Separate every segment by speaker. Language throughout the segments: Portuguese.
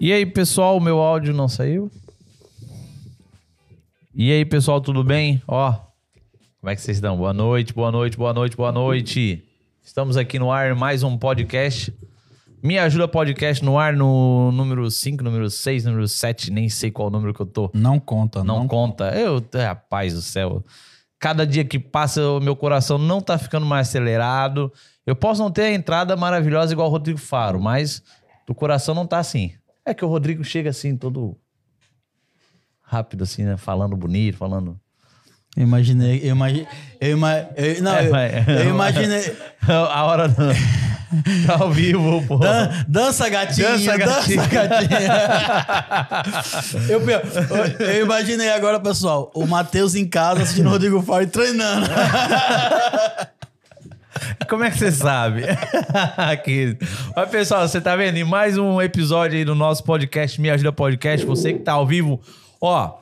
Speaker 1: E aí, pessoal, meu áudio não saiu? E aí, pessoal, tudo bem? Ó, como é que vocês estão? Boa noite, boa noite, boa noite, boa noite. Estamos aqui no ar, mais um podcast. Me ajuda podcast no ar no número 5, número 6, número 7, nem sei qual número que eu tô.
Speaker 2: Não conta,
Speaker 1: Não,
Speaker 2: não.
Speaker 1: conta. Eu, é, rapaz do céu. Cada dia que passa, o meu coração não tá ficando mais acelerado. Eu posso não ter a entrada maravilhosa igual o Rodrigo Faro, mas o coração não tá assim. É que o Rodrigo chega assim, todo rápido, assim, né? Falando bonito, falando.
Speaker 2: Eu imaginei. Eu imagi- eu ima- eu- não,
Speaker 1: É,
Speaker 2: eu-
Speaker 1: mas-
Speaker 2: eu imaginei.
Speaker 1: a hora não. Tá ao vivo, pô.
Speaker 2: Dan- dança gatinha,
Speaker 1: Dança,
Speaker 2: dança
Speaker 1: gatinho.
Speaker 2: gatinha. eu, pe- eu imaginei agora, pessoal, o Matheus em casa assistindo o Rodrigo Faro e treinando.
Speaker 1: Como é que você sabe? Aqui. Mas, pessoal, você tá vendo? E mais um episódio aí do nosso podcast, Me Ajuda Podcast. Você que tá ao vivo, ó,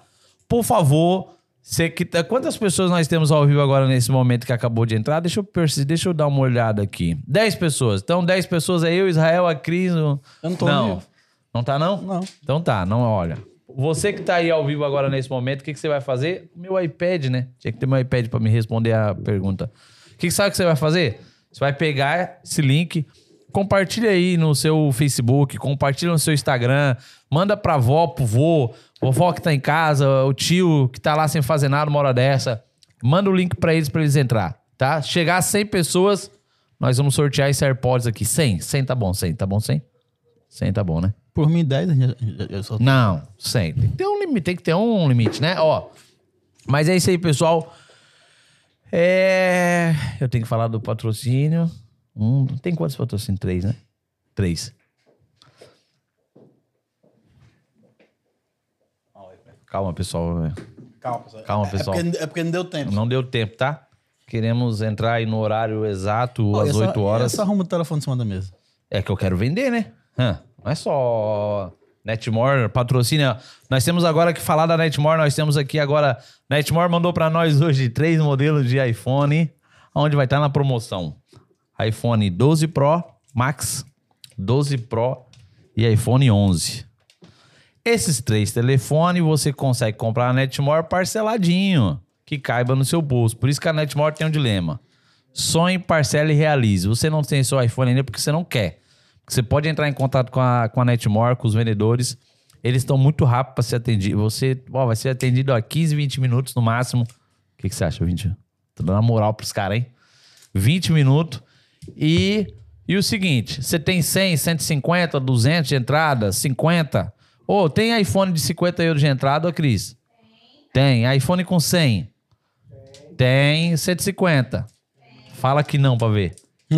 Speaker 1: por favor, você que tá... Quantas pessoas nós temos ao vivo agora nesse momento que acabou de entrar? Deixa eu, perce- deixa eu dar uma olhada aqui. 10 pessoas. Então, 10 pessoas é eu, Israel, a Cris. o-
Speaker 2: Eu não tô
Speaker 1: não.
Speaker 2: ao vivo.
Speaker 1: Não tá, não?
Speaker 2: Não.
Speaker 1: Então tá, não olha. Você que tá aí ao vivo agora nesse momento, o que, que você vai fazer? Meu iPad, né? Tinha que ter meu iPad pra me responder a pergunta. O que, que sabe que você vai fazer? Você vai pegar esse link, compartilha aí no seu Facebook, compartilha no seu Instagram, manda pra vó, pro vô, vovó que tá em casa, o tio que tá lá sem fazer nada uma hora dessa. Manda o link pra eles pra eles entrar, tá? Chegar a 100 pessoas, nós vamos sortear esse AirPods aqui. 100, 100 tá bom, 100, tá bom 100? 100 tá bom, né?
Speaker 2: Por mim, 10 eu só.
Speaker 1: Não, sempre. Tem que ter um limite, tem que ter um limite, né? Ó. Mas é isso aí, pessoal. É, eu tenho que falar do patrocínio. Um, tem quantos patrocínios? Três, né? Três. Calma, pessoal.
Speaker 2: Calma, pessoal.
Speaker 1: Calma, pessoal.
Speaker 2: É porque, é porque não deu tempo.
Speaker 1: Não deu tempo, tá? Queremos entrar aí no horário exato,
Speaker 2: Pô,
Speaker 1: às
Speaker 2: essa-
Speaker 1: 8 horas.
Speaker 2: Essa arruma o telefone em cima da mesa.
Speaker 1: É que eu quero vender, né? Hã, Não é só Netmore, patrocina. Nós temos agora que falar da Netmore, nós temos aqui agora. Netmore mandou pra nós hoje três modelos de iPhone, onde vai estar na promoção: iPhone 12 Pro Max, 12 Pro e iPhone 11. Esses três telefones você consegue comprar na Netmore parceladinho, que caiba no seu bolso. Por isso que a Netmore tem um dilema. Sonhe, parcele e realize. Você não tem seu iPhone ainda porque você não quer. Você pode entrar em contato com a, com a Netmore, com os vendedores. Eles estão muito rápidos para ser atendido. Você ó, vai ser atendido a 15, 20 minutos no máximo. O que, que você acha, 20? Tô dando uma moral pros caras, hein? 20 minutos. E, e o seguinte, você tem 100, 150, 200 de entrada, 50. Ô, tem iPhone de 50 euros de entrada, ô Cris? Tem. iPhone com 100? Tem. 150? Fala que não pra ver.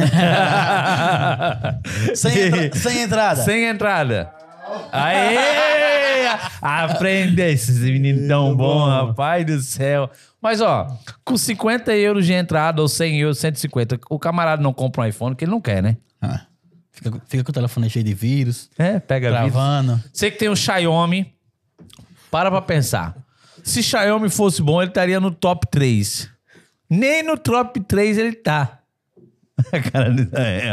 Speaker 2: Sem, entra- sem entrada.
Speaker 1: Sem entrada. Aê! Aprende esses meninos tão bom, rapaz do céu. Mas, ó, com 50 euros de entrada ou 100 euros, 150, o camarada não compra um iPhone que ele não quer, né?
Speaker 2: Ah, fica, fica com o telefone cheio de vírus,
Speaker 1: É, pega a vida.
Speaker 2: travando.
Speaker 1: Você que tem um Xiaomi, para pra pensar. Se Xiaomi fosse bom, ele estaria no top 3. Nem no top 3 ele tá. A cara dele é.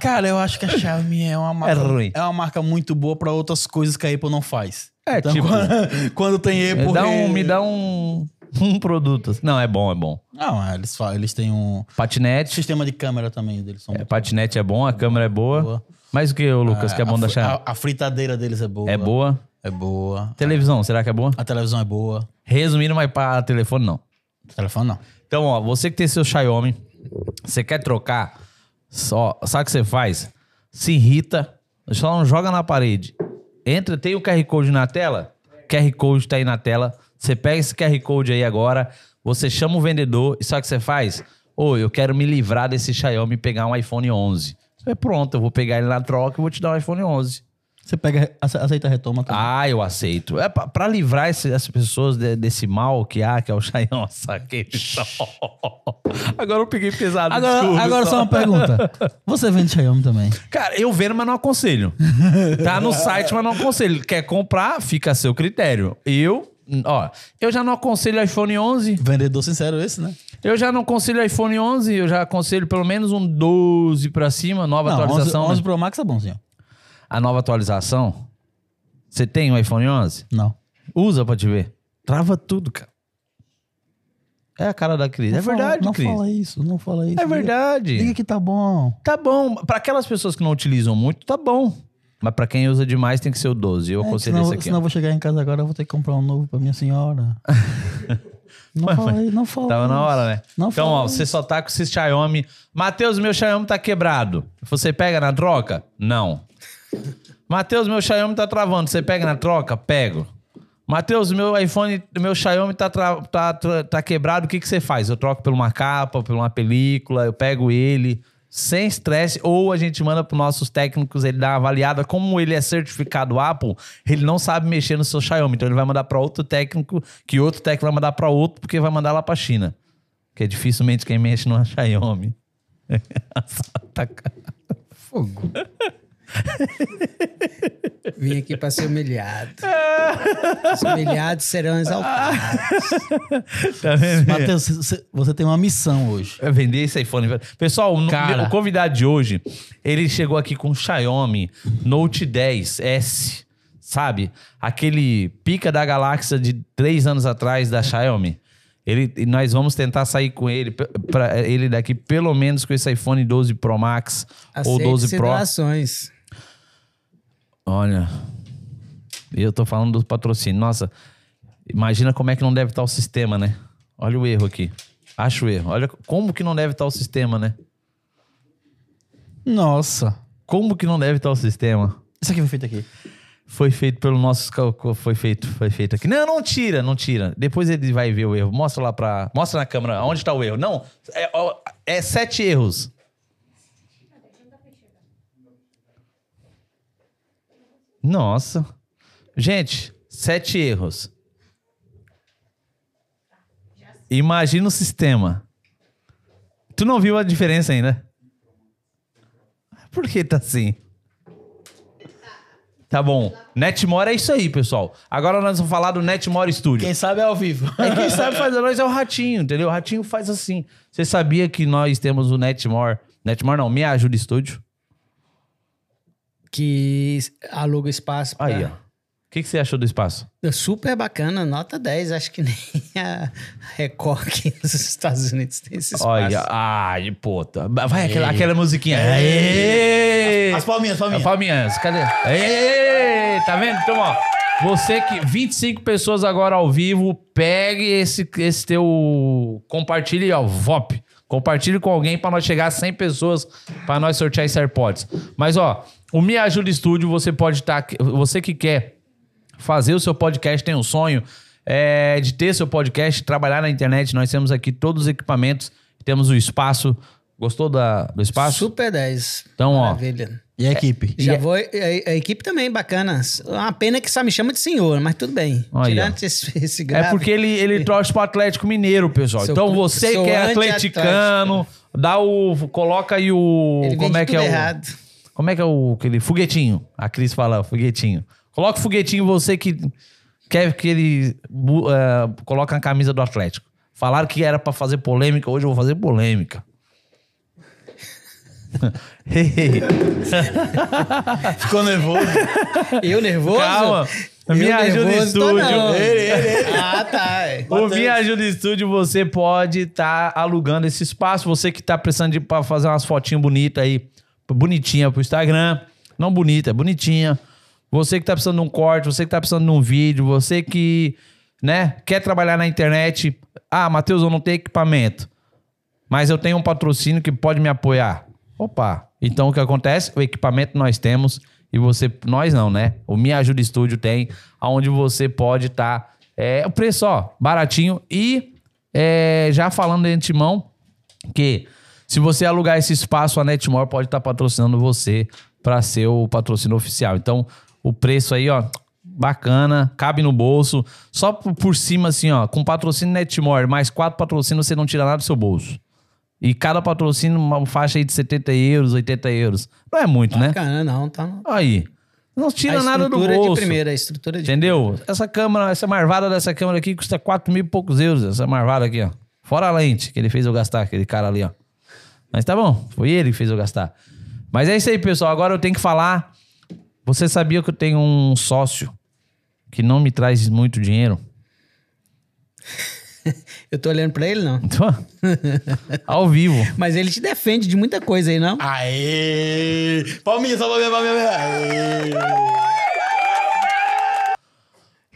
Speaker 2: Cara, eu acho que a Xiaomi é uma marca,
Speaker 1: É ruim.
Speaker 2: uma marca muito boa pra outras coisas que a Apple não faz. Então,
Speaker 1: É, tipo-
Speaker 2: quando, quando tem Apple...
Speaker 1: Me dá um, me
Speaker 2: é-
Speaker 1: dá um, um produto. Não, é bom, é bom.
Speaker 2: Não, eles, fa- eles têm um
Speaker 1: Patinete.
Speaker 2: sistema de câmera também deles. São
Speaker 1: É, patinete é bom, a câmera é boa.
Speaker 2: Boa.
Speaker 1: Mas o que, ô Lucas, que é
Speaker 2: a
Speaker 1: bom da
Speaker 2: fri-
Speaker 1: Xiaomi?
Speaker 2: A, a fritadeira deles é boa.
Speaker 1: É boa.
Speaker 2: É boa.
Speaker 1: Televisão, será que é boa?
Speaker 2: A televisão é boa.
Speaker 1: Resumindo, mas para telefone não.
Speaker 2: O telefone não.
Speaker 1: Então, ó, você que tem seu Xiaomi, você quer trocar, só, sabe o que você faz? Se irrita, só não joga na parede. Entra, tem o QR Code na tela? QR Code tá aí na tela. Você pega esse QR Code aí agora, você chama o vendedor e sabe o que você faz? Ô, eu quero me livrar desse Xiaomi e pegar um iPhone 11. É pronto, eu vou pegar ele na troca e vou te dar um iPhone 11.
Speaker 2: Você pega, ace- aceita a retoma também.
Speaker 1: Ah, eu aceito. É pra, pra livrar esse- essas pessoas de- desse mal que há, que é o Chayão. Nossa, que só. Agora eu peguei pesado.
Speaker 2: agora,
Speaker 1: Ah, desculpa,
Speaker 2: agora só uma pergunta. Você vende Xiaomi também?
Speaker 1: Cara, eu vendo, mas não aconselho. Tá no site, mas não aconselho. Quer comprar, fica a seu critério. Eu, ó, eu já não aconselho iPhone 11.
Speaker 2: Vendedor sincero esse, né?
Speaker 1: Eu já não aconselho iPhone 11. Eu já aconselho pelo menos um 12 pra cima, nova
Speaker 2: Não, 11,
Speaker 1: atualização. né?
Speaker 2: 11 Pro Max é bonzinho.
Speaker 1: A nova atualização Você tem um iPhone 11?
Speaker 2: Não.
Speaker 1: Usa pra te ver. Trava tudo, cara. É a cara da Cris.
Speaker 2: Não
Speaker 1: é
Speaker 2: fala-
Speaker 1: verdade,
Speaker 2: Não
Speaker 1: Cris.
Speaker 2: fala isso, não fala isso.
Speaker 1: É verdade.
Speaker 2: Diga que tá bom.
Speaker 1: Tá bom. Pra aquelas pessoas que não utilizam muito, tá bom. Mas pra quem usa demais, tem que ser o 12. Eu
Speaker 2: É,
Speaker 1: aconselho
Speaker 2: senão,
Speaker 1: esse aqui. ó.
Speaker 2: senão eu vou chegar em casa agora, eu vou ter que comprar um novo pra minha senhora. não
Speaker 1: Mas-
Speaker 2: fala aí, não fala.
Speaker 1: Tava na
Speaker 2: isso.
Speaker 1: hora, né?
Speaker 2: Não
Speaker 1: então,
Speaker 2: fala
Speaker 1: ó, você só tá com esse Xiaomi. Matheus, meu Xiaomi tá quebrado. Você pega na troca? Não. Matheus, meu Xiaomi tá travando. Você pega na troca? Pego. Matheus, meu iPhone, meu Xiaomi tá, tra- tá, tra- tá quebrado. O que, que você faz? Eu troco por uma capa, por uma película, eu pego ele sem estresse, ou a gente manda pros nossos técnicos, ele dá uma avaliada. Como ele é certificado Apple, ele não sabe mexer no seu Xiaomi. Então ele vai mandar pra outro técnico, que outro técnico vai mandar pra outro, porque vai mandar lá pra China. Que é dificilmente quem mexe numa Xiaomi. Tá ca-
Speaker 3: Fogo. Vim aqui pra ser humilhado. Os humilhados serão exaltados.
Speaker 1: tá vendo?
Speaker 2: Matheus, cê- cê- você tem uma missão hoje.
Speaker 1: É vender esse iPhone. Pessoal, o,
Speaker 3: Cara.
Speaker 1: meu- o convidado de hoje, ele chegou aqui com um Xiaomi Note 10S, sabe? Aquele pica da galáxia de três anos atrás da Xiaomi. Ele, e nós vamos tentar sair com ele, pe- pra ele daqui, pelo menos com esse iPhone 12 Pro Max ou
Speaker 3: Aceite
Speaker 1: 12 Pro.
Speaker 3: doações.
Speaker 1: Olha, eu tô falando do patrocínio. Nossa, imagina como é que não deve estar o sistema, né? Olha o erro aqui. Acho o erro. Olha como que não deve estar o sistema, né?
Speaker 2: Nossa.
Speaker 1: Como que não deve estar o sistema?
Speaker 2: Isso aqui foi feito aqui.
Speaker 1: Foi feito pelo nosso calco- foi feito, foi feito aqui. Não, não tira, não tira. Depois ele vai ver o erro. Mostra lá pra. mostra na câmera onde tá o erro. Não, é, ó, é sete erros. Nossa. Gente, sete erros. Imagina o sistema. Tu não viu a diferença ainda? Por que tá assim? Tá bom. Netmore é isso aí, pessoal. Agora nós vamos falar do Netmore Studio.
Speaker 2: Quem sabe é ao vivo.
Speaker 1: É quem sabe fazer nós é o ratinho, entendeu? O ratinho faz assim. Você sabia que nós temos o Netmore? Netmore não, me ajuda estúdio.
Speaker 3: Que aluga espaço pra... É
Speaker 1: Aí, ó. O que, que você achou do espaço?
Speaker 3: Super bacana, nota 10. Acho que nem a Record aqui nos Estados Unidos tem esse espaço.
Speaker 1: Olha, ai, puta. Vai aquela, aquela musiquinha. Aê!
Speaker 2: As palminhas,
Speaker 1: É
Speaker 2: palminhas.
Speaker 1: Palminhas, cadê? Ê, tá vendo? Então, ó. Você que. 25 pessoas agora ao vivo, pegue esse, esse teu. Compartilhe, ó, VOP. Compartilhe com alguém pra nós chegar a 100 pessoas pra nós sortear esse AirPods. Mas, ó, o Me Ajuda Estúdio, você pode estar. você que quer fazer o seu podcast, tem um sonho é, de ter seu podcast, trabalhar na internet. Nós temos aqui todos os equipamentos, temos o espaço. Gostou da, do espaço?
Speaker 3: Super 10.
Speaker 1: Então, ó.
Speaker 3: Maravilha.
Speaker 2: E a equipe?
Speaker 3: Já vou. A, a equipe também, bacana. Uma pena que só me chama de senhor, mas tudo bem.
Speaker 1: Aí,
Speaker 3: Tirando esse, esse
Speaker 1: É
Speaker 3: grave.
Speaker 1: porque ele, ele torce pro Atlético Mineiro, pessoal.
Speaker 3: Sou
Speaker 1: então
Speaker 3: cru-
Speaker 1: você
Speaker 3: sou
Speaker 1: que é
Speaker 3: anti-atlético.
Speaker 1: atleticano, dá o. Coloca aí o.
Speaker 3: Ele
Speaker 1: como
Speaker 3: vende
Speaker 1: é que é
Speaker 3: tudo
Speaker 1: o.
Speaker 3: errado.
Speaker 1: Como é que é o. Aquele foguetinho. A Cris fala, foguetinho. Coloca o foguetinho, você que quer que ele bu- eh, coloca na camisa do Atlético. Falaram que era pra fazer polêmica, hoje eu vou fazer polêmica.
Speaker 2: Ficou nervoso.
Speaker 3: Eu nervoso?
Speaker 1: Calma.
Speaker 3: Eu
Speaker 1: Tá Me ajuda
Speaker 3: nervoso tô
Speaker 1: estúdio.
Speaker 3: não.
Speaker 2: Ele, ele,
Speaker 3: Ah, tá. é.
Speaker 1: O Me Ajuda Estúdio, você pode estar alugando esse espaço. Você que tá precisando de pra fazer umas fotinhas bonitas aí, bonitinha pro Instagram. Não bonita, bonitinha. Você que tá precisando de um corte, você que tá precisando de um vídeo, você que, né, quer trabalhar na internet. Ah, Matheus, eu não tenho equipamento mas eu tenho um patrocínio que pode me apoiar. Opa! Então o que acontece? O equipamento nós temos e você. Nós não, né? O Me Ajuda Estúdio tem, onde você pode estar. é o preço, ó, baratinho. E é, já falando de antemão, que se você alugar esse espaço, a Netmore pode estar patrocinando você para ser o patrocínio oficial. Então, o preço aí, ó, bacana, cabe no bolso. Só por, por cima, assim, ó, com patrocínio Netmore, mais quatro patrocínios, você não tira nada do seu bolso. E cada patrocínio, uma faixa aí de 70 euros, 80 euros. Não é muito, né?
Speaker 3: Bacana, não. Tá não.
Speaker 1: Aí. Não
Speaker 3: A
Speaker 1: tira nada do
Speaker 3: estrutura é
Speaker 1: bolso.
Speaker 3: de primeira, a estrutura de
Speaker 1: Entendeu? Essa câmera, essa marvada dessa câmera aqui custa 4 mil e poucos euros. Essa marvada aqui, ó. Fora a lente que ele fez eu gastar, aquele cara ali, ó. Mas tá bom, foi ele que fez eu gastar. Mas é isso aí, pessoal. Agora eu tenho que falar Você sabia que eu tenho um sócio que não me traz muito dinheiro?
Speaker 3: Eu tô olhando pra ele, não.
Speaker 1: Tô- Então, Ao vivo.
Speaker 3: Mas ele te defende de muita coisa aí, não?
Speaker 2: Aê! Palminha, só palminha, palminha. Aê!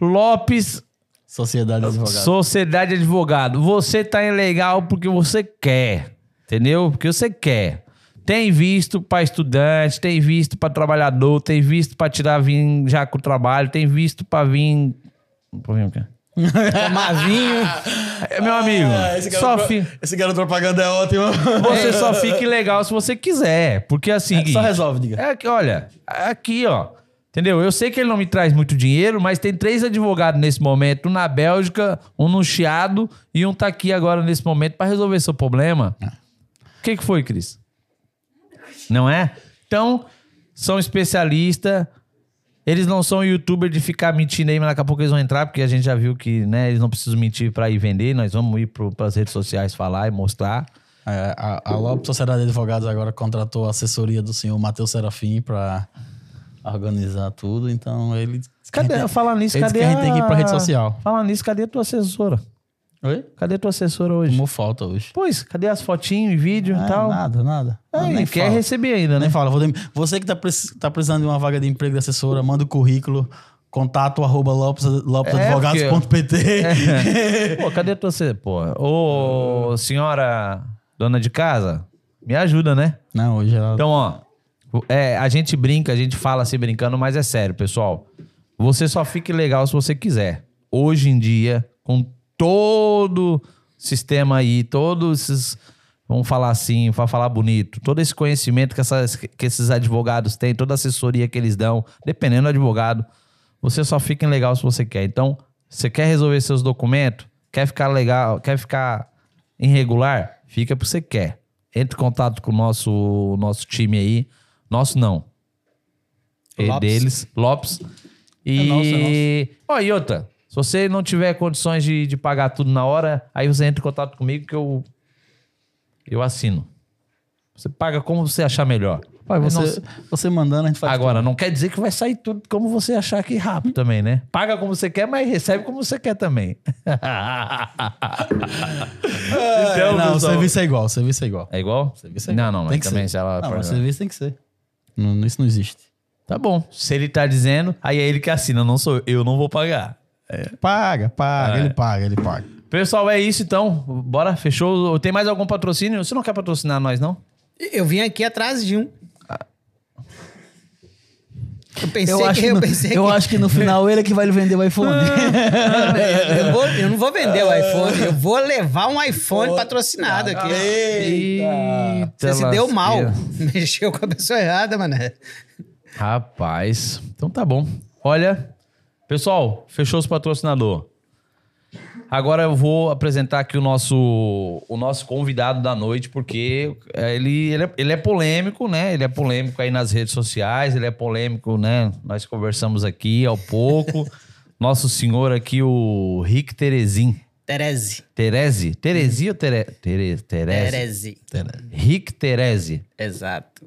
Speaker 1: Lopes,
Speaker 2: Sociedade dos Advogados.
Speaker 1: Sociedade de Advogado. Você tá em legal porque você quer. Entendeu? Porque você quer. Tem visto pra estudante, tem visto pra trabalhador, tem visto pra tirar vir já com o trabalho, tem visto pra vir. Pra vir o quê?
Speaker 3: Tomar vinho.
Speaker 1: É, meu amigo,
Speaker 2: Ah, esse garoto
Speaker 1: só
Speaker 2: pro-
Speaker 1: fi-
Speaker 2: Esse garoto propaganda é ótimo.
Speaker 1: você só fique legal se você quiser. Porque assim.
Speaker 2: É, Só resolve, diga.
Speaker 1: É que, olha, aqui, ó. Entendeu? Eu sei que ele não me traz muito dinheiro, mas tem três advogados nesse momento, um na Bélgica, um no Chiado e um tá aqui agora nesse momento pra resolver seu problema. O que, que foi, Cris? Não é? Então, são especialistas. Eles não são youtuber de ficar mentindo aí, mas daqui a pouco eles vão entrar, porque a gente já viu que né, eles não precisam mentir pra ir vender. Nós vamos ir pro, pras redes sociais falar e mostrar.
Speaker 2: É, a, a Lopes Sociedade de Advogados agora contratou a assessoria do senhor Matheus Serafim pra organizar tudo, então ele...
Speaker 1: Cadê? Falando nisso,
Speaker 2: Eles
Speaker 1: cadê
Speaker 2: que a gente tem que ir pra rede
Speaker 1: a-
Speaker 2: social.
Speaker 1: Falando nisso, cadê a tua assessora?
Speaker 2: Oi?
Speaker 1: Cadê tua assessora hoje?
Speaker 2: Como falta hoje.
Speaker 1: Pois, cadê as fotinhos e vídeo e
Speaker 2: Ah,
Speaker 1: um tal?
Speaker 2: Nada, nada.
Speaker 1: Ah,
Speaker 2: nem
Speaker 1: nem quer
Speaker 2: fala.
Speaker 1: receber ainda,
Speaker 2: Nem
Speaker 1: né?
Speaker 2: fala. Vou dem- Você que tá, preci- tá precisando de uma vaga de emprego de assessora, manda o currículo, contato arroba lopes,
Speaker 1: É,
Speaker 2: lopesadvogados.pt.
Speaker 1: Pô, cadê tua assessora? Pô, ô senhora dona de casa, me ajuda, né?
Speaker 2: Não, hoje ela...
Speaker 1: Então, ó, é, a gente brinca, a gente fala assim brincando, mas é sério, pessoal. Você só fique legal se você quiser. Hoje em dia, com todo sistema aí, todos esses, vamos falar assim, para falar bonito, todo esse conhecimento que, essas- que esses advogados têm, toda a assessoria que eles dão, dependendo do advogado, você só fica legal se você quer. Então, você quer resolver seus documentos, quer ficar legal, quer ficar irregular, fica porque você quer. Entre em contato com o nosso, nosso time aí. Nosso não. É
Speaker 3: Lopes.
Speaker 1: deles, Lopes. E.
Speaker 2: nosso, é
Speaker 1: Ó, e outra. Se você não tiver condições de, de pagar tudo na hora, aí você entra em contato comigo que eu. Eu assino. Você paga como você achar melhor.
Speaker 2: Pai,
Speaker 1: Mas não-
Speaker 2: você, você mandando, a gente faz...
Speaker 1: Agora, não quer dizer que vai sair tudo como você achar aqui rápido também, né? Paga como você quer, mas recebe como você quer também.
Speaker 2: É,
Speaker 1: então,
Speaker 2: não, o
Speaker 1: pessoal-
Speaker 2: serviço é igual, o serviço é igual.
Speaker 1: É igual?
Speaker 2: Serviço é
Speaker 1: não,
Speaker 2: igual.
Speaker 1: não, mas
Speaker 2: Tem que
Speaker 1: também
Speaker 2: ser.
Speaker 1: se ela.
Speaker 2: Não, mas o serviço tem que ser. Não- isso não existe.
Speaker 1: Tá bom. Se ele tá dizendo, aí é ele que assina, não sou eu. Eu não vou pagar.
Speaker 2: Paga, paga,
Speaker 3: É.
Speaker 2: ele paga, ele paga.
Speaker 1: Pessoal, é isso então. Bora, fechou. Tem mais algum patrocínio? Você não quer patrocinar nós, não?
Speaker 3: Eu vim aqui atrás de um. Eu pensei
Speaker 2: Eu, acho,
Speaker 3: que
Speaker 2: que
Speaker 3: eu
Speaker 2: no,
Speaker 3: pensei
Speaker 2: eu
Speaker 3: que-
Speaker 2: acho que no final ele é que vai vender o iPhone.
Speaker 3: eu, vou- eu não vou vender o iPhone, eu vou levar um iPhone patrocinado aqui.
Speaker 1: Eita,
Speaker 3: Você se deu mal.
Speaker 1: lasqueira.
Speaker 3: Mexeu com a pessoa errada, mané.
Speaker 1: Rapaz, então tá bom. Olha, pessoal, fechou os patrocinador. Agora eu vou apresentar aqui o nosso, o nosso convidado da noite, porque eh, ele, ele, é, ele é polêmico, né? Ele é polêmico aí nas redes sociais, ele é polêmico, né? Nós conversamos aqui ao pouco. Nosso senhor aqui, o Rick Terezin.
Speaker 3: Tereze.
Speaker 1: Terezi? Terezi ou Tere... Tere... Terezi?
Speaker 3: Tereze.
Speaker 1: Rick Terezi.
Speaker 3: Exato.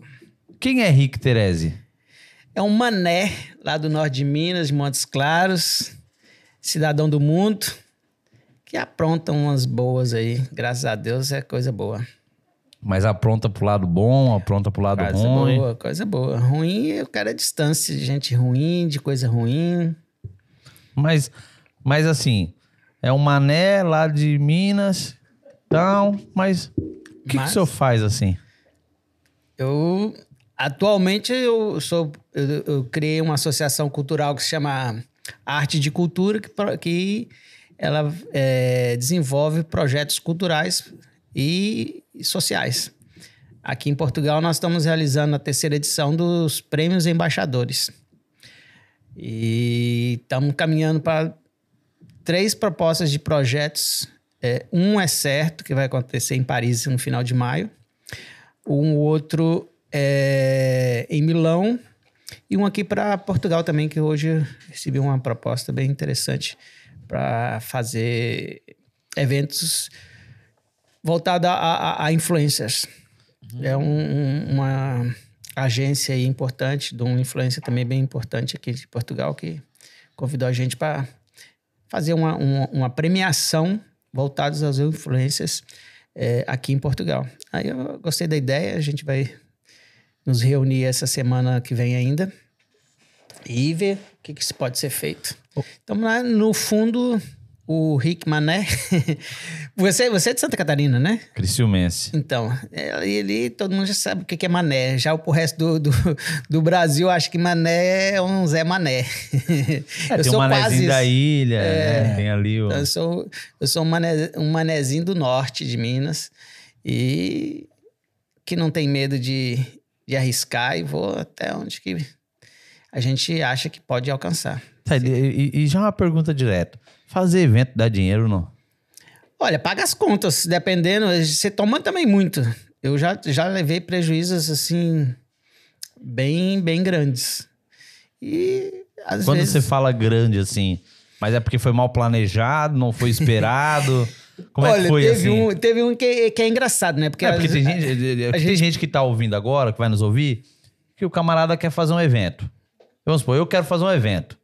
Speaker 1: Quem é Rick Terezi?
Speaker 3: É um mané lá do norte de Minas, de Montes Claros, cidadão do mundo, que apronta umas boas aí. Graças a Deus é coisa boa.
Speaker 1: Mas apronta pro lado bom, apronta pro lado
Speaker 3: Coisa
Speaker 1: ruim.
Speaker 3: boa, coisa boa. Ruim, eu quero a distância de gente ruim, de coisa ruim.
Speaker 1: Mas, mas assim, é um mané lá de Minas. Então, mas o que, que
Speaker 3: Mas-
Speaker 1: o senhor faz assim?
Speaker 3: Eu atualmente eu sou eu, eu criei uma associação cultural que se chama Arte de Cultura que, pro- que ela eh, desenvolve projetos culturais e, e sociais. Aqui em Portugal nós estamos realizando a terceira edição dos Prêmios Embaixadores e estamos caminhando para três propostas de projetos. Eh, um é certo que vai acontecer em Paris no final de maio um outro é, em Milão e um aqui para Portugal também, que hoje eu recebi uma proposta bem interessante para fazer eventos voltados a, a- a influencers. É um- um- uma agência aí importante, de uma influência também bem importante aqui de Portugal, que convidou a gente para fazer uma, uma, uma premiação voltados às influências é, aqui em Portugal. Aí eu gostei da ideia, a gente vai nos reunir essa semana que vem ainda e ver o que, que se pode ser feito. Então, lá no fundo, o Rick Mané. você, você é de Santa Catarina, né?
Speaker 1: Criciumense.
Speaker 3: Então, é, ele, todo mundo já sabe o que, que é Mané. Já o pro resto do, do, do Brasil, acho que Mané é um Zé Mané.
Speaker 1: É, tem o Manézinho da ilha, né? tem ali o...
Speaker 3: Então, eu sou, eu sou um, mané, um manézinho do norte de Minas e que não tem medo de, de arriscar e vou até onde que a gente acha que pode alcançar.
Speaker 1: Tá, e, e- e já uma pergunta direto. Fazer evento dá dinheiro ou não?
Speaker 3: Olha, paga as contas, dependendo. Você toma também muito. Eu já, já levei prejuízos assim bem bem grandes. E às
Speaker 1: Quando
Speaker 3: vezes
Speaker 1: você fala grande assim, mas é porque foi mal planejado, não foi esperado. Como é
Speaker 3: Olha,
Speaker 1: que foi
Speaker 3: teve
Speaker 1: assim?
Speaker 3: um, teve um que, que é engraçado, né? Porque,
Speaker 1: É, porque
Speaker 3: às-
Speaker 1: tem gente, é, é, tem gente que tá ouvindo agora, que vai nos ouvir, que o camarada quer fazer um evento. Vamos supor, eu quero fazer um evento.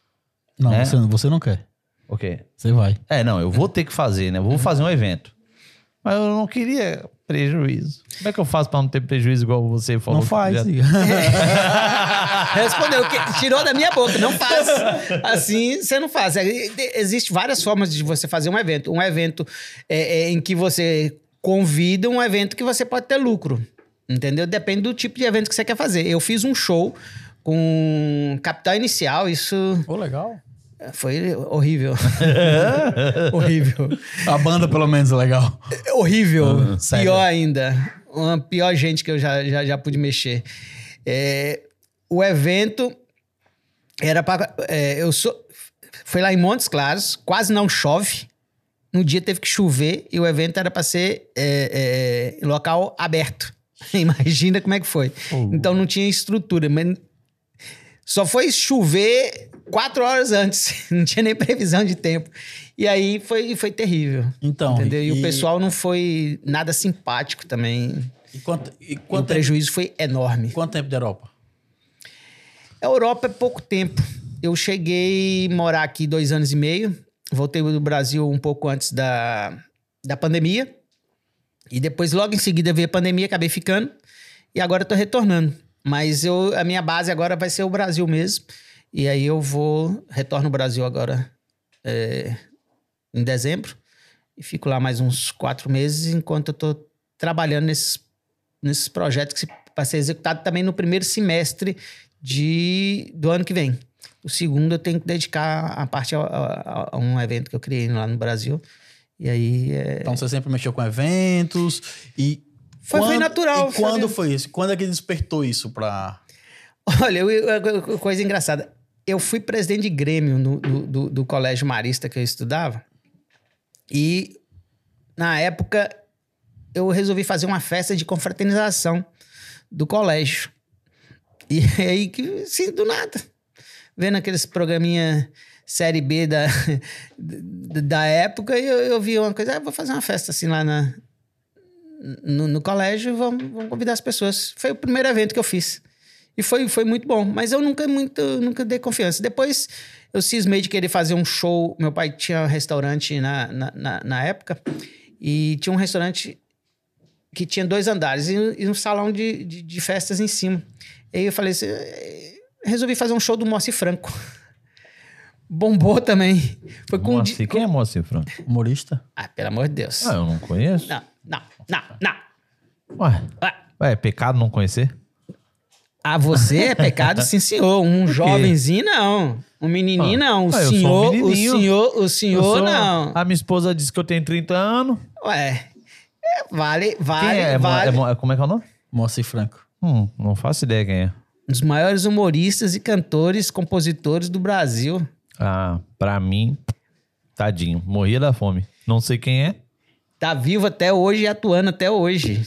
Speaker 2: Não,
Speaker 3: É?
Speaker 1: Né?
Speaker 2: você, não- você não quer.
Speaker 1: Ok.
Speaker 2: Você vai.
Speaker 1: É, não, eu vou ter que fazer, né? Eu vou fazer um evento. Mas eu não queria prejuízo. Como é que eu faço pra não ter prejuízo igual você falou?
Speaker 2: Não faz.
Speaker 1: Já-
Speaker 2: É.
Speaker 3: Respondeu, que tirou da minha boca, não faz. Assim, você não faz. É, te- Existe várias formas de você fazer um evento. Um evento é, é, em que você convida, um evento que você pode ter lucro. Entendeu? Depende do tipo de evento que você quer fazer. Eu fiz um show com capital inicial, isso é,
Speaker 2: Pô, legal.
Speaker 3: foi horrível. horrível.
Speaker 2: A banda, pelo menos, é legal.
Speaker 3: É horrível.
Speaker 2: sério.
Speaker 3: pior ainda. Uma pior gente que eu já, já, já pude mexer. É, o evento era para. eu sou. Foi lá em Montes Claros, quase não chove. No dia teve que chover e o evento era para ser é, é, local aberto. Imagina como é que foi. Então não tinha estrutura, mas só foi chover quatro horas antes. Não tinha nem previsão de tempo. E aí foi, foi terrível.
Speaker 2: Então.
Speaker 3: Entendeu? E, o pessoal não foi nada simpático também.
Speaker 2: E quanto, e
Speaker 3: O
Speaker 2: quanto, é tempo,
Speaker 3: prejuízo foi enorme.
Speaker 2: quanto tempo de Europa?
Speaker 3: A Europa é pouco tempo. Eu cheguei a morar aqui dois anos e meio. Voltei do Brasil um pouco antes da, da pandemia. E depois, logo em seguida, veio a pandemia, acabei ficando. E agora eu tô retornando. Mas eu, a minha base agora vai ser o Brasil mesmo. E aí eu vou, retorno ao Brasil agora é, em dezembro. E fico lá mais uns quatro meses, enquanto eu tô trabalhando nesses, nesses projetos que para ser executado também no primeiro semestre de, do ano que vem. O segundo eu tenho que dedicar a parte a, a- a um evento que eu criei lá no Brasil. E aí é,
Speaker 2: Então você sempre mexeu com eventos e.
Speaker 3: Foi- foi natural,
Speaker 2: E
Speaker 3: foi
Speaker 2: quando
Speaker 3: mesmo.
Speaker 2: foi isso? Quando é que despertou isso pra.
Speaker 3: Olha, eu- eu- eu- coisa engraçada. Eu fui presidente de Grêmio no, no- do, do colégio marista que eu estudava. E, na época, eu resolvi fazer uma festa de confraternização do colégio. E aí, que, assim, do nada. Vendo aqueles programinha Série B da, da da época, eu, eu vi uma coisa, ah, vou fazer uma festa assim lá na, no, no colégio e vamos, vamos convidar as pessoas. Foi o primeiro evento que eu fiz. E foi, foi muito bom, mas eu nunca muito nunca dei confiança. Depois eu cismei de querer fazer um show. Meu pai tinha um restaurante na, na, na, na época e tinha um restaurante que tinha dois andares e, um- e um salão de, de, de festas em cima. E aí eu falei assim, eh, resolvi fazer um show do Moacir Franco. Bombou também. Foi com,
Speaker 1: Moacir,
Speaker 3: di- com-
Speaker 1: Quem é Moacir Franco?
Speaker 2: Humorista?
Speaker 3: Ah, pelo amor de Deus.
Speaker 1: Ah, eu não conheço.
Speaker 3: Não, não, não, não.
Speaker 1: Ué,
Speaker 3: Ah,
Speaker 1: ué, é pecado não conhecer?
Speaker 3: A você é pecado, sim, senhor. Um jovenzinho, não. Um menininho,
Speaker 1: Ah,
Speaker 3: não. O
Speaker 1: ah, eu sou um
Speaker 3: senhor, o
Speaker 1: menininho.
Speaker 3: senhor, o
Speaker 1: Eu
Speaker 3: senhor,
Speaker 1: sou- um-
Speaker 3: não.
Speaker 1: A minha esposa disse que eu tenho 30 anos.
Speaker 3: Ué. É, Vale,
Speaker 1: Quem
Speaker 3: vale,
Speaker 1: é? É Mo-
Speaker 3: vale.
Speaker 1: é Mo- é- como é que é o nome?
Speaker 2: Moacir Franco.
Speaker 1: Hum, não faço ideia quem é.
Speaker 3: Um dos maiores humoristas e cantores, compositores do Brasil.
Speaker 1: Ah, pra mim, tadinho. Morria da fome. Não sei quem é.
Speaker 3: Tá vivo até hoje e atuando até hoje.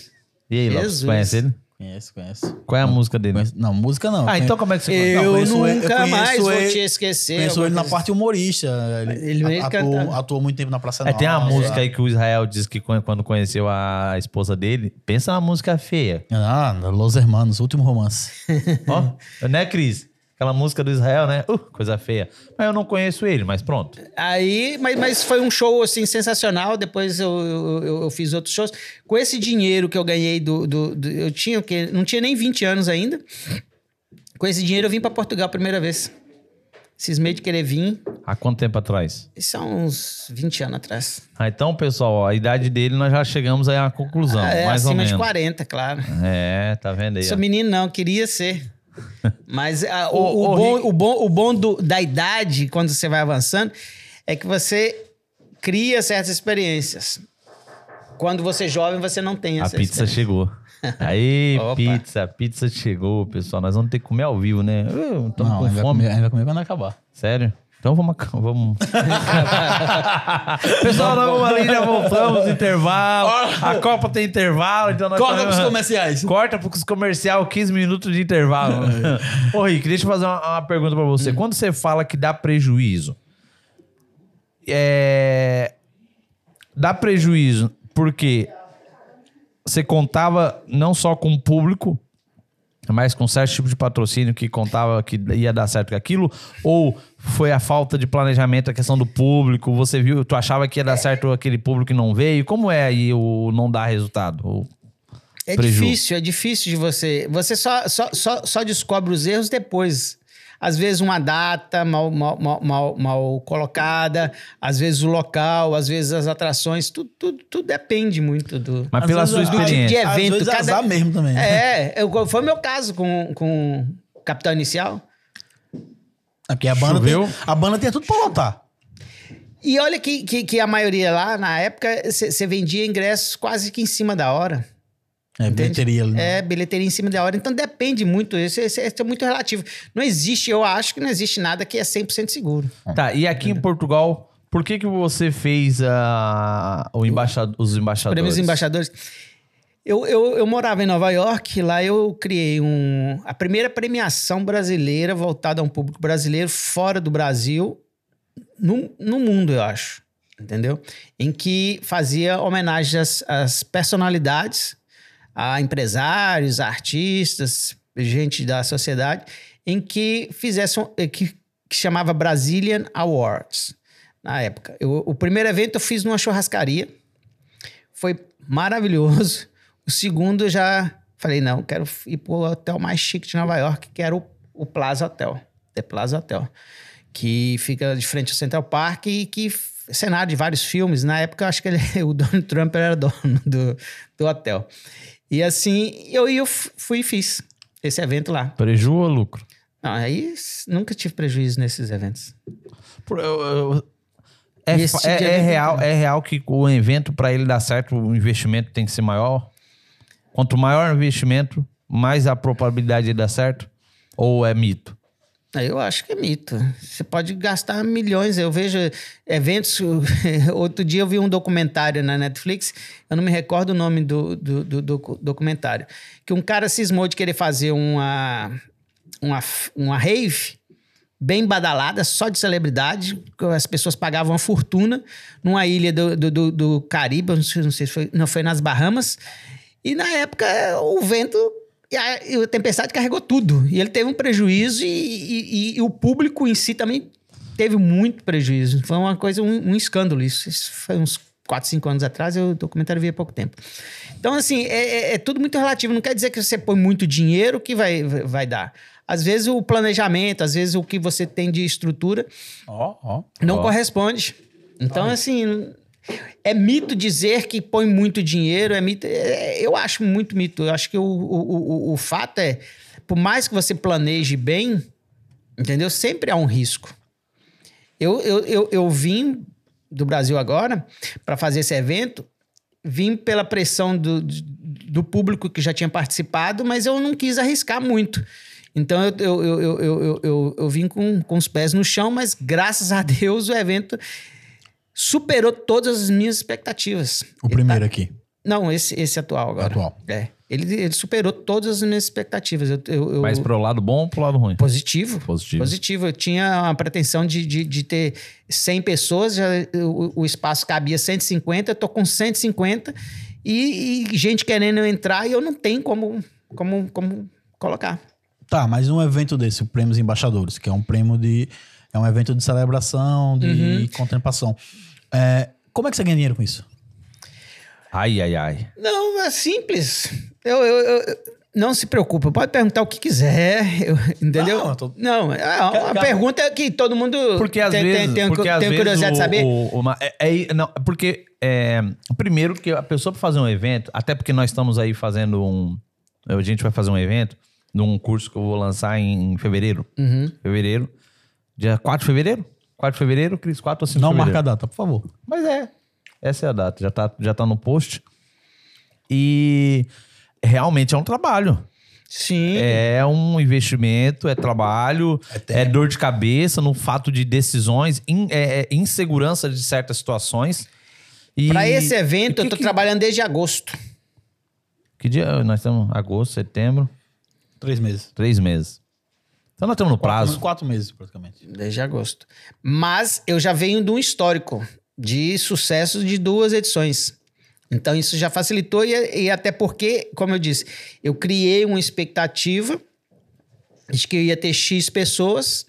Speaker 1: E aí, Lopes,
Speaker 3: Jesus.
Speaker 1: conhece ele?
Speaker 2: Conheço, conheço.
Speaker 1: Qual é a música dele?
Speaker 2: Conheço- Não, música não.
Speaker 1: Ah,
Speaker 2: Conhe-
Speaker 1: então como é que você
Speaker 3: Eu
Speaker 2: conheço ele- eu
Speaker 3: nunca
Speaker 2: conheço
Speaker 3: mais vou
Speaker 2: ele-
Speaker 3: te esquecer.
Speaker 2: Conheço
Speaker 3: alguma
Speaker 2: ele na
Speaker 3: coisa
Speaker 2: parte humorista.
Speaker 3: Ele
Speaker 2: assim. Ele,
Speaker 3: mesmo
Speaker 2: a- atuou,
Speaker 3: cantava.
Speaker 2: atuou muito tempo na Praça
Speaker 1: É, tem uma
Speaker 2: Nossa.
Speaker 1: música aí que o Israel disse que quan- quando conheceu a esposa dele, pensa na música feia.
Speaker 2: Ah, Los Hermanos, último romance.
Speaker 1: Ó, né, Cris? Aquela música do Israel, né? Uh, coisa feia. Mas eu não conheço ele, mas pronto.
Speaker 3: Aí, mas, mas foi um show assim sensacional. Depois eu, eu, eu- eu fiz outros shows. Com esse dinheiro que eu ganhei do. do- do- eu tinha o quê? Não tinha nem 20 anos ainda. Com esse dinheiro eu vim para Portugal a primeira vez. Cismei de querer vir.
Speaker 1: Há quanto tempo atrás?
Speaker 3: Isso há uns 20 anos atrás.
Speaker 1: Ah, então, pessoal, ó, a idade dele nós já chegamos aí a uma conclusão,
Speaker 3: é
Speaker 1: mais ou
Speaker 3: acima
Speaker 1: menos.
Speaker 3: de 40, claro.
Speaker 1: É, tá vendo aí? ó.
Speaker 3: Sou menino, não, queria ser. Mas ah, o,
Speaker 1: Ô,
Speaker 3: o
Speaker 1: ô,
Speaker 3: bom,
Speaker 1: Rick.
Speaker 3: o bom, o bom do- da idade, quando você vai avançando, é que você cria certas experiências. Quando você é jovem, você não tem
Speaker 1: A
Speaker 3: essas
Speaker 1: pizza
Speaker 3: experiências.
Speaker 1: chegou. Aí,
Speaker 3: Opa.
Speaker 1: pizza, a pizza chegou, pessoal. Nós vamos ter que comer ao vivo, né? Uh, Estamos
Speaker 2: Não,
Speaker 1: com
Speaker 2: ele vai
Speaker 1: fome.
Speaker 2: comer, ele vai comer quando acabar.
Speaker 1: Sério? Então vamos. ac- vamos... Pessoal, nós vamos ali, já voltamos, intervalo. A Copa tem intervalo, então nós
Speaker 2: Corta
Speaker 1: também-
Speaker 2: pros comerciais.
Speaker 1: Corta pros comercial, 15 minutos de intervalo. Ô, Rick, deixa eu fazer uma, uma pergunta pra você. Quando você fala que dá prejuízo, é... dá prejuízo porque você contava não só com o público, mas com certo tipo de patrocínio que contava que ia dar certo com aquilo? Ou foi a falta de planejamento, a questão do público? Você viu, tu achava que ia dar certo aquele público que não veio? Como é aí o não dar resultado? Ou-
Speaker 3: É
Speaker 1: Preju.
Speaker 3: difícil, é difícil de você. Você só, só, só, só descobre os erros depois. Às vezes uma data mal, mal, mal, mal, mal colocada, às vezes o local, às vezes as atrações, tudo, tudo, tudo depende muito do.
Speaker 1: Mas
Speaker 2: Às
Speaker 1: pela
Speaker 2: vezes
Speaker 1: sua
Speaker 2: a- do tipo de
Speaker 1: experiência.
Speaker 3: evento,
Speaker 2: Às vezes
Speaker 3: cada-
Speaker 2: azar mesmo também.
Speaker 3: É, eu- foi o meu caso com, com Capital Inicial.
Speaker 2: É porque a banda, tem,
Speaker 1: Choveu.
Speaker 2: a banda tem tudo pra lotar.
Speaker 3: E olha que, que, que a maioria lá, na época, você vendia ingressos quase que em cima da hora.
Speaker 2: É, bilheteria ali. né?
Speaker 3: É, bilheteria em cima da hora. Então depende muito, isso, isso é isso é muito relativo. Não existe, eu acho que não existe nada que é 100% seguro.
Speaker 1: Tá, e aqui em Portugal, por que, que você fez a, o embaixado, os embaixadores?
Speaker 3: Prêmios embaixadores. Eu, eu, eu morava em Nova York, lá eu criei um, a primeira premiação brasileira voltada a um público brasileiro fora do Brasil, no, no mundo, eu acho. Entendeu? Em que fazia homenagem às, às personalidades, a empresários, a artistas, gente da sociedade, em que fizesse um- eh, que, que chamava Brazilian Awards na época. Eu- o primeiro evento eu fiz numa churrascaria foi maravilhoso. O segundo eu já falei, não, quero ir pro hotel mais chique de Nova York, que era o, o Plaza Hotel, The Plaza Hotel, que fica de frente ao Central Park e que f- cenário de vários filmes. Na época, eu acho que ele- o Donald Trump era dono do, do hotel. E assim, eu, eu f- fui e fiz esse evento lá.
Speaker 1: Preju ou lucro?
Speaker 3: Não, aí s- nunca tive prejuízo nesses eventos.
Speaker 1: Por- eu- eu- é,
Speaker 3: Esse
Speaker 1: fa-
Speaker 3: tipo de
Speaker 1: é- é
Speaker 3: evento,
Speaker 1: real,
Speaker 3: né?
Speaker 1: é real que o evento, para ele dar certo, o investimento tem que ser maior? Quanto maior o investimento, mais a probabilidade de dar certo? Ou é mito?
Speaker 3: Eu acho que é mito. Você pode gastar milhões. Eu vejo eventos. Outro dia eu vi um documentário na Netflix, eu não me recordo o nome do, do, do docu- documentário, que um cara cismou de querer fazer uma, uma, f- uma rave bem badalada, só de celebridade, que as pessoas pagavam uma fortuna numa ilha do, do, do- do Caribe, eu não sei, não sei se foi, não foi nas Bahamas. E na época o vento e a, e a tempestade carregou tudo. E ele teve um prejuízo e, e- e o público em si também teve muito prejuízo. Foi uma coisa, um, um escândalo isso. Isso foi uns 4, 5 anos atrás, eu- o documentário vi há pouco tempo. Então, assim, é, é- é tudo muito relativo. Não quer dizer que você põe muito dinheiro que vai, vai dar. Às vezes o planejamento, às vezes o que você tem de estrutura
Speaker 2: Ó, ó.
Speaker 3: não corresponde. Então, assim, é mito dizer que põe muito dinheiro, é mito. é- eu acho muito mito. Eu acho que o, o, o, o fato é, por mais que você planeje bem, entendeu? Sempre há um risco. Eu, eu, eu, eu vim do Brasil agora para fazer esse evento, vim pela pressão do, do público que já tinha participado, mas eu não quis arriscar muito. Então eu, eu, eu, eu, eu, eu, eu- eu vim com, com os pés no chão, mas graças a Deus o evento superou todas as minhas expectativas.
Speaker 2: O primeiro aqui.
Speaker 3: Não, esse, esse atual agora.
Speaker 2: Atual.
Speaker 3: É. Ele, ele superou todas as minhas expectativas. Eu, eu, eu-
Speaker 1: Mas pro lado bom ou pro lado ruim?
Speaker 3: Positivo.
Speaker 1: Positivo.
Speaker 3: Positivo. Eu tinha uma pretensão de, de, de ter 100 pessoas, já, o, o espaço cabia 150, eu tô com 150 e, e gente querendo entrar e eu não tenho como, como, como colocar.
Speaker 2: Tá, mas um evento desse, o Prêmios Embaixadores, que é um prêmio de. É um evento de celebração, de contemplação. É, como é que você ganha dinheiro com isso?
Speaker 1: Ai, ai, ai.
Speaker 3: Não, é simples. Eu, eu- eu- não se preocupa, pode perguntar o que quiser, eu- entendeu?
Speaker 2: Não,
Speaker 3: Não,
Speaker 2: eu tô-
Speaker 3: é
Speaker 2: Quero-
Speaker 3: uma
Speaker 2: quero-
Speaker 3: pergunta que todo mundo
Speaker 1: Porque às
Speaker 3: tem, tem-
Speaker 1: vezes.
Speaker 3: tem-
Speaker 1: porque, às
Speaker 3: tem
Speaker 1: vezes,
Speaker 3: curiosidade de
Speaker 1: o-
Speaker 3: saber.
Speaker 1: o- uma- é, é- não, porque, é, primeiro, que a pessoa para fazer um evento, até porque nós estamos aí fazendo um. A gente vai fazer um evento num curso que eu vou lançar em fevereiro.
Speaker 3: Uhum.
Speaker 1: Fevereiro. Dia 4 de fevereiro? 4 de fevereiro, Cris? 4 ou 5
Speaker 2: Não
Speaker 1: de fevereiro?
Speaker 2: marca a data, por favor.
Speaker 1: Mas é. Essa é a data. Já tá, já tá no post. E realmente é um trabalho.
Speaker 3: Sim.
Speaker 1: É um investimento, é trabalho, é, dor de cabeça no fato de decisões, in- é- é insegurança de certas situações. E-
Speaker 3: Para esse é-
Speaker 1: e
Speaker 3: evento,
Speaker 1: que,
Speaker 3: eu tô
Speaker 1: que,
Speaker 3: trabalhando desde agosto.
Speaker 1: que dia? Nós estamos agosto, setembro,
Speaker 2: Três meses.
Speaker 1: três meses. Então nós estamos no prazo.
Speaker 2: Quatro meses, praticamente.
Speaker 3: Desde agosto. Mas eu já venho de um histórico de sucesso de duas edições. Então isso já facilitou e, e até porque, como eu disse, eu criei uma expectativa de que eu ia ter X pessoas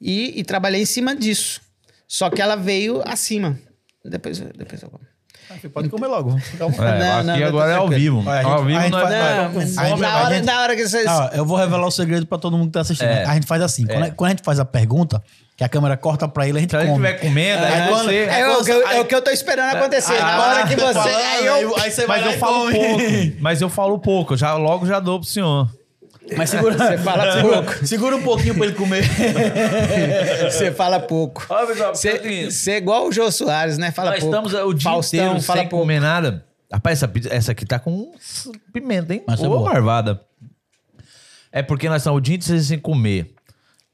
Speaker 3: e, e trabalhei em cima disso. Só que ela veio acima. Depois, eu- depois eu como.
Speaker 2: Ah, pode comer logo. um
Speaker 1: É,
Speaker 3: Não,
Speaker 1: aqui
Speaker 3: não, eu tô
Speaker 1: agora é ao
Speaker 3: tranquilo.
Speaker 1: vivo.
Speaker 2: Olha, a gente-
Speaker 1: ao
Speaker 2: a
Speaker 1: vivo
Speaker 2: gente
Speaker 1: nós
Speaker 2: faz-
Speaker 1: nós-
Speaker 3: Não,
Speaker 2: vai,
Speaker 3: mas
Speaker 2: vai,
Speaker 3: na
Speaker 2: vai,
Speaker 3: hora,
Speaker 2: gente.
Speaker 3: na hora que vocês.
Speaker 2: Ah, eu vou revelar o segredo pra todo mundo que tá assistindo.
Speaker 1: É.
Speaker 2: A gente faz assim. Quando, a, quando a gente faz a pergunta, que a câmera corta pra ele, a gente
Speaker 1: Se a gente
Speaker 2: come.
Speaker 1: estiver comendo, aí
Speaker 2: Aí quando- Ah, tá
Speaker 1: você...
Speaker 3: é, o que eu, é o que eu tô esperando acontecer. na hora que você. aí eu-
Speaker 2: aí você
Speaker 1: Mas eu falo pouco. Mas eu falo pouco. eu Já, logo já dou pro senhor.
Speaker 2: Mas segura,
Speaker 3: Você fala pouco.
Speaker 2: segura um pouquinho pra ele comer.
Speaker 3: Você fala pouco. Você é igual o Jô Soares, né? Fala
Speaker 1: Nós
Speaker 3: pouco.
Speaker 1: estamos é, o dia
Speaker 3: Faustão,
Speaker 1: inteiro
Speaker 3: fala
Speaker 1: sem
Speaker 3: pouco.
Speaker 1: comer nada. Rapaz, essa, pizza- essa aqui tá com pimenta, hein?
Speaker 2: Mas é
Speaker 1: Ô,
Speaker 2: boa.
Speaker 1: marvada. É porque nós estamos o dia inteiro sem comer.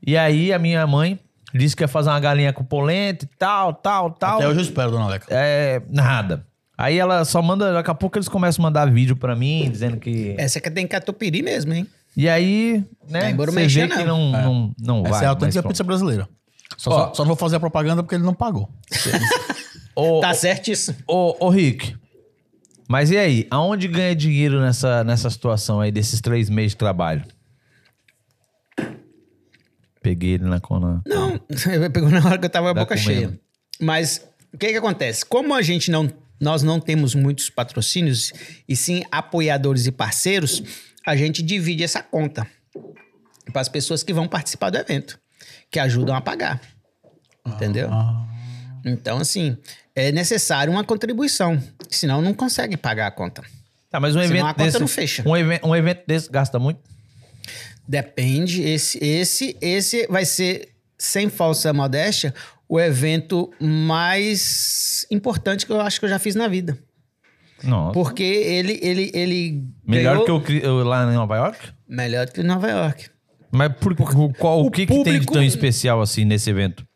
Speaker 1: E aí a minha mãe disse que ia fazer uma galinha com polenta e tal, tal, tal.
Speaker 2: Até hoje eu espero, dona Leca.
Speaker 1: É, nada. Aí ela só manda... Daqui a pouco eles começam a mandar vídeo pra mim, dizendo que...
Speaker 3: Essa aqui tem catupiry mesmo, hein?
Speaker 1: E aí, né?
Speaker 3: Em
Speaker 1: Você
Speaker 3: Boromexia,
Speaker 1: vê que não, não, não vai.
Speaker 2: Essa é a autêntica
Speaker 1: mas pronto.
Speaker 2: pizza brasileira. Só,
Speaker 1: Ó.
Speaker 2: só- só não vou fazer a propaganda porque ele não pagou.
Speaker 1: Ô,
Speaker 3: Tá certo isso?
Speaker 1: Ô, ô Rick, mas e aí? Aonde ganha dinheiro nessa, nessa situação aí desses três meses de trabalho? Peguei ele na cona.
Speaker 3: Não, pegou na hora que eu tava com a
Speaker 1: Dá
Speaker 3: boca
Speaker 1: com
Speaker 3: cheia.
Speaker 1: medo.
Speaker 3: Mas o que que acontece? Como a gente não, nós não temos muitos patrocínios e sim apoiadores e parceiros, a gente divide essa conta para as pessoas que vão participar do evento, que ajudam a pagar. Entendeu?
Speaker 1: Ah.
Speaker 3: Então, assim, é necessário uma contribuição, senão não consegue pagar a conta.
Speaker 1: Tá, mas um
Speaker 3: Senão
Speaker 1: evento
Speaker 3: a conta
Speaker 1: desse.
Speaker 3: não fecha.
Speaker 1: Um, even- um evento desse gasta muito.
Speaker 3: Depende. Esse, esse, esse vai ser, sem falsa modéstia, o evento mais importante que eu acho que eu já fiz na vida.
Speaker 1: Nossa.
Speaker 3: Porque ele, ele, ele
Speaker 1: Melhor
Speaker 3: ganhou
Speaker 1: que eu, cri- eu lá em Nova York?
Speaker 3: melhor do que Nova York.
Speaker 1: Mas por, por- qual, o,
Speaker 3: o
Speaker 1: que, que tem de
Speaker 3: público-
Speaker 1: tão especial assim nesse evento?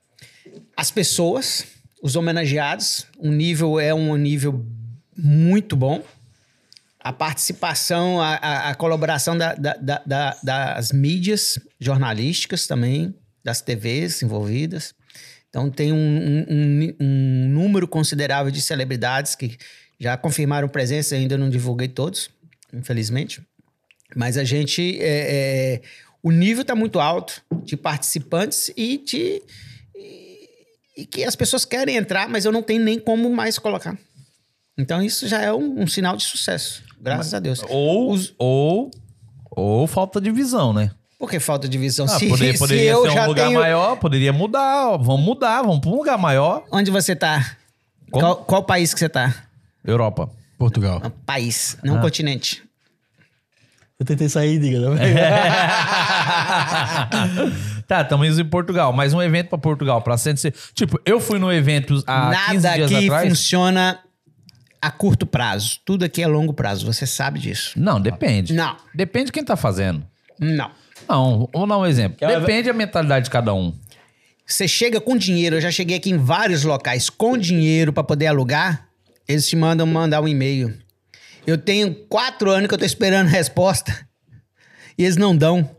Speaker 3: As pessoas, os homenageados, o nível é um nível muito bom. A participação, a, a- a colaboração da- da- da- da- das mídias jornalísticas também, das TVs envolvidas. Então, tem um, um- um- um número considerável de celebridades que já confirmaram presença, ainda não divulguei todos, infelizmente. Mas a gente. é, é, o nível está muito alto de participantes e de. E, e que as pessoas querem entrar, mas eu não tenho nem como mais colocar. Então isso já é um, um sinal de sucesso, graças a Deus.
Speaker 1: Ou, ou, ou falta de visão, né?
Speaker 3: Por que falta de visão?
Speaker 1: Ah,
Speaker 3: se,
Speaker 1: poderia
Speaker 3: se
Speaker 1: poderia
Speaker 3: eu
Speaker 1: ser um
Speaker 3: já
Speaker 1: lugar
Speaker 3: tenho...
Speaker 1: maior, poderia mudar. ó, vamos mudar, vamos para um lugar maior.
Speaker 3: Onde você está?
Speaker 1: Como?
Speaker 3: Qual, qual país que você está?
Speaker 1: Europa.
Speaker 2: Portugal.
Speaker 3: País,
Speaker 1: Ah.
Speaker 3: não continente.
Speaker 2: Eu tentei sair, diga. né?
Speaker 1: tá, estamos em Portugal. Mais um evento pra Portugal, pra 160. Tipo, eu fui no evento há 15
Speaker 3: Nada
Speaker 1: dias
Speaker 3: aqui
Speaker 1: atrás.
Speaker 3: funciona a curto prazo. Tudo aqui é longo prazo, você sabe disso.
Speaker 1: Não, depende.
Speaker 3: Não.
Speaker 1: Depende de quem tá fazendo.
Speaker 3: Não.
Speaker 1: Não, vamos dar um exemplo. Depende da mentalidade de cada um.
Speaker 3: Você chega com dinheiro, eu já cheguei aqui em vários locais com dinheiro para poder alugar, eles te mandam mandar um e-mail. Eu tenho quatro anos que eu tô esperando resposta e eles não dão.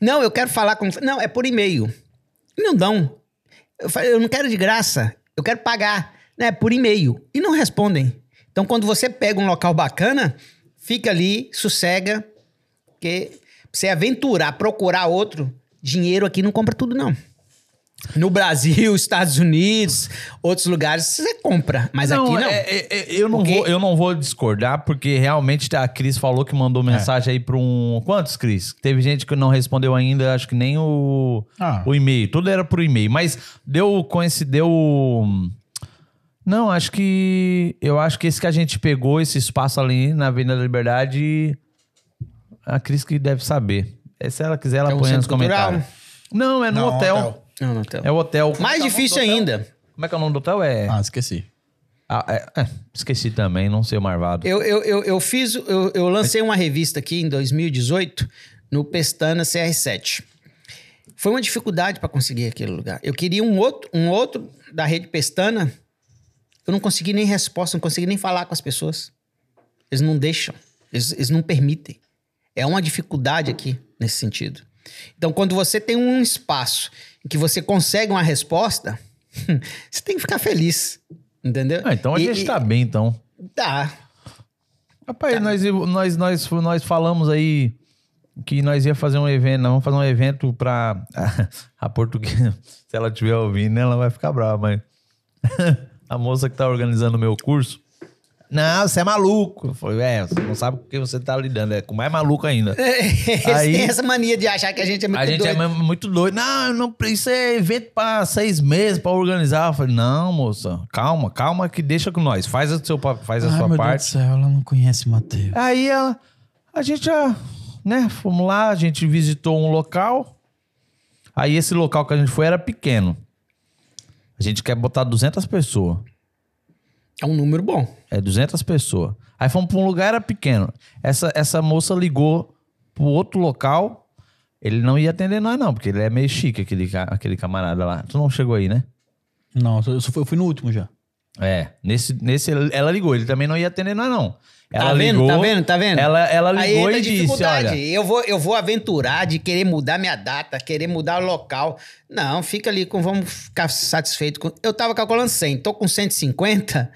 Speaker 3: Não, eu quero falar com. Não, é por e-mail. E não dão. Eu falei, eu não quero de graça, eu quero pagar. Né, por e-mail. E não respondem. Então, quando você pega um local bacana, fica ali, sossega, porque pra você aventurar, procurar outro, dinheiro aqui não compra tudo, não. No Brasil, Estados Unidos, outros lugares, você compra, mas aqui não.
Speaker 1: é- é- é- eu, não
Speaker 3: Porque-
Speaker 1: vou, eu não vou discordar, porque realmente tá, a Cris falou que mandou mensagem aí para um. Quantos, Cris? Teve gente que não respondeu ainda, acho que nem o,
Speaker 2: Ah.
Speaker 1: o e-mail. Tudo era por e-mail. Mas deu. Coinci, deu. Não, acho que. Eu acho que esse que a gente pegou, esse espaço ali na Avenida da Liberdade, a Cris que deve saber. É, Se ela quiser, ela
Speaker 3: É um
Speaker 1: põe nos
Speaker 3: centro cultural?
Speaker 1: comentários. Não, é no
Speaker 2: Não, um
Speaker 1: hotel.
Speaker 2: hotel.
Speaker 3: Não, não, então.
Speaker 1: É o hotel. Como é
Speaker 3: Mais
Speaker 1: que é o nome do
Speaker 3: difícil
Speaker 1: hotel?
Speaker 3: ainda.
Speaker 1: Como é que é o nome do hotel? É.
Speaker 2: Ah, esqueci.
Speaker 1: Ah, é, é, esqueci também, não sei o Marvado.
Speaker 3: Eu, eu, eu, eu fiz, eu, eu lancei uma revista aqui em 2018 no Pestana CR7. Foi uma dificuldade para conseguir aquele lugar. Eu queria um outro, um outro da rede Pestana. Eu não consegui nem resposta, não consegui nem falar com as pessoas. Eles não deixam, eles, eles não permitem. É uma dificuldade aqui nesse sentido. Então, quando você tem um espaço em que você consegue uma resposta, você tem que ficar feliz, entendeu?
Speaker 1: Ah, então a
Speaker 3: E-
Speaker 1: gente
Speaker 3: e-
Speaker 1: tá bem, então.
Speaker 3: Tá,
Speaker 1: Rapaz, nós, nós, nós, nós falamos aí que nós ia fazer um evento, nós vamos fazer um evento pra. A portuguesa, se ela estiver ouvindo, ela vai ficar brava, mas. A moça que tá organizando o meu curso. Não, você é maluco. Eu falei, é, você não sabe com quem você tá lidando, é com mais maluco ainda.
Speaker 3: Eles
Speaker 1: Aí-
Speaker 3: têm essa mania de achar que a gente é muito
Speaker 1: a gente
Speaker 3: doido.
Speaker 1: é mesmo muito doido. Não, não, isso é evento pra seis meses pra organizar. Eu falei, não, moça, calma, calma que deixa com nós. Faz a, seu, pa- faz a
Speaker 2: Ai,
Speaker 1: sua
Speaker 2: meu
Speaker 1: parte.
Speaker 2: Deus do céu, ela não conhece Matheus.
Speaker 1: Aí a, a gente, ah, né, fomos lá, a gente visitou um local. Aí esse local que a gente foi era pequeno. A gente quer botar 200 pessoas.
Speaker 3: É um número bom.
Speaker 1: É 200 pessoas. Aí fomos pra um lugar, era pequeno. Essa, essa moça ligou pro outro local. Ele não ia atender nós, não, porque ele é meio chique, aquele, ca- aquele camarada lá. Tu não chegou aí, né?
Speaker 2: Não, eu, só fui, eu fui no último já.
Speaker 1: É. Nesse, nesse, ela ligou. Ele também não ia atender nós, não. Ela
Speaker 3: tá vendo?
Speaker 1: ligou.
Speaker 3: Tá vendo? Tá vendo?
Speaker 1: Ela, ela
Speaker 3: Aí
Speaker 1: ligou
Speaker 3: entra a
Speaker 1: e disse:
Speaker 3: dificuldade.
Speaker 1: Olha,
Speaker 3: Eu vou, eu vou aventurar de querer mudar minha data, querer mudar o local. Não, fica ali com vamos ficar satisfeito com. Eu tava calculando 100, tô com 150.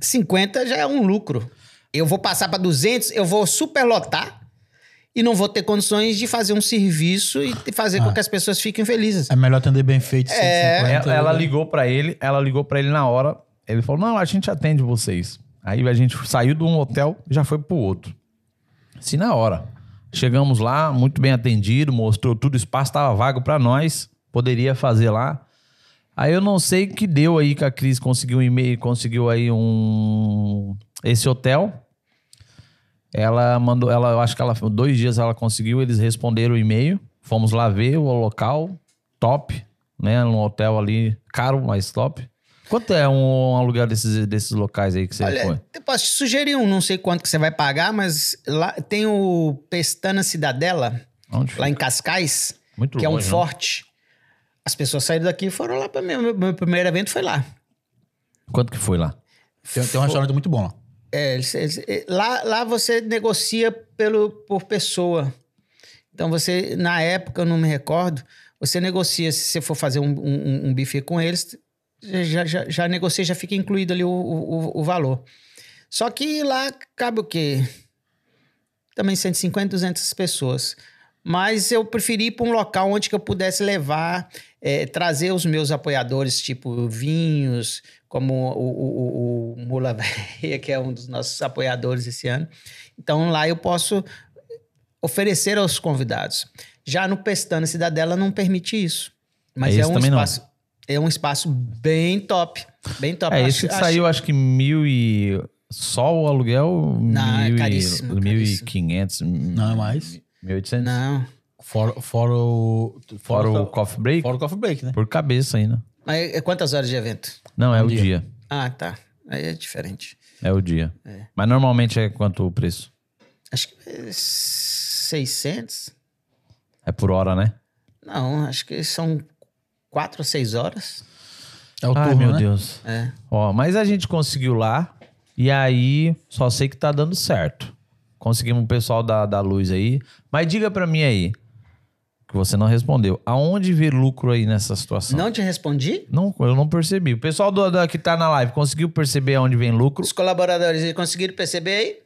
Speaker 3: 50 já é um lucro. Eu vou passar para 200, eu vou superlotar e não vou ter condições de fazer um serviço e fazer
Speaker 1: Ah.
Speaker 3: com que as pessoas fiquem felizes.
Speaker 2: É melhor atender bem feito.
Speaker 1: É,
Speaker 2: 150,
Speaker 1: ela
Speaker 2: né?
Speaker 1: ligou pra ele, ela ligou pra ele na hora. Ele falou: "Não, a gente atende vocês". Aí a gente saiu de um hotel, já foi pro outro. Assim na hora. Chegamos lá, muito bem atendido, mostrou tudo, o espaço tava vago pra nós, poderia fazer lá. Aí eu não sei o que deu aí que a Cris conseguiu um e-mail, conseguiu aí um esse hotel. Ela mandou, ela, eu acho que ela dois dias ela conseguiu, eles responderam o e-mail, fomos lá ver o local, top, né? Um hotel ali caro, mas top. Quanto é um aluguel desses, desses locais aí que você foi?
Speaker 3: Olha, eu posso te sugerir um, não sei quanto que você vai pagar, mas lá tem o Pestana Cidadela,
Speaker 1: Onde
Speaker 3: lá
Speaker 1: foi?
Speaker 3: em Cascais,
Speaker 1: Muito
Speaker 3: que é um
Speaker 1: longe, né?
Speaker 3: forte. As pessoas saíram daqui e foram lá para meu, meu, meu primeiro evento foi lá.
Speaker 1: Quanto que foi lá?
Speaker 2: Tem, tem um restaurante muito bom lá.
Speaker 3: É, eles- eles- é, lá, lá você negocia pelo, por pessoa. Então você, na época, eu não me recordo, você negocia, se você for fazer um, um, um buffet com eles, já, já, já negocia, já fica incluído ali o, o, o valor. Só que lá cabe o quê? Também 150, 200 pessoas. Mas eu preferi ir para um local onde que eu pudesse levar, eh, trazer os meus apoiadores, tipo vinhos, como o, o, o, o Mula Véia, que é um dos nossos apoiadores esse ano. Então lá eu posso oferecer aos convidados. Já no Pestana Cidadela não permite isso. Mas
Speaker 1: É,
Speaker 3: é,
Speaker 1: esse
Speaker 3: um
Speaker 1: também não.
Speaker 3: espaço. É um espaço bem top. Bem top.
Speaker 1: É,
Speaker 3: Acho-
Speaker 1: esse que
Speaker 3: acho-
Speaker 1: saiu, acho que mil e. Só o aluguel?
Speaker 3: Não, é
Speaker 1: mil e-
Speaker 3: caríssimo,
Speaker 1: Mil e
Speaker 3: caríssimo.
Speaker 1: quinhentos.
Speaker 2: Não é mais.
Speaker 1: Mil e oitocentos.
Speaker 3: Não.
Speaker 2: Fora, fora o.
Speaker 1: Fora o coffee break?
Speaker 2: fora o coffee break, né?
Speaker 1: Por cabeça ainda.
Speaker 3: Mas é quantas horas de evento?
Speaker 1: Não, é
Speaker 2: Um
Speaker 1: o
Speaker 2: dia.
Speaker 1: dia.
Speaker 3: Ah, tá. Aí é diferente.
Speaker 1: É o dia.
Speaker 3: É.
Speaker 1: Mas normalmente é quanto o preço?
Speaker 3: Acho que é 600?
Speaker 1: É por hora, né?
Speaker 3: Não, acho que são quatro ou seis horas.
Speaker 2: É o
Speaker 1: Ai,
Speaker 2: turno,
Speaker 1: meu
Speaker 2: né?
Speaker 1: Deus.
Speaker 3: É.
Speaker 1: Ó, mas a gente conseguiu lá. E aí, só sei que tá dando certo. Conseguimos o pessoal da, da luz aí. Mas diga pra mim aí, que você não respondeu. Aonde vê lucro aí nessa situação?
Speaker 3: Não te respondi?
Speaker 1: Não, eu não percebi. O pessoal do, da, que tá na live conseguiu perceber aonde vem lucro?
Speaker 3: Os colaboradores eles conseguiram perceber aí?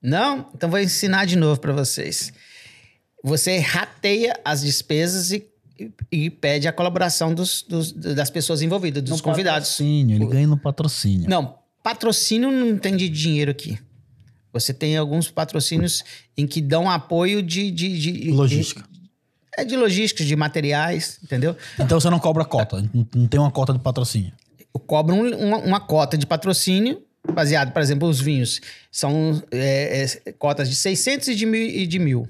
Speaker 3: Não? Então vou ensinar de novo para vocês. Você rateia as despesas e, e- e pede a colaboração dos- dos- das pessoas envolvidas, dos
Speaker 2: No
Speaker 3: convidados.
Speaker 2: Patrocínio, ele ganha no patrocínio.
Speaker 3: Não, patrocínio não tem de dinheiro aqui. Você tem alguns patrocínios em que dão apoio de. de, de
Speaker 2: Logística.
Speaker 3: é de logística, de materiais, entendeu?
Speaker 2: Então você não cobra cota, não- não tem uma cota de patrocínio.
Speaker 3: eu cobro um- uma, uma cota de patrocínio, baseado, por exemplo, os vinhos. São é, é, cotas de 600 e de mil. E de mil.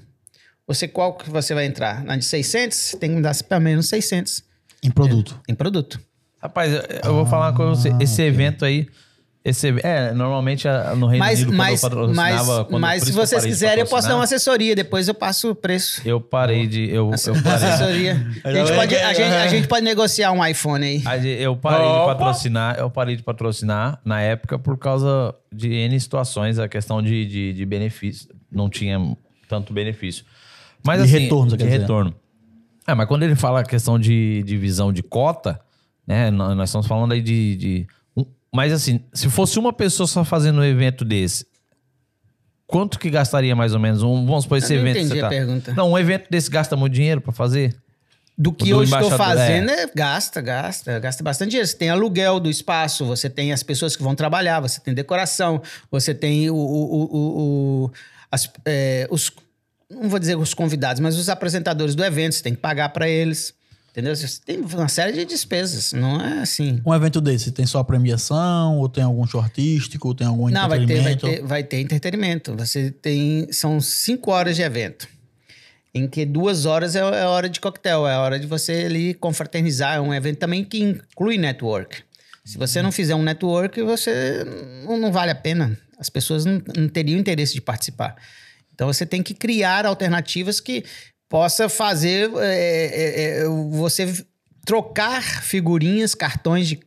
Speaker 3: Você, qual que você vai entrar? Na de 600, tem que dar pelo menos 600
Speaker 2: Em produto.
Speaker 3: em produto.
Speaker 1: Rapaz, eu, eu vou falar uma coisa pra você. Esse evento aí. Esse, ev- é, normalmente a- no Reino
Speaker 3: Mas,
Speaker 1: Unido, quando
Speaker 3: mas,
Speaker 1: eu
Speaker 3: mas,
Speaker 1: patrocinava. quando- é por
Speaker 3: mas se
Speaker 1: isso que eu
Speaker 3: vocês
Speaker 1: parei de
Speaker 3: quiserem, eu posso dar uma
Speaker 1: patrocinar,
Speaker 3: assessoria, depois eu passo o preço.
Speaker 1: Eu parei de. Eu, eu parei.
Speaker 3: Assessoria. A gente, pode, a, gente, a gente pode negociar um iPhone aí.
Speaker 1: A ge- Eu parei de
Speaker 4: Opa!
Speaker 1: patrocinar, eu parei de patrocinar na época por causa de N situações, a questão de, de, de benefício. Não tinha tanto benefício. Mas
Speaker 2: De
Speaker 1: assim,
Speaker 2: retorno, você
Speaker 1: de
Speaker 2: quer dizer.
Speaker 1: retorno. É, mas quando ele fala a questão de divisão de cota, né? nó- Nós estamos falando aí de. de- um- mas assim, se fosse uma pessoa só fazendo um evento desse, quanto que gastaria mais ou menos? Um, vamos supor esse
Speaker 3: Eu não
Speaker 1: evento. que você
Speaker 3: entendi a
Speaker 1: tá-
Speaker 3: pergunta.
Speaker 1: Não, um evento desse gasta muito dinheiro para fazer?
Speaker 3: Do que
Speaker 1: do
Speaker 3: eu estou
Speaker 1: embaixador,
Speaker 3: fazendo, é, gasta, gasta, gasta bastante dinheiro. Você tem aluguel do espaço, você tem as pessoas que vão trabalhar, você tem decoração, você tem o, o- o- o- o- as- é, os. Não vou dizer os convidados, mas os apresentadores do evento, você tem que pagar para eles. Entendeu? Você tem uma série de despesas, não é assim.
Speaker 2: Um evento desse tem só premiação, ou tem algum show artístico, ou tem algum
Speaker 3: Não, vai ter, vai,
Speaker 2: entretenimento?
Speaker 3: ter, vai ter entretenimento. Você tem. São cinco horas de evento. Em que duas horas é, é hora de coquetel, é hora de você ali confraternizar. É um evento também que inclui network. Se você não fizer um network, você não, não vale a pena. As pessoas não, não teriam interesse de participar. Então você tem que criar alternativas que possa fazer eh, é, é, é, você trocar figurinhas, cartões de,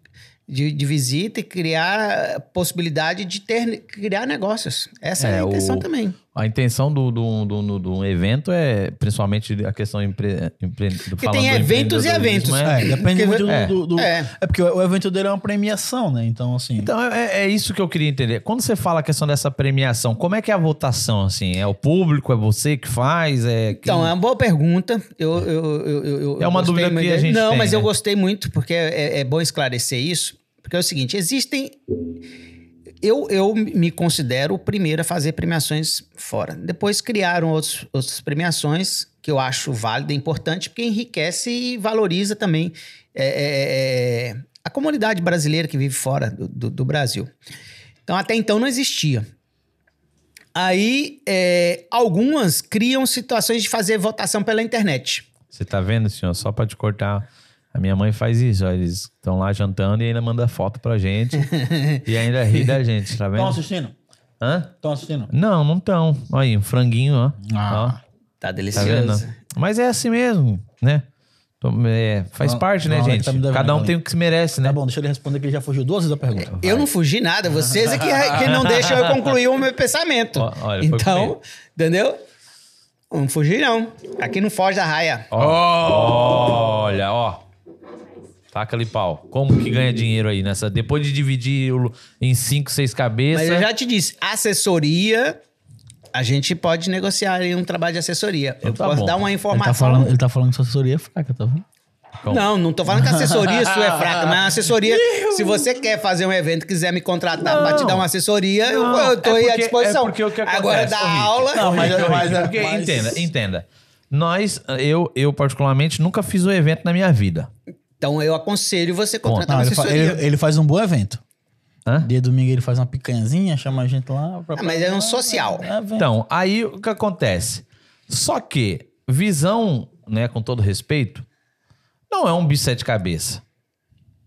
Speaker 3: de, de visita e criar a possibilidade de ter, criar negócios. Essa é,
Speaker 1: É,
Speaker 3: a intenção
Speaker 1: o-
Speaker 3: também.
Speaker 1: A intenção do, do, do, do, do evento é principalmente a questão empre, empre,
Speaker 3: Porque tem eventos e eventos.
Speaker 2: É, depende muito
Speaker 3: Porque-
Speaker 2: do.
Speaker 1: É.
Speaker 2: do- do-
Speaker 3: É.
Speaker 2: é porque o o evento dele é uma premiação, né? Então, assim.
Speaker 1: Então, é, é isso que eu queria entender. Quando você fala a questão dessa premiação, como é que é a votação, assim? É o público? É você que faz? É quem-
Speaker 3: Então, é uma boa pergunta. Eu, eu, eu, eu- eu-
Speaker 1: É uma
Speaker 3: eu gostei
Speaker 1: dúvida que
Speaker 3: muito
Speaker 1: a
Speaker 3: de-
Speaker 1: gente
Speaker 3: Não,
Speaker 1: tem,
Speaker 3: mas eu
Speaker 1: né?
Speaker 3: gostei muito, porque é, é bom esclarecer isso. Porque é o seguinte, existem... Eu, eu me considero o primeiro a fazer premiações fora. Depois criaram outros, outras premiações que eu acho válida e importante, porque enriquece e valoriza também é, é, é, a comunidade brasileira que vive fora do- do- do Brasil. Então, até então não existia. Aí, é, algumas criam situações de fazer votação pela internet.
Speaker 1: Você tá vendo, senhor? Só pra te cortar. A minha mãe faz isso, ó. Eles estão lá jantando e ainda manda foto pra gente. e ainda ri da gente, tá
Speaker 2: Estão
Speaker 1: vendo?
Speaker 2: assistindo?
Speaker 1: Hã?
Speaker 2: Estão assistindo?
Speaker 1: Não, não estão. Olha aí, um franguinho, ó.
Speaker 2: Ah.
Speaker 1: ó.
Speaker 3: Tá
Speaker 1: Tá vendo?
Speaker 3: delicioso.
Speaker 1: Mas é assim mesmo, né? Então, é, faz
Speaker 2: Não,
Speaker 1: parte, né,
Speaker 2: não, é que
Speaker 1: gente?
Speaker 2: tá me devendo,
Speaker 1: Cada um
Speaker 2: Paulinho.
Speaker 1: tem o que se merece, né?
Speaker 2: Tá bom, deixa ele responder que ele já fugiu duas vezes da pergunta.
Speaker 3: eu não fugi nada, vocês é que, que não deixam eu concluir o meu pensamento.
Speaker 1: Ó, olha, foi
Speaker 3: então, entendeu? Não fugi, não. Aqui não foge da raia.
Speaker 2: Tá
Speaker 1: Ó, Olha, ó. Taca ali pau. Como que ganha dinheiro aí nessa? Depois de dividir o- em cinco, seis cabeças.
Speaker 3: Mas eu já te disse, assessoria, a gente pode negociar aí um trabalho de assessoria. Eu
Speaker 1: Então tá
Speaker 3: posso
Speaker 1: bom.
Speaker 3: dar uma
Speaker 2: Ele tá,
Speaker 3: informação.
Speaker 2: falando, ele tá falando que sua assessoria é fraca, tá vendo?
Speaker 1: Bom.
Speaker 3: Não, não tô falando que a assessoria sua é fraca, mas a assessoria, se você quer fazer um evento, quiser me contratar pra te dar uma assessoria, eu,
Speaker 1: Não,
Speaker 3: eu tô
Speaker 1: é
Speaker 3: aí à
Speaker 1: porque-
Speaker 3: disposição.
Speaker 1: é porque o que
Speaker 3: Agora
Speaker 1: acontece,
Speaker 3: da
Speaker 1: ô, Rick?
Speaker 3: aula.
Speaker 2: Não, mas-
Speaker 1: Corrige,
Speaker 2: mas-
Speaker 1: corrige, porque
Speaker 2: mas-
Speaker 1: Entenda, entenda. Nós, eu, eu particularmente, nunca fiz um evento na minha vida.
Speaker 3: Então eu aconselho você contratar
Speaker 2: Não,
Speaker 3: uma
Speaker 2: ele, fa-
Speaker 3: assessoria.
Speaker 2: ele- ele faz um bom evento.
Speaker 1: Hã?
Speaker 2: Dia domingo ele faz uma picanhazinha, chama a gente lá. pra-
Speaker 3: Ah, mas é um social.
Speaker 2: É, vem.
Speaker 1: Então, aí o que acontece? Só que visão, né, com todo respeito, não é um bicho sete cabeças.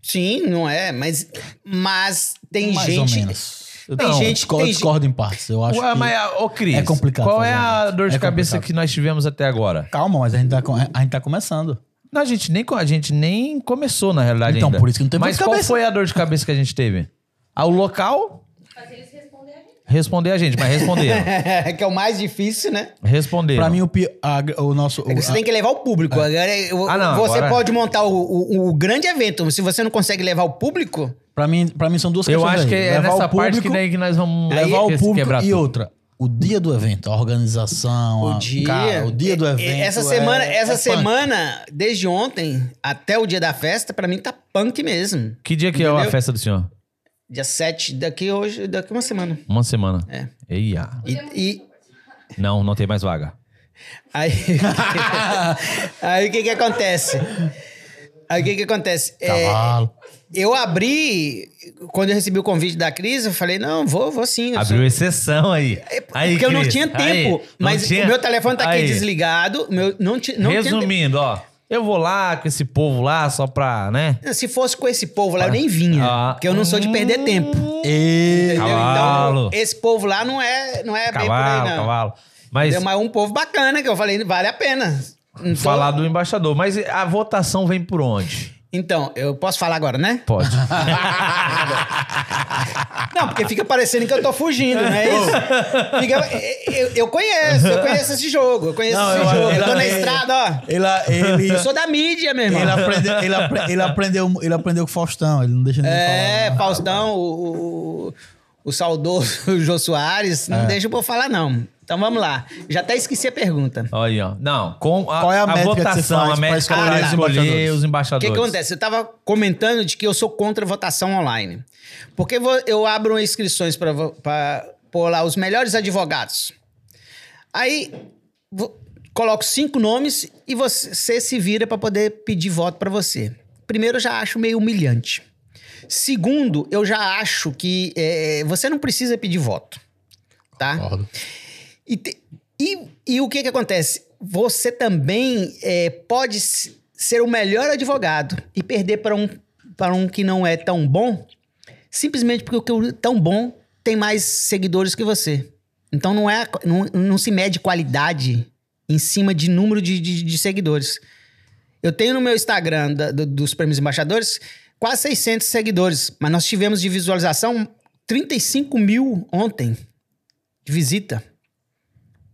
Speaker 3: Sim, não é, mas, mas tem
Speaker 2: Mais
Speaker 3: gente.
Speaker 2: ou menos. Eu
Speaker 3: Tem
Speaker 1: Não,
Speaker 3: gente
Speaker 2: discordo,
Speaker 3: tem,
Speaker 2: discordo em partes. Eu acho
Speaker 1: Ué,
Speaker 2: que...
Speaker 1: mas, ô Cris,
Speaker 2: é complicado
Speaker 1: qual é
Speaker 2: fazer um
Speaker 1: a
Speaker 2: evento.
Speaker 1: dor de
Speaker 2: É
Speaker 1: cabeça
Speaker 2: complicado.
Speaker 1: que nós tivemos até agora?
Speaker 2: Calma, mas a gente tá, com- a gente tá começando.
Speaker 1: Não, a gente nem, co- a gente nem começou, na realidade,
Speaker 2: Então,
Speaker 1: ainda.
Speaker 2: por isso que não tem dor
Speaker 1: Mas
Speaker 2: de
Speaker 1: qual
Speaker 2: cabeça.
Speaker 1: foi a dor de cabeça que a gente teve? Ah, O local?
Speaker 4: Fazer eles responder a gente.
Speaker 1: Responder a gente, mas responderam.
Speaker 3: que é o mais difícil, né?
Speaker 1: Responderam.
Speaker 2: Pra mim, o, pi- a- o nosso.
Speaker 3: É que você
Speaker 2: a-
Speaker 3: tem que levar o público. Agora, eu-
Speaker 1: Ah, não,
Speaker 3: você
Speaker 1: agora-
Speaker 3: pode montar o, o- o grande evento. Se você não consegue levar o público,
Speaker 2: pra, mim, pra mim, são duas
Speaker 1: Eu
Speaker 2: questões.
Speaker 1: acho
Speaker 2: aí.
Speaker 1: que é
Speaker 2: Levar o
Speaker 1: nessa parte que
Speaker 2: público-
Speaker 1: daí que nós vamos
Speaker 2: levar o
Speaker 1: esse
Speaker 2: público e
Speaker 1: tudo.
Speaker 2: outra. O dia do evento, a organização,
Speaker 3: o
Speaker 2: a-
Speaker 3: dia.
Speaker 2: Ah, cara, o dia do
Speaker 3: é- é-
Speaker 2: evento.
Speaker 3: Essa
Speaker 2: é-
Speaker 3: semana,
Speaker 2: é
Speaker 3: essa
Speaker 2: punk.
Speaker 3: semana desde ontem até o dia da festa, pra mim tá punk mesmo.
Speaker 1: Que dia que é a
Speaker 3: Entendeu?
Speaker 1: festa do senhor?
Speaker 3: Dia 7, daqui hoje, daqui uma semana.
Speaker 1: Uma semana.
Speaker 3: É.
Speaker 1: Eia.
Speaker 3: E, e-
Speaker 1: Não, não tem mais vaga.
Speaker 3: aí, aí o que que acontece? Aí o que que acontece?
Speaker 2: Tá
Speaker 3: É,
Speaker 2: Cavalo.
Speaker 3: eu abri, quando eu recebi o convite da Cris, eu falei, não, vou, vou sim. eu
Speaker 1: Abriu exceção aí.
Speaker 2: É,
Speaker 1: aí
Speaker 3: Porque eu não
Speaker 1: Cris,
Speaker 3: tinha
Speaker 1: aí,
Speaker 3: tempo.
Speaker 1: não
Speaker 3: mas
Speaker 1: tinha-
Speaker 3: o meu telefone tá aqui
Speaker 1: aí.
Speaker 3: desligado. Meu, não ti, não tinha tempo.
Speaker 1: Resumindo, ó. Eu vou lá com esse povo lá só pra, né?
Speaker 3: Se fosse com esse povo lá, eu nem vinha.
Speaker 1: Ah.
Speaker 3: Porque eu não sou de perder tempo.
Speaker 2: E...
Speaker 3: Entendeu?
Speaker 1: Cavalo.
Speaker 3: Então, esse povo lá não é, não é bem por aí,
Speaker 1: Cavalo,
Speaker 3: não.
Speaker 1: cavalo. Mas
Speaker 3: Entendeu? Mas um povo bacana que eu falei, vale a pena. Então,
Speaker 1: falar do embaixador. Mas a votação vem por onde?
Speaker 3: então, eu posso falar agora, né?
Speaker 1: Pode.
Speaker 3: Não, porque fica parecendo que eu tô fugindo, não é isso? Fica- eu, eu conheço, eu conheço esse jogo, eu conheço
Speaker 2: Não,
Speaker 3: esse
Speaker 2: eu-
Speaker 3: jogo. Eu, tô
Speaker 2: eu-
Speaker 3: na
Speaker 2: eu-
Speaker 3: estrada, ó.
Speaker 2: Ele, ele,
Speaker 3: Eu sou da mídia, meu irmão.
Speaker 2: ele aprendeu, ele, apre- ele aprendeu, ele aprendeu com o Faustão, ele não deixa ninguém
Speaker 3: É,
Speaker 2: falar.
Speaker 3: Faustão, o, o, o saudoso Jô Soares,
Speaker 2: É.
Speaker 3: não deixa eu povo falar, não. Então vamos lá. Já até esqueci a pergunta.
Speaker 1: Olha aí, ó. Não, com a,
Speaker 2: Qual é a
Speaker 1: a
Speaker 2: métrica que você
Speaker 1: votação,
Speaker 2: faz
Speaker 1: a
Speaker 2: pra
Speaker 1: métrica
Speaker 2: escolher
Speaker 1: para
Speaker 3: os
Speaker 1: escolher
Speaker 2: embaixadores?
Speaker 1: os
Speaker 3: O que,
Speaker 1: embaixadores.
Speaker 3: que acontece? Eu tava comentando de que eu sou contra a votação online. Porque vo- eu abro inscrições para pôr lá os melhores advogados. Aí vo- coloco cinco nomes e você se vira para poder pedir voto para você. Primeiro, eu já acho meio humilhante. Segundo, eu já acho que eh, você não precisa pedir voto. Tá?
Speaker 2: Concordo.
Speaker 3: E, te- e, e o que que acontece? Você também eh, pode s- ser o melhor advogado e perder para um, para um que não é tão bom, simplesmente porque o que é tão bom tem mais seguidores que você. Então não, é, a qu- não, não se mede qualidade em cima de número de, de, de seguidores. Eu tenho no meu Instagram da- do- dos Prêmios Embaixadores quase 600 seguidores, mas nós tivemos de visualização 35 mil ontem de visita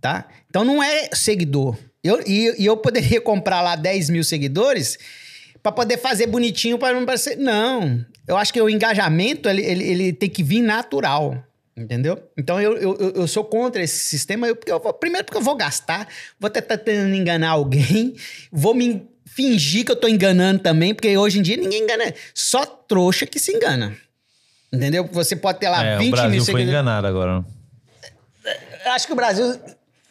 Speaker 3: tá? Então não é seguidor. Eu, e, e eu poderia comprar lá 10 mil seguidores para poder fazer bonitinho para não parecer. Não. Eu acho que o engajamento ele, ele, ele tem que vir natural. Entendeu? Então eu, eu, eu- eu sou contra esse sistema. eu- porque eu vou- primeiro, porque eu vou gastar, vou tentar tentando enganar alguém, vou me en- fingir que eu tô enganando também, porque hoje em dia ninguém engana. Só trouxa que se engana. Entendeu? Você pode ter lá
Speaker 1: É, o
Speaker 3: 20 Ah, mil
Speaker 1: Brasil foi
Speaker 3: seguidores.
Speaker 1: enganado agora.
Speaker 3: Eu acho que o Brasil.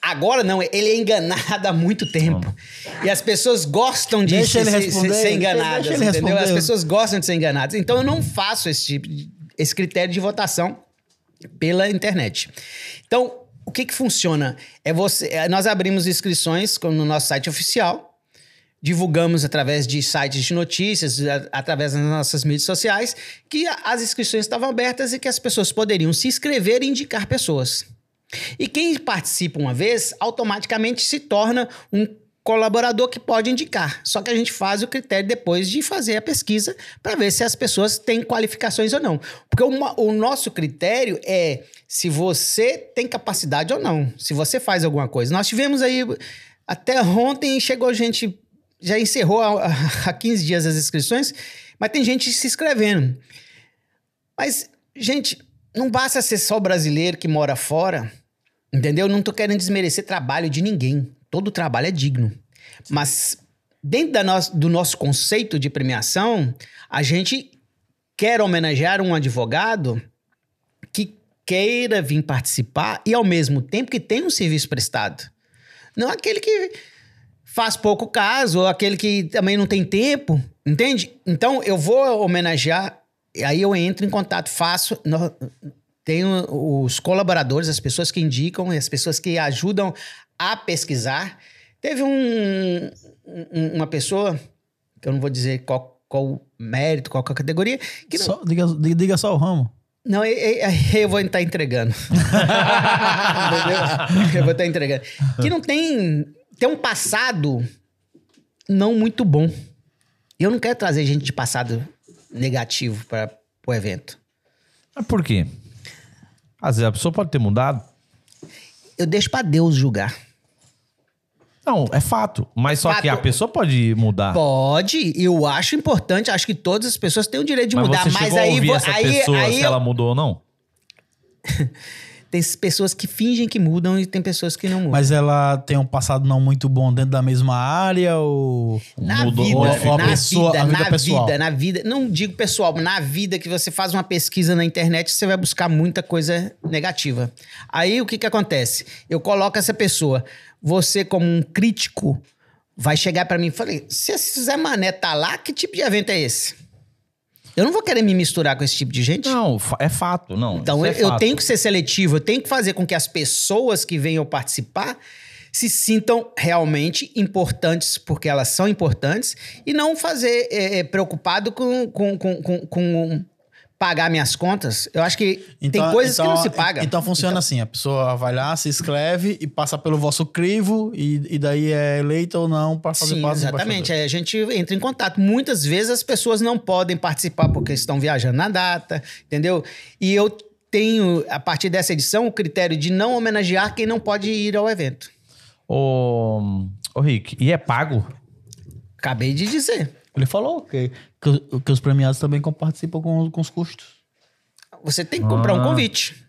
Speaker 3: Agora não, ele é enganado há muito tempo. E as pessoas gostam de
Speaker 2: Deixa
Speaker 3: se-
Speaker 2: ele
Speaker 3: se-
Speaker 2: responder,
Speaker 3: ser enganadas,
Speaker 2: deixa ele
Speaker 3: entendeu?
Speaker 2: responder.
Speaker 3: As pessoas gostam de ser enganadas. Então eu não faço esse tipo de- esse critério de votação pela internet. Então, o que que funciona? É você, é, nós abrimos inscrições com- no nosso site oficial, divulgamos através de sites de notícias, a- através das nossas mídias sociais, que a- as inscrições estavam abertas e que as pessoas poderiam se inscrever e indicar pessoas. E quem participa uma vez, automaticamente se torna um colaborador que pode indicar. Só que a gente faz o critério depois de fazer a pesquisa para ver se as pessoas têm qualificações ou não. Porque uma- o nosso critério é se você tem capacidade ou não, se você faz alguma coisa. Nós tivemos aí, até ontem chegou gente, já encerrou há há 15 dias as inscrições, mas tem gente se inscrevendo. Mas, gente, não basta ser só brasileiro que mora fora, entendeu? Não tô querendo desmerecer trabalho de ninguém. Todo trabalho é digno. Mas dentro da nos- do nosso conceito de premiação, a gente quer homenagear um advogado que queira vir participar e ao mesmo tempo que tem um serviço prestado. Não aquele que faz pouco caso, ou aquele que também não tem tempo, entende? Então eu vou homenagear, e aí eu entro em contato, faço. no- tenho os colaboradores, as pessoas que indicam, e as pessoas que ajudam a pesquisar. Teve um- um- uma pessoa, que eu não vou dizer qual, qual mérito, qual que é a categoria, que não,
Speaker 2: Só- diga, diga- diga só o ramo.
Speaker 3: não, eu, eu- eu vou estar entregando. Entendeu? Eu vou estar entregando. Que não tem. Tem um passado não muito bom. Eu não quero trazer gente de passado negativo para o evento.
Speaker 1: Mas por quê? Às vezes a pessoa pode ter mudado.
Speaker 3: Eu deixo pra Deus julgar.
Speaker 1: Não, é fato. Mas só que a
Speaker 3: Fato.
Speaker 1: pessoa pode mudar.
Speaker 3: Pode, eu acho importante, acho que todas as pessoas têm o direito de
Speaker 1: mas
Speaker 3: mudar,
Speaker 1: você
Speaker 3: mas
Speaker 1: chegou a
Speaker 3: aí,
Speaker 1: ouvir
Speaker 3: vo-
Speaker 1: essa
Speaker 3: aí,
Speaker 1: pessoa
Speaker 3: aí
Speaker 1: se ela mudou ou não?
Speaker 3: tem essas pessoas que fingem que mudam e tem pessoas que não mudam.
Speaker 2: Mas ela tem um passado não muito bom dentro da mesma área ou.
Speaker 3: Na
Speaker 1: Mudou,
Speaker 3: vida,
Speaker 1: ou
Speaker 3: na
Speaker 1: ficou-
Speaker 2: a pessoa-
Speaker 3: vida,
Speaker 2: a vida
Speaker 3: na
Speaker 2: pessoal.
Speaker 3: vida, na vida. Não digo pessoal, na vida que você faz uma pesquisa na internet, você vai buscar muita coisa negativa. Aí o que que acontece? Eu coloco essa pessoa, você como um crítico, vai chegar pra mim e falar, se esse Zé Mané tá lá, que tipo de evento é esse? Eu não vou querer me misturar com esse tipo de gente.
Speaker 1: Não, fa- é fato. Não,
Speaker 3: Então eu,
Speaker 1: isso é
Speaker 3: eu
Speaker 1: fato.
Speaker 3: tenho que ser seletivo, eu tenho que fazer com que as pessoas que venham participar se sintam realmente importantes, porque elas são importantes, e não fazer eh, eh, preocupado com, com, com, com- com pagar minhas contas. Eu acho que tem coisas que não se pagam.
Speaker 2: Então funciona assim: a pessoa vai lá, se inscreve e passa pelo vosso crivo, e, e daí é eleita ou não para fazer
Speaker 3: Sim,
Speaker 2: parte do
Speaker 3: exatamente.
Speaker 2: embaixador.
Speaker 3: Aí a gente entra em contato. Muitas vezes as pessoas não podem participar porque estão viajando na data, entendeu? E eu tenho, a partir dessa edição, o critério de não homenagear quem não pode ir ao evento.
Speaker 1: Ô, ô, Rick, e é pago?
Speaker 3: Acabei de dizer.
Speaker 2: Ele falou que, que, que os premiados também com- participam com, com os custos.
Speaker 3: Você tem que comprar um
Speaker 1: Ah.
Speaker 3: convite.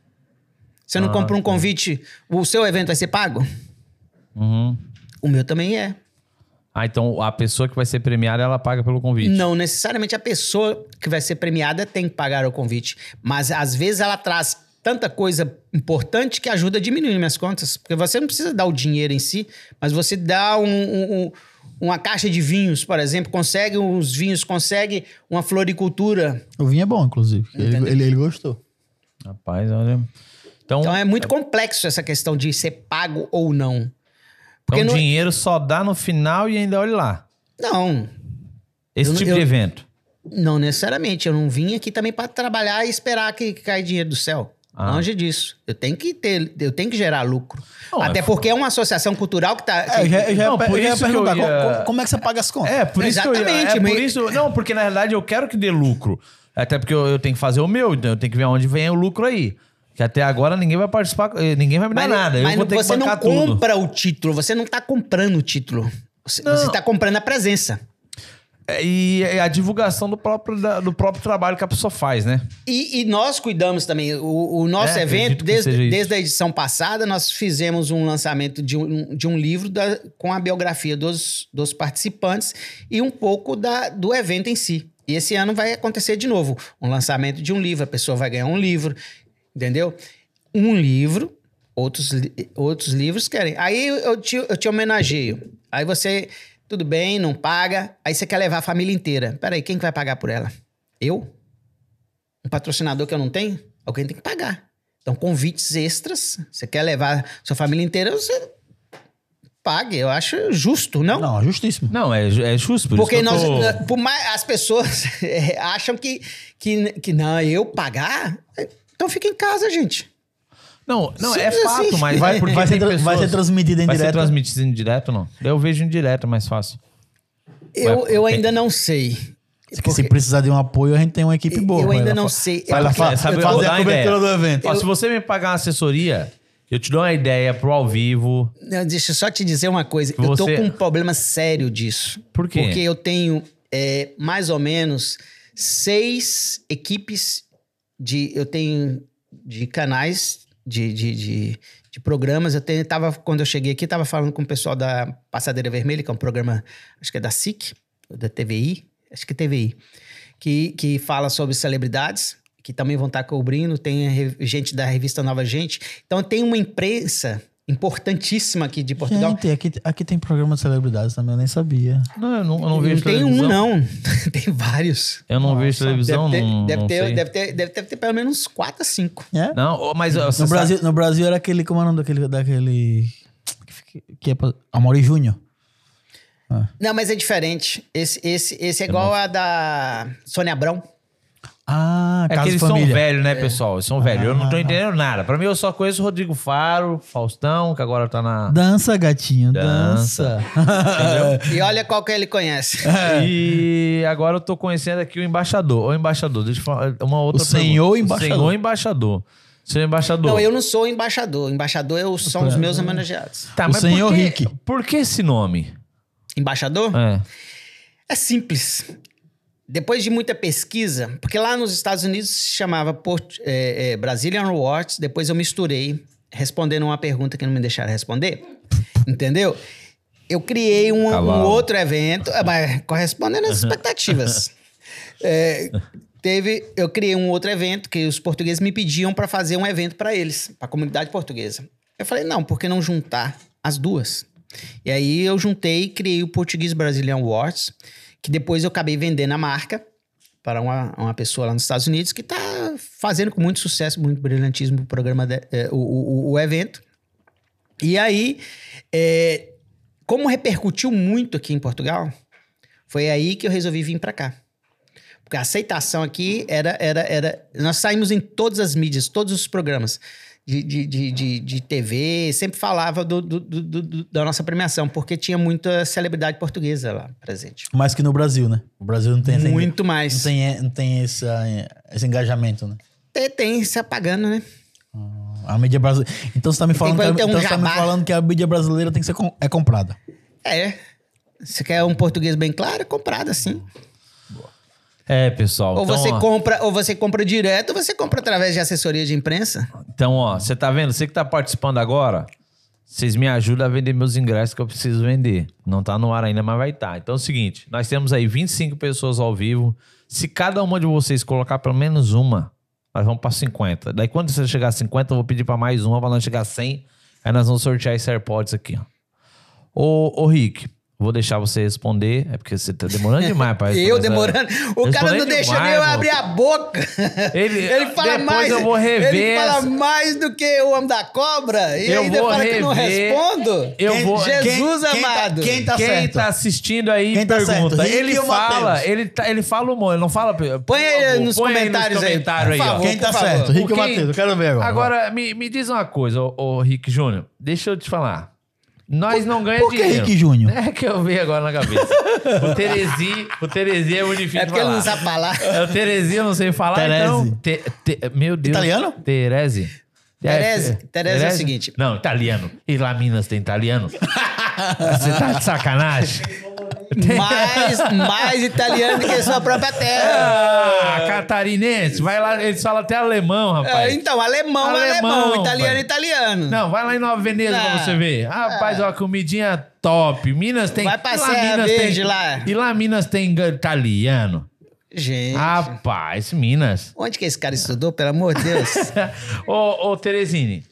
Speaker 3: Você não compra um convite, o seu evento vai ser pago?
Speaker 1: Uhum.
Speaker 3: O meu também é.
Speaker 1: Ah, então a pessoa que vai ser premiada, ela paga pelo convite.
Speaker 3: Não necessariamente a pessoa que vai ser premiada tem que pagar o convite. Mas às vezes ela traz tanta coisa importante que ajuda a diminuir minhas contas. Porque você não precisa dar o dinheiro em si, mas você dá um- um- um- uma caixa de vinhos, por exemplo, consegue uns vinhos, consegue uma floricultura.
Speaker 2: O vinho é bom, inclusive. Ele, ele, ele gostou.
Speaker 1: Rapaz, olha. Então,
Speaker 3: Então
Speaker 1: então,
Speaker 3: é muito complexo essa questão de ser pago ou não. porque não-
Speaker 1: dinheiro só dá no final e ainda olha lá.
Speaker 3: Não,
Speaker 1: Esse
Speaker 3: Eu não-
Speaker 1: tipo
Speaker 3: eu-
Speaker 1: de evento.
Speaker 3: Não necessariamente. Eu não vim aqui também para trabalhar e esperar que caia dinheiro do céu.
Speaker 1: Ah.
Speaker 3: Longe disso. Eu tenho que ter, eu tenho que gerar lucro.
Speaker 1: Não,
Speaker 3: Até
Speaker 1: é-
Speaker 3: porque é uma associação cultural que tá.
Speaker 2: É, eu já, eu já,
Speaker 1: Não,
Speaker 2: pe-
Speaker 1: por
Speaker 2: eu já ia
Speaker 1: isso que eu
Speaker 2: perguntar:
Speaker 1: ia-
Speaker 2: co- co- como, é que você paga as contas?
Speaker 1: É, por isso que eu,
Speaker 3: Exatamente,
Speaker 1: é,
Speaker 3: mas-
Speaker 1: por isso, não, porque na verdade eu quero que dê lucro. Até porque eu, eu tenho que fazer o meu, então eu tenho que ver onde vem o lucro aí. Que até agora ninguém vai participar, eh, ninguém vai me dar
Speaker 3: Mas-
Speaker 1: nada. Eu
Speaker 3: mas
Speaker 1: vou ter que
Speaker 3: você não
Speaker 1: bancar tudo.
Speaker 3: compra o título, você não tá comprando o título. Você, você tá comprando a presença.
Speaker 1: É, E é a divulgação do próprio, da- do próprio trabalho que a pessoa faz, né?
Speaker 3: E, e nós cuidamos também. O, o nosso
Speaker 1: É, acredito
Speaker 3: evento,
Speaker 1: que
Speaker 3: desde,
Speaker 1: seja isso.
Speaker 3: desde a edição passada, nós fizemos um lançamento de um, de um livro da- com a biografia dos, dos participantes e um pouco da- do evento em si. E esse ano vai acontecer de novo um lançamento de um livro, a pessoa vai ganhar um livro, entendeu? Um livro, outros, li- outros livros querem. Aí eu te, eu te homenageio. Aí você, tudo bem, não paga. Aí você quer levar a família inteira. Peraí, quem que vai pagar por ela? Eu? um patrocinador que eu não tenho, alguém tem que pagar. Então, convites extras, você quer levar sua família inteira, você pague. Eu acho justo, não?
Speaker 2: Não, é justíssimo.
Speaker 1: Não, é, ju- é justo. Por
Speaker 3: Porque
Speaker 1: isso que eu
Speaker 3: nós,
Speaker 1: tô-
Speaker 3: na- por mais, as pessoas eh, acham que, que, que não, eu pagar? Então fica em casa, gente.
Speaker 1: Não, não é
Speaker 3: Simples
Speaker 1: fato,
Speaker 3: assim.
Speaker 1: mas
Speaker 2: Vai,
Speaker 1: vai, porque
Speaker 2: vai, ser,
Speaker 1: tem
Speaker 2: tra- vai
Speaker 1: pessoas-
Speaker 2: ser transmitida em
Speaker 1: Vai ser
Speaker 2: direto.
Speaker 1: transmitido em direto, não? Eu vejo em direto mais fácil.
Speaker 3: Eu,
Speaker 1: Ué,
Speaker 3: eu
Speaker 1: tem-
Speaker 3: ainda não sei.
Speaker 2: Que
Speaker 1: é
Speaker 2: se precisar de um apoio, a gente tem uma equipe boa.
Speaker 3: eu
Speaker 2: pra
Speaker 3: ainda
Speaker 2: ela
Speaker 3: não
Speaker 2: fa-
Speaker 3: sei.
Speaker 2: pra
Speaker 3: É
Speaker 2: ela
Speaker 3: porque-
Speaker 2: fa-
Speaker 1: Sabe, eu vou
Speaker 2: fazer
Speaker 1: dar
Speaker 2: a
Speaker 1: uma
Speaker 2: cobertura do
Speaker 1: ideia.
Speaker 2: evento.
Speaker 1: Ó, Se você me pagar uma assessoria, eu te dou uma ideia pro ao vivo.
Speaker 3: Não, Deixa eu só te dizer uma coisa. Eu tô
Speaker 1: Você-
Speaker 3: com um problema sério disso.
Speaker 1: Por quê?
Speaker 3: Porque eu tenho é, mais ou menos seis equipes de. Eu tenho de canais, de, de, de, de programas. Eu tenho, tava, quando eu cheguei aqui, tava falando com o pessoal da Passadeira Vermelha, que é um programa, acho que é da SIC, ou da TVI, acho que é TVI, que, que fala sobre celebridades. Que também vão estar cobrindo, tem a re- gente da revista Nova Gente. Então, tem uma imprensa importantíssima aqui de Portugal.
Speaker 2: Gente, aqui, aqui tem programa de celebridades também, eu nem sabia.
Speaker 1: Não, eu não, eu não
Speaker 3: Não
Speaker 1: vejo
Speaker 3: tem
Speaker 1: televisão.
Speaker 3: um, não. tem vários.
Speaker 1: Eu não vejo televisão,
Speaker 3: deve ter,
Speaker 1: não,
Speaker 3: deve,
Speaker 1: não
Speaker 3: ter,
Speaker 1: sei.
Speaker 3: deve, ter, deve ter pelo menos uns 4 a 5.
Speaker 2: É?
Speaker 1: Não, ô, mas... ó, você
Speaker 2: No,
Speaker 1: sabe-
Speaker 2: Brasil, no Brasil era aquele, como é o nome daquele... daquele que fica- que é pra- Amaury Júnior.
Speaker 3: Não, mas é diferente. Esse, esse, esse é igual a da Sônia Abrão.
Speaker 2: Ah,
Speaker 1: É que
Speaker 2: Casa e
Speaker 1: eles são
Speaker 2: Família. Ah,
Speaker 1: velhos, né, pessoal? Eles são velhos. Eu não tô entendendo nada. Pra mim, eu só conheço o Rodrigo Faro, Faustão, que agora tá na...
Speaker 2: Dança, gatinho, dança.
Speaker 3: E olha qual que ele conhece.
Speaker 2: É.
Speaker 1: E agora eu tô conhecendo aqui o embaixador. O embaixador, deixa eu falar é uma outra
Speaker 2: O
Speaker 1: pergunta.
Speaker 2: senhor
Speaker 1: O
Speaker 2: embaixador.
Speaker 1: senhor embaixador. Você é embaixador.
Speaker 3: Não, eu não sou embaixador. Embaixador eu, são os meus homenageados.
Speaker 1: Tá,
Speaker 2: O
Speaker 1: mas
Speaker 2: senhor
Speaker 1: por que,
Speaker 2: Rick.
Speaker 1: Por que esse nome?
Speaker 3: Embaixador?
Speaker 1: É.
Speaker 3: É simples. Depois de muita pesquisa, porque lá nos Estados Unidos se chamava Port- é, é, Brazilian Rewards, depois eu misturei, respondendo uma pergunta que não me deixaram responder. Entendeu? Eu criei um, um
Speaker 1: Cavalo.
Speaker 3: outro evento, é, mas correspondendo às expectativas. É, teve, eu criei um outro evento que os portugueses me pediam para fazer um evento para eles, para a comunidade portuguesa. Eu falei, não, por que não juntar as duas? E aí eu juntei e criei o Português Brazilian Awards, que depois eu acabei vendendo a marca para uma, uma pessoa lá nos Estados Unidos que está fazendo com muito sucesso, muito brilhantismo o programa, de- eh, o- o- o evento. E aí, é, como repercutiu muito aqui em Portugal, foi aí que eu resolvi vir para cá. Porque a aceitação aqui era, era, era. Nós saímos em todas as mídias, todos os programas de, de, de, de, de TV, sempre falava do, do- do- do- do- da nossa premiação, porque tinha muita celebridade portuguesa lá presente.
Speaker 2: Mais que no Brasil, né? O Brasil não tem essa-
Speaker 3: Muito mais.
Speaker 2: Não tem, não tem essa- esse engajamento, né?
Speaker 3: Tem, tem se apagando, né?
Speaker 2: A mídia brasileira. Então você tá me falando, que,
Speaker 3: que
Speaker 2: a-
Speaker 3: ter um
Speaker 2: então você tá me
Speaker 3: jabá.
Speaker 2: falando que a mídia brasileira tem que ser com- é comprada.
Speaker 3: É. Você quer um português bem claro? É comprado assim.
Speaker 1: É, pessoal.
Speaker 3: Ou
Speaker 1: então,
Speaker 3: você
Speaker 1: ó,
Speaker 3: compra, ou você compra direto, ou você compra através de assessoria de imprensa.
Speaker 1: Então, ó, você tá vendo? Você que tá participando agora, vocês me ajudam a vender meus ingressos que eu preciso vender. Não tá no ar ainda, mas vai estar. Então é o seguinte, nós temos aí 25 pessoas ao vivo. Se cada uma de vocês colocar pelo menos uma, nós vamos pra 50. Daí quando você chegar a 50, eu vou pedir pra mais uma, pra nós chegar a 100. Aí nós vamos sortear esse AirPods aqui, ó. Ô, ô Rick, vou deixar você responder. É porque você tá demorando demais pra responder.
Speaker 3: Eu
Speaker 1: essa-
Speaker 3: demorando. O
Speaker 1: Eu
Speaker 3: cara
Speaker 1: falei
Speaker 3: não deixa
Speaker 1: é. demais,
Speaker 3: nem eu
Speaker 1: moço.
Speaker 3: abrir a boca.
Speaker 1: Ele-
Speaker 3: Ele fala
Speaker 1: depois
Speaker 3: mais.
Speaker 1: eu vou rever
Speaker 3: Ele fala
Speaker 1: essa-
Speaker 3: mais do que o homem da cobra. E
Speaker 1: Eu
Speaker 3: ainda
Speaker 1: vou
Speaker 3: fala que eu não
Speaker 1: rever.
Speaker 3: respondo.
Speaker 1: Eu vou-
Speaker 3: Jesus
Speaker 2: quem- quem tá-
Speaker 3: amado.
Speaker 2: quem tá
Speaker 1: Quem
Speaker 2: certo?
Speaker 1: tá assistindo aí,
Speaker 2: Quem tá
Speaker 1: pergunta.
Speaker 2: certo? Rick
Speaker 1: Ele
Speaker 2: e o
Speaker 1: fala,
Speaker 2: Matheus?
Speaker 1: ele, tá- ele fala o humor, ele não fala. Põe
Speaker 3: aí nos comentários aí,
Speaker 1: comentário
Speaker 3: por
Speaker 1: ó.
Speaker 3: favor.
Speaker 2: Quem tá
Speaker 3: por favor.
Speaker 2: certo? Rick ou
Speaker 1: Porque-
Speaker 2: Matheus? Eu quero ver agora.
Speaker 1: Agora, me, me diz uma coisa, ô, ô, Rick Júnior. Deixa eu te falar. Nós não ganhamos
Speaker 2: por que
Speaker 1: dinheiro.
Speaker 2: Rick Júnior?
Speaker 1: É que eu vi agora na cabeça. o Terezi, o Terezi é muito difícil
Speaker 3: É
Speaker 1: de
Speaker 3: porque ele
Speaker 1: falar.
Speaker 3: não sabe falar.
Speaker 1: É o Terezi, eu não sei falar,
Speaker 2: Terezi.
Speaker 1: então... Te- te- meu Deus.
Speaker 2: Italiano?
Speaker 1: Terezi.
Speaker 3: Terezi.
Speaker 1: te-
Speaker 3: Terezi é o seguinte.
Speaker 1: Não, italiano. E lá Minas tem italiano? Você tá de sacanagem?
Speaker 3: Mais, mais italiano do que sua própria terra.
Speaker 1: Ah, catarinense. Vai lá, eles falam até alemão,
Speaker 3: É,
Speaker 1: rapaz.
Speaker 3: Então, alemão,
Speaker 1: Alemão,
Speaker 3: alemão, italiano,
Speaker 1: pai.
Speaker 3: italiano.
Speaker 1: Não, vai lá em Nova Veneza pra
Speaker 3: Não.
Speaker 1: você ver. Rapaz, ó, comidinha top. Minas tem...
Speaker 3: é. Vai pra
Speaker 1: e lá
Speaker 3: Serra
Speaker 1: Minas
Speaker 3: Verde
Speaker 1: tem-
Speaker 3: lá.
Speaker 1: E lá Minas tem italiano.
Speaker 3: Gente,
Speaker 1: Ah. Rapaz, Minas...
Speaker 3: onde que esse cara estudou, pelo amor de Deus?
Speaker 1: ô, ô, Teresini.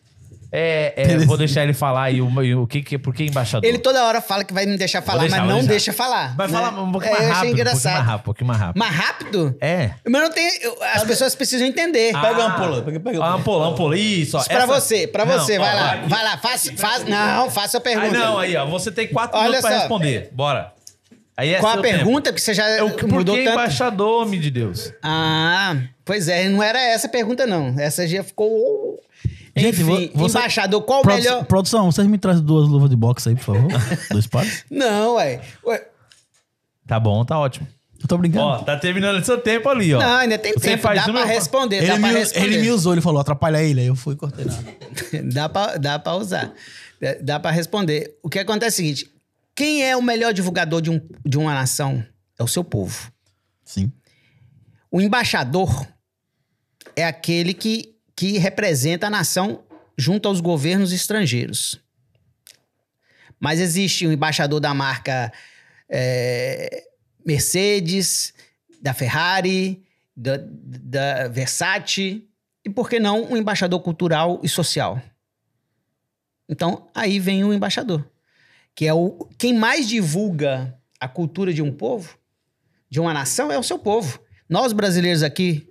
Speaker 1: é, é, vou deixar ele falar aí o, e o que que por que embaixador.
Speaker 3: Ele toda hora fala que vai me deixar falar,
Speaker 1: deixar,
Speaker 3: mas
Speaker 1: vou
Speaker 3: não
Speaker 1: deixar.
Speaker 3: deixa falar.
Speaker 1: Vai
Speaker 3: né?
Speaker 1: falar um pouquinho
Speaker 3: É,
Speaker 1: mais
Speaker 3: eu
Speaker 1: rápido. Um
Speaker 3: achei
Speaker 1: pouquinho mais
Speaker 3: engraçado.
Speaker 1: rápido, um pouquinho mais rápido.
Speaker 3: Mais rápido?
Speaker 1: É.
Speaker 3: Mas não tem. eu- As pessoas precisam entender.
Speaker 2: Pega a
Speaker 1: Ah,
Speaker 2: ampola, pega- pega a
Speaker 1: a ampola, a ampola. Isso, ó.
Speaker 3: Pra
Speaker 1: essa-
Speaker 3: você, pra
Speaker 1: Não,
Speaker 3: você,
Speaker 1: ó,
Speaker 3: vai lá.
Speaker 1: ó,
Speaker 3: Vai lá, faça, faz, não, faça a pergunta.
Speaker 1: Aí não, aí, ó. Você tem quatro
Speaker 3: Olha
Speaker 1: minutos pra
Speaker 3: só.
Speaker 1: responder. Bora. Aí é
Speaker 3: Qual a
Speaker 1: seu tempo.
Speaker 3: pergunta? Porque você já
Speaker 1: É o que por
Speaker 3: mudou
Speaker 1: que
Speaker 3: tanto.
Speaker 1: embaixador, homem de Deus.
Speaker 3: Ah, pois é, não era essa a pergunta, não. Essa já ficou.
Speaker 2: Gente, vo-
Speaker 3: Enfim,
Speaker 2: você-
Speaker 3: embaixador, qual o
Speaker 2: Produ-
Speaker 3: melhor.
Speaker 2: Produção, vocês me trazem duas luvas de boxe aí, por favor? Dois pares?
Speaker 3: Não, ué. Ué,
Speaker 1: Tá bom, tá ótimo.
Speaker 2: Eu tô brincando.
Speaker 1: Ó, tá terminando seu tempo ali, ó.
Speaker 3: Não, ainda tem
Speaker 1: Você
Speaker 3: tempo.
Speaker 1: faz
Speaker 3: Dá
Speaker 1: uma,
Speaker 3: pra
Speaker 1: eu-
Speaker 3: responder,
Speaker 2: ele,
Speaker 3: dá
Speaker 2: me,
Speaker 3: pra responder.
Speaker 2: ele me usou, ele falou, atrapalha ele. Aí eu fui e cortei nada.
Speaker 3: dá pra dá pra usar. Dá- Dá pra responder. O que acontece é o seguinte: quem é o melhor divulgador de, um, de uma nação? É o seu povo.
Speaker 2: Sim.
Speaker 3: O embaixador é aquele que, que representa a nação junto aos governos estrangeiros. Mas existe o embaixador da marca eh, Mercedes, da Ferrari, da, da Versace, e por que não um embaixador cultural e social? Então, aí vem o embaixador, que é o quem mais divulga a cultura de um povo, de uma nação, é o seu povo. Nós brasileiros aqui,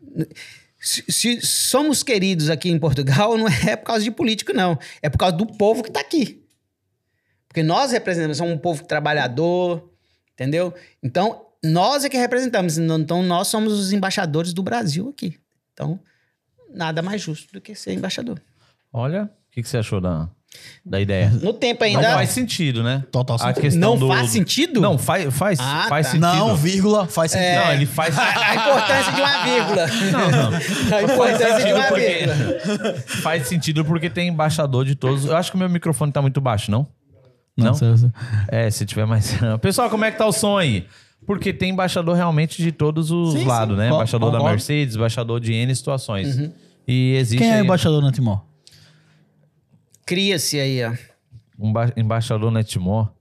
Speaker 3: se, se somos queridos aqui em Portugal, não é por causa de político, não. É por causa do povo que está aqui. Porque nós representamos, somos um povo trabalhador, entendeu? Então, nós é que representamos. Então, nós somos os embaixadores do Brasil aqui. Então, nada mais justo do que ser embaixador.
Speaker 1: Olha, o que, que você achou da. da ideia.
Speaker 3: No tempo
Speaker 1: Não
Speaker 3: ainda.
Speaker 1: faz sentido, né?
Speaker 2: Total
Speaker 1: A
Speaker 2: sentido.
Speaker 1: questão
Speaker 3: Não
Speaker 1: do-
Speaker 3: faz sentido?
Speaker 1: Não, faz, faz,
Speaker 3: Ah,
Speaker 1: faz
Speaker 3: tá.
Speaker 1: sentido.
Speaker 2: Não, É. vírgula,
Speaker 3: É.
Speaker 2: faz sentido.
Speaker 1: Não, ele faz.
Speaker 3: A importância de uma vírgula.
Speaker 1: Não, não.
Speaker 3: A importância de uma vírgula.
Speaker 1: porque... faz sentido porque tem embaixador de todos. Eu acho que o meu microfone tá muito baixo, não? Não? É, se tiver mais. Pessoal, como é que tá o som aí? Porque tem embaixador realmente de todos os
Speaker 2: Sim, sim.
Speaker 1: lados, né?
Speaker 2: Con-
Speaker 1: Embaixador da
Speaker 2: concordo.
Speaker 1: Mercedes, embaixador de N situações.
Speaker 3: Uhum.
Speaker 1: E existe
Speaker 2: Quem é
Speaker 1: aí
Speaker 2: o embaixador na Timor?
Speaker 3: Cria-se aí, ó.
Speaker 1: um ba- embaixador na Timor.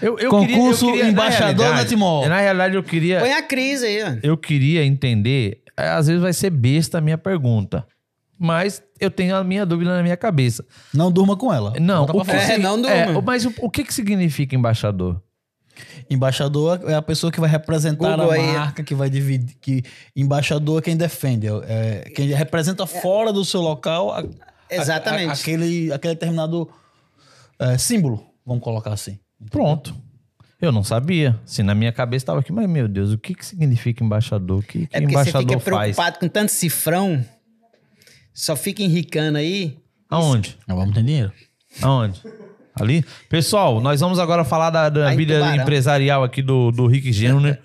Speaker 1: Eu, eu
Speaker 2: Concurso embaixador
Speaker 1: na
Speaker 2: na
Speaker 1: realidade-
Speaker 2: Timor.
Speaker 1: Na realidade, eu queria.
Speaker 3: Põe a crise aí, ó.
Speaker 1: eu queria entender. é, Às vezes vai ser besta a minha pergunta. Mas eu tenho a minha dúvida na minha cabeça.
Speaker 2: Não durma com ela.
Speaker 1: Não,
Speaker 2: Bota pra
Speaker 1: o que
Speaker 2: fora.
Speaker 3: É, não durma.
Speaker 1: o- mas o, o que, que significa embaixador?
Speaker 2: Embaixador é a pessoa que vai representar
Speaker 3: Google
Speaker 2: a
Speaker 3: aí.
Speaker 2: marca, que vai dividir. Que embaixador é quem defende, é quem representa fora do seu local a-
Speaker 3: Exatamente.
Speaker 2: a- a- aquele, aquele determinado é, símbolo, vamos colocar assim.
Speaker 1: Pronto. Eu não sabia. Se na minha cabeça estava aqui, mas meu Deus, o que, que significa embaixador? O que, que
Speaker 3: É porque você
Speaker 1: embaixador
Speaker 3: fica
Speaker 1: faz?
Speaker 3: preocupado com tanto cifrão, só fica enricando aí.
Speaker 1: Aonde?
Speaker 2: Nós vamos ter dinheiro.
Speaker 1: Aonde? Ali? Pessoal, nós vamos agora falar da, da
Speaker 3: Aí,
Speaker 1: vida
Speaker 3: Tubarão.
Speaker 1: empresarial aqui do, do Rick Júnior.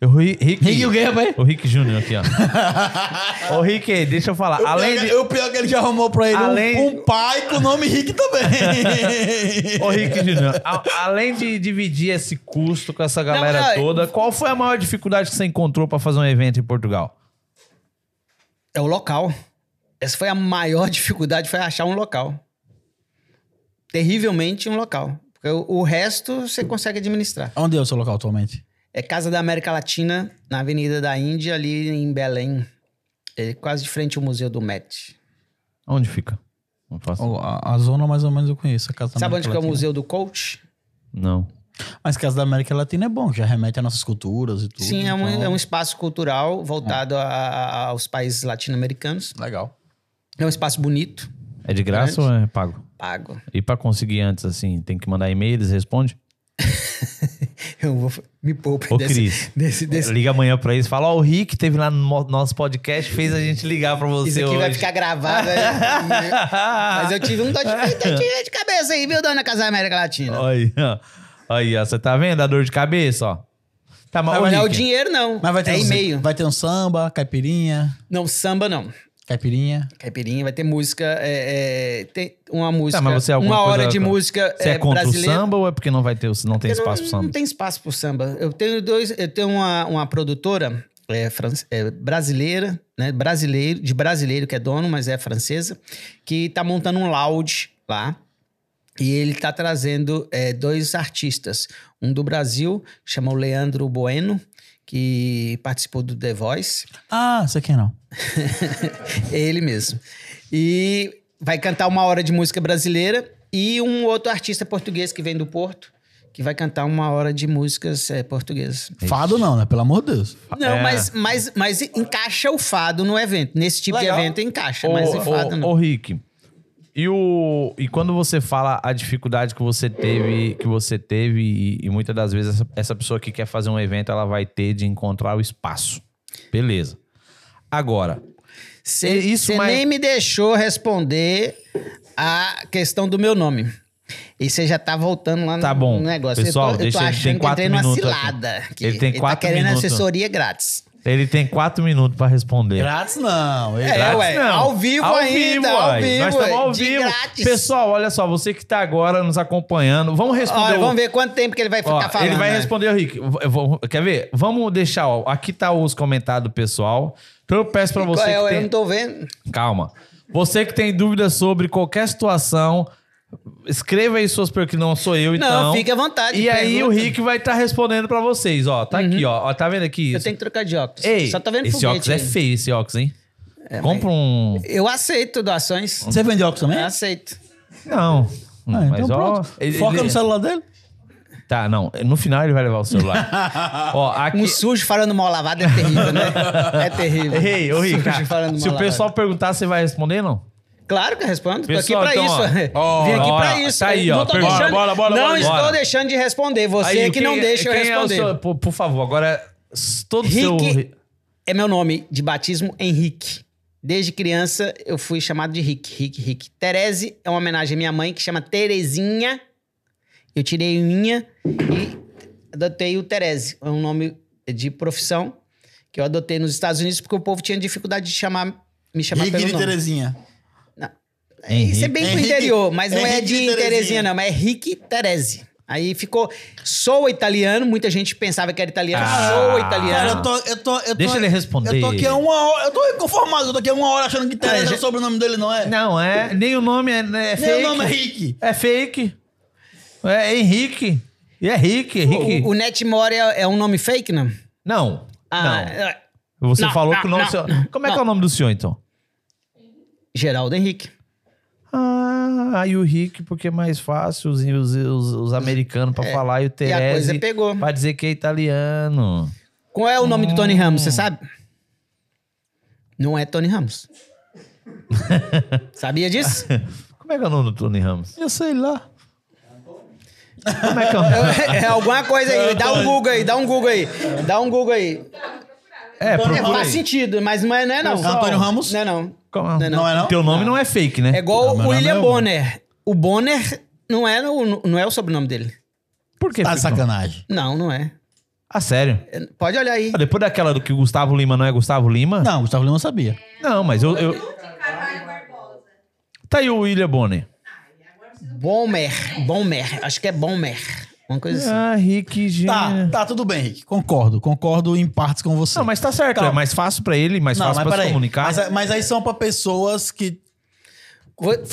Speaker 1: Eu, Ri- Rick,
Speaker 2: Rick o quê, rapaz?
Speaker 1: O Rick Júnior aqui, ó. Ô, Rick, deixa eu falar. Além de,
Speaker 2: O pior é que ele já arrumou pra ele um-
Speaker 1: Além-
Speaker 2: um, pai com o nome Rick também.
Speaker 1: Ô, Rick Júnior, a- além de dividir esse custo com essa galera
Speaker 3: Não, não,
Speaker 1: toda, qual foi a maior dificuldade que você encontrou pra fazer um evento em Portugal?
Speaker 3: É o local. Essa foi a maior dificuldade, foi achar um local. Terrivelmente um local. Porque o, o resto você consegue administrar.
Speaker 2: Onde é o seu local atualmente?
Speaker 3: É Casa da América Latina, na Avenida da Índia, ali em Belém. É quase de frente ao Museu do Met.
Speaker 1: Onde fica? Não faço.
Speaker 2: O- A, a zona mais ou menos eu conheço. A Casa da
Speaker 3: Sabe
Speaker 2: América
Speaker 3: onde que é o
Speaker 2: Latina.
Speaker 3: Museu do Coach?
Speaker 1: Não.
Speaker 2: Mas Casa da América Latina é bom, já remete às nossas culturas e tudo.
Speaker 3: Sim, é um,
Speaker 2: então-
Speaker 3: é um espaço cultural voltado a- a- aos países latino-americanos.
Speaker 2: Legal.
Speaker 3: É um espaço bonito,
Speaker 1: É de graça ou é pago?
Speaker 3: pago.
Speaker 1: E pra conseguir antes, assim, tem que mandar e-mail, eles respondem?
Speaker 3: Eu vou me poupe
Speaker 1: Ô,
Speaker 3: desse,
Speaker 1: Cris.
Speaker 3: desse, desse.
Speaker 1: Liga amanhã pra eles. Fala, ó, o Rick teve lá no mo- nosso podcast, fez a gente ligar pra você
Speaker 3: Isso aqui
Speaker 1: hoje.
Speaker 3: vai ficar gravado. né? Mas eu tive um dor de, eu tive de cabeça aí, viu, dona Casa da América Latina?
Speaker 1: Aí, ó. Aí, ó. Você tá vendo a dor de cabeça, ó? Tá, mas, ô,
Speaker 3: não é o
Speaker 1: Rick,
Speaker 3: dinheiro, não.
Speaker 2: Mas vai ter,
Speaker 3: é
Speaker 2: um,
Speaker 3: e-mail.
Speaker 2: vai ter um samba, caipirinha,
Speaker 3: Não, samba não.
Speaker 2: caipirinha.
Speaker 3: Caipirinha, vai ter música. é, é, tem uma música.
Speaker 1: mas você é alguma
Speaker 3: uma
Speaker 1: coisa-
Speaker 3: hora de música
Speaker 1: Você é, contra
Speaker 3: brasileira.
Speaker 1: o samba ou é porque não vai ter, não tem
Speaker 3: Eu não-
Speaker 1: espaço pro samba?
Speaker 3: Não tem espaço pro samba. Eu tenho dois. Eu tenho uma, uma produtora é, fran- é, brasileira, né? Brasileiro, de brasileiro que é dono, mas é francesa, que tá montando um lounge lá. E ele tá trazendo é, dois artistas. Um do Brasil, que chama o Leandro Bueno, que participou do The Voice.
Speaker 2: Ah, sei quem não.
Speaker 3: É ele mesmo. E vai cantar uma hora de música brasileira e um outro artista português que vem do Porto, que vai cantar uma hora de músicas eh, portuguesas.
Speaker 2: Fado não, né? Pelo amor de Deus.
Speaker 3: Não,
Speaker 1: É.
Speaker 3: mas, mas, mas encaixa o fado no evento. Nesse tipo
Speaker 2: Legal.
Speaker 3: de evento encaixa,
Speaker 1: Ô,
Speaker 3: mas
Speaker 1: ô,
Speaker 3: o fado não.
Speaker 1: ô, Rick, e, o, e quando você fala a dificuldade que você teve, que você teve, e, e muitas das vezes essa, essa pessoa que quer fazer um evento, ela vai ter de encontrar o espaço. Beleza. Agora, é isso,
Speaker 3: Você
Speaker 1: mas-
Speaker 3: nem me deixou responder a questão do meu nome. E você já tá voltando lá no,
Speaker 1: Tá bom.
Speaker 3: no negócio.
Speaker 1: Pessoal,
Speaker 3: eu tô, eu
Speaker 1: deixa
Speaker 3: tô
Speaker 1: ele- tem
Speaker 3: achando que eu
Speaker 1: quatro
Speaker 3: entrei numa
Speaker 1: minutos aqui.
Speaker 3: cilada. aqui.
Speaker 1: Ele tem
Speaker 3: tá
Speaker 1: quatro
Speaker 3: querendo
Speaker 1: minutos.
Speaker 3: assessoria grátis.
Speaker 1: ele tem quatro minutos pra responder.
Speaker 2: Grátis não.
Speaker 3: É,
Speaker 1: Grátis
Speaker 3: ué,
Speaker 1: não.
Speaker 3: ao vivo ainda, ao
Speaker 1: uai.
Speaker 3: vivo,
Speaker 1: Nós estamos ao
Speaker 3: de
Speaker 1: vivo.
Speaker 3: grátis.
Speaker 1: Pessoal, olha só, você que tá agora nos acompanhando, vamos responder.
Speaker 3: Olha,
Speaker 1: o-
Speaker 3: vamos ver quanto tempo que ele vai
Speaker 1: Ó,
Speaker 3: ficar falando.
Speaker 1: ele vai
Speaker 3: né?
Speaker 1: responder, o Rick. Eu vou- quer ver? Vamos deixar, ó, aqui tá os comentários do pessoal. Então eu peço pra você
Speaker 3: eu,
Speaker 1: que
Speaker 3: é eu
Speaker 1: tem...
Speaker 3: não tô vendo.
Speaker 1: Calma. Você que tem dúvidas sobre qualquer situação, escreva aí suas perguntas, que não sou eu, então.
Speaker 3: Não, fique à vontade,
Speaker 1: E aí
Speaker 3: pergunta. Uhum.
Speaker 1: o Rick vai estar respondendo pra vocês, ó. Tá aqui, ó. Ó, Tá vendo aqui?
Speaker 3: Eu tenho que trocar de óculos.
Speaker 1: Ei,
Speaker 3: Só tô vendo
Speaker 1: esse óculos
Speaker 3: foguete.
Speaker 1: é
Speaker 3: aí. É,
Speaker 1: feio, esse óculos, hein? Compra um...
Speaker 3: Eu aceito doações.
Speaker 2: Você vende óculos também?
Speaker 3: Eu aceito.
Speaker 1: Não.
Speaker 2: Ah,
Speaker 1: Mas
Speaker 2: então
Speaker 1: ó...
Speaker 2: pronto.
Speaker 1: ele-
Speaker 2: Foca
Speaker 1: ele-
Speaker 2: no celular dele.
Speaker 1: Tá, não. No final ele vai levar o celular. ó, aqui...
Speaker 3: Um sujo falando mal lavado é terrível, né? É terrível.
Speaker 1: Ei, ô Rick,
Speaker 3: Sujo falando
Speaker 1: se
Speaker 3: mal
Speaker 1: o pessoal perguntar, você vai responder, não?
Speaker 3: lavado. Claro que eu respondo.
Speaker 1: Pessoal,
Speaker 3: tô aqui pra
Speaker 1: então,
Speaker 3: isso.
Speaker 1: ó.
Speaker 3: Vim aqui
Speaker 1: Ó,
Speaker 3: pra
Speaker 1: ó,
Speaker 3: isso.
Speaker 1: tá aí,
Speaker 3: não
Speaker 1: ó,
Speaker 3: tô
Speaker 1: pergunta.
Speaker 3: deixando,
Speaker 1: Bora, bora,
Speaker 3: não
Speaker 1: bora,
Speaker 3: estou
Speaker 1: bora.
Speaker 3: deixando de responder. Você
Speaker 1: Aí,
Speaker 3: é que não
Speaker 1: quem-
Speaker 3: deixa eu
Speaker 1: quem é o
Speaker 3: responder.
Speaker 1: seu- por, por favor, agora. s- Todo o
Speaker 3: Rick
Speaker 1: seu.
Speaker 3: é meu nome de batismo, Henrique. Desde criança eu fui chamado de Rick, Rick, Rick. Terese é uma homenagem à minha mãe que chama Terezinha. Eu tirei o Inha e adotei o Terese. É um nome de profissão que eu adotei nos Estados Unidos porque o povo tinha dificuldade de chamar, me chamar
Speaker 2: Rick
Speaker 3: pelo
Speaker 2: de
Speaker 3: nome.
Speaker 2: Terezinha.
Speaker 3: É, Isso é bem pro
Speaker 2: Henrique-
Speaker 3: interior, mas não é
Speaker 2: Henrique
Speaker 3: de
Speaker 2: e
Speaker 3: Terezinha,
Speaker 2: Terezinha.
Speaker 3: não. Mas é Rick Terese. Aí ficou... Sou italiano. Muita gente pensava que era italiano.
Speaker 1: Ah,
Speaker 2: Cara,
Speaker 3: sou italiano.
Speaker 2: eu tô, eu tô, eu tô,
Speaker 1: Deixa ele responder.
Speaker 2: Eu tô aqui há uma hora, eu tô inconformado, eu tô aqui há uma hora achando que Tereza é o sobrenome dele, não é?
Speaker 1: Não, é. Nem o nome é, é fake.
Speaker 2: Meu nome é Rick.
Speaker 1: É fake. É Henrique. E é Rick, Henrique.
Speaker 3: O, o Netmore é, é um nome fake, não?
Speaker 1: Não.
Speaker 3: Ah,
Speaker 1: não.
Speaker 3: é-
Speaker 1: Você
Speaker 3: não,
Speaker 1: falou
Speaker 3: não,
Speaker 1: que o nome
Speaker 3: não,
Speaker 1: do senhor.
Speaker 3: não,
Speaker 1: Como é que é
Speaker 3: não.
Speaker 1: o nome do senhor, então?
Speaker 3: Geraldo Henrique.
Speaker 1: Ah, aí o Rick, porque é mais fácil os, os, os- os americanos pra falar e o
Speaker 3: É, E a coisa
Speaker 1: Terese
Speaker 3: pegou.
Speaker 1: pra dizer que é italiano.
Speaker 3: Qual é o nome do Tony
Speaker 2: Hum.
Speaker 3: Ramos, você sabe? Não é Tony Ramos. Sabia disso?
Speaker 1: Como é que é o nome do Tony Ramos?
Speaker 2: Eu sei lá.
Speaker 1: Como é que é o nome?
Speaker 3: É alguma coisa aí. Dá um Google aí, dá um Google aí. Dá um Google aí.
Speaker 1: É,
Speaker 3: É,
Speaker 1: procura
Speaker 3: faz
Speaker 1: aí.
Speaker 3: sentido, mas não é, não. É, não.
Speaker 2: Antônio Ramos?
Speaker 3: Não é não.
Speaker 1: Como-
Speaker 3: Não é não.
Speaker 2: Não é não?
Speaker 1: Teu nome não é fake, né?
Speaker 3: É
Speaker 2: Não,
Speaker 3: igual
Speaker 2: mas
Speaker 3: o
Speaker 2: não é
Speaker 3: William
Speaker 2: meu.
Speaker 3: Bonner. O Bonner não é, no- não é o sobrenome dele.
Speaker 1: Por que?
Speaker 2: Tá de
Speaker 1: fake, não?
Speaker 2: sacanagem.
Speaker 3: Não, não é.
Speaker 1: Ah, sério?
Speaker 3: É, Pode olhar aí.
Speaker 1: Ah, Depois daquela do que o Gustavo Lima não é Gustavo Lima?
Speaker 2: Não, Gustavo Lima não sabia.
Speaker 1: Não, mas eu, eu-
Speaker 4: Carvalho Barbosa.
Speaker 1: Tá aí o William Bonner.
Speaker 3: Bomber. Bomber. Acho que é Bomber. Uma coisa assim.
Speaker 1: Ah, Rick Gina.
Speaker 2: Tá, tá, tudo bem, Rick. Concordo, concordo em partes com você.
Speaker 1: Não, mas tá certo.
Speaker 2: Calma.
Speaker 1: É mais fácil pra ele, mais
Speaker 2: Não,
Speaker 1: fácil pra se
Speaker 2: peraí.
Speaker 1: comunicar.
Speaker 2: Mas, é- mas aí são pra pessoas que.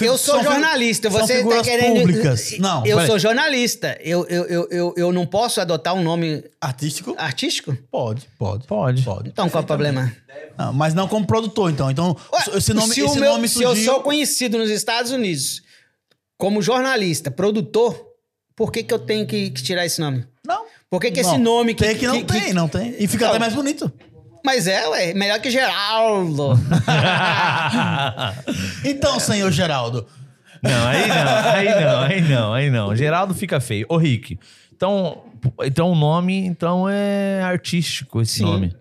Speaker 3: Eu sou
Speaker 2: São fi-
Speaker 3: jornalista,
Speaker 2: são
Speaker 3: você está
Speaker 2: figuras
Speaker 3: querendo.
Speaker 2: públicas. Não,
Speaker 3: eu
Speaker 2: peraí.
Speaker 3: sou jornalista. Eu, eu, eu, eu, eu não posso adotar um nome
Speaker 2: Artístico?
Speaker 3: Ah. artístico?
Speaker 2: Pode, pode.
Speaker 1: Pode.
Speaker 2: Pode.
Speaker 3: Então qual é o problema?
Speaker 2: Não, mas não como produtor, então. Então,
Speaker 3: Ué,
Speaker 2: esse nome,
Speaker 3: se
Speaker 2: esse
Speaker 3: o meu-
Speaker 2: nome
Speaker 3: se eu
Speaker 2: surgiu.
Speaker 3: sou conhecido nos Estados Unidos como jornalista, produtor, por que, que eu tenho que, que tirar esse nome?
Speaker 2: Não.
Speaker 3: Por que, que esse
Speaker 2: Não,
Speaker 3: nome que.
Speaker 2: Tem que não tem, não tem. E fica
Speaker 3: Não.
Speaker 2: até mais bonito.
Speaker 3: Mas é, ué, melhor que Geraldo.
Speaker 2: Então, senhor Geraldo.
Speaker 1: Não, aí não, aí não, aí não, aí não. Geraldo fica feio. Ô, Rick, então, então o nome então é artístico esse nome.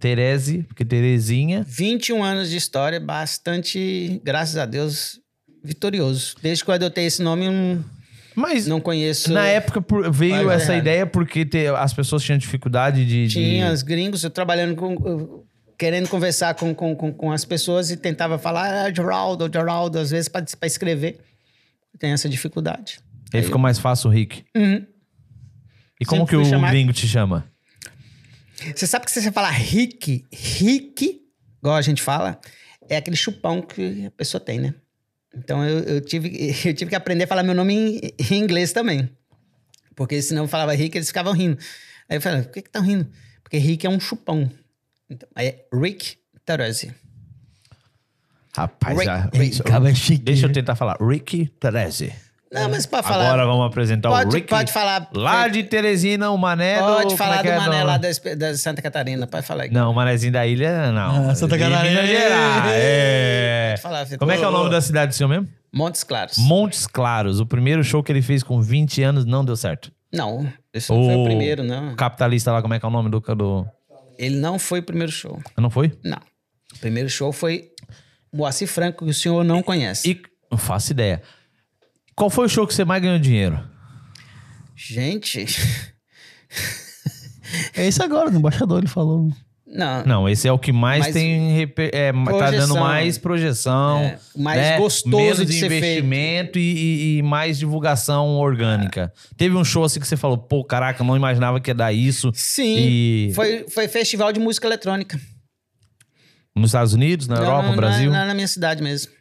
Speaker 1: Tereze, porque Terezinha.
Speaker 3: 21 anos de história, bastante, graças a Deus, vitorioso. Desde que eu adotei esse nome, eu não,
Speaker 1: Mas
Speaker 3: não conheço.
Speaker 1: na época por- veio
Speaker 3: Vai, vai,
Speaker 1: essa
Speaker 3: errado.
Speaker 1: ideia porque te- as pessoas tinham dificuldade de. de-
Speaker 3: Tinha os gringos, eu trabalhando com. eu Querendo conversar com, com, com, com as pessoas e tentava falar, ah, Geraldo, Geraldo, às vezes para escrever. Tem essa dificuldade.
Speaker 1: Aí ficou mais fácil o Rick. E como
Speaker 3: Uhum. Sempre
Speaker 1: que o
Speaker 3: fui chamar-
Speaker 1: gringo te chama?
Speaker 3: Você sabe que se você falar Rick, Rick, igual a gente fala, é aquele chupão que a pessoa tem, né? Então eu, eu tive, eu tive que aprender a falar meu nome em, em inglês também. Porque senão eu falava Rick, eles ficavam rindo. Aí eu falava, por que que estão rindo? Porque Rick é um chupão. Então, aí é Rick Terezi.
Speaker 1: Rapaz,
Speaker 3: Rick-
Speaker 1: já-
Speaker 2: Rick,
Speaker 1: isso-
Speaker 2: cara, é chique,
Speaker 1: deixa eu
Speaker 2: né?
Speaker 1: tentar falar. Rick Tereze.
Speaker 3: Não, mas pra falar...
Speaker 1: Agora vamos apresentar Tá o
Speaker 3: pode,
Speaker 1: Rick.
Speaker 3: pode falar...
Speaker 1: Lá de Teresina, o Mané do- como
Speaker 3: Pode
Speaker 1: é
Speaker 3: falar
Speaker 1: que é
Speaker 3: do Mané
Speaker 1: do-
Speaker 3: lá da, Esp- da Santa Catarina, pode falar. aí.
Speaker 1: Não, o Manézinho da Ilha, não. é
Speaker 2: Ah, Santa
Speaker 1: De
Speaker 2: Catarina.
Speaker 1: Minas Gerais. É.
Speaker 3: Pode falar, Vitor.
Speaker 1: Como é que é o nome da cidade do senhor mesmo?
Speaker 3: Montes Claros.
Speaker 1: Montes Claros. O primeiro show que ele fez com 20 anos não deu certo.
Speaker 3: Não, esse não foi o primeiro, não.
Speaker 1: O capitalista lá, como é que é o nome do... do...
Speaker 3: Ele não foi o primeiro show.
Speaker 1: Não foi?
Speaker 3: Não. O primeiro show foi Moacir Franco, que o senhor não conhece.
Speaker 1: E... Não faço ideia. Qual foi o show que você mais ganhou dinheiro?
Speaker 3: Gente,
Speaker 2: É isso agora, do embaixador, ele falou.
Speaker 3: não.
Speaker 1: Não, esse é o que mais
Speaker 3: Mas-
Speaker 1: tem... reper- é, tá dando
Speaker 3: Projeção. né?
Speaker 1: mais projeção.
Speaker 3: É, mais
Speaker 1: né?
Speaker 3: gostoso
Speaker 1: Menos
Speaker 3: de ser
Speaker 1: investimento e, e- e mais divulgação orgânica. Teve um show assim que você falou, pô, caraca, não imaginava que ia dar isso.
Speaker 3: Sim.
Speaker 1: E...
Speaker 3: Foi, foi festival de música eletrônica.
Speaker 1: Nos Estados Unidos, na
Speaker 3: Não,
Speaker 1: Europa,
Speaker 3: não,
Speaker 1: no Brasil?
Speaker 3: Na, na- na minha cidade mesmo.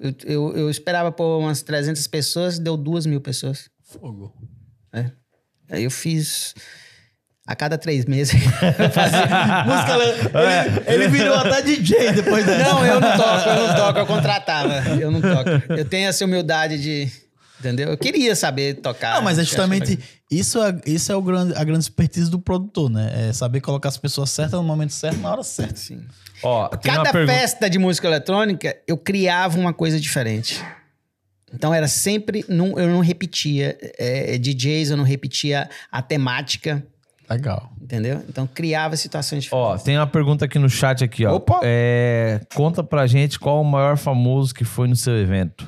Speaker 3: Eu, eu, eu esperava por umas 300 pessoas, deu duas mil pessoas. É.
Speaker 2: Fogo.
Speaker 3: Aí eu fiz a cada três meses. eu fazia música eletrônica.
Speaker 2: Ele, ele virou até DJ depois dessa.
Speaker 3: Não, eu não toco, eu não toco, eu contratava. Eu não toco. Eu tenho essa humildade de. Entendeu? Eu queria saber tocar.
Speaker 2: Não, mas é
Speaker 3: Eu
Speaker 2: justamente
Speaker 3: achava-
Speaker 2: isso é, isso é o grande, a grande expertise do produtor, né? É saber colocar as pessoas certas no momento certo, na hora certa.
Speaker 3: Sim.
Speaker 1: Ó, tem uma
Speaker 3: Cada
Speaker 1: pergunta.
Speaker 3: festa de música eletrônica, eu criava uma coisa diferente. Então era é, sempre. Não, eu não repetia é, DJs, eu não repetia a temática.
Speaker 2: Legal.
Speaker 3: entendeu? Então criava situações diferentes.
Speaker 1: Ó, tem uma pergunta aqui no chat aqui, ó.
Speaker 3: Opa!
Speaker 1: É, conta pra gente qual o maior famoso que foi no seu evento.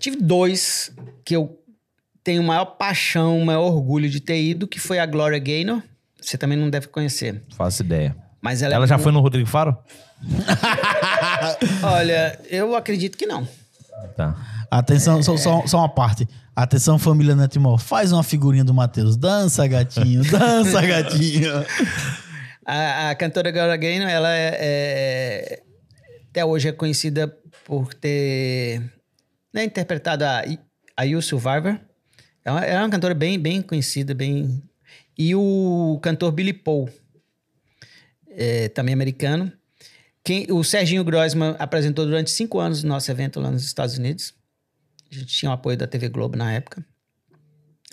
Speaker 3: Tive dois que eu tenho maior paixão, maior orgulho de ter ido, que foi a Gloria Gaynor. Você também não deve conhecer.
Speaker 1: Não Faço ideia.
Speaker 3: Mas
Speaker 1: Ela,
Speaker 3: ela, é
Speaker 1: já
Speaker 3: mu-
Speaker 1: foi no Rodrigo Faro?
Speaker 3: Olha, eu acredito que não.
Speaker 1: Tá.
Speaker 2: Atenção, só, só, só uma parte. Atenção, família Netimor. Faz uma figurinha do Matheus. Dança, gatinho. Dança, gatinho.
Speaker 3: A, a cantora Gloria Gaynor, ela é, é- até hoje é conhecida por ter né, interpretado a, I- a You Survivor. Ela ela é uma cantora bem, bem conhecida, bem... E o cantor Billy Paul, é, também americano. Quem, o Serginho Grossman apresentou durante cinco anos o nosso evento lá nos Estados Unidos. A gente tinha o apoio da TV Globo na época.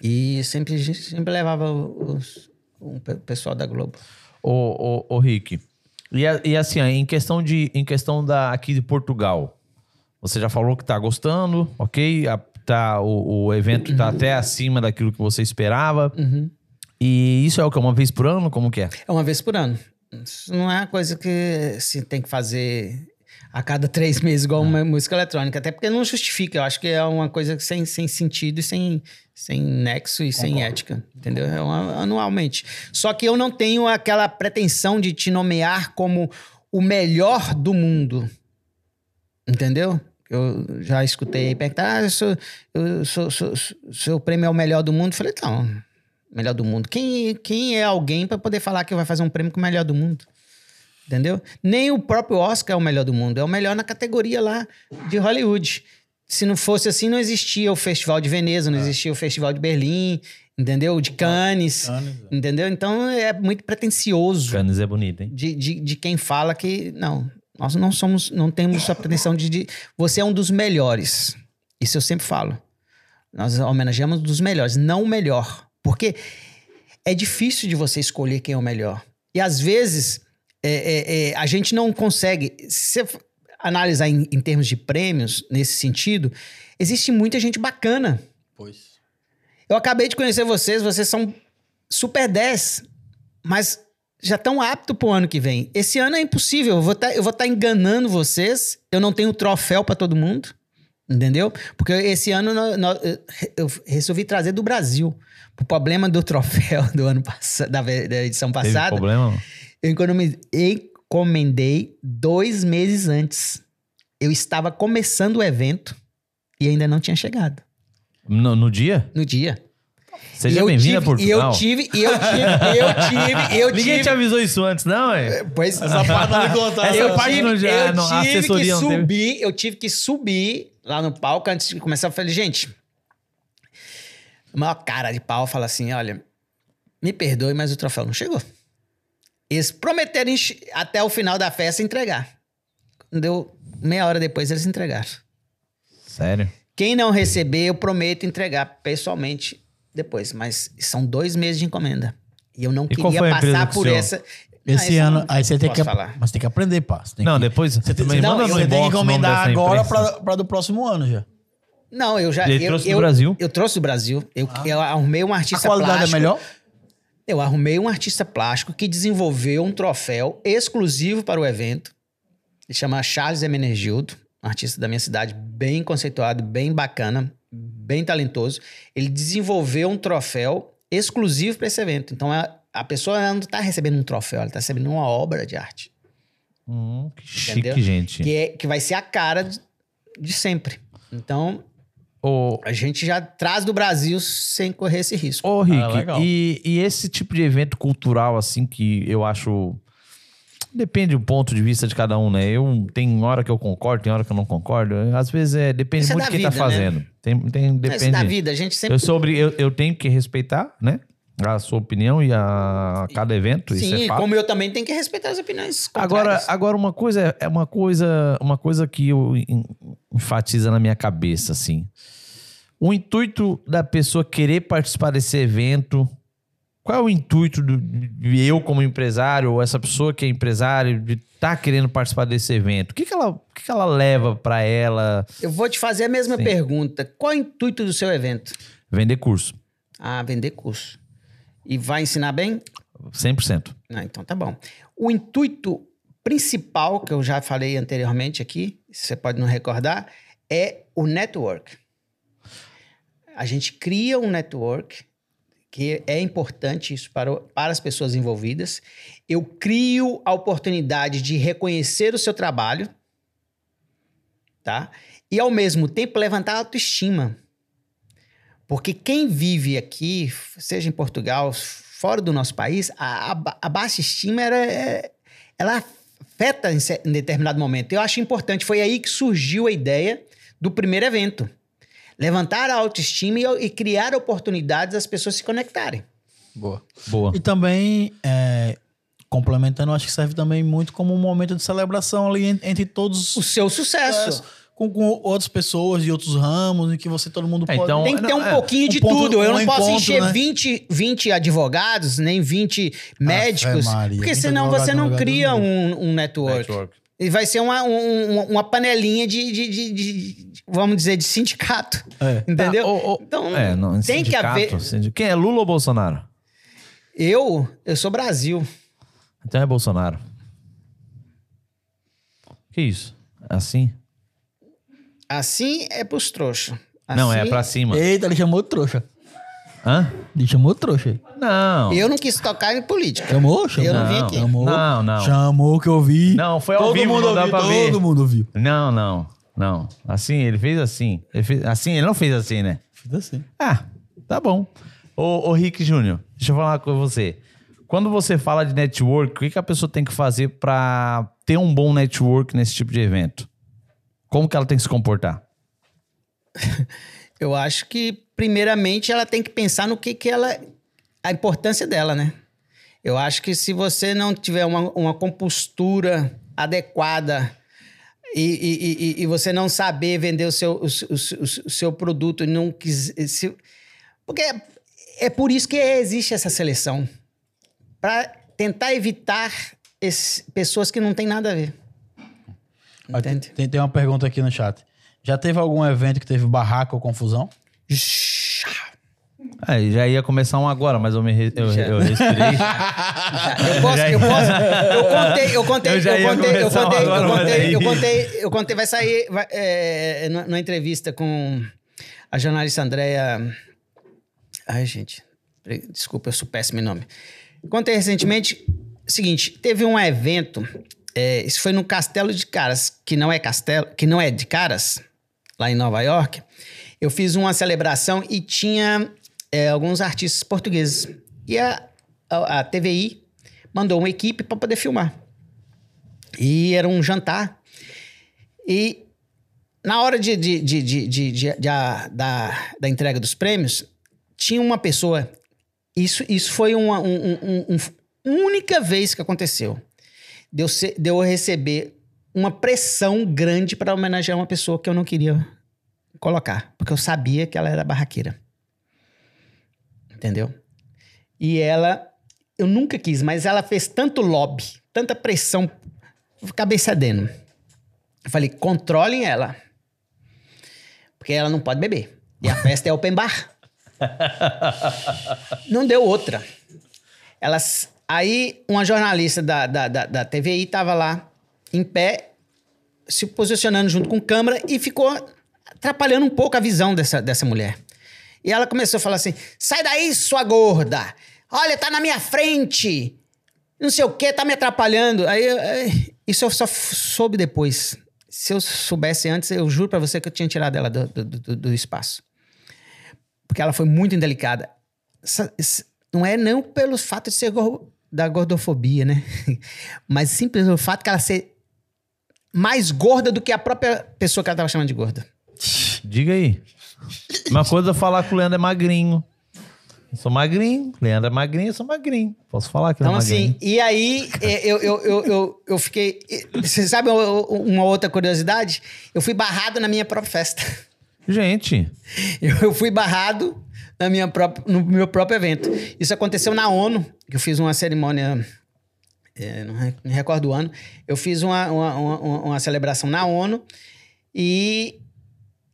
Speaker 3: E sempre, a gente sempre levava os- o pe- pessoal da Globo.
Speaker 1: Ô, ô, ô Rick. E, a- e assim, ó, em questão, de, em questão da, aqui de Portugal, você já falou que tá gostando, ok? A- tá, o, o evento tá até acima daquilo que você esperava.
Speaker 3: Uhum.
Speaker 1: E isso é o que? Uma vez por ano? Como que é?
Speaker 3: É uma vez por ano. Isso não é uma coisa que se tem que fazer a cada três meses, igual uma música eletrônica. Até porque não justifica. Eu acho que é uma coisa sem, sem sentido e sem, sem nexo e sem ética. Entendeu? É uma- anualmente. Só que eu não tenho aquela pretensão de te nomear como o melhor do mundo. Entendeu? Eu já escutei aí perguntar, ah, eu sou, eu sou, sou- sou- seu prêmio é o melhor do mundo. Eu falei, não, melhor do mundo. Quem, quem é alguém para poder falar que vai fazer um prêmio com o melhor do mundo? Entendeu? Nem o próprio Oscar é o melhor do mundo, é o melhor na categoria lá de Hollywood. Se não fosse assim, não existia o Festival de Veneza, não existia o Festival de Berlim, entendeu? De Cannes, entendeu? Então é muito pretencioso
Speaker 1: Cannes é bonito, hein?
Speaker 3: de, de, de quem fala que não, nós não somos, não temos a pretensão de, de- você é um dos melhores. Isso eu sempre falo. Nós homenageamos um dos melhores, não o melhor, porque é difícil de você escolher quem é o melhor. E às vezes é, é, é, a gente não consegue. Se você f- analisar em, em termos de prêmios nesse sentido, existe muita gente bacana.
Speaker 2: Pois.
Speaker 3: Eu acabei de conhecer vocês, vocês são super 10, mas já estão apto pro ano que vem. Esse ano é impossível, eu vou estar enganando vocês, eu não tenho troféu para todo mundo, entendeu? Porque esse ano nó- nó- eu resolvi trazer do Brasil. O problema do troféu do ano passado, da ve- da edição
Speaker 1: Teve
Speaker 3: passada,
Speaker 1: problema? não?
Speaker 3: eu economi- encomendei dois meses antes. Eu estava começando o evento e ainda não tinha chegado
Speaker 1: No, no dia?
Speaker 3: no dia. E
Speaker 1: Seja
Speaker 3: eu
Speaker 1: bem-vindo a
Speaker 3: tive- E eu
Speaker 1: Portugal.
Speaker 3: tive, e eu tive, eu tive, eu
Speaker 1: Ninguém
Speaker 3: tive.
Speaker 1: te avisou isso antes, não, é?
Speaker 3: Pois
Speaker 2: Essa parte não me contaram.
Speaker 1: Essa
Speaker 3: eu
Speaker 1: parte
Speaker 3: tive,
Speaker 1: não já-
Speaker 3: eu
Speaker 1: não, a
Speaker 3: tive que
Speaker 1: assessoria não teve.
Speaker 3: subir, eu tive que subir lá no palco antes de começar. Eu falei, gente, a maior cara de pau fala assim: olha, me perdoe, mas o troféu não chegou. Eles prometeram enche- até o final da festa entregar. Deu meia hora depois, eles entregaram.
Speaker 1: Sério?
Speaker 3: Quem não receber, eu prometo entregar pessoalmente depois. Mas são dois meses de encomenda. E eu não
Speaker 1: E qual
Speaker 3: queria
Speaker 1: foi a empresa
Speaker 3: passar
Speaker 1: que
Speaker 3: por
Speaker 1: o senhor-
Speaker 3: essa. Não,
Speaker 2: Esse
Speaker 3: essa eu
Speaker 2: ano,
Speaker 3: não
Speaker 2: aí você tem
Speaker 3: posso
Speaker 2: que.
Speaker 3: falar.
Speaker 2: Mas tem que aprender, pá. Você tem
Speaker 1: Não,
Speaker 2: que,
Speaker 1: depois você também
Speaker 2: não,
Speaker 1: manda no
Speaker 2: você tem
Speaker 1: inbox
Speaker 2: que
Speaker 1: o nome
Speaker 2: encomendar
Speaker 1: dessa
Speaker 2: agora
Speaker 1: imprensa.
Speaker 2: pra, pra do próximo ano já.
Speaker 3: Não, eu já.
Speaker 1: Ele
Speaker 3: eu,
Speaker 1: trouxe do
Speaker 3: eu-
Speaker 1: Brasil?
Speaker 3: Eu trouce do Brasil. Eu, eu arrumei um
Speaker 2: A
Speaker 3: artista
Speaker 2: qualidade
Speaker 3: plástico.
Speaker 2: é melhor?
Speaker 3: Eu arrumei um artista plástico que desenvolveu um troféu exclusivo para o evento. Ele chama Charles Emenegildo, um artista da minha cidade, bem conceituado, bem bacana, bem talentoso. Ele desenvolveu um troféu exclusivo para esse evento. Então a, a pessoa ela não está recebendo um troféu, ela está recebendo uma obra de arte,
Speaker 1: Hum, que chique,
Speaker 3: Entendeu?
Speaker 1: gente.
Speaker 3: que, é, que vai ser a cara de, de sempre. Então
Speaker 1: Ô,
Speaker 3: a gente já traz do Brasil sem correr esse risco.
Speaker 1: ô Rick,
Speaker 2: legal.
Speaker 1: e, e esse tipo de evento cultural, assim, que eu acho. Depende do ponto de vista de cada um, né? Eu, tem hora que eu concordo, tem hora que eu não concordo. Às vezes é, depende
Speaker 3: Isso é
Speaker 1: muito
Speaker 3: da
Speaker 1: de quem tá
Speaker 3: vida, né?
Speaker 1: fazendo. Tem, tem,
Speaker 3: Mas na
Speaker 1: depende.
Speaker 3: vida, a gente sempre
Speaker 1: Eu, sou obri- eu, eu tenho que respeitar, né? A sua opinião e a cada evento. isso
Speaker 3: Sim,
Speaker 1: é fato.
Speaker 3: como eu também tenho que respeitar as opiniões.
Speaker 1: Agora,
Speaker 3: contrárias.
Speaker 1: agora uma coisa é uma coisa, uma coisa que eu en- enfatiza na minha cabeça assim. O intuito da pessoa querer participar desse evento, qual é o intuito do, de eu como empresário ou essa pessoa que é empresário de estar querendo participar desse evento? O que que ela, o que que ela leva para ela
Speaker 3: eu vou te fazer a mesma
Speaker 1: Sim.
Speaker 3: pergunta. Qual é o intuito do seu evento?
Speaker 1: vender curso?
Speaker 3: Ah, vender curso. E vai ensinar bem?
Speaker 1: 100%.
Speaker 3: Ah, então tá bom. O intuito principal, que eu já falei anteriormente aqui, você pode não recordar, é o network. A gente cria um network, que é importante isso para, o- para as pessoas envolvidas. Eu crio a oportunidade de reconhecer o seu trabalho, tá? E ao mesmo tempo levantar a autoestima. Porque quem vive aqui, seja em Portugal, fora do nosso país, a, a ba- a baixa estima era, é- ela afeta em, ce- em determinado momento. Eu acho importante. Foi aí que surgiu a ideia do primeiro evento. Levantar a autoestima e, e criar oportunidades às pessoas se conectarem.
Speaker 2: Boa.
Speaker 1: Boa.
Speaker 2: E também, é, complementando, acho que serve também muito como um momento de celebração ali en- entre todos
Speaker 3: O seu
Speaker 2: É,
Speaker 3: sucesso.
Speaker 2: com, com outras pessoas de outros ramos, em que você todo mundo
Speaker 1: É,
Speaker 2: pode.
Speaker 1: então-
Speaker 3: Tem que ter
Speaker 1: não,
Speaker 3: um
Speaker 1: é,
Speaker 3: pouquinho
Speaker 2: um
Speaker 3: de
Speaker 2: ponto-
Speaker 3: tudo. Eu
Speaker 2: um
Speaker 3: não posso
Speaker 2: encontro,
Speaker 3: encher
Speaker 2: né?
Speaker 3: 20, 20 advogados, nem 20 médicos,
Speaker 2: Maria,
Speaker 3: porque
Speaker 2: 20
Speaker 3: senão você
Speaker 2: advogados,
Speaker 3: não
Speaker 2: advogados,
Speaker 3: cria
Speaker 2: não.
Speaker 3: um, um network. E vai ser uma, um- um- uma panelinha de, de- de- de- de- vamos dizer, de sindicato.
Speaker 2: É.
Speaker 3: Entendeu?
Speaker 1: Tá, o- o-
Speaker 3: então,
Speaker 1: é, não,
Speaker 3: tem que
Speaker 1: sindicato,
Speaker 3: haver.
Speaker 1: sindi- Quem é Lula ou Bolsonaro?
Speaker 3: Eu, eu sou Brasil.
Speaker 1: Então é Bolsonaro. Que isso? Assim?
Speaker 3: Assim é pros trouxas.
Speaker 1: Não,
Speaker 3: Assim-
Speaker 1: é pra cima.
Speaker 2: Eita, ele chamou de trouxa.
Speaker 1: Hã?
Speaker 2: Ele chamou de trouxa. aí.
Speaker 1: Não.
Speaker 3: Eu não quis tocar em política.
Speaker 2: Chamou? Chamou.
Speaker 3: Eu não vi
Speaker 1: Não,
Speaker 3: aqui.
Speaker 2: Chamou.
Speaker 1: Não, não.
Speaker 2: Chamou que eu vi.
Speaker 1: Não, foi ao
Speaker 2: todo
Speaker 1: vivo,
Speaker 2: mundo
Speaker 1: não dá
Speaker 2: ouviu,
Speaker 1: pra
Speaker 2: todo
Speaker 1: ver.
Speaker 2: mundo ouviu.
Speaker 1: Não, não. Não. Assim, ele fez assim. Ele fez- assim, ele não fez assim, né?
Speaker 2: Fiz assim.
Speaker 1: Ah, tá bom. Ô, ô Rick Júnior, deixa eu falar com você. Quando você fala de network, o que, que a pessoa tem que fazer pra ter um bom network nesse tipo de evento? Como que ela tem que se comportar?
Speaker 3: Eu acho que, primeiramente, ela tem que pensar no que, que ela. a importância dela, né? Eu acho que se você não tiver uma, uma compostura adequada e, e- e- e você não saber vender o seu, o, seu- o seu- o seu produto e não quiser. se- porque é, é por isso que existe essa seleção para tentar evitar esse- pessoas que não têm nada a ver.
Speaker 2: Ó, tem-
Speaker 3: Entende?
Speaker 2: Tem, tem uma pergunta aqui no chat. Já teve algum evento que teve barraca ou confusão?
Speaker 1: Ah, eu já ia começar um agora, mas eu me re- eu,
Speaker 3: Já.
Speaker 1: eu respirei.
Speaker 3: Eu posso, eu posso. Eu contei, eu contei,
Speaker 1: Eu
Speaker 3: eu,
Speaker 1: já ia
Speaker 3: contei, eu
Speaker 1: começar
Speaker 3: contei,
Speaker 1: agora,
Speaker 3: eu
Speaker 1: mas aí-
Speaker 3: contei, eu contei, eu contei, vai sair vai, é, na, na entrevista com a jornalista Andréa. Ai, gente, pre- desculpa, eu sou péssimo em nome. Contei recentemente, seguinte, teve um evento, é, isso foi no Castelo de Caras, que não é castelo, que não é de Caras, lá em Nova York. Eu fiz uma celebração e tinha é, alguns artistas portugueses. E a, a, a TVI mandou uma equipe para poder filmar. E era um jantar. E na hora de, de, de, de, de- de- de- a- da, da entrega dos prêmios, tinha uma pessoa. Isso, isso foi uma um- um- um- um- única vez que aconteceu. De eu, ser- de eu receber uma pressão grande para homenagear uma pessoa que eu não queria colocar. Porque eu sabia que ela era barraqueira. Entendeu? E ela, eu nunca quis, mas ela fez tanto lobby, tanta pressão, acabei cedendo. Eu falei, controlem ela. Porque ela não pode beber. E a festa é open bar. não deu outra. Elas, aí, uma jornalista da, da, da, da TVI estava lá, em pé, se posicionando junto com câmera e ficou atrapalhando um pouco a visão dessa, dessa mulher. E ela começou a falar assim: sai daí, sua gorda! Olha, tá na minha frente! Não sei o que, tá me atrapalhando. Aí, aí, isso eu só f- soube depois. Se eu soubesse antes, eu juro pra você que eu tinha tirado ela do, do- do- do espaço. Porque ela foi muito indelicada. Essa- esse- não é não pelo fato de ser gor- da gordofobia, né? Mas simples pelo fato que ela ser mais gorda do que a própria pessoa que ela tava chamando de gorda.
Speaker 1: Diga aí. Uma coisa é falar que o Leandro é magrinho. Eu sou magrinho, Leandro é magrinho, eu sou magrinho. Posso falar que ele
Speaker 3: Então,
Speaker 1: é magrinho.
Speaker 3: assim, e aí eh, eu, eu, eu, eu, eu fiquei. eh, Você sabe o- o- uma outra curiosidade? Eu fui barrado na minha própria festa.
Speaker 1: Gente,
Speaker 3: Eu eu fui barrado na minha própria, no meu próprio evento. Isso aconteceu na ONU, que eu fiz uma cerimônia. eh, não re- não recordo o ano. Eu fiz uma, uma, uma- uma- uma celebração na ONU e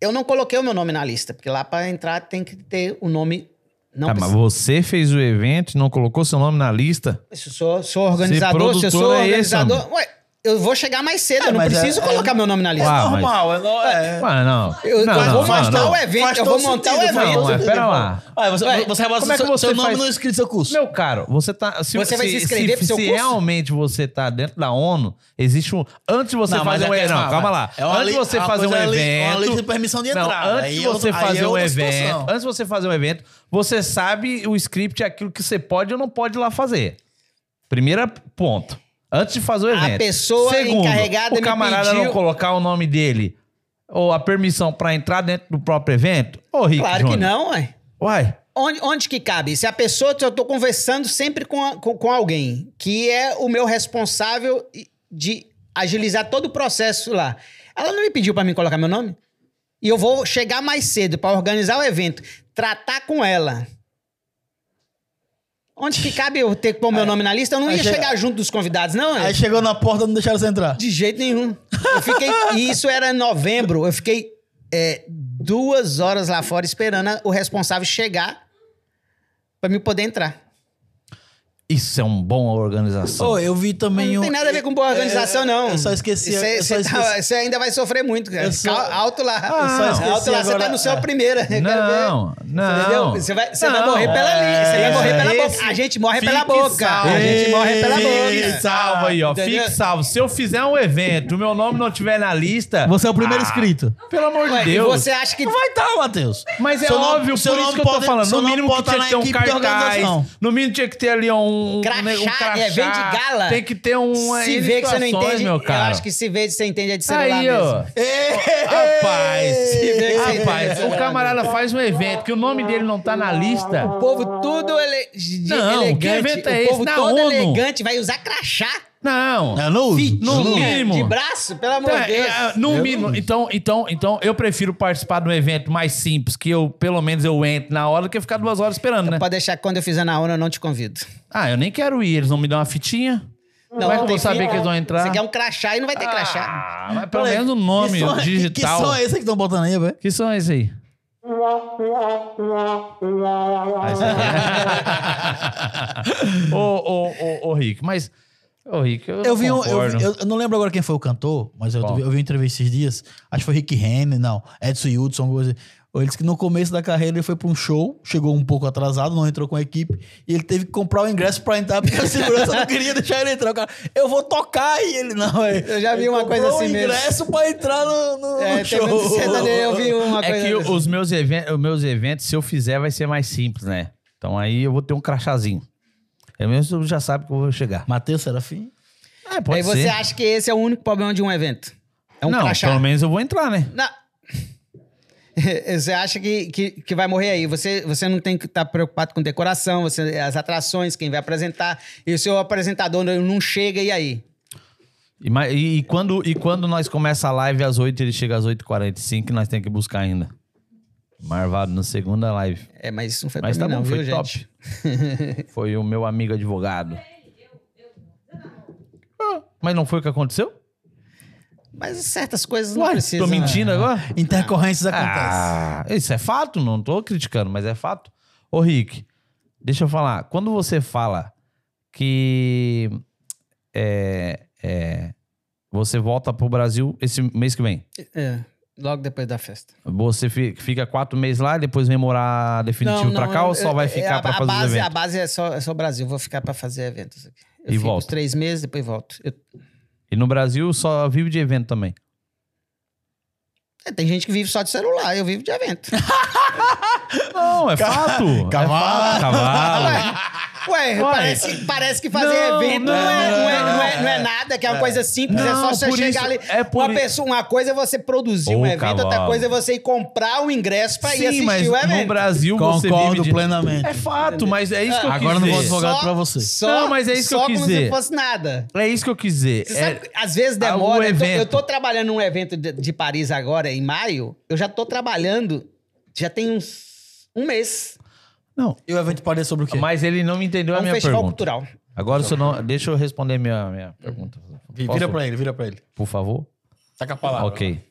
Speaker 3: eu não coloquei o meu nome na lista, porque lá para entrar tem que ter o nome Não
Speaker 1: Tá, mas
Speaker 3: precisa-
Speaker 1: você fez o evento e não colocou seu nome na lista?
Speaker 3: se eu sou, sou organizador, se eu sou
Speaker 1: produtor é esse,
Speaker 3: organizador. ué, eu vou chegar mais cedo,
Speaker 2: É,
Speaker 3: eu não
Speaker 2: mas é-
Speaker 3: preciso
Speaker 2: é-
Speaker 3: colocar meu nome na lista.
Speaker 1: Uau. Ah, mas-
Speaker 2: normal, é, no- é.
Speaker 1: Ah, não. não,
Speaker 3: Eu, eu
Speaker 1: não,
Speaker 3: vou
Speaker 1: não,
Speaker 3: montar
Speaker 1: não.
Speaker 3: o evento,
Speaker 2: Faz
Speaker 3: eu
Speaker 2: todo
Speaker 3: vou montar o
Speaker 2: sentido, faz
Speaker 1: Não,
Speaker 2: todo
Speaker 3: evento.
Speaker 1: mas
Speaker 2: sentido,
Speaker 1: pera
Speaker 2: pô.
Speaker 1: lá.
Speaker 2: Ah, você,
Speaker 3: Ué,
Speaker 2: você rebota
Speaker 1: como é que
Speaker 2: seu,
Speaker 1: você
Speaker 2: seu nome
Speaker 1: faz-
Speaker 2: não é inscrito no seu curso.
Speaker 1: Meu caro, você tá. Se,
Speaker 3: Você vai se inscrever pro seu curso?
Speaker 1: realmente você tá dentro da ONU, existe um. Antes de você
Speaker 2: Não, mas
Speaker 1: fazer um
Speaker 2: é-
Speaker 1: evento. Não,
Speaker 2: não,
Speaker 1: calma
Speaker 2: vai.
Speaker 1: lá.
Speaker 2: É uma
Speaker 1: antes de
Speaker 2: lei-
Speaker 1: você
Speaker 2: uma
Speaker 1: fazer um
Speaker 2: coisa é uma lei-
Speaker 1: evento.
Speaker 2: é uma lei de permissão de
Speaker 1: Não,
Speaker 2: entrada.
Speaker 1: antes
Speaker 2: Aí
Speaker 1: de
Speaker 2: é
Speaker 1: você
Speaker 2: outra- aí
Speaker 1: fazer
Speaker 2: é
Speaker 1: um
Speaker 2: outra
Speaker 1: evento.
Speaker 2: situação.
Speaker 1: Antes de você fazer um evento, você sabe o script, aquilo que você pode ou não pode ir lá fazer. Primeiro ponto. Antes de fazer o
Speaker 3: A
Speaker 1: evento.
Speaker 3: pessoa
Speaker 1: Segundo,
Speaker 3: encarregada
Speaker 1: o
Speaker 3: me
Speaker 1: camarada
Speaker 3: pediu-
Speaker 1: não colocar o nome dele ou a permissão pra entrar dentro do próprio evento? Ô, Rick
Speaker 3: Claro que
Speaker 1: Júnior.
Speaker 3: não, ué.
Speaker 1: Uai.
Speaker 3: Onde, onde que cabe? Se a pessoa, eu tô conversando sempre com, a- com, com alguém, que é o meu responsável de agilizar todo o processo lá. Ela não me pediu pra mim colocar meu nome? E eu vou chegar mais cedo pra organizar o evento, tratar com ela. Onde que cabe eu ter que pôr meu nome na lista? Eu não
Speaker 2: É. aí
Speaker 3: ia
Speaker 2: chega-
Speaker 3: chegar junto dos convidados, não. é?
Speaker 2: Aí chegou na porta, não deixaram você entrar.
Speaker 3: De jeito nenhum. Eu fiquei. E isso era em novembro. Eu fiquei é, duas horas lá fora esperando a- o responsável chegar pra me poder entrar.
Speaker 1: Isso é um bom organização.
Speaker 2: Pô, eu vi também
Speaker 3: Não
Speaker 2: um...
Speaker 3: tem nada a ver com boa organização,
Speaker 2: É,
Speaker 3: não.
Speaker 2: Eu só esqueci.
Speaker 3: Você
Speaker 2: eu só esqueci.
Speaker 3: ainda vai sofrer muito, cara.
Speaker 2: Eu só-
Speaker 3: Cal- Alto lá.
Speaker 1: eu só esqueci
Speaker 3: alto lá, você tá
Speaker 2: agora-
Speaker 3: no seu
Speaker 2: é.
Speaker 3: primeiro. Eu quero
Speaker 1: Não,
Speaker 3: ver.
Speaker 1: não.
Speaker 3: Entendeu? Você vai, você vai
Speaker 1: Não.
Speaker 3: morrer pela língua. Você vai
Speaker 1: É,
Speaker 3: morrer pela
Speaker 1: esse-
Speaker 3: boca. A gente morre pela
Speaker 1: Fique
Speaker 3: boca.
Speaker 1: salvo.
Speaker 3: A gente morre pela
Speaker 1: Fique
Speaker 3: boca.
Speaker 1: salvo aí, ó.
Speaker 3: Entendeu?
Speaker 1: Fique salvo. Se eu fizer um evento, o meu nome não tiver na lista.
Speaker 2: Você é o primeiro
Speaker 1: Ah,
Speaker 2: inscrito.
Speaker 1: Pelo amor
Speaker 3: Ué,
Speaker 1: de
Speaker 3: e
Speaker 1: Deus.
Speaker 3: você é acha que
Speaker 2: Não vai estar, Matheus.
Speaker 1: Mas é
Speaker 2: Seu nome-
Speaker 1: óbvio,
Speaker 2: seu
Speaker 1: por isso
Speaker 2: nome
Speaker 1: que eu tô
Speaker 2: pode-
Speaker 1: falando.
Speaker 2: seu
Speaker 1: No
Speaker 2: nome
Speaker 1: mínimo que
Speaker 2: pode
Speaker 1: tinha
Speaker 2: tá
Speaker 1: que
Speaker 2: na
Speaker 1: ter um
Speaker 2: equipe de
Speaker 1: cartaz.
Speaker 2: organização.
Speaker 1: No mínimo tinha que ter ali um. um
Speaker 3: Crachá,
Speaker 1: ne- um crachá.
Speaker 3: é, vem de gala.
Speaker 1: Tem que ter um.
Speaker 3: se
Speaker 1: é,
Speaker 3: vê que você não
Speaker 1: situações,
Speaker 3: entende,
Speaker 1: meu cara.
Speaker 3: eu acho que se vê que você entende é de celular
Speaker 1: Aí,
Speaker 3: mesmo.
Speaker 1: ó. Rapaz, rapaz,
Speaker 3: Ei,
Speaker 1: o camarada faz um evento que o nome dele não tá na lista.
Speaker 3: O povo tudo ele... de-
Speaker 1: Não, que
Speaker 3: elegante.
Speaker 1: evento é
Speaker 3: o povo
Speaker 1: esse? Na
Speaker 3: todo
Speaker 1: ONU.
Speaker 3: elegante vai usar crachá,
Speaker 1: Não.
Speaker 2: Eu não uso.
Speaker 1: No
Speaker 3: fitinha
Speaker 1: mínimo.
Speaker 3: de braço, pelo amor
Speaker 1: Tá,
Speaker 3: de Deus.
Speaker 1: é, no mínimo. Então, então, então, eu prefiro participar de um evento mais simples, que eu, pelo menos, eu entro na hora do que ficar duas horas esperando, né?
Speaker 3: Pode deixar que quando eu fizer na ONU eu não te convido.
Speaker 1: Ah, eu nem quero ir, eles vão me dar uma fitinha. Como é que eu
Speaker 3: tem
Speaker 1: vou saber
Speaker 3: fita.
Speaker 1: que eles vão entrar?
Speaker 3: Você quer um crachá e não vai ter crachá.
Speaker 1: Ah, mas pelo menos o nome
Speaker 2: Que som é-
Speaker 1: digital.
Speaker 2: Que som é esse que estão botando aí, velho?
Speaker 1: Que som é esse aí? Ah, esse aí. ô, ô, ô, ô, Rick, mas. Ô, Rick, eu.
Speaker 2: Eu vi um. Eu,
Speaker 1: concordo.
Speaker 2: vi- eu- eu não lembro agora quem foi o cantor, mas eu,
Speaker 1: Qual?
Speaker 2: vi- eu vi uma entrevista esses dias. Acho que foi Rick Henry, não. Edson Hudson, alguma coisa. assim. Ele disse que no começo da carreira ele foi pra um show, chegou um pouco atrasado, não entrou com a equipe, e ele teve que comprar o ingresso pra entrar, porque a segurança não queria deixar ele entrar. O cara, eu vou tocar, e ele não. é.
Speaker 3: Eu já vi
Speaker 2: Ele
Speaker 3: uma coisa
Speaker 2: comprou
Speaker 3: assim
Speaker 2: o
Speaker 3: mesmo.
Speaker 2: ingresso pra entrar no, no
Speaker 3: É, tem
Speaker 2: show.
Speaker 3: muito sertanejo, eu vi uma
Speaker 1: É
Speaker 3: coisa
Speaker 1: que
Speaker 3: dessa.
Speaker 1: os meus, even- os meus eventos, se eu fizer, vai ser mais simples, né? Então aí eu vou ter um crachazinho. Pelo menos tu já sabe que eu vou chegar.
Speaker 2: Matheus Serafim?
Speaker 1: É,
Speaker 3: Aí você acha que esse é o único problema de um evento? É um
Speaker 1: Não,
Speaker 3: crachá.
Speaker 1: pelo menos eu vou entrar, né?
Speaker 3: Não. Você acha que, que, que vai morrer aí? Você, você não tem que estar preocupado com decoração, você, as atrações, quem vai apresentar, e o seu apresentador não não chega, e aí?
Speaker 1: E, ma- e- e quando, e quando nós começa a live às 8, ele chega às 8h45 e nós temos que buscar ainda. Marvado na segunda live.
Speaker 3: É, mas isso não foi
Speaker 1: Mas
Speaker 3: pra
Speaker 1: tá
Speaker 3: mim,
Speaker 1: bom,
Speaker 3: não,
Speaker 1: foi
Speaker 3: viu,
Speaker 1: top.
Speaker 3: gente?
Speaker 1: Foi o meu amigo advogado. Ah, Mas não foi o que aconteceu?
Speaker 3: Mas certas coisas não
Speaker 1: Uai,
Speaker 3: precisam. né?
Speaker 1: tô mentindo né? agora?
Speaker 2: Intercorrências acontecem.
Speaker 1: Ah, isso é fato, não tô criticando, mas é fato. Ô, Rick, deixa eu falar. Quando você fala que é, é, você volta pro Brasil esse mês que vem,
Speaker 3: É, logo depois da festa.
Speaker 1: você fi- fica quatro meses lá e depois vem morar definitivo pra cá ou só vai
Speaker 3: é,
Speaker 1: ficar
Speaker 3: a-
Speaker 1: pra
Speaker 3: a
Speaker 1: fazer os
Speaker 3: base, A
Speaker 1: eventos?
Speaker 3: base é só, é só Brasil, vou ficar pra fazer eventos aqui. Eu
Speaker 1: E
Speaker 3: fico
Speaker 1: volta.
Speaker 3: uns três meses, depois volto. Eu-
Speaker 1: E no Brasil só vive de evento também.
Speaker 3: é, tem gente que vive só de celular, eu vivo de evento.
Speaker 1: Não, é fato.
Speaker 2: Cavalo.
Speaker 1: É fato, cavalo.
Speaker 3: Ué,
Speaker 1: Ué.
Speaker 3: parece, parece que fazer
Speaker 1: Não,
Speaker 3: evento não, é,
Speaker 1: não,
Speaker 3: não, é,
Speaker 1: não,
Speaker 3: não, é, não é nada, que é uma coisa simples, é
Speaker 1: Não,
Speaker 3: só você
Speaker 1: por
Speaker 3: chegar
Speaker 1: isso,
Speaker 3: ali.
Speaker 1: é por
Speaker 3: uma,
Speaker 1: i-
Speaker 3: pessoa, uma coisa é você produzir
Speaker 1: Ô,
Speaker 3: um evento, outra
Speaker 1: cavalo.
Speaker 3: coisa é você ir comprar o ingresso pra ir
Speaker 1: Sim,
Speaker 3: assistir
Speaker 1: mas
Speaker 3: o evento.
Speaker 1: no Brasil você vive
Speaker 2: Concordo
Speaker 1: de...
Speaker 2: plenamente.
Speaker 1: É fato, mas é isso que eu quis
Speaker 2: Agora não vou
Speaker 1: dizer.
Speaker 2: advogar. advogado pra você.
Speaker 1: Não, mas é isso que eu
Speaker 3: só
Speaker 1: quis
Speaker 3: como
Speaker 1: dizer.
Speaker 3: se fosse nada.
Speaker 1: É isso que eu quis dizer.
Speaker 3: Você
Speaker 1: É-
Speaker 3: sabe, que às vezes
Speaker 1: ah, o
Speaker 3: demora. Eu tô, eu
Speaker 1: evento.
Speaker 3: tô trabalhando num evento de, de Paris agora, em maio. Eu já tô trabalhando, já tem uns um mês.
Speaker 1: Não,
Speaker 2: E o evento pode sobre o quê?
Speaker 1: mas ele não me entendeu
Speaker 3: É
Speaker 1: a
Speaker 3: um
Speaker 1: minha
Speaker 3: festival
Speaker 1: pergunta.
Speaker 3: cultural.
Speaker 1: Agora, o seu nome- deixa eu responder minha, minha pergunta.
Speaker 2: Vi-
Speaker 1: Posso,
Speaker 2: Vira pra ele, vira pra ele.
Speaker 1: por favor?
Speaker 2: Taca a palavra.
Speaker 1: Ok.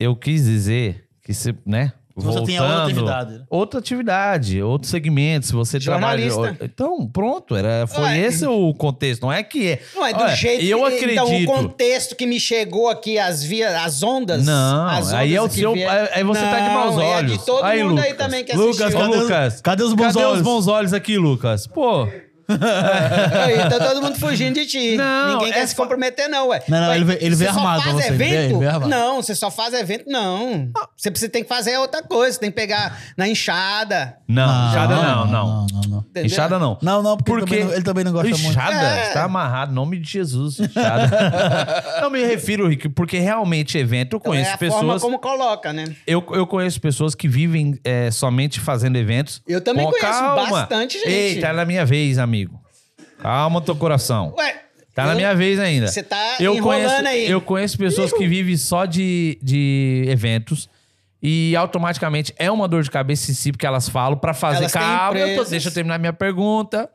Speaker 1: Eu quis dizer que, se, né?
Speaker 2: Você tem a outra
Speaker 1: voltando.
Speaker 2: atividade, né?
Speaker 1: Outra atividade, outro segmento, se você trabalha...
Speaker 3: Jornalista.
Speaker 1: Então, pronto, era, foi
Speaker 3: Ué.
Speaker 1: esse o contexto. Não é que é...
Speaker 3: Não, é do
Speaker 1: Olha,
Speaker 3: jeito
Speaker 1: eu
Speaker 3: que- Então, o
Speaker 1: acredito.
Speaker 3: contexto que me chegou aqui, as vias, as ondas.
Speaker 1: Não,
Speaker 3: as
Speaker 1: aí é o
Speaker 3: que
Speaker 1: seu-
Speaker 3: vieram-
Speaker 1: aí- aí você tá de maus
Speaker 3: Não, É
Speaker 1: olhos.
Speaker 3: de todo
Speaker 1: Aí,
Speaker 3: mundo aí
Speaker 1: Lucas.
Speaker 3: também que
Speaker 1: Lucas, tá
Speaker 3: assistiu.
Speaker 1: ô,
Speaker 2: Cadê os-
Speaker 1: Lucas,
Speaker 2: cadê os bons
Speaker 1: cadê
Speaker 2: olhos?
Speaker 1: os bons olhos aqui, Lucas? Pô,
Speaker 3: Aí, tá todo mundo fugindo de ti.
Speaker 1: Não,
Speaker 3: Ninguém quer
Speaker 1: é
Speaker 3: se
Speaker 1: fa-
Speaker 3: comprometer, não, ué.
Speaker 2: Não, não,
Speaker 3: Ué,
Speaker 2: ele vem- ele vem
Speaker 3: você só
Speaker 2: armado pra
Speaker 3: faz
Speaker 2: você, ele vem-
Speaker 3: Evento?
Speaker 2: ele vem armado.
Speaker 3: Não, você só faz evento, não.
Speaker 1: Ah.
Speaker 3: Você precisa tem que fazer outra coisa, tem que pegar na enxada.
Speaker 1: não, enxada não, não.
Speaker 2: Ah, Não, não, não.
Speaker 3: Entendeu?
Speaker 1: Enxada não.
Speaker 2: Não, não, porque ele também não- ele também não gosta muito.
Speaker 1: Inchada?
Speaker 3: É.
Speaker 1: Está tá amarrado, em nome de Jesus, inchada. não me refiro, Rick, porque realmente evento, eu conheço
Speaker 3: é a forma
Speaker 1: pessoas...
Speaker 3: como coloca, né?
Speaker 1: Eu, eu conheço pessoas que vivem é, somente fazendo eventos.
Speaker 3: Eu também
Speaker 1: Com
Speaker 3: conheço bastante gente.
Speaker 1: Ei, tá na minha vez, amigo. Calma teu coração.
Speaker 3: Ué,
Speaker 1: Tá na
Speaker 3: eu-
Speaker 1: minha vez ainda.
Speaker 3: Você tá
Speaker 1: eu
Speaker 3: enrolando
Speaker 1: conheço,
Speaker 3: aí.
Speaker 1: Eu conheço pessoas que vivem só de, de eventos e automaticamente é uma dor de cabeça em si, porque elas falam pra fazer.
Speaker 3: Elas têm
Speaker 1: Calma, eu tô-
Speaker 3: empresas.
Speaker 1: deixa eu terminar minha pergunta.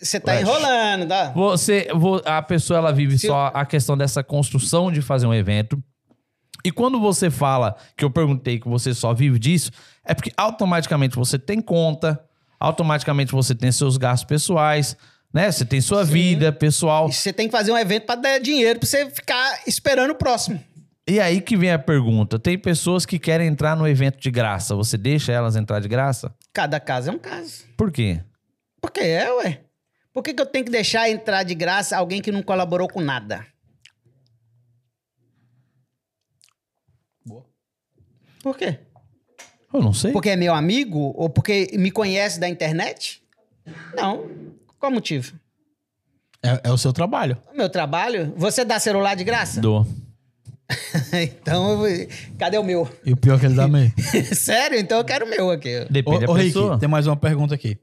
Speaker 3: Você tá
Speaker 1: Ué.
Speaker 3: enrolando, tá?
Speaker 1: Você, vo- a pessoa ela vive
Speaker 3: Se-
Speaker 1: só a questão dessa construção de fazer um evento. E quando você fala que eu perguntei que você só vive disso, é porque automaticamente você tem conta, automaticamente você tem seus gastos pessoais, né? Você tem sua vida pessoal.
Speaker 3: E Você tem que fazer um evento pra dar dinheiro pra você ficar esperando o próximo.
Speaker 1: E aí que vem a pergunta: tem pessoas que querem entrar no evento de graça. Você deixa elas entrar de graça?
Speaker 3: Cada caso é um caso.
Speaker 1: Por quê?
Speaker 3: Por que é, ué? Por que, que eu tenho que deixar entrar de graça alguém que não colaborou com nada?
Speaker 2: Boa.
Speaker 3: Por quê?
Speaker 1: Eu não sei.
Speaker 3: Porque é meu amigo? Ou porque me conhece da internet? Não. Qual motivo?
Speaker 2: É, é o seu trabalho.
Speaker 3: Meu trabalho? Você dá celular de graça?
Speaker 1: Dou.
Speaker 3: então, eu- cadê o meu?
Speaker 2: E o pior é que ele dá meio.
Speaker 3: Sério? Então eu quero o meu aqui.
Speaker 2: Ô,
Speaker 1: Depende
Speaker 2: ô,
Speaker 1: da
Speaker 2: Rick,
Speaker 1: pessoa.
Speaker 2: tem mais uma pergunta aqui.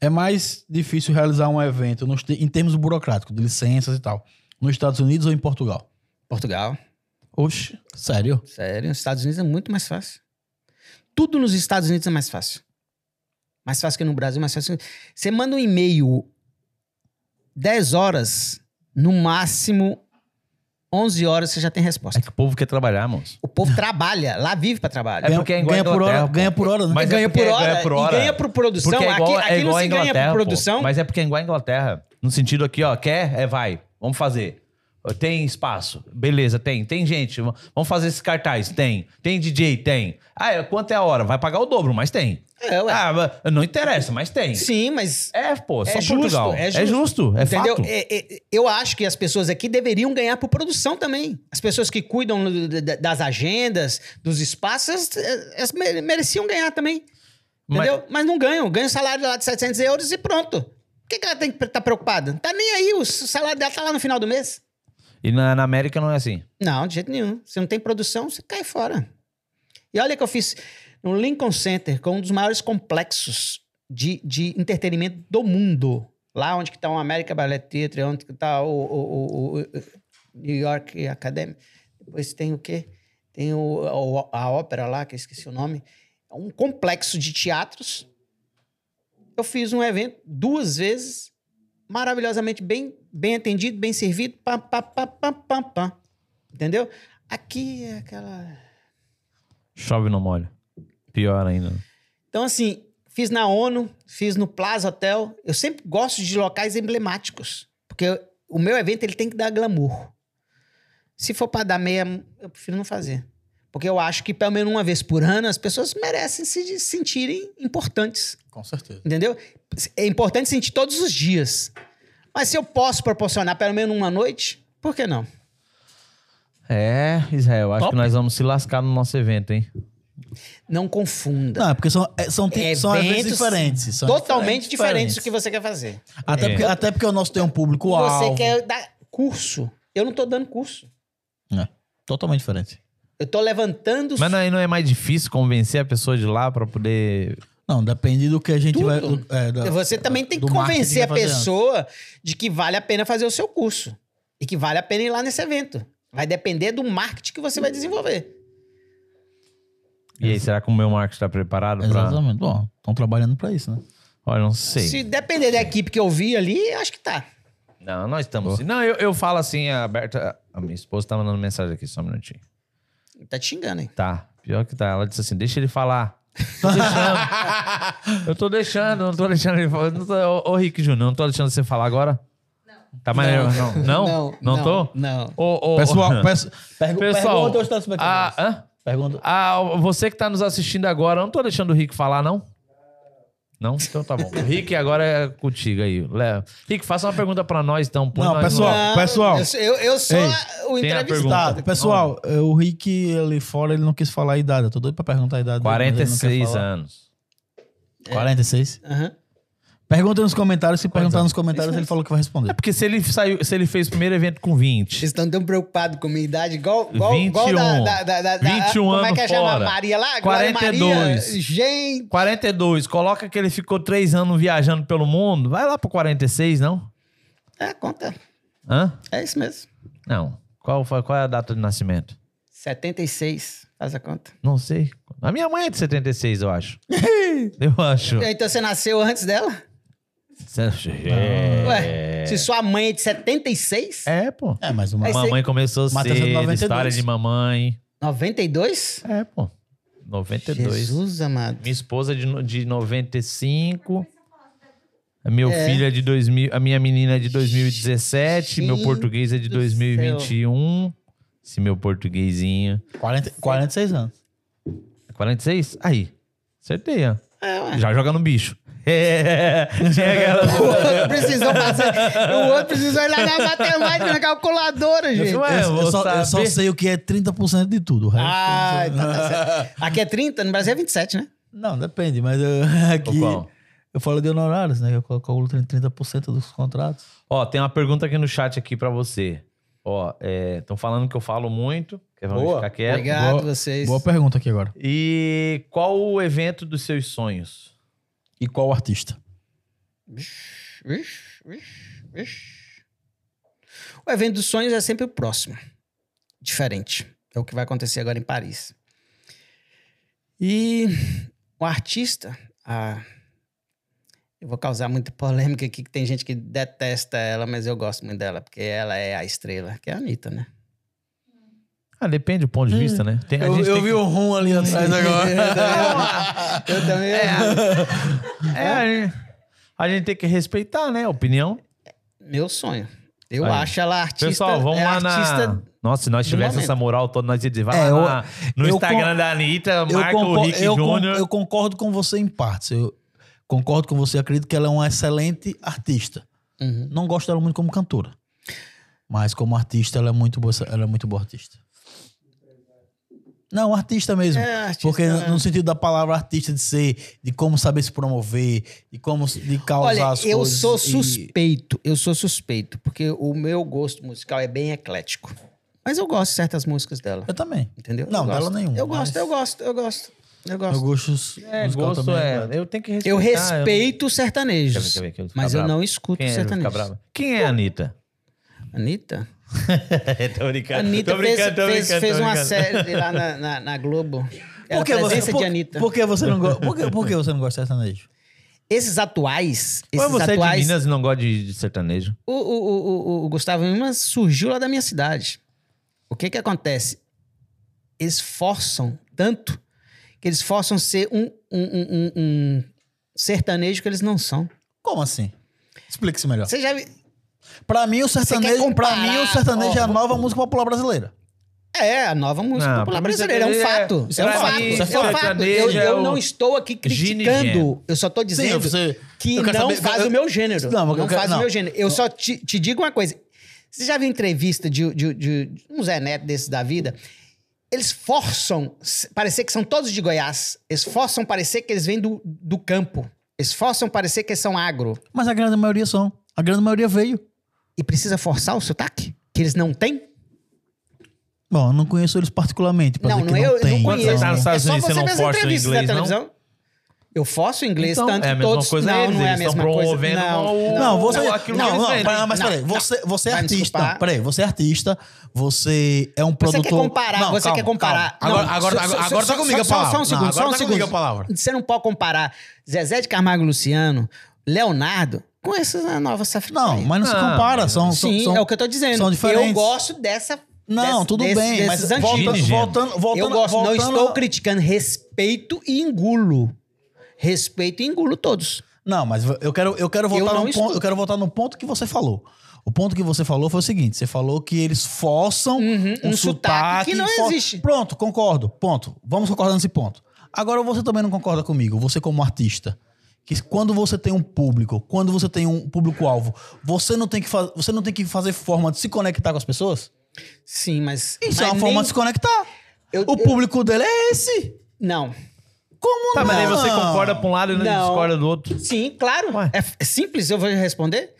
Speaker 2: É mais difícil realizar um evento nos te- em termos burocráticos, de licenças e tal, nos Estados Unidos ou em Portugal?
Speaker 3: Portugal.
Speaker 2: Oxe, sério?
Speaker 3: Sério, nos Estados Unidos é muito mais fácil. Tudo nos Estados Unidos é mais fácil. Mais fácil que no Brasil, mais fácil. que- Você manda um e-mail 10 horas, no máximo 11 horas você já tem resposta.
Speaker 1: É que o povo quer trabalhar, moço.
Speaker 3: O povo trabalha, lá vive pra trabalhar.
Speaker 1: É porque é igual
Speaker 2: ganha
Speaker 1: em
Speaker 2: por
Speaker 1: hotel,
Speaker 2: hora,
Speaker 1: pô.
Speaker 2: ganha por hora, né?
Speaker 1: Mas
Speaker 3: ganha,
Speaker 1: é porque
Speaker 3: por hora,
Speaker 1: ganha por hora.
Speaker 3: e ganha por produção.
Speaker 1: Porque é igual,
Speaker 3: aqui aqui
Speaker 1: é igual
Speaker 3: não
Speaker 1: a
Speaker 3: se ganha
Speaker 1: Inglaterra,
Speaker 3: por
Speaker 1: pô.
Speaker 3: produção.
Speaker 1: Mas é porque é igual a Inglaterra. No sentido aqui, ó, quer, é vai. Vamos fazer. Tem espaço. Beleza, tem. Tem gente. v- Vamos fazer esses cartaz. Tem. Tem DJ, tem. Ah, é, quanto é a hora? Vai pagar o dobro, mas tem.
Speaker 3: É, ué.
Speaker 1: Ah, mas não interessa, mas tem.
Speaker 3: Sim, mas
Speaker 1: É, pô, só
Speaker 3: É justo,
Speaker 1: Portugal.
Speaker 3: é
Speaker 1: É
Speaker 3: justo.
Speaker 1: justo, é,
Speaker 3: Entendeu?
Speaker 1: fato.
Speaker 3: É, é, eu acho que as pessoas aqui deveriam ganhar por produção também. As pessoas que cuidam d- d- das agendas, dos espaços, elas- elas mere- mereciam ganhar também.
Speaker 1: Mas-
Speaker 3: Entendeu? Mas, não ganham. Ganham um salário lá de 700 euros e pronto. Por que, que ela tem que estar preocupada? Não tá nem aí. O salário dela tá lá no final do mês.
Speaker 1: E na, na América não é assim.
Speaker 3: Não, de jeito nenhum. Se não tem produção, você cai fora. E olha que eu fiz no Lincoln Center, que é um dos maiores complexos de, de entretenimento do mundo. Lá onde que está o América Ballet Theatre, onde que está o, o- o- o- New York Academy. Depois tem o quê? Tem o- o- a ópera lá, que eu esqueci o nome. É um complexo de teatros. Eu fiz um evento duas vezes, maravilhosamente bem, bem atendido, bem servido. Pá, pá, pá, pá, pá, pá. Entendeu? Aqui é aquela.
Speaker 1: Chove não molha. Pior ainda.
Speaker 3: Então, assim, fiz na ONU, fiz no Plaza Hotel. Eu sempre gosto de locais emblemáticos, porque eu- o meu evento ele tem que dar glamour. Se for para dar meia, eu prefiro não fazer. Porque eu acho que pelo menos uma vez por ano as pessoas merecem se sentirem importantes.
Speaker 2: Com certeza.
Speaker 3: Entendeu? É importante sentir todos os dias. Mas se eu posso proporcionar pelo menos uma noite, por que não?
Speaker 1: É, Israel, acho
Speaker 2: Top.
Speaker 1: que nós vamos se lascar no nosso evento, hein?
Speaker 3: Não confunda.
Speaker 2: Não, é porque são, é- são, tem- são eventos
Speaker 3: Eventos
Speaker 2: diferentes. são
Speaker 3: Totalmente diferentes do que você quer fazer.
Speaker 2: Até,
Speaker 1: É.
Speaker 2: porque, até porque o nosso tem um público alvo.
Speaker 3: Você quer dar curso. Eu não tô dando curso.
Speaker 2: É, totalmente diferente.
Speaker 3: Eu tô levantando
Speaker 1: Mas aí não é mais difícil convencer a pessoa de lá pra poder.
Speaker 2: Não, depende do que a gente
Speaker 3: Tudo.
Speaker 2: vai... do- é, da-
Speaker 3: Você também tem que
Speaker 2: do marketing
Speaker 3: convencer a
Speaker 2: vai fazer antes.
Speaker 3: pessoa de que vale a pena fazer o seu curso. E que vale a pena ir lá nesse evento. Vai depender do marketing que você vai desenvolver.
Speaker 1: E aí, será que o meu marketing tá preparado pra.
Speaker 2: Exatamente. Bom, estão trabalhando pra isso, né?
Speaker 1: Olha, não sei.
Speaker 3: Se depender da equipe que eu vi ali, acho que tá.
Speaker 1: Não, nós estamos. Não, eu, eu falo assim, a Berta. A minha esposa tá mandando mensagem aqui, só um minutinho.
Speaker 3: Tá te xingando, hein?
Speaker 1: Tá. Pior que tá. Ela disse assim: deixa ele falar. Tô deixando. eu tô deixando, não tô deixando ele falar. Não tô- Ô, ô, Rick Júnior, não tô deixando você falar agora? Não. Tá maneiro? Não. Não? Não, tô?
Speaker 3: Não.
Speaker 1: Ô, ô,
Speaker 2: Pessoal, peço- pergu-
Speaker 1: Pessoal,
Speaker 2: pergunta aos telespectadores.
Speaker 1: ah, hã?
Speaker 2: Pergunta.
Speaker 1: Ah, você que tá nos assistindo agora, eu não tô deixando o Rick falar, não? Não? Então tá bom. O Rick agora é contigo aí. Leva. Rick, faça uma pergunta pra nós, então. Põe
Speaker 2: Não,
Speaker 1: nós
Speaker 2: pessoal,
Speaker 1: no-
Speaker 3: Não,
Speaker 2: pessoal.
Speaker 3: Eu, sou- eu- eu sou
Speaker 2: Ei,
Speaker 3: a- o
Speaker 1: tem a
Speaker 3: entrevistado.
Speaker 2: Tá,
Speaker 1: pergunta.
Speaker 2: pessoal, eh, o Rick ali fora, ele não quis falar a idade. Eu tô doido pra perguntar a idade dele, mas ele não quer
Speaker 1: 46
Speaker 2: falar.
Speaker 1: anos.
Speaker 2: É. 46?
Speaker 3: Aham.
Speaker 2: Pergunta nos comentários. Se perguntar nos comentários, ele falou que vai
Speaker 1: É
Speaker 2: responder.
Speaker 1: porque se ele saiu, se ele fez o primeiro evento com 20.
Speaker 3: Vocês estão tão preocupados com minha idade, igual, igual, igual
Speaker 1: 21.
Speaker 3: da, da, da, da, da-
Speaker 1: 21
Speaker 3: Como é
Speaker 1: anos
Speaker 3: que é chamada?
Speaker 1: fora.
Speaker 3: Maria lá? Glória
Speaker 1: 42.
Speaker 3: Maria, gente.
Speaker 1: 42, coloca que ele ficou três anos viajando pelo mundo. Vai lá pro 46, não?
Speaker 3: É, conta.
Speaker 1: Hã?
Speaker 3: É isso mesmo.
Speaker 1: Não. Qual, foi, qual é a data de nascimento?
Speaker 3: 76, faz a conta.
Speaker 1: Não sei. A minha mãe é de 76, eu acho. eu acho.
Speaker 2: É.
Speaker 3: Então você nasceu antes dela?
Speaker 1: É,
Speaker 3: Ué, se sua mãe é de 76?
Speaker 1: é pô.
Speaker 2: É, mais uma.
Speaker 3: Mas-
Speaker 1: mamãe começou
Speaker 2: Mas tá sendo
Speaker 1: cedo,
Speaker 2: 92.
Speaker 1: história de mamãe.
Speaker 3: 92?
Speaker 1: É, pô. 92.
Speaker 3: Jesus amado.
Speaker 1: Minha esposa de, no- de 95. Meu filho é de 2000, a minha menina é de 2017, meu
Speaker 3: Gente
Speaker 1: português é de
Speaker 3: do
Speaker 1: 2021. Esse meu portuguesinho.
Speaker 2: 40, 46 anos.
Speaker 1: 46? Aí. Acertei, ó.
Speaker 3: É, ué.
Speaker 1: Já joga no bicho. É. Chega ela.
Speaker 3: O outro precisou fazer. O outro precisou ir lá na matemática, na calculadora, gente.
Speaker 1: Ué,
Speaker 2: eu,
Speaker 1: vou
Speaker 2: só, eu só
Speaker 1: saber.
Speaker 2: sei o que é 30% de tudo. o resto-
Speaker 3: Ah, então tá certo. Aqui é 30, no Brasil é 27, né?
Speaker 2: Não, depende, mas eu, aqui.
Speaker 1: qual?
Speaker 2: Eu falo de honorários, né? Eu calculo 30% dos contratos.
Speaker 1: Ó, tem uma pergunta aqui no chat aqui pra você. Ó, estão falando que eu falo muito. Quer
Speaker 2: Boa.
Speaker 1: ficar quieto?
Speaker 3: Obrigado,
Speaker 2: boa-
Speaker 3: vocês.
Speaker 2: Boa pergunta aqui agora.
Speaker 1: E qual o evento dos seus sonhos?
Speaker 2: E qual artista?
Speaker 3: Ixi, ixi, ixi. O evento dos sonhos é sempre o próximo. Diferente. É o que vai acontecer agora em Paris. E o artista. ah, eu vou causar muita polêmica aqui, que tem gente que detesta ela, mas eu gosto muito dela, porque ela é a estrela, que é a Anitta, né?
Speaker 1: Ah, depende do ponto de vista, né? Tem- a gente tem que-
Speaker 2: o um rum ali atrás
Speaker 3: Eu também.
Speaker 1: É, a gente- a gente tem que respeitar, né? A opinião.
Speaker 3: Meu sonho. Eu
Speaker 1: Aí.
Speaker 3: acho ela artista.
Speaker 1: Pessoal, vamos
Speaker 3: é
Speaker 1: lá
Speaker 3: artista
Speaker 1: na. Nossa, se nós
Speaker 3: do
Speaker 1: tivesse
Speaker 3: momento.
Speaker 1: essa moral toda, nós ia dizer, vai
Speaker 2: É,
Speaker 1: lá
Speaker 2: eu-
Speaker 1: na- no
Speaker 2: eu
Speaker 1: Instagram
Speaker 2: con-
Speaker 1: da Anitta,
Speaker 2: eu,
Speaker 1: marca
Speaker 2: concor-
Speaker 1: o Rick
Speaker 2: eu con- eu
Speaker 1: Júnior.
Speaker 2: concordo com você em partes. Eu concordo com você, acredito que ela é uma excelente artista.
Speaker 3: Uhum.
Speaker 2: Não gosto dela muito como cantora. Mas como artista, ela é muito boa, ela é muito boa artista. Não, artista mesmo.
Speaker 3: É, artista,
Speaker 2: Porque
Speaker 3: é.
Speaker 2: no sentido da palavra artista de ser, de como saber se promover, de como se- de causar
Speaker 3: Olha,
Speaker 2: as
Speaker 3: eu
Speaker 2: coisas.
Speaker 3: sou
Speaker 2: e-
Speaker 3: suspeito, eu sou suspeito, porque o meu gosto musical é bem eclético. Mas eu gosto de certas músicas dela,
Speaker 2: Eu também.
Speaker 3: entendeu?
Speaker 2: Não,
Speaker 3: eu gosto.
Speaker 2: dela nenhuma,
Speaker 3: Eu
Speaker 2: mas-
Speaker 3: gosto, eu gosto, eu gosto, eu
Speaker 2: Meu
Speaker 3: gosto.
Speaker 2: gosto
Speaker 1: É,
Speaker 2: musical
Speaker 1: gosto
Speaker 2: também né?
Speaker 1: é. Eu tenho que respeitar.
Speaker 3: Eu
Speaker 1: não-
Speaker 3: respeito os
Speaker 1: Quer ver,
Speaker 3: sertanejos,
Speaker 1: quer ver, quer ver,
Speaker 3: mas
Speaker 1: ficar
Speaker 3: eu
Speaker 1: bravo.
Speaker 3: não escuto
Speaker 1: Quem é, Ele fica
Speaker 3: sertanejos.
Speaker 1: bravo. Quem é a Anitta?
Speaker 3: Anitta?
Speaker 1: tô brincando.
Speaker 3: Anitta
Speaker 1: tô
Speaker 3: fez,
Speaker 1: brincando, tô
Speaker 3: fez,
Speaker 1: brincando,
Speaker 3: fez
Speaker 1: tô
Speaker 3: uma
Speaker 1: brincando.
Speaker 3: série lá na, na, na Globo. Era
Speaker 2: Por que
Speaker 3: a presença
Speaker 2: você, por,
Speaker 3: de Anitta.
Speaker 2: por que você não gosta? Por que, por que você não gosta de sertanejo?
Speaker 3: Esses atuais, esses
Speaker 1: Mas você é de
Speaker 3: atuais...
Speaker 1: Minas e não gosta de, de sertanejo.
Speaker 3: O, o- o- o- o Gustavo Lima surgiu lá da minha cidade. O que que acontece? Eles forçam tanto que eles forçam ser um, um- um- um- um sertanejo que eles não são.
Speaker 2: Como assim? Explique-se melhor.
Speaker 3: Você já vi-
Speaker 2: Pra mim, o
Speaker 3: quer
Speaker 2: sertanejo,
Speaker 3: comparar?
Speaker 2: pra mim, o sertanejo é a
Speaker 3: Ó.
Speaker 2: nova música popular brasileira.
Speaker 3: É, a nova música
Speaker 1: Não,
Speaker 3: popular
Speaker 1: pra mim,
Speaker 3: brasileira. É um fato.
Speaker 1: sertanejo
Speaker 3: É, um
Speaker 1: é-
Speaker 3: fato.
Speaker 1: pra mim,
Speaker 3: é um fato. Eu,
Speaker 1: sertanejo é
Speaker 3: eu
Speaker 1: o
Speaker 3: não estou aqui
Speaker 1: Gene
Speaker 3: criticando.
Speaker 1: Gene.
Speaker 3: Eu só estou dizendo
Speaker 2: você-
Speaker 3: que
Speaker 2: eu quero
Speaker 3: não
Speaker 2: saber-
Speaker 3: faz
Speaker 2: eu-
Speaker 3: o meu gênero.
Speaker 2: Não,
Speaker 3: Não,
Speaker 2: mas eu quero-
Speaker 3: faz
Speaker 2: não.
Speaker 3: o meu gênero. Eu só te, te digo uma coisa. Você já viu entrevista de, de- de um Zé Neto desses da vida? Eles forçam s- parecer que são todos de Goiás. Eles forçam parecer que eles vêm do, do campo. Eles forçam parecer que eles são agro.
Speaker 2: Mas a grande maioria são. A grande maioria veio.
Speaker 3: E precisa forçar o sotaque? Que eles não têm?
Speaker 2: Bom, eu não conheço eles particularmente, pra
Speaker 3: Não,
Speaker 2: dizer
Speaker 3: não,
Speaker 2: que
Speaker 3: eu
Speaker 2: não
Speaker 3: eu
Speaker 2: tem.
Speaker 3: não conheço.
Speaker 1: Quando você tá nos
Speaker 3: é
Speaker 1: Estados
Speaker 3: só
Speaker 1: Unidos,
Speaker 3: você
Speaker 1: você não
Speaker 3: ver as
Speaker 1: força o
Speaker 3: entrevistas
Speaker 1: inglês,
Speaker 3: da
Speaker 1: não?
Speaker 3: televisão. Eu forço o inglês,
Speaker 1: Então,
Speaker 3: tanto
Speaker 1: é a
Speaker 3: que
Speaker 1: mesma
Speaker 3: todos...
Speaker 1: coisa
Speaker 3: não,
Speaker 1: eles,
Speaker 3: não é a
Speaker 1: eles estão
Speaker 3: mesma coisa.
Speaker 1: promovendo
Speaker 3: não,
Speaker 1: o-
Speaker 2: Não, você.
Speaker 1: não,
Speaker 2: Não,
Speaker 1: aquilo que
Speaker 2: não,
Speaker 1: eles vendem.
Speaker 2: pera- mas
Speaker 3: Não.
Speaker 2: peraí. Você, você é
Speaker 3: Vai me
Speaker 2: artista.
Speaker 3: desculpar.
Speaker 2: Peraí, você é artista, você é um
Speaker 3: Você
Speaker 2: produtor.
Speaker 3: quer comparar,
Speaker 2: Não,
Speaker 3: você
Speaker 2: calma,
Speaker 3: quer comparar.
Speaker 2: calma. Agora,
Speaker 3: Não,
Speaker 2: agora,
Speaker 3: só-
Speaker 2: agora,
Speaker 3: só-
Speaker 2: agora
Speaker 3: só-
Speaker 2: tá comigo
Speaker 3: só-
Speaker 2: a palavra.
Speaker 3: Só um segundo,
Speaker 2: Não,
Speaker 3: só
Speaker 2: agora
Speaker 3: um
Speaker 2: tá comigo
Speaker 3: segundo.
Speaker 2: a palavra.
Speaker 3: Você não pode comparar Zezé de Camargo Luciano, Leonardo, com essas novas safra.
Speaker 2: Não, mas não se
Speaker 1: Não,
Speaker 2: compara. São, são-
Speaker 3: Sim,
Speaker 2: são-
Speaker 3: é o que eu tô dizendo.
Speaker 2: são diferentes.
Speaker 3: Eu gosto dessa
Speaker 2: Não,
Speaker 3: Des-
Speaker 2: tudo
Speaker 3: des-
Speaker 2: bem, mas
Speaker 3: desses antigos.
Speaker 2: voltando,
Speaker 1: Gênero.
Speaker 2: voltando, voltando,
Speaker 3: eu gosto,
Speaker 2: voltando,
Speaker 3: não estou criticando, respeito e engulo. Respeito e engulo todos.
Speaker 2: Não, mas eu quero, eu quero voltar
Speaker 3: Eu não
Speaker 2: num ponto,
Speaker 3: estou.
Speaker 2: eu quero voltar no ponto que você falou. O ponto que você falou foi o seguinte: você falou que eles forçam
Speaker 3: Uhum,
Speaker 2: um, sotaque
Speaker 3: um sotaque que não
Speaker 2: for-
Speaker 3: existe.
Speaker 2: Pronto, concordo. Ponto. Vamos concordar nesse ponto. Agora você também não concorda comigo, você como artista, que quando você tem um público, quando você tem um público-alvo, você não tem que fazer, você não tem que fazer forma de se conectar com as pessoas?
Speaker 3: Sim, mas.
Speaker 2: Isso
Speaker 3: mas
Speaker 2: é uma
Speaker 3: nem-
Speaker 2: forma de se conectar.
Speaker 3: eu-
Speaker 2: o
Speaker 3: eu-
Speaker 2: público dele é esse.
Speaker 3: Não.
Speaker 2: Como
Speaker 1: Tá,
Speaker 2: não?
Speaker 1: mas aí você concorda pra um lado e não
Speaker 3: Não.
Speaker 1: discorda do outro.
Speaker 3: Sim, claro.
Speaker 1: Ué.
Speaker 3: É, f- é simples, eu vou responder.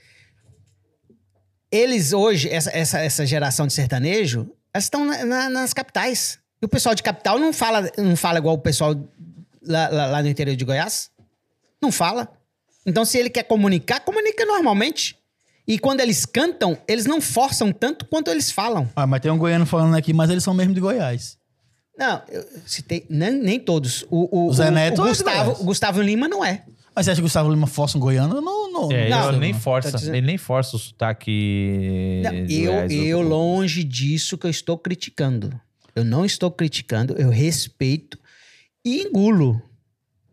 Speaker 3: Eles hoje, essa, essa, essa geração de sertanejo, elas estão na- na- nas capitais. E o pessoal de capital não fala, não fala igual o pessoal lá, lá- lá no interior de Goiás. Não fala. Então, se ele quer comunicar, comunica normalmente. E quando eles cantam, eles não forçam tanto quanto eles falam.
Speaker 2: Ah, mas tem um goiano falando aqui, mas eles são mesmo de Goiás.
Speaker 3: Não, eu citei, nem, nem todos. O,
Speaker 2: O Zé Neto é de
Speaker 3: Gustavo,
Speaker 2: Goiás.
Speaker 3: o Gustavo Lima não é.
Speaker 2: Mas você acha que o Gustavo Lima força um goiano? Não, não.
Speaker 1: É,
Speaker 2: não,
Speaker 1: ele
Speaker 2: sei,
Speaker 1: nem
Speaker 2: mano.
Speaker 1: força.
Speaker 3: Tá dizendo-
Speaker 1: Ele nem força o sotaque.
Speaker 3: Não,
Speaker 1: do
Speaker 3: eu,
Speaker 1: Goiás,
Speaker 3: eu
Speaker 1: do-
Speaker 3: longe disso que eu estou criticando. Eu não estou criticando, eu respeito e engulo.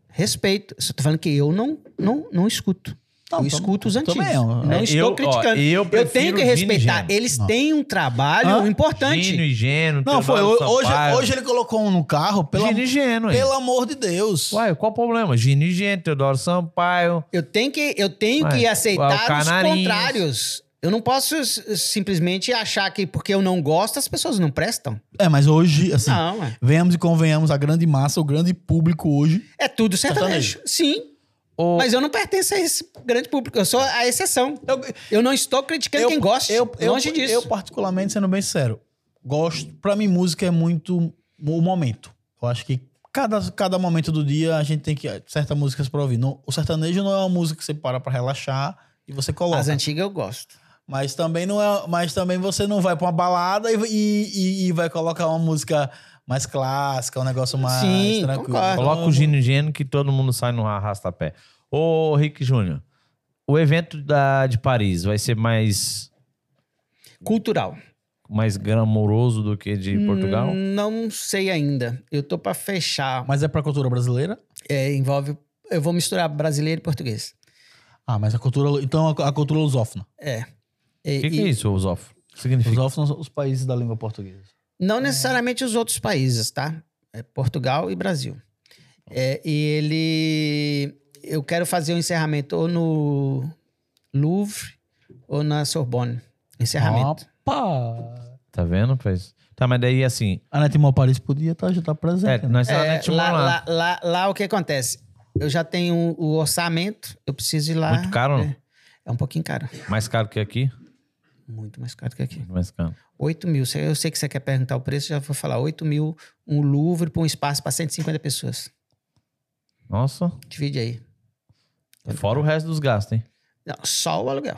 Speaker 3: Respeito. Só tô falando que eu não, não, não escuto.
Speaker 2: Não,
Speaker 3: eu
Speaker 2: tam-
Speaker 3: escuto os
Speaker 2: também
Speaker 3: antigos.
Speaker 2: é um-
Speaker 3: Não
Speaker 1: é, eu-
Speaker 3: estou
Speaker 1: ó,
Speaker 3: criticando.
Speaker 1: eu
Speaker 3: eu, tenho
Speaker 1: prefiro Gino
Speaker 3: que
Speaker 1: e
Speaker 3: respeitar.
Speaker 1: Geno.
Speaker 3: Eles
Speaker 2: Não.
Speaker 3: têm um trabalho
Speaker 2: Hã?
Speaker 3: importante.
Speaker 1: Gino e Geno.
Speaker 2: Não, foi.
Speaker 1: Teodoro
Speaker 2: Hoje,
Speaker 1: Sampaio.
Speaker 2: hoje ele colocou um no carro, pelo,
Speaker 1: Gino e Geno, hein?
Speaker 2: pelo amor de Deus.
Speaker 1: Uai, qual o problema? Gino e Geno, Teodoro Sampaio.
Speaker 3: Eu tenho que, eu tenho
Speaker 1: Ué,
Speaker 3: que
Speaker 1: ué, o
Speaker 3: aceitar os
Speaker 1: Canarinhos.
Speaker 3: contrários. Eu não posso s- simplesmente achar que porque eu não gosto, as pessoas não prestam.
Speaker 2: É, mas hoje, assim,
Speaker 3: Não, é.
Speaker 2: venhamos e convenhamos, a grande massa, o grande público hoje.
Speaker 3: É tudo sertanejo. Sim.
Speaker 1: Ô,
Speaker 3: Mas eu não pertenço a esse grande público, eu sou a exceção. Eu, não estou criticando quem gosta,
Speaker 2: eu- eu-
Speaker 3: longe disso.
Speaker 2: Eu, particularmente, sendo bem sincero, gosto. Pra mim, música é muito o momento. Eu acho que cada, cada momento do dia a gente tem que. Certas músicas pra ouvir. Não- o sertanejo não é uma música que você para pra relaxar e você coloca.
Speaker 3: As antigas eu gosto.
Speaker 2: Mas também não é. Mas também você não vai pra uma balada e, e, e- e vai colocar uma música mais clássica, um negócio mais
Speaker 3: Sim,
Speaker 2: tranquilo.
Speaker 3: concordo.
Speaker 1: Coloca o Gino e Geno que todo mundo sai no arrastapé. Ô, Rick Júnior, o evento da, de Paris vai ser mais,
Speaker 3: Cultural.
Speaker 1: mais glamouroso do que
Speaker 3: Hum,
Speaker 1: de Portugal?
Speaker 3: Não sei ainda. Eu tô pra fechar.
Speaker 2: Mas é pra cultura brasileira?
Speaker 3: É, envolve. Eu vou misturar brasileiro e português.
Speaker 2: Ah, mas a cultura. Então a, a cultura lusófona.
Speaker 1: O que, que é isso, Osófo? Significa?
Speaker 2: Lusófona são os países da língua portuguesa.
Speaker 3: Não necessariamente os outros países, tá? É Portugal e Brasil. É, e ele. Eu quero fazer o encerramento ou no Louvre ou na Sorbonne. Encerramento.
Speaker 2: Opa!
Speaker 1: Tá vendo? Pois- Tá, mas daí assim.
Speaker 2: A Netimol Paris podia estar, já tá
Speaker 1: É,
Speaker 2: presente. né?
Speaker 1: nós
Speaker 3: É,
Speaker 1: é, lá,
Speaker 3: lá, lá, lá, lá o que acontece? Eu já tenho o orçamento, eu preciso ir lá.
Speaker 1: Muito caro, não?
Speaker 3: É, é um pouquinho caro.
Speaker 1: Mais caro que aqui?
Speaker 3: Muito mais caro que aqui.
Speaker 1: Mais caro.
Speaker 3: 8 mil. Cê- Eu sei que você quer perguntar o preço, já vou falar. 8 mil, um Louvre para um espaço para 150 pessoas.
Speaker 1: Nossa.
Speaker 3: Divide aí. É
Speaker 1: Fora o resto dos gastos, hein?
Speaker 3: Não, só o aluguel.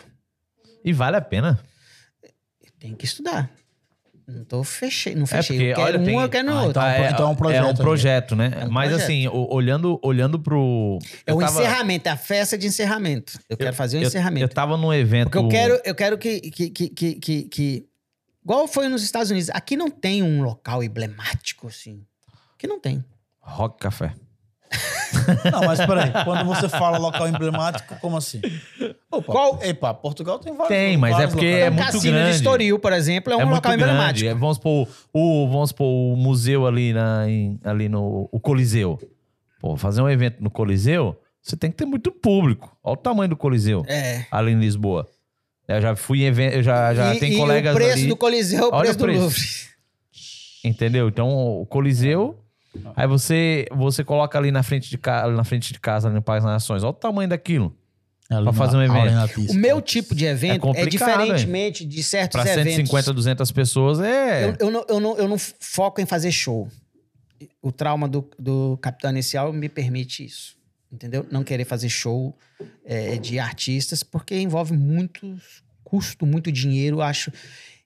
Speaker 1: E vale a pena.
Speaker 3: Tem que estudar. Não tô fechei, não
Speaker 1: É,
Speaker 3: fechei.
Speaker 1: porque,
Speaker 3: eu quero
Speaker 1: olha,
Speaker 3: um,
Speaker 1: tem-
Speaker 3: eu quero
Speaker 2: Ah,
Speaker 3: outro.
Speaker 2: então- é um projeto,
Speaker 1: É um
Speaker 2: né?
Speaker 1: projeto, né?
Speaker 3: É um
Speaker 1: Mas
Speaker 3: projeto.
Speaker 1: assim, o- olhando, olhando pro.
Speaker 3: é
Speaker 1: eu
Speaker 3: o
Speaker 1: tava-
Speaker 3: encerramento, é a festa de encerramento. Eu, quero fazer o
Speaker 1: eu-
Speaker 3: encerramento.
Speaker 1: Eu tava num evento.
Speaker 3: Porque eu quero, eu quero que, que, que, que, que, que- Igual foi nos Estados Unidos. Aqui não tem um local emblemático, assim. Aqui não tem.
Speaker 1: Rock Café.
Speaker 2: Não, mas peraí. Quando você fala local emblemático, como assim? Opa,
Speaker 3: Qual-
Speaker 2: Epa, Portugal tem vários.
Speaker 1: Tem, mas é
Speaker 2: vários
Speaker 1: porque
Speaker 2: locais.
Speaker 1: é
Speaker 3: o
Speaker 1: muito
Speaker 3: Um Cassino
Speaker 1: grande.
Speaker 3: de Estoril, por exemplo, é um
Speaker 1: muito
Speaker 3: local
Speaker 1: grande.
Speaker 3: emblemático.
Speaker 1: É, vamos supor o, vamos supor o museu ali, na, em- ali no o Coliseu. Pô, fazer um evento no Coliseu, você tem que ter muito público. Olha o tamanho do Coliseu
Speaker 3: É.
Speaker 1: ali em Lisboa. Eu já fui em evento, eu já, Ah, já
Speaker 3: e,
Speaker 1: tem
Speaker 3: e
Speaker 1: colegas
Speaker 3: o preço
Speaker 1: ali,
Speaker 3: do Coliseu, é
Speaker 1: Olha
Speaker 3: o preço
Speaker 1: o
Speaker 3: do
Speaker 1: preço.
Speaker 3: Louvre.
Speaker 1: entendeu? Então o Coliseu, aí você você coloca ali na frente de casa, na frente de casa, ali no Parque das Nações. Olha o tamanho daquilo.
Speaker 2: Ali
Speaker 1: Pra
Speaker 2: na-
Speaker 1: fazer um evento.
Speaker 2: ali na pista.
Speaker 3: O meu tipo de evento é,
Speaker 1: complicado,
Speaker 3: diferentemente de certos
Speaker 1: Para
Speaker 3: eventos.
Speaker 1: 150, 200 pessoas é
Speaker 3: Eu, eu não, eu, não, eu não foco em fazer show. O trauma do, do Capitão Inicial me permite isso. Entendeu? Não querer fazer show eh, de artistas, porque envolve muito custo, muito dinheiro. Eu Acho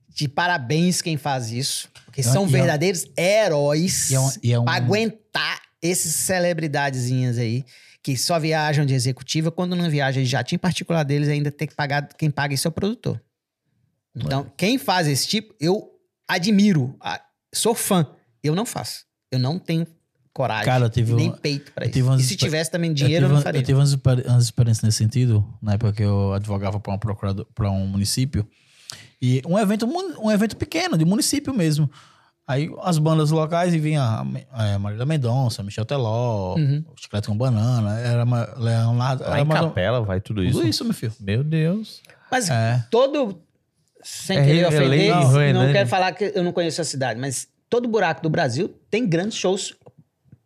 Speaker 3: de parabéns quem faz isso. Porque
Speaker 2: E é-
Speaker 3: são
Speaker 2: e é-
Speaker 3: verdadeiros heróis
Speaker 2: E é um- e é um-
Speaker 3: pra aguentar esses celebridadezinhas aí. Que só viajam de executiva, quando não viajam de jatinho particular deles, ainda tem que pagar. Quem paga isso é o produtor. Então, quem faz esse tipo, eu admiro, a- sou fã. Eu não faço. Eu não tenho coragem.
Speaker 2: Cara, eu tive um
Speaker 3: nem
Speaker 2: uma-
Speaker 3: peito pra
Speaker 2: eu
Speaker 3: isso.
Speaker 2: tive umas
Speaker 3: E se
Speaker 2: exper-
Speaker 3: tivesse também dinheiro,
Speaker 2: eu tive,
Speaker 3: eu, não
Speaker 2: uma-
Speaker 3: faria.
Speaker 2: eu tive umas, experi- umas experiências nesse sentido, na época que eu advogava para um procurador, para um município. E um evento, mun- um evento pequeno, de município mesmo. Aí as bandas locais e vinha a Me- é, Marília Mendonça, Michel Teló,
Speaker 3: Uhum.
Speaker 2: Chiclete com Banana, era uma, Leonardo.
Speaker 1: Lá
Speaker 2: era
Speaker 1: em
Speaker 2: uma-
Speaker 1: capela vai tudo isso.
Speaker 2: Tudo isso, meu filho.
Speaker 1: Meu Deus.
Speaker 3: Mas
Speaker 2: É.
Speaker 3: todo. Sem
Speaker 1: É
Speaker 3: querer
Speaker 1: Rio
Speaker 3: ofender,
Speaker 1: Helena,
Speaker 3: não,
Speaker 1: Rio
Speaker 2: né?
Speaker 1: Helena.
Speaker 3: quero falar que eu não conheço a cidade, mas todo buraco do Brasil tem grandes shows.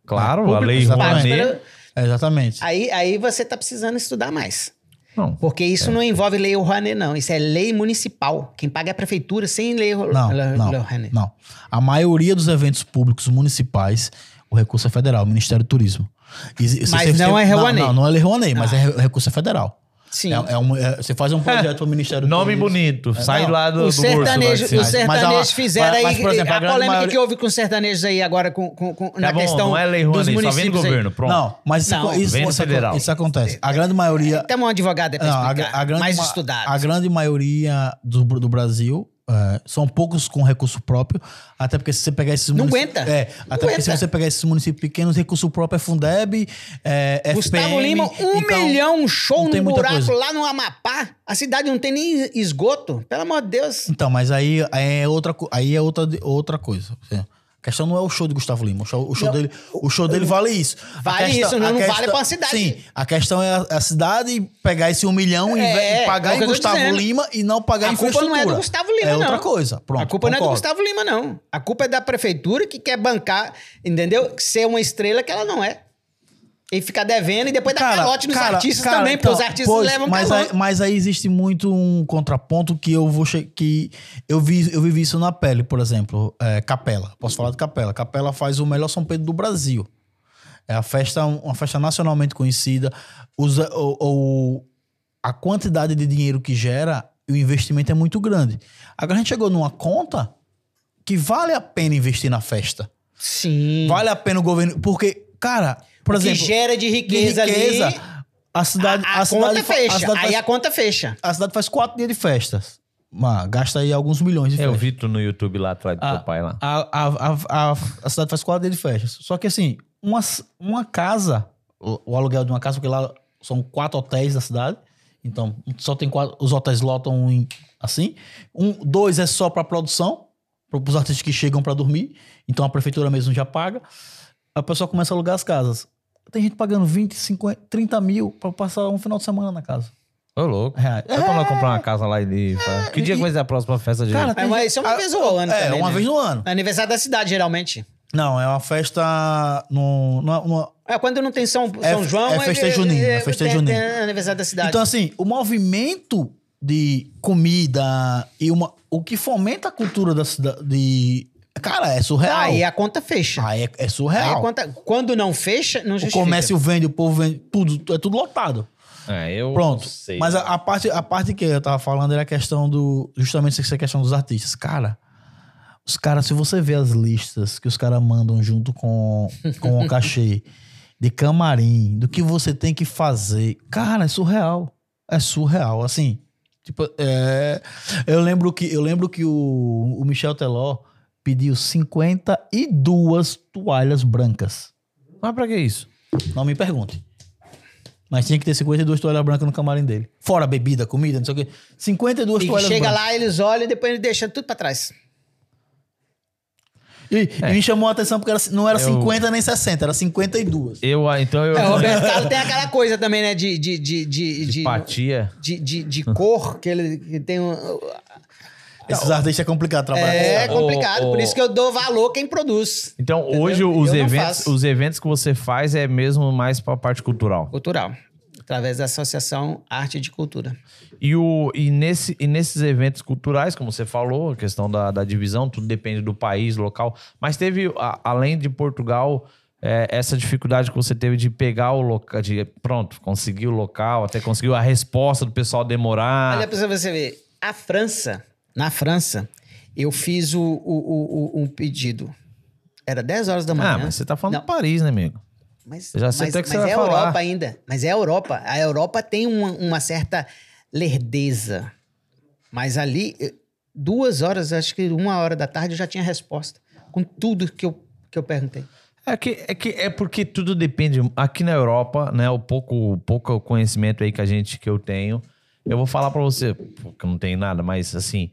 Speaker 1: Claro, a
Speaker 2: Público,
Speaker 1: lei
Speaker 2: exatamente.
Speaker 1: Rouanet.
Speaker 2: É, exatamente.
Speaker 3: Aí, aí você tá precisando estudar mais.
Speaker 1: Não.
Speaker 3: Porque isso
Speaker 2: É.
Speaker 3: não envolve lei Rouanet, não. Isso é lei municipal. Quem paga é a prefeitura sem lei Rou-
Speaker 2: Não,
Speaker 3: Lei
Speaker 2: não,
Speaker 3: Rouanet.
Speaker 2: não. A maioria dos eventos públicos municipais, o recurso é federal, o Ministério do Turismo. E se- se
Speaker 3: Mas
Speaker 2: você-
Speaker 3: não é Ah. Rouanet.
Speaker 2: Não, não, não é Lei Rouanet, mas é re- recurso é federal.
Speaker 3: Sim.
Speaker 2: É- é um- é- você faz um projeto para o Ministério do
Speaker 1: Nome
Speaker 2: Turismo.
Speaker 1: bonito. Sai
Speaker 2: não.
Speaker 1: lá do,
Speaker 3: O
Speaker 1: do
Speaker 3: sertanejo,
Speaker 1: urso.
Speaker 3: os
Speaker 1: vai assim, ser.
Speaker 2: ser-
Speaker 3: sertanejos
Speaker 2: mas a-
Speaker 3: fizeram
Speaker 2: mas,
Speaker 3: aí.
Speaker 2: por exemplo, a
Speaker 3: a,
Speaker 2: grande
Speaker 3: polêmica
Speaker 2: maioria-
Speaker 3: que houve com os sertanejos aí agora com, com- com- na
Speaker 1: Tá bom,
Speaker 3: questão.
Speaker 1: não é lei
Speaker 3: dos
Speaker 1: Rouanet, só vem do
Speaker 3: municípios aí.
Speaker 1: governo. Pronto.
Speaker 2: Não, mas isso,
Speaker 3: Não,
Speaker 2: isso,
Speaker 1: vem do
Speaker 2: isso,
Speaker 1: federal.
Speaker 2: isso acontece. A grande maioria.
Speaker 3: Temos um advogado aí pra
Speaker 2: Não, a,
Speaker 3: explicar.
Speaker 2: a grande
Speaker 3: mais
Speaker 2: ma-
Speaker 3: estudado.
Speaker 2: a grande maioria do, do Brasil é, são poucos com recurso próprio, até porque se você pegar esses
Speaker 3: Não
Speaker 2: municípios.
Speaker 3: aguenta.
Speaker 2: É,
Speaker 3: Não
Speaker 2: até porque se
Speaker 3: aguenta.
Speaker 2: você pegar esses municípios pequenos, recurso próprio é Fundeb, é, FPM.
Speaker 3: Gustavo Lima, um
Speaker 2: então-
Speaker 3: milhão, um show
Speaker 2: não tem
Speaker 3: no
Speaker 2: muita
Speaker 3: buraco
Speaker 2: coisa.
Speaker 3: lá no Amapá. A cidade não tem nem esgoto. Pelo amor de Deus.
Speaker 2: Então, mas aí é outra, co- aí é outra, outra coisa. A questão não é o show de Gustavo Lima. O show, o show dele, o show dele vale isso. A
Speaker 3: Vale isso, não-
Speaker 2: a
Speaker 3: não vale pra uma cidade.
Speaker 2: Sim, a questão é a, a cidade pegar esse um milhão e
Speaker 3: É,
Speaker 2: ve- e
Speaker 3: é,
Speaker 2: pagar
Speaker 3: é o que
Speaker 2: em
Speaker 3: eu tô
Speaker 2: Gustavo
Speaker 3: dizendo.
Speaker 2: Lima e não pagar em
Speaker 3: A culpa não é
Speaker 2: infraestrutura.
Speaker 3: do Gustavo Lima,
Speaker 2: É outra
Speaker 3: não.
Speaker 2: coisa. Pronto,
Speaker 3: a culpa não é do
Speaker 2: concordo.
Speaker 3: Gustavo Lima, não. A culpa é da prefeitura que quer bancar, entendeu? Ser uma estrela que ela não é. E ficar devendo e depois dar calote nos
Speaker 2: cara,
Speaker 3: artistas
Speaker 2: cara,
Speaker 3: também,
Speaker 2: então,
Speaker 3: porque os artistas
Speaker 2: pois,
Speaker 3: levam
Speaker 2: mas aí,
Speaker 3: calote.
Speaker 2: mas aí existe muito um contraponto que eu vou che- que eu vi eu vivi isso na pele, por exemplo, é, Capela. Posso falar de Capela? Capela faz o melhor São Pedro do Brasil. É a festa, uma festa nacionalmente conhecida. Usa, o, o- a quantidade de dinheiro que gera, o investimento é muito grande. Agora a gente chegou numa conta que vale a pena investir na festa.
Speaker 3: Sim.
Speaker 2: Vale a pena o governo. Porque, cara, por
Speaker 3: o que
Speaker 2: exemplo
Speaker 3: gera de
Speaker 2: de
Speaker 3: riqueza,
Speaker 2: riqueza,
Speaker 3: ali.
Speaker 2: a cidade,
Speaker 3: A,
Speaker 2: a cidade
Speaker 3: conta
Speaker 2: fa-
Speaker 3: fecha.
Speaker 2: A cidade,
Speaker 3: aí
Speaker 2: faz,
Speaker 3: a conta fecha.
Speaker 2: a cidade faz quatro dias de festas. Mas gasta aí alguns milhões de
Speaker 1: Eu
Speaker 2: festas.
Speaker 1: vi tu no YouTube lá atrás do
Speaker 2: Ah,
Speaker 1: teu pai lá.
Speaker 2: A, a, a, a, a cidade faz quatro dias de festas. Só que assim, uma, s- uma casa, o, o aluguel de uma casa, porque lá são quatro hotéis da cidade. Então, só tem quatro. Os hotéis lotam em- assim. Um, dois é só para produção, para os artistas que chegam para dormir. Então a prefeitura mesmo já paga. A pessoa começa a alugar as casas. Tem gente pagando 20, 50, 30 mil para passar um final de semana na casa.
Speaker 1: Ô, louco.
Speaker 2: Reais.
Speaker 3: É,
Speaker 2: É,
Speaker 1: Vai Tá pra lá comprar uma casa lá e... Que dia
Speaker 2: e-
Speaker 1: que vai ser a próxima festa de...
Speaker 2: Cara,
Speaker 3: É, mas isso é uma
Speaker 2: Ah,
Speaker 3: vez ao ano
Speaker 2: É,
Speaker 3: também,
Speaker 2: uma
Speaker 3: né?
Speaker 2: vez no ano.
Speaker 3: Aniversário da cidade, geralmente.
Speaker 2: Não, é uma festa. No, no, no-
Speaker 3: É quando não tem São,
Speaker 2: É-
Speaker 3: São João.
Speaker 2: é festejo junino, é festejo
Speaker 3: tem- tem
Speaker 2: junino.
Speaker 3: aniversário da cidade.
Speaker 2: Então, assim, o movimento de comida e uma, o que fomenta a cultura da cidade. De, cara, é surreal.
Speaker 3: aí
Speaker 2: Aí é,
Speaker 3: a conta fecha.
Speaker 2: é,
Speaker 3: Aí
Speaker 2: surreal.
Speaker 3: a conta, quando não fecha, não
Speaker 2: o
Speaker 3: justifica.
Speaker 2: comércio vende, o povo vende, tudo, é tudo lotado.
Speaker 1: É, eu
Speaker 2: Pronto.
Speaker 1: não sei.
Speaker 2: Mas a, a parte, a parte que eu tava falando era a questão do. Justamente essa questão dos artistas. Cara, os caras, se você vê as listas que os caras mandam junto com, com o cachê de camarim, do que você tem que fazer. Cara, é surreal. É surreal. Assim, tipo, é. Eu lembro que, eu lembro que o, o Michel Teló pediu 52 toalhas brancas.
Speaker 1: Mas pra que isso?
Speaker 2: Não me pergunte. Mas tinha que ter 52 toalhas brancas no camarim dele. Fora bebida, comida, não sei o quê. 52
Speaker 3: E
Speaker 2: toalhas
Speaker 3: chega
Speaker 2: brancas.
Speaker 3: lá, eles olham e depois eles deixam tudo pra trás.
Speaker 2: E, e me chamou a atenção porque era- não era
Speaker 1: Eu-
Speaker 2: 50 nem 60, era 52.
Speaker 1: Eu, ah, então, eu...
Speaker 3: É, o Roberto Carlos tem aquela coisa também, né? De, de, de, de, de,
Speaker 1: Empatia.
Speaker 3: de, de- de cor, que ele que tem um.
Speaker 2: Esses artistas é complicado trabalhar.
Speaker 3: É
Speaker 1: Ô,
Speaker 3: complicado, por
Speaker 1: ô.
Speaker 3: isso que eu dou valor quem produz.
Speaker 1: Então, hoje os
Speaker 3: Eu não
Speaker 1: eventos,
Speaker 3: faço.
Speaker 1: os eventos que você faz é mesmo mais pra parte cultural.
Speaker 3: Cultural. Através da Associação Arte de Cultura.
Speaker 1: E, o, e, nesse, e nesses eventos culturais, como você falou, a questão da, da divisão, tudo depende do país, local. Mas teve, a- além de Portugal, é, essa dificuldade que você teve de pegar o local, de pronto, conseguir o local, até conseguiu a resposta do pessoal demorar.
Speaker 3: Olha pra você ver. A França, na França, eu fiz o, o- o- o- um pedido. Era 10 horas da manhã.
Speaker 1: ah, mas você tá falando
Speaker 3: Não.
Speaker 1: de Paris, né, amigo?
Speaker 3: Mas,
Speaker 1: Eu já sei
Speaker 3: mas-
Speaker 1: até o que você
Speaker 3: mas
Speaker 1: vai
Speaker 3: é a
Speaker 1: falar.
Speaker 3: Europa ainda. Mas é a Europa. A Europa tem uma, uma certa lerdeza. Mas ali, eh, duas horas, acho que uma hora da tarde, eu já tinha resposta com tudo que eu, que eu perguntei.
Speaker 1: É que, é que é porque tudo depende. Aqui na Europa, né, o pouco, pouco conhecimento aí que a gente que eu tenho, eu vou falar pra você, porque eu não tenho nada, mas assim,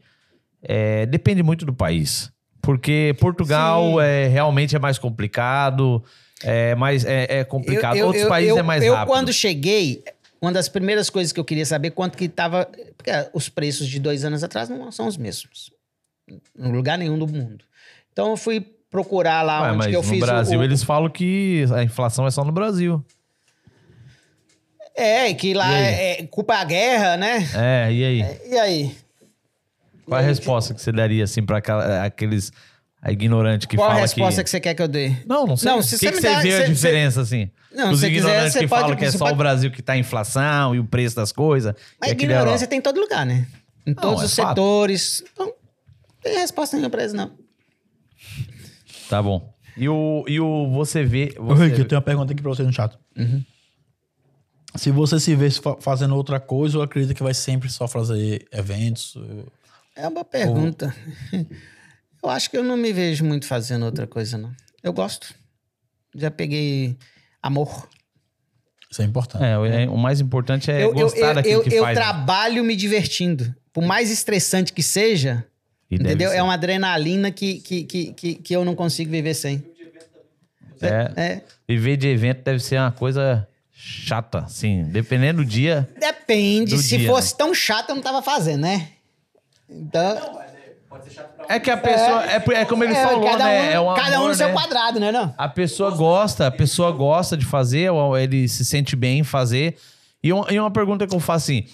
Speaker 1: é, depende muito do país. Porque Portugal
Speaker 3: Sim.
Speaker 1: é, realmente é mais complicado, é mais é, é complicado.
Speaker 3: Eu- eu-
Speaker 1: Outros
Speaker 3: eu-
Speaker 1: países
Speaker 3: eu-
Speaker 1: é mais
Speaker 3: eu,
Speaker 1: rápido.
Speaker 3: quando cheguei, uma das primeiras coisas que eu queria saber quanto que estava. Porque ah, os preços de dois anos atrás não são os mesmos. Em lugar nenhum do mundo. Então eu fui procurar lá
Speaker 1: Ué,
Speaker 3: onde
Speaker 1: mas
Speaker 3: que eu
Speaker 1: no
Speaker 3: fiz o-
Speaker 1: Brasil
Speaker 3: o,
Speaker 1: eles falam que a inflação é só no Brasil.
Speaker 3: É, que lá
Speaker 1: E aí?
Speaker 3: é, é culpa a guerra, né?
Speaker 1: É, e aí?
Speaker 3: E aí?
Speaker 1: Qual a
Speaker 3: tipo
Speaker 1: resposta que você daria, assim, pra aquela- aqueles ignorantes que
Speaker 3: Qual a
Speaker 1: falam
Speaker 3: resposta que...
Speaker 1: que...
Speaker 3: você quer que eu dê?
Speaker 1: Não, não sei.
Speaker 3: Não,
Speaker 1: o
Speaker 3: se
Speaker 1: que,
Speaker 3: você
Speaker 1: que
Speaker 3: me
Speaker 1: você
Speaker 3: dá-
Speaker 1: vê
Speaker 3: se-
Speaker 1: a
Speaker 3: se-
Speaker 1: diferença, assim?
Speaker 3: Não,
Speaker 1: Os
Speaker 3: se quiser,
Speaker 1: ignorantes
Speaker 3: você
Speaker 1: que
Speaker 3: pode-
Speaker 1: falam que é
Speaker 3: você
Speaker 1: só o
Speaker 3: pode-
Speaker 1: Brasil é que tá em inflação e o preço das coisas.
Speaker 3: A
Speaker 1: e aquele
Speaker 3: ignorância
Speaker 1: Europa.
Speaker 3: tem em todo lugar, né? Em todos
Speaker 1: é
Speaker 3: os
Speaker 1: fato.
Speaker 3: setores. Então, não tem resposta nenhuma pra isso, não.
Speaker 1: Tá bom. E o, e o você vê...
Speaker 2: Ô,
Speaker 1: Você...
Speaker 2: Rick, eu tenho uma pergunta aqui pra você no chat.
Speaker 3: Uhum.
Speaker 2: Se você se vê fa- fazendo outra coisa ou acredita que vai sempre só fazer eventos? ou-
Speaker 3: É uma boa pergunta. Eu acho que eu não me vejo muito fazendo outra coisa, não. Eu gosto. Já peguei amor.
Speaker 2: Isso é importante.
Speaker 1: É, o- é, o mais importante é
Speaker 3: eu eu,
Speaker 1: gostar
Speaker 3: eu,
Speaker 1: daquilo
Speaker 3: eu,
Speaker 1: que
Speaker 3: eu
Speaker 1: faz. né?
Speaker 3: trabalho me divertindo. Por mais estressante que seja,
Speaker 1: E deve
Speaker 3: entendeu?
Speaker 1: ser.
Speaker 3: É uma adrenalina que, que, que, que, que eu não consigo viver sem.
Speaker 1: É.
Speaker 3: É.
Speaker 1: Viver de evento deve ser uma coisa chata, assim. Dependendo do dia...
Speaker 3: Depende.
Speaker 1: Do
Speaker 3: Se
Speaker 1: dia, né?
Speaker 3: fosse tão chato, eu não tava fazendo, né? Então,
Speaker 1: É que a pessoa... É, é como ele
Speaker 3: é,
Speaker 1: falou,
Speaker 3: cada
Speaker 1: né?
Speaker 3: um,
Speaker 1: é um
Speaker 3: cada um
Speaker 1: amor,
Speaker 3: no seu
Speaker 1: né?
Speaker 3: quadrado, né? Não?
Speaker 1: A pessoa gosta, a pessoa gosta de fazer, ou ele se sente bem em fazer. E, um- e uma pergunta que eu faço assim: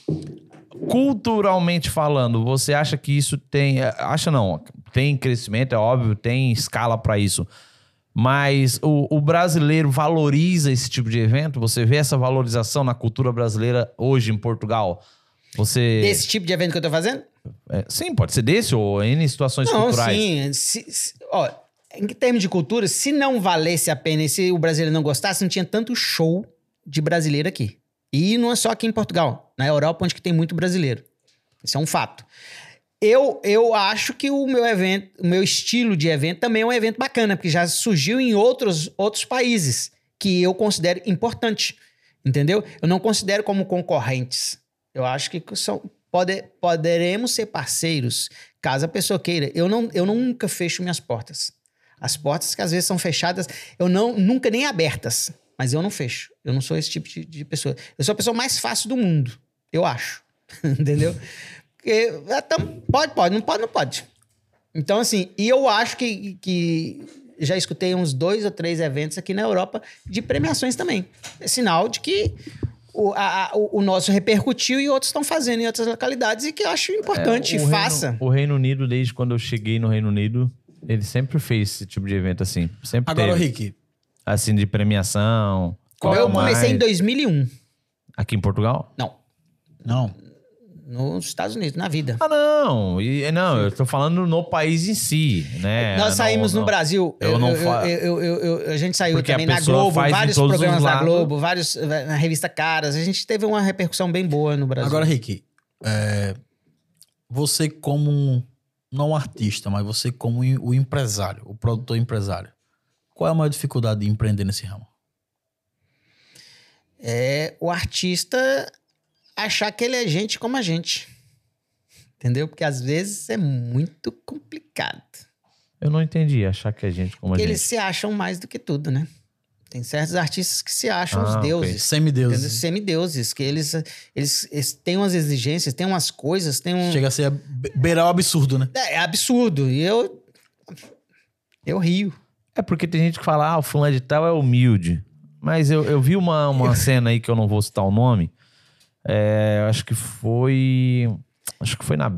Speaker 1: culturalmente falando, você acha que isso tem. eh, Acha não, tem crescimento, é óbvio, tem escala pra isso. Mas o, o brasileiro valoriza esse tipo de evento? Você vê essa valorização na cultura brasileira hoje em Portugal? Você.
Speaker 3: Desse tipo de evento que eu tô fazendo?
Speaker 1: é, sim, pode ser desse ou em situações
Speaker 3: Não,
Speaker 1: culturais.
Speaker 3: sim. Se- se- ó, em termos de cultura, se não valesse a pena e se o brasileiro não gostasse, não tinha tanto show de brasileiro aqui. E não é só aqui em Portugal, na Europa, onde que tem muito brasileiro. Isso é um fato. Eu, eu acho que o meu evento, o meu estilo de evento também é um evento bacana, porque já surgiu em outros, outros países que eu considero importante. Entendeu? Eu não considero como concorrentes. Eu acho que são, pode, poderemos ser parceiros caso a pessoa queira. Eu, não, eu nunca fecho minhas portas. As portas que às vezes são fechadas, eu não nunca nem abertas. Mas eu não fecho. Eu não sou esse tipo de, de pessoa. Eu sou a pessoa mais fácil do mundo, eu acho. Entendeu? Porque, ah, tam- pode, pode, não pode, não pode. Então, assim, e eu acho que, que já escutei uns dois ou três eventos aqui na Europa de premiações também. É sinal de que o, a- a- o- o nosso repercutiu e outros estão fazendo em outras localidades e que eu acho importante,
Speaker 1: É, o
Speaker 3: faça.
Speaker 1: Reino, o Reino Unido, desde quando eu cheguei no Reino Unido, ele sempre fez esse tipo de evento assim. Sempre
Speaker 2: Agora,
Speaker 1: teve.
Speaker 2: Rick,
Speaker 1: Assim, de premiação. Copa
Speaker 3: eu comecei em
Speaker 1: é Mais.
Speaker 3: 2001.
Speaker 1: Aqui em Portugal?
Speaker 3: Não,
Speaker 2: não.
Speaker 3: nos Estados Unidos, na vida.
Speaker 1: Ah, não. E, não, eu tô falando no país em si, né?
Speaker 3: Nós
Speaker 1: Não,
Speaker 3: saímos
Speaker 1: não.
Speaker 3: no Brasil.
Speaker 1: Eu não fa-
Speaker 3: eu- eu- eu- a gente saiu
Speaker 1: Porque a
Speaker 3: também na
Speaker 1: pessoa
Speaker 3: Globo,
Speaker 1: faz em
Speaker 3: vários
Speaker 1: todos os
Speaker 3: programas da
Speaker 1: lados.
Speaker 3: Globo, vários eh, na revista Caras. A gente teve uma repercussão bem boa no Brasil.
Speaker 2: Agora, Rick, é, você como um- não um artista, mas você como em- o empresário, o produtor empresário, qual é a maior dificuldade de empreender nesse ramo?
Speaker 3: é o artista achar que ele é gente como a gente. Entendeu? Porque às vezes é muito complicado.
Speaker 1: Eu não entendi achar que a gente como a
Speaker 3: Porque
Speaker 1: gente.
Speaker 3: eles se acham mais do que tudo, né? Tem certos artistas que se acham
Speaker 1: Ah,
Speaker 3: os
Speaker 1: ok.
Speaker 3: deuses. Entendeu?
Speaker 2: Semideuses.
Speaker 3: semideuses, que eles, eles, eles têm umas exigências, têm umas coisas, têm um.
Speaker 2: Chega a ser be- beirar o absurdo, né?
Speaker 3: É, é absurdo. E eu. Eu rio.
Speaker 1: É porque tem gente que fala, ah, o fulano de tal é humilde. Mas eu, eu vi uma, uma cena aí que eu não vou citar o nome. É, eu acho que foi. Acho que foi na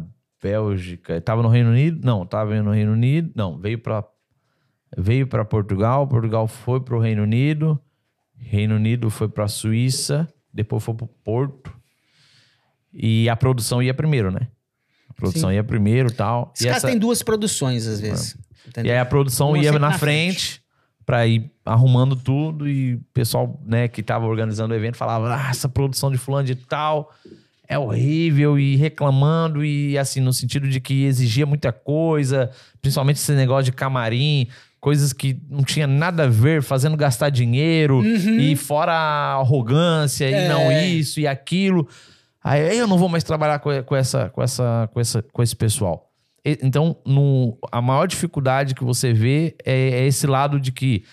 Speaker 1: Bélgica. Tava no Reino Unido? Não, tava no Reino Unido. Não, veio pra. Veio para Portugal, Portugal foi pro Reino Unido, Reino Unido foi pra Suíça, depois foi pro Porto. E a produção ia primeiro, né? A produção ia primeiro, tal.
Speaker 3: Esses
Speaker 1: e
Speaker 3: caras
Speaker 1: essa-
Speaker 3: têm duas produções, às vezes.
Speaker 1: e
Speaker 3: Entendeu?
Speaker 1: aí a produção
Speaker 3: Uma
Speaker 1: ia na,
Speaker 3: sempre na
Speaker 1: frente,
Speaker 3: frente.
Speaker 1: pra ir arrumando tudo e o pessoal, né, que tava organizando o evento falava: "Ah, essa produção de fulano de tal é horrível e reclamando e assim, no sentido de que exigia muita coisa, principalmente esse negócio de camarim, coisas que não tinha nada a ver, fazendo gastar dinheiro
Speaker 3: Uhum.
Speaker 1: e fora a arrogância e não
Speaker 3: É.
Speaker 1: isso e aquilo. Aí eu não vou mais trabalhar com, com essa, com, essa, com, essa, com esse pessoal. E- Então, no- a maior dificuldade que você vê é, é esse lado de que.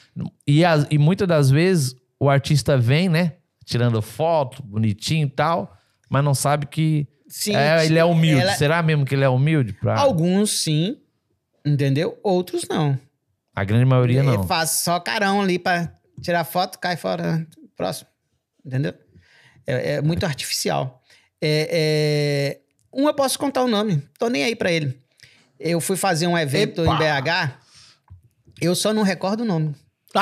Speaker 1: E, as- e muitas das vezes o artista vem, né? Tirando foto, bonitinho e tal, mas não sabe que.
Speaker 3: Sim,
Speaker 1: é, ele é humilde.
Speaker 3: ela-
Speaker 1: Será mesmo que ele é humilde? Pra...
Speaker 3: Alguns sim, entendeu? Outros não.
Speaker 1: A grande maioria
Speaker 3: Ele
Speaker 1: não.
Speaker 3: Faz só carão ali pra tirar foto, cai fora, próximo. Entendeu? É, é muito artificial. É, é, Um eu posso contar o nome, tô nem aí pra ele. Eu fui fazer um evento em BH, eu só não recordo o nome.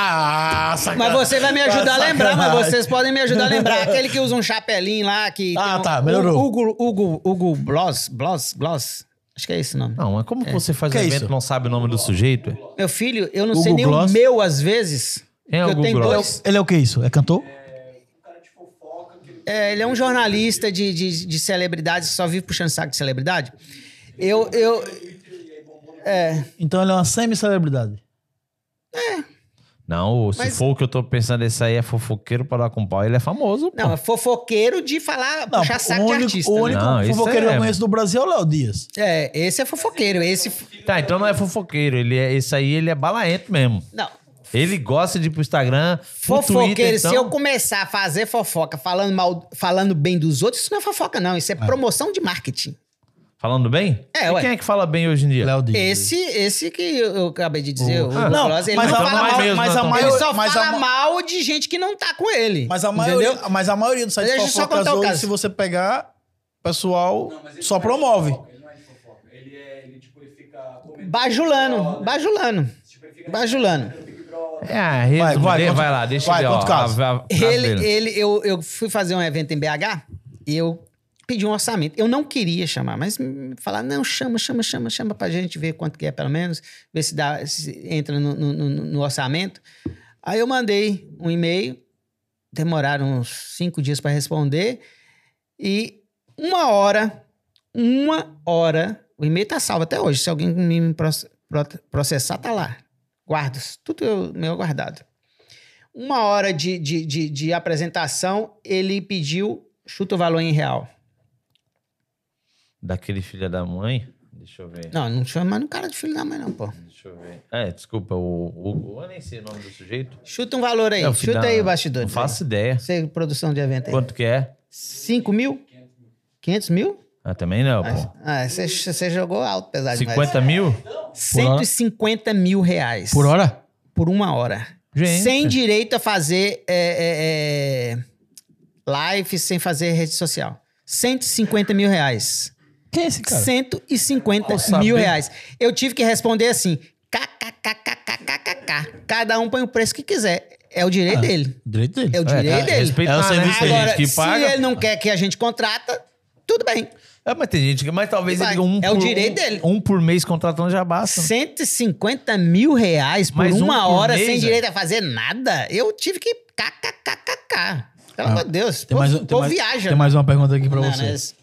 Speaker 2: Ah, sacanagem.
Speaker 3: Mas você vai me ajudar
Speaker 2: Tá
Speaker 3: a lembrar, mas
Speaker 2: sacanagem.
Speaker 3: vocês podem me ajudar a lembrar. Aquele que usa um chapelinho lá, que...
Speaker 2: Ah,
Speaker 3: tem um-
Speaker 2: tá, melhorou.
Speaker 3: Hugo, Hugo, Hugo Bloss, Bloss, Bloss, acho que é esse o nome.
Speaker 1: Não, mas como que você faz
Speaker 2: Que
Speaker 1: um
Speaker 2: é
Speaker 1: evento
Speaker 2: isso?
Speaker 1: e não sabe o nome do sujeito? é?
Speaker 3: Meu filho, eu não
Speaker 2: Hugo
Speaker 3: sei nem
Speaker 2: Gloss?
Speaker 3: o meu às vezes.
Speaker 1: Quem é
Speaker 3: porque
Speaker 1: o Hugo
Speaker 3: eu tenho
Speaker 1: Gloss?
Speaker 3: dois.
Speaker 2: Ele é o que isso? É cantor?
Speaker 3: É, ele é um jornalista de, de, de celebridades, só vive puxando saco de celebridade. Eu, eu,
Speaker 2: Então ele é uma semi-celebridade.
Speaker 1: Não, se
Speaker 3: Mas-
Speaker 1: for o que eu tô pensando, esse aí é fofoqueiro pra dar com pau, ele é famoso. pô.
Speaker 3: não, é fofoqueiro de falar, puxar saco
Speaker 2: o
Speaker 3: de
Speaker 2: único,
Speaker 3: artista.
Speaker 2: o
Speaker 3: né?
Speaker 2: único
Speaker 1: Não, isso
Speaker 2: fofoqueiro que
Speaker 1: é-
Speaker 2: eu conheço do Brasil é o Léo Dias.
Speaker 3: É, esse é fofoqueiro. Esse.
Speaker 1: Tá, então não é fofoqueiro. Ele é, esse aí ele é balaento mesmo.
Speaker 3: Não.
Speaker 1: Ele gosta de ir pro Instagram. pro
Speaker 3: Fofoqueiro,
Speaker 1: Twitter, então,
Speaker 3: se eu começar a fazer fofoca falando mal, falando bem dos outros, isso não é fofoca, não. Isso é
Speaker 2: Ah.
Speaker 3: promoção de marketing.
Speaker 1: Falando bem?
Speaker 3: É,
Speaker 1: e
Speaker 3: ué.
Speaker 1: quem é que fala bem hoje em dia?
Speaker 2: Léo Dias.
Speaker 3: Esse, esse que eu eu acabei de dizer, o Hugo
Speaker 2: Oh. Ah, Não,
Speaker 3: Gloss, ele
Speaker 2: mas
Speaker 3: não
Speaker 2: a
Speaker 1: então
Speaker 3: fala
Speaker 1: não é
Speaker 3: mal.
Speaker 1: mesmo,
Speaker 2: mas a
Speaker 1: então.
Speaker 3: Ele
Speaker 2: maioria-
Speaker 3: só
Speaker 2: mas a
Speaker 3: fala
Speaker 2: ma-
Speaker 3: mal de gente que não tá com ele.
Speaker 2: Mas a maioria,
Speaker 3: entendeu?
Speaker 2: mas a maioria dos sites
Speaker 3: Deixa eu
Speaker 2: de
Speaker 3: só
Speaker 2: fofocas
Speaker 3: contar o
Speaker 2: hoje,
Speaker 3: caso.
Speaker 2: se você pegar, o pessoal só promove.
Speaker 3: Bajulano, bajulano, bajulano.
Speaker 1: É, resumir, vai,
Speaker 2: Vai, vai, conta-
Speaker 1: lá, deixa
Speaker 2: vai,
Speaker 1: eu ver.
Speaker 2: conta o caso.
Speaker 3: Ele, ele, eu, eu fui fazer um evento em BH e eu pedi um orçamento. Eu não queria chamar, mas me falaram, não, chama, chama, chama, chama pra gente ver quanto que é, pelo menos, ver se, dá, se entra no, no- no- no orçamento. Aí eu mandei um e-mail, demoraram uns cinco dias para responder, e uma hora, uma hora, o e-mail tá salvo até hoje, se alguém me proce- pro- processar, tá lá. Guardo, tudo eu- meu guardado uma hora de, de, de, de apresentação, ele pediu chuta o valor em real.
Speaker 1: Daquele filho da mãe? Deixa eu ver.
Speaker 3: Não, não chama no cara de filho da mãe, não, pô.
Speaker 1: Deixa eu ver. É, desculpa, o, o, o- eu nem sei o nome do sujeito.
Speaker 3: Chuta um valor aí.
Speaker 1: É, o filho
Speaker 3: Chuta
Speaker 1: da-
Speaker 3: aí o
Speaker 1: Não
Speaker 3: bastidor.
Speaker 1: faço ideia.
Speaker 3: Você, produção de evento aí.
Speaker 1: Quanto que é?
Speaker 3: 5 mil? 500 mil?
Speaker 1: Ah, também não, pô.
Speaker 3: Ah, você- você jogou alto, pesado
Speaker 1: 50 mil?
Speaker 3: demais. 150 mil reais.
Speaker 2: Por hora?
Speaker 3: Por uma hora.
Speaker 1: Gente.
Speaker 3: Sem direito a fazer é, é, é, live, sem fazer rede social. 150 mil reais.
Speaker 2: Quem é esse cara?
Speaker 3: 150 mil reais. Eu tive que responder assim: kkkkkkkkk. Cada um põe o preço que quiser. É o direito dele.
Speaker 2: Direito dele.
Speaker 3: É o direito
Speaker 1: cara,
Speaker 3: dele.
Speaker 1: respeita
Speaker 2: Ah. É o
Speaker 1: a
Speaker 2: serviço
Speaker 1: gente
Speaker 3: Agora,
Speaker 1: que
Speaker 3: se
Speaker 1: paga.
Speaker 3: ele não quer que a gente contrata, tudo bem.
Speaker 1: É, mas tem gente que. Mas talvez
Speaker 3: Vai.
Speaker 1: ele. Um
Speaker 3: É o
Speaker 1: por-
Speaker 3: direito
Speaker 1: um-
Speaker 3: dele.
Speaker 1: Um por mês contratando já basta.
Speaker 2: Então.
Speaker 1: né?
Speaker 3: 150 mil reais por
Speaker 1: Mais um
Speaker 3: uma
Speaker 1: por
Speaker 3: hora
Speaker 1: mês,
Speaker 3: sem
Speaker 2: é.
Speaker 1: velho.
Speaker 3: direito a fazer nada. Eu tive que kkkkk. Pelo amor de Deus.
Speaker 2: Ah. Tem
Speaker 3: o
Speaker 2: mais, um,
Speaker 3: povo,
Speaker 2: tem
Speaker 3: povo
Speaker 2: mais-
Speaker 3: viaja. né?
Speaker 2: Tem mais uma pergunta aqui pra
Speaker 3: Não, né?
Speaker 2: você.
Speaker 3: mas-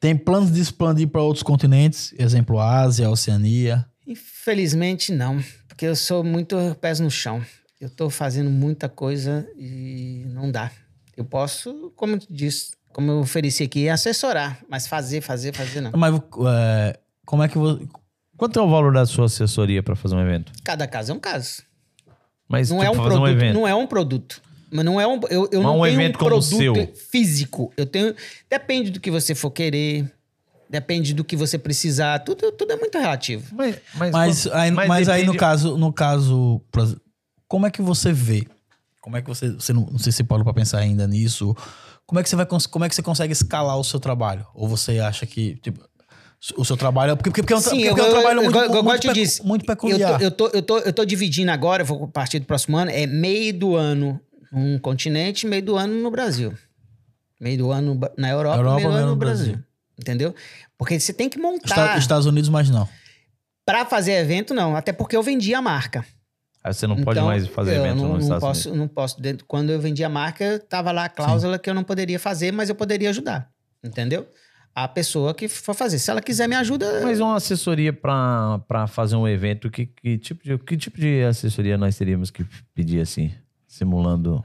Speaker 2: Tem planos de expandir pra outros continentes? Exemplo, Ásia, Oceania.
Speaker 3: Infelizmente não, porque eu sou muito pés no chão. Eu tô fazendo muita coisa e não dá. Eu posso, como eu disse, como eu ofereci aqui, assessorar, mas fazer, fazer, fazer não.
Speaker 2: Mas é, como é que você.
Speaker 1: Quanto é o valor da sua assessoria pra fazer um evento?
Speaker 3: Cada caso é um caso.
Speaker 1: Mas
Speaker 3: Não
Speaker 1: tipo,
Speaker 3: é um
Speaker 1: pra
Speaker 3: produto,
Speaker 1: fazer um evento.
Speaker 3: não é um produto. Mas não é um eu, eu
Speaker 1: Mas
Speaker 3: não
Speaker 1: um
Speaker 3: tenho
Speaker 1: evento
Speaker 3: um
Speaker 1: como o seu.
Speaker 3: produto físico. Eu tenho depende do que você for querer, depende do que você precisar, tudo tudo é muito relativo.
Speaker 1: Mas, mas,
Speaker 2: Mas, aí, mas, aí no
Speaker 1: depende-
Speaker 2: caso, no caso, por ex- como é que você vê? Como é que você, você não, não sei se parou pra pensar ainda nisso. Como é que você vai cons- como é que você consegue escalar o seu trabalho? Ou você acha que tipo, o seu trabalho é porque porque, porque é um, tra-
Speaker 3: Sim,
Speaker 2: porque
Speaker 3: eu,
Speaker 2: é um trabalho
Speaker 3: eu,
Speaker 2: muito,
Speaker 3: eu, eu, eu,
Speaker 2: muito,
Speaker 3: te
Speaker 2: pecu-
Speaker 3: disse,
Speaker 2: muito peculiar.
Speaker 3: Eu tô, eu, tô, eu, tô, eu tô dividindo agora, eu vou partir do próximo ano, é meio do ano num continente, meio do ano no Brasil. Meio do ano ba- na Europa,
Speaker 2: Europa,
Speaker 3: meio do ano no Brasil. Entendeu? Porque você tem que
Speaker 2: Esta-
Speaker 3: montar.
Speaker 2: Estados Unidos, mas não.
Speaker 3: Pra fazer evento, não. Até porque eu vendi a marca.
Speaker 1: Aí Ah, você não pode
Speaker 3: Então,
Speaker 1: mais fazer
Speaker 3: eu
Speaker 1: evento
Speaker 3: não,
Speaker 1: nos
Speaker 3: não
Speaker 1: Estados
Speaker 3: posso, Não posso. Dentro- Quando eu vendi a marca, tava lá a cláusula que eu não poderia fazer, mas eu poderia ajudar. Entendeu? A pessoa que for fazer. Se ela quiser me ajuda,
Speaker 1: Mas uma assessoria pra, pra fazer um evento, que, que, tipo de, que tipo de assessoria nós teríamos que pedir assim? Simulando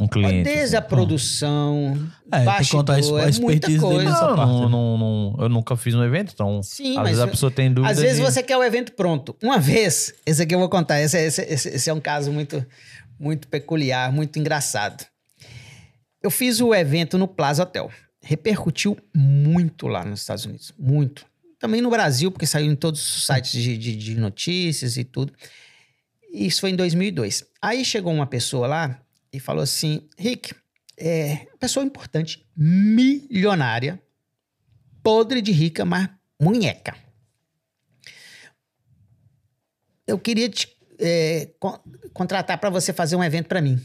Speaker 1: um cliente.
Speaker 3: desde a produção,
Speaker 2: É, tem que
Speaker 3: bastidor,
Speaker 2: contar a exp- a
Speaker 3: é muita
Speaker 2: expertise
Speaker 1: assim.
Speaker 2: deles.
Speaker 3: coisa.
Speaker 1: Não,
Speaker 2: essa parte,
Speaker 1: não,
Speaker 2: né?
Speaker 1: não, não, eu nunca fiz um evento, então
Speaker 3: Sim,
Speaker 1: às
Speaker 3: mas
Speaker 1: vezes a
Speaker 3: eu-
Speaker 1: pessoa tem dúvida.
Speaker 3: Às vezes
Speaker 1: de-
Speaker 3: você quer o evento pronto. Uma vez, esse aqui eu vou contar, esse, esse- esse- esse é um caso muito, muito peculiar, muito engraçado. Eu fiz o evento no Plaza Hotel. Repercutiu muito lá nos Estados Unidos, muito. Também no Brasil, porque saiu em todos os sites de, de- de notícias e tudo. Isso foi em 2002. Aí chegou uma pessoa lá e falou assim, Rick, é, pessoa importante, milionária, podre de rica, mas munheca eu queria te é, con- contratar para você fazer um evento para mim.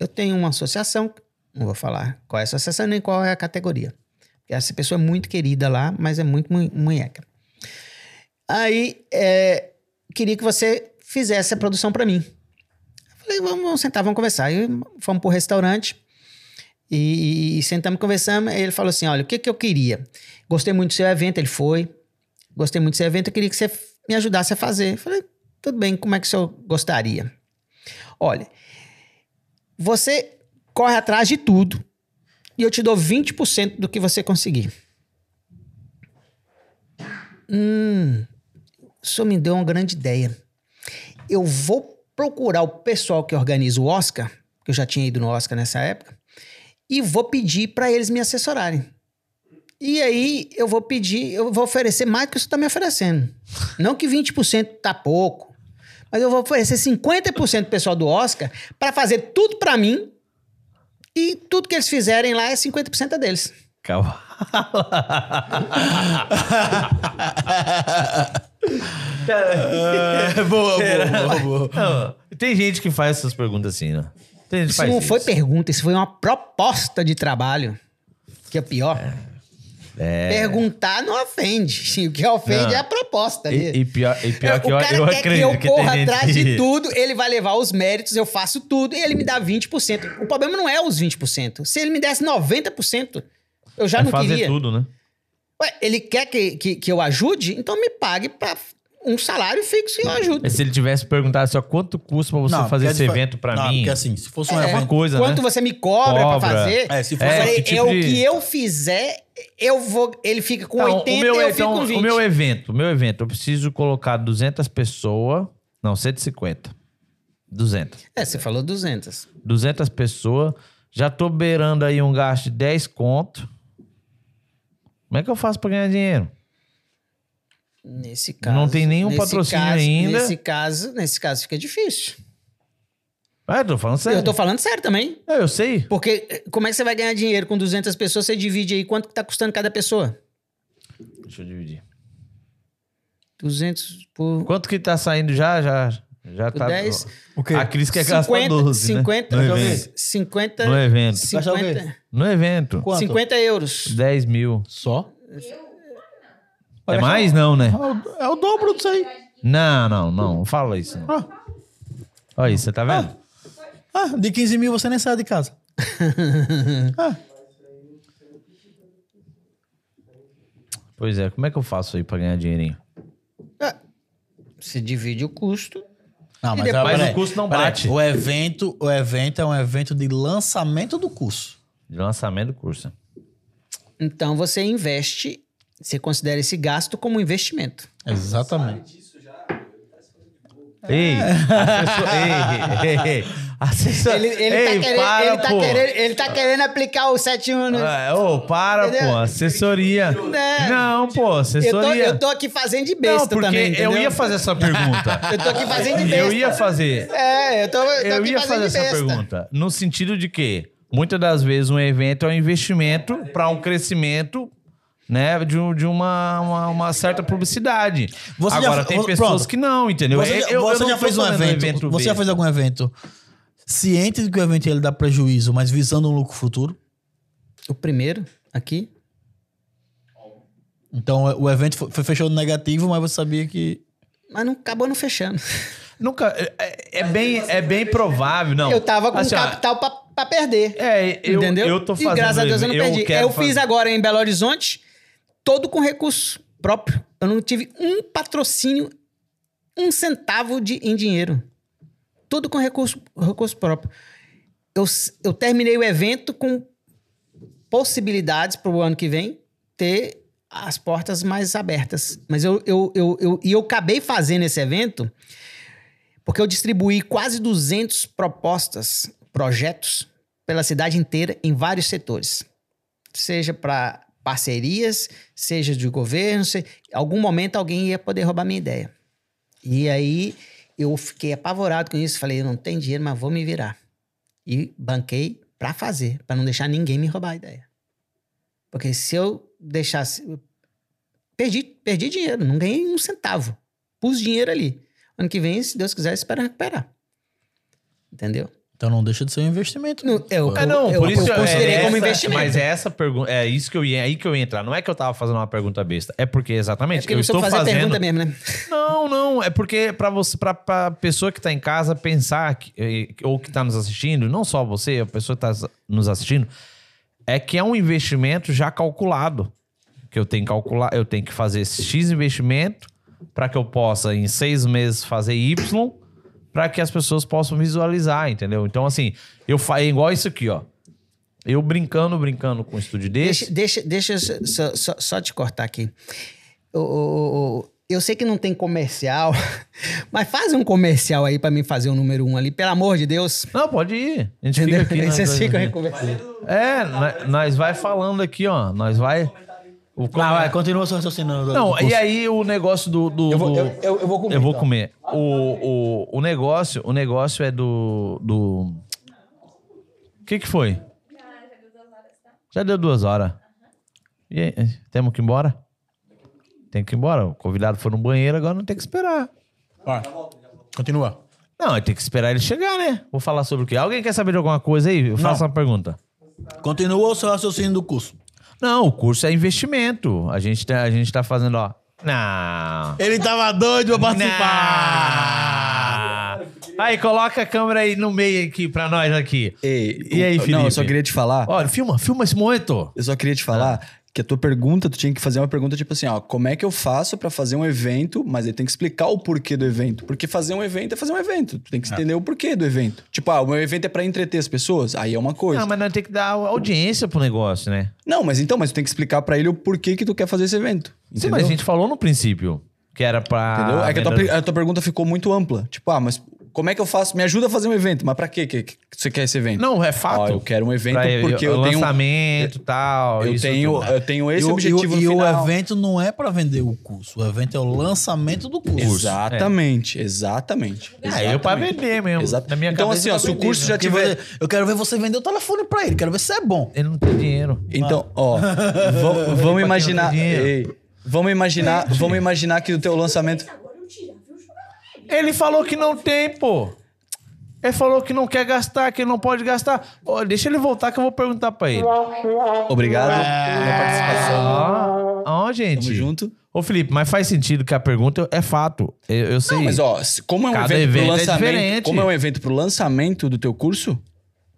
Speaker 3: Eu tenho uma associação, não vou falar qual é a associação nem qual é a categoria. Porque Essa pessoa é muito querida lá, mas é muito mu- munheca. Aí, é, queria que você fizesse a produção para mim. Eu falei, vamos, vamos sentar, vamos conversar. Aí fomos pro restaurante e, e- e sentamos, conversamos. Aí ele falou assim, olha, o que, que eu queria? Gostei muito do seu evento, ele foi. Gostei muito do seu evento, eu queria que você f- me ajudasse a fazer. Eu falei, tudo bem, como é que o senhor gostaria? Olha, você corre atrás de tudo e eu te dou 20% do que você conseguir. Hum, o senhor me deu uma grande ideia. Eu vou procurar o pessoal que organiza o Oscar, que eu já tinha ido no Oscar nessa época, e vou pedir para eles me assessorarem. E aí eu vou pedir, eu vou oferecer mais do que você está me oferecendo. Não que 20% tá pouco, mas eu vou oferecer 50% do pessoal do Oscar para fazer tudo para mim e tudo que eles fizerem lá é 50% é deles.
Speaker 1: Cavalo.
Speaker 2: É, boa, boa, boa, boa.
Speaker 1: Não, tem gente que faz essas perguntas assim, né? Tem gente que
Speaker 3: Isso
Speaker 1: faz
Speaker 3: não foi
Speaker 1: isso.
Speaker 3: pergunta, isso foi uma proposta de trabalho, que é o pior. Perguntar não ofende. O que ofende
Speaker 1: É. Não.
Speaker 3: é a proposta. ali.
Speaker 1: E, e pior, e pior
Speaker 3: É,
Speaker 1: que eu,
Speaker 3: o cara
Speaker 1: eu
Speaker 3: quer
Speaker 1: acredito
Speaker 3: que
Speaker 1: que tem
Speaker 3: eu corra
Speaker 1: gente
Speaker 3: atrás
Speaker 1: que-
Speaker 3: de tudo, ele vai levar os méritos, eu faço tudo e ele me dá 20%. O problema não é os 20%. Se ele me desse 90%, eu já
Speaker 1: é
Speaker 3: não
Speaker 1: fazer
Speaker 3: queria.
Speaker 1: tudo, né?
Speaker 3: Ué, ele quer que, que, que eu ajude, então me pague pra um salário fixo e eu ajudo.
Speaker 1: Mas É, Se ele tivesse perguntado assim, ó, quanto custa pra você
Speaker 2: Não,
Speaker 1: fazer
Speaker 2: porque
Speaker 1: esse
Speaker 2: é difer-
Speaker 1: evento pra
Speaker 2: não,
Speaker 1: mim?
Speaker 2: Porque assim, se fosse um
Speaker 1: É uma
Speaker 2: evento...
Speaker 1: coisa, né?
Speaker 3: Quanto você me cobra,
Speaker 1: Cobra.
Speaker 3: pra fazer?
Speaker 2: É, se
Speaker 3: Eu
Speaker 2: fosse-
Speaker 3: falei,
Speaker 1: É,
Speaker 3: é,
Speaker 1: que tipo
Speaker 3: o
Speaker 1: de-
Speaker 3: que eu fizer, eu vou. Ele fica com
Speaker 1: Então,
Speaker 3: 80
Speaker 1: o meu,
Speaker 3: eu
Speaker 1: então,
Speaker 3: fico com 20.
Speaker 1: o meu evento, o meu evento, eu preciso colocar 200 pessoas, não, 150. 200.
Speaker 3: É, você falou 200.
Speaker 1: 200 pessoas, já tô beirando aí um gasto de 10 conto. Como é que eu faço pra ganhar dinheiro?
Speaker 3: Nesse caso.
Speaker 1: Não tem nenhum
Speaker 3: nesse
Speaker 1: patrocínio
Speaker 3: caso-
Speaker 1: ainda.
Speaker 3: Nesse caso, nesse caso fica difícil.
Speaker 1: Ah, eu tô falando sério.
Speaker 3: Eu tô falando sério também.
Speaker 1: É, eu sei.
Speaker 3: Porque eh, como é que você vai ganhar dinheiro com 200 pessoas? Você divide aí quanto que tá custando cada pessoa?
Speaker 1: Deixa eu dividir.
Speaker 3: 200 por,
Speaker 1: Quanto que tá saindo já? Já, já
Speaker 3: por
Speaker 1: tá.
Speaker 3: 10.
Speaker 2: O quê?
Speaker 1: A Cris quer é gastar 12.
Speaker 3: 50,
Speaker 1: né?
Speaker 3: eu
Speaker 1: no,
Speaker 3: vi,
Speaker 1: evento.
Speaker 3: 50,
Speaker 1: no evento.
Speaker 2: Gastar o quê?
Speaker 3: 50,
Speaker 1: No evento.
Speaker 2: Quanto?
Speaker 3: 50 euros.
Speaker 1: 10 mil.
Speaker 2: Só?
Speaker 1: É mais? Não, né?
Speaker 2: É o, é o dobro disso aí.
Speaker 1: Não, não, não. Não fala isso. não.
Speaker 2: Ah,
Speaker 1: Olha isso, você tá vendo?
Speaker 2: ah, de 15 mil você nem sai de casa. Ah,
Speaker 1: Pois é, como é que eu faço aí pra ganhar dinheirinho?
Speaker 3: Ah, Se divide o custo.
Speaker 2: não, mas,
Speaker 3: depois-
Speaker 2: ah, peraí,
Speaker 1: Mas o custo não
Speaker 2: peraí.
Speaker 1: bate.
Speaker 2: O evento, o evento é um evento de lançamento do curso.
Speaker 1: De lançamento do curso.
Speaker 3: Então você investe, você considera esse gasto como um investimento.
Speaker 2: Exatamente.
Speaker 3: É.
Speaker 1: Ei, assessor, ei, ei, ei, assessor,
Speaker 3: Ele, ele
Speaker 1: ei,
Speaker 3: tá, querendo,
Speaker 1: para,
Speaker 3: ele, tá
Speaker 1: pô.
Speaker 3: querendo, ele tá querendo aplicar o 7-1. no-
Speaker 1: Ah, Ô, para,
Speaker 3: Entendeu?
Speaker 1: pô, assessoria.
Speaker 3: Né?
Speaker 1: Não, pô,
Speaker 3: eu, tô,
Speaker 1: assessoria.
Speaker 3: eu tô aqui fazendo de besta
Speaker 1: não, porque
Speaker 3: também.
Speaker 1: eu
Speaker 3: entendeu?
Speaker 1: ia fazer essa pergunta.
Speaker 3: Eu tô aqui fazendo de besta.
Speaker 1: eu ia fazer.
Speaker 3: É, eu tô, eu tô
Speaker 1: Eu
Speaker 3: aqui
Speaker 1: ia
Speaker 3: fazendo
Speaker 1: fazer
Speaker 3: de
Speaker 1: essa
Speaker 3: besta.
Speaker 1: pergunta. No sentido de que, muitas das vezes, um evento é um investimento para um crescimento né, de, um- de uma, uma, uma certa publicidade.
Speaker 2: Você já
Speaker 1: Agora,
Speaker 2: fe-
Speaker 1: tem
Speaker 2: vo-
Speaker 1: pessoas
Speaker 2: pronto.
Speaker 1: que não, entendeu? É,
Speaker 2: Você,
Speaker 1: Eu-
Speaker 2: já-
Speaker 1: eu- eu
Speaker 2: você
Speaker 1: não
Speaker 2: já
Speaker 1: tô
Speaker 2: fez um
Speaker 1: fazendo
Speaker 2: evento, Você já
Speaker 1: besta.
Speaker 2: fez algum evento ciente de que o evento ia lhe dar prejuízo, mas visando um lucro futuro?
Speaker 3: O primeiro, aqui,
Speaker 2: Então o evento foi, foi fechado no negativo, mas você sabia que.
Speaker 3: mas não acabou não fechando.
Speaker 1: Nunca. é- É, é bem, é bem provável, não.
Speaker 3: Eu tava com um
Speaker 1: Assim, ó,
Speaker 3: capital pra pra perder.
Speaker 1: É, eu,
Speaker 3: entendeu?
Speaker 1: eu tô fazendo
Speaker 3: E graças a Deus
Speaker 1: isso.
Speaker 3: eu não perdi.
Speaker 1: quero
Speaker 3: eu fiz
Speaker 1: fazer-
Speaker 3: agora em Belo Horizonte, todo com recurso próprio. Eu não tive um patrocínio, um centavo de, em dinheiro. Tudo com recurso, recurso próprio. Eu, s- eu terminei o evento com possibilidades para o ano que vem ter as portas mais abertas. Mas eu, eu, eu, eu, e eu acabei fazendo esse evento porque eu distribuí quase 200 propostas, projetos, pela cidade inteira, em vários setores. Seja para parcerias, seja de governo, se... em algum momento alguém ia poder roubar minha ideia. E aí eu fiquei apavorado com isso, falei, eu não tenho dinheiro, mas vou me virar. E banquei para fazer, para não deixar ninguém me roubar a ideia. Porque se eu deixasse... eu Perdi, perdi dinheiro, não ganhei um centavo. Pus dinheiro ali. Ano que vem, se Deus quiser, espero recuperar. Entendeu?
Speaker 2: Então não deixa de ser um investimento.
Speaker 3: Não, eu,
Speaker 1: É, não,
Speaker 3: eu,
Speaker 1: por
Speaker 3: eu
Speaker 1: isso
Speaker 3: considerei
Speaker 1: é
Speaker 3: como
Speaker 1: essa-
Speaker 3: investimento.
Speaker 1: Mas é essa pergunta, é isso que eu ia, é aí que eu ia entrar. Não é que eu tava fazendo uma pergunta besta, é porque
Speaker 3: É
Speaker 1: exatamente
Speaker 3: porque eu
Speaker 1: eu
Speaker 3: não soube
Speaker 1: estou
Speaker 3: fazer
Speaker 1: fazendo.
Speaker 3: pergunta mesmo, né?
Speaker 1: Não, não, é porque pra você, para pessoa que tá em casa pensar que- eh, ou que tá nos assistindo, não só você, a pessoa que tá nos assistindo, é que é um investimento já calculado. Que eu tenho que calcular, eu tenho que fazer esse X investimento para que eu possa em seis meses fazer Y, para que as pessoas possam visualizar, entendeu? Então assim, eu faço igual isso aqui, ó. Eu brincando, brincando com o estúdio desse.
Speaker 3: Deixa, deixa, deixa eu só, só- só te cortar aqui. O- o- o- eu sei que não tem comercial, mas faz um comercial aí pra mim fazer o número um ali, pelo amor de Deus.
Speaker 1: Não, pode ir. A gente
Speaker 3: Entendeu?
Speaker 1: fica aqui.
Speaker 3: Aí
Speaker 1: nós
Speaker 3: vocês
Speaker 1: dois
Speaker 3: ficam
Speaker 1: aqui.
Speaker 3: reconversando.
Speaker 1: É, nó- nós vai falando aqui, ó. Nós vai. O com-
Speaker 2: Vai, vai, continua seu raciocínio. do-
Speaker 1: Não,
Speaker 2: do
Speaker 1: e
Speaker 2: curso.
Speaker 1: aí o negócio do. do- do- eu,
Speaker 2: vou comer.
Speaker 1: vou
Speaker 2: então.
Speaker 1: comer. O, o, o negócio, o negócio é do. do... O que que foi? tá? Já deu duas horas. E aí, temos que ir embora? Tem que ir embora. O convidado foi no banheiro, agora não tem que esperar.
Speaker 2: Vai. Continua.
Speaker 1: Não, tem que esperar ele chegar, né? Vou falar sobre o quê? Alguém quer saber de alguma coisa aí? Eu faço
Speaker 2: Não.
Speaker 1: uma pergunta.
Speaker 2: Continua o seu raciocínio do curso.
Speaker 1: Não, o curso é investimento. A gente tá, a gente tá fazendo, ó. Não.
Speaker 2: Ele tava doido pra participar.
Speaker 1: Não. Aí, coloca a câmera aí no meio aqui pra nós aqui.
Speaker 5: Ei,
Speaker 1: E aí,
Speaker 5: Não, eu só
Speaker 1: Felipe?
Speaker 5: queria te falar.
Speaker 1: Olha, filma, filma esse momento.
Speaker 5: Eu só queria te falar
Speaker 1: Ah.
Speaker 5: que a tua pergunta, tu tinha que fazer uma pergunta tipo assim, ó, como é que eu faço pra fazer um evento, mas ele tem que explicar o porquê do evento. Porque fazer um evento é fazer um evento. Tu tem
Speaker 1: Ah.
Speaker 5: que entender o porquê do evento. Tipo, ah, o meu evento é pra entreter as pessoas, aí é uma coisa.
Speaker 1: Não, mas nós temos que dar audiência pro negócio, né?
Speaker 5: então, mas tu tem que explicar pra ele o porquê que tu quer fazer esse evento.
Speaker 1: Sim,
Speaker 5: Entendeu?
Speaker 1: mas a gente Ah, falou no princípio que era pra.
Speaker 5: Entendeu? É que a tua,
Speaker 1: venda-
Speaker 5: per- a tua pergunta ficou muito ampla. Tipo, ah, mas como é que eu faço? Me ajuda a fazer um evento. Mas pra quê que, que você quer esse evento?
Speaker 1: Não, é
Speaker 5: Ó,
Speaker 1: fato.
Speaker 5: eu quero um evento
Speaker 1: Pra-
Speaker 5: porque eu, tenho...
Speaker 1: lançamento e tal.
Speaker 5: Eu
Speaker 1: isso
Speaker 5: tenho,
Speaker 1: tudo.
Speaker 5: eu tenho esse
Speaker 2: e, o- e o-
Speaker 5: objetivo
Speaker 2: e
Speaker 5: no
Speaker 2: o
Speaker 5: final.
Speaker 2: evento não é pra vender o curso. O evento é o lançamento do curso.
Speaker 5: Exatamente, exatamente.
Speaker 1: Ah, eu pra
Speaker 5: é, Exatamente.
Speaker 1: vender mesmo.
Speaker 5: Exato.
Speaker 1: Na minha
Speaker 5: Então,
Speaker 1: cabeça,
Speaker 5: assim,
Speaker 1: eu
Speaker 5: ó,
Speaker 1: pra
Speaker 5: se o
Speaker 1: vender,
Speaker 5: curso
Speaker 1: né?
Speaker 5: já
Speaker 2: Porque
Speaker 5: tiver.
Speaker 2: você- Eu quero ver você vender o telefone pra ele. Quero ver se é bom.
Speaker 1: Ele não tem dinheiro.
Speaker 5: Então, ó, vam-
Speaker 1: não
Speaker 5: vamos imaginar.
Speaker 1: dinheiro.
Speaker 5: Ei, vamos imaginar, vamos imaginar que o teu lançamento.
Speaker 1: Ele falou que não tem, pô. Ele falou que não quer gastar, que ele não pode gastar. Ó, deixa ele voltar que eu vou perguntar pra ele.
Speaker 5: Obrigado
Speaker 1: É.
Speaker 5: pela participação.
Speaker 1: Ó, ó, gente.
Speaker 5: Tamo junto.
Speaker 1: Ô, Felipe, mas faz sentido que a pergunta é fato. Eu, eu sei.
Speaker 5: Não, mas ó, se- como é um
Speaker 1: Cada
Speaker 5: evento,
Speaker 1: evento é
Speaker 5: pro lançamento,
Speaker 1: diferente.
Speaker 5: como é um evento pro lançamento do teu curso,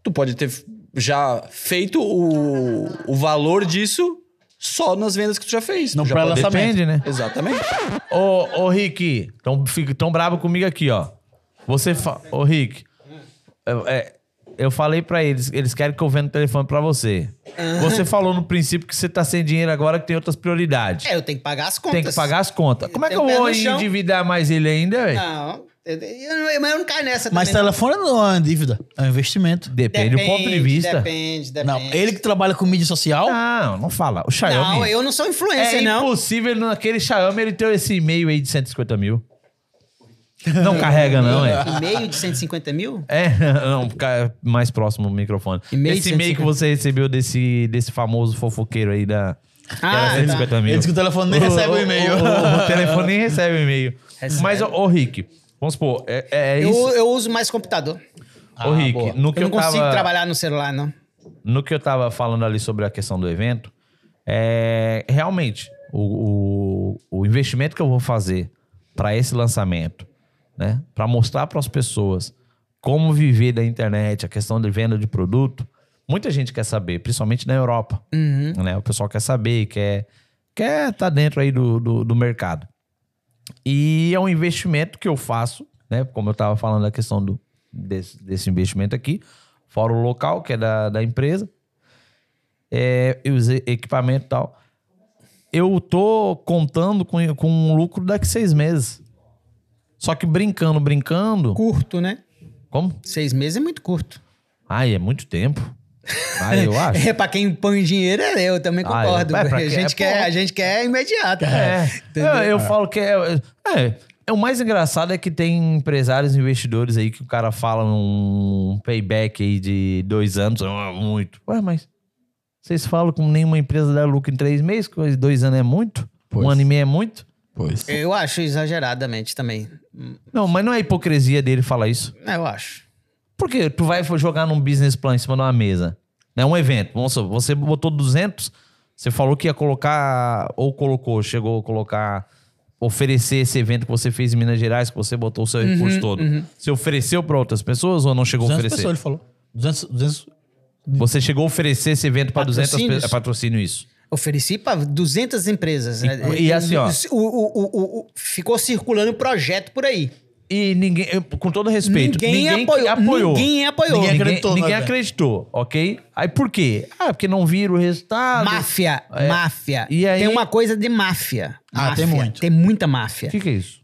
Speaker 5: tu pode ter já feito o, o valor disso só nas vendas que tu já fez.
Speaker 2: Não
Speaker 5: Tu já
Speaker 2: pra
Speaker 5: pode-
Speaker 2: lançamento.
Speaker 1: Depende, né?
Speaker 5: Exatamente.
Speaker 1: Ô, ô Rick, tão, fica tão bravo comigo aqui, ó. Você fa... Ô, Rick, eu, é, eu falei pra eles, eles querem que eu venda o telefone pra você. Você falou no princípio que você tá sem dinheiro agora, que tem outras prioridades.
Speaker 3: É, eu tenho que pagar as contas.
Speaker 1: Tem que pagar as contas. Como é que
Speaker 3: Tem
Speaker 1: eu
Speaker 3: o pé
Speaker 1: vou
Speaker 3: no chão.
Speaker 1: endividar mais ele ainda, velho?
Speaker 3: Não, eu, eu, eu- mas eu não caio nessa
Speaker 2: Mas
Speaker 3: também. não.
Speaker 2: telefone não é uma dívida. É um investimento.
Speaker 1: Depende, do tá- ponto de vista.
Speaker 3: Depende, depende.
Speaker 2: Não, ele que trabalha com mídia social.
Speaker 1: Não, não fala. O Xiaomi.
Speaker 3: Não, eu não sou influencer,
Speaker 1: é
Speaker 3: não.
Speaker 1: impossível naquele Xiaomi ele ter esse e-mail aí de 150 mil. Não carrega, não, é.
Speaker 3: E-mail de 150 mil?
Speaker 1: É, não, fica mais próximo do microfone.
Speaker 3: E-mail de
Speaker 1: esse e-mail que
Speaker 3: 150.
Speaker 1: você recebeu desse, desse famoso fofoqueiro aí da. que
Speaker 3: Ah,
Speaker 1: era
Speaker 3: tá.
Speaker 1: 150 mil.
Speaker 2: Ele diz que o telefone nem recebe o e-mail.
Speaker 1: O,
Speaker 5: é
Speaker 1: o- o telefone nem recebe o e-mail.
Speaker 3: Recebe.
Speaker 1: Mas, ô, ô, Rick, vamos supor, é, é
Speaker 3: Eu,
Speaker 1: isso.
Speaker 3: eu uso mais computador.
Speaker 1: ô,
Speaker 3: Ah,
Speaker 1: Rick, no que
Speaker 3: eu
Speaker 1: eu,
Speaker 3: não consigo
Speaker 1: tava,
Speaker 3: trabalhar no celular, não.
Speaker 1: no que eu tava falando ali sobre a questão do evento, é, realmente, o, o, o investimento que eu vou fazer para esse lançamento, né? Para mostrar para as pessoas como viver da internet, a questão de venda de produto, muita gente quer saber, principalmente na Europa. Né? O pessoal quer saber, quer quer estar dentro aí do, do, do mercado. E é um investimento que eu faço, né? Como eu estava falando da questão do, desse, desse investimento aqui, fora o local, que é da, da empresa, é, e os e- equipamento e tal. Eu tô contando com, com um lucro daqui seis meses. Só que brincando, brincando.
Speaker 3: Curto, né?
Speaker 1: Como?
Speaker 3: Seis meses é muito curto.
Speaker 1: Ai, é muito tempo. Ai, eu acho.
Speaker 3: É, pra quem põe dinheiro, é, eu também
Speaker 1: Ah,
Speaker 3: concordo.
Speaker 1: é, pra
Speaker 3: a,
Speaker 1: quem-
Speaker 3: gente
Speaker 1: é
Speaker 3: quer,
Speaker 1: pouco.
Speaker 3: a gente quer imediato.
Speaker 1: É.
Speaker 3: Entendeu?
Speaker 1: Eu, eu falo que é, é, é, O mais engraçado é que tem empresários e investidores aí que o cara fala um payback aí de dois anos, ah, muito. Ué, mas vocês falam que nenhuma empresa dá lucro em três meses, que dois anos é muito?
Speaker 2: Pois.
Speaker 1: Um ano e meio é muito?
Speaker 2: Pois.
Speaker 3: Eu acho exageradamente também. Hum,
Speaker 1: Não, mas não é hipocrisia dele falar isso.
Speaker 3: Eu acho.
Speaker 1: Porque tu vai jogar num business plan em cima de uma mesa, né? Um evento. Vamos supor, você botou 200, você falou que ia colocar, ou colocou, chegou a colocar, oferecer esse evento que você fez em Minas Gerais, que você botou o seu
Speaker 3: Uhum,
Speaker 1: recurso todo. Você ofereceu para outras pessoas ou não chegou a
Speaker 2: 200
Speaker 1: oferecer?
Speaker 2: pessoas, ele falou. 200, 200
Speaker 1: Você chegou a oferecer esse evento para 200
Speaker 3: Patrocínios?
Speaker 1: pessoas? É patrocínio isso.
Speaker 3: Ofereci pra 200 empresas. né?
Speaker 1: e assim, ó.
Speaker 3: O, o- o- o- ficou circulando projeto por aí.
Speaker 1: E ninguém, eu- com todo respeito,
Speaker 3: Ninguém
Speaker 1: ninguém, que
Speaker 3: apoiou-
Speaker 1: apoiou.
Speaker 3: ninguém apoiou.
Speaker 1: Ninguém
Speaker 2: Ninguém
Speaker 1: acreditou,
Speaker 2: acreditou,
Speaker 1: ninguém,
Speaker 2: né, velho?
Speaker 1: acreditou, ok? Aí por quê? Ah, porque não viram o resultado.
Speaker 3: Máfia,
Speaker 1: É.
Speaker 3: máfia.
Speaker 1: E aí-
Speaker 3: Tem uma coisa de máfia.
Speaker 2: Ah,
Speaker 3: Máfia.
Speaker 2: tem muito.
Speaker 3: Tem muita máfia.
Speaker 1: O que que é isso?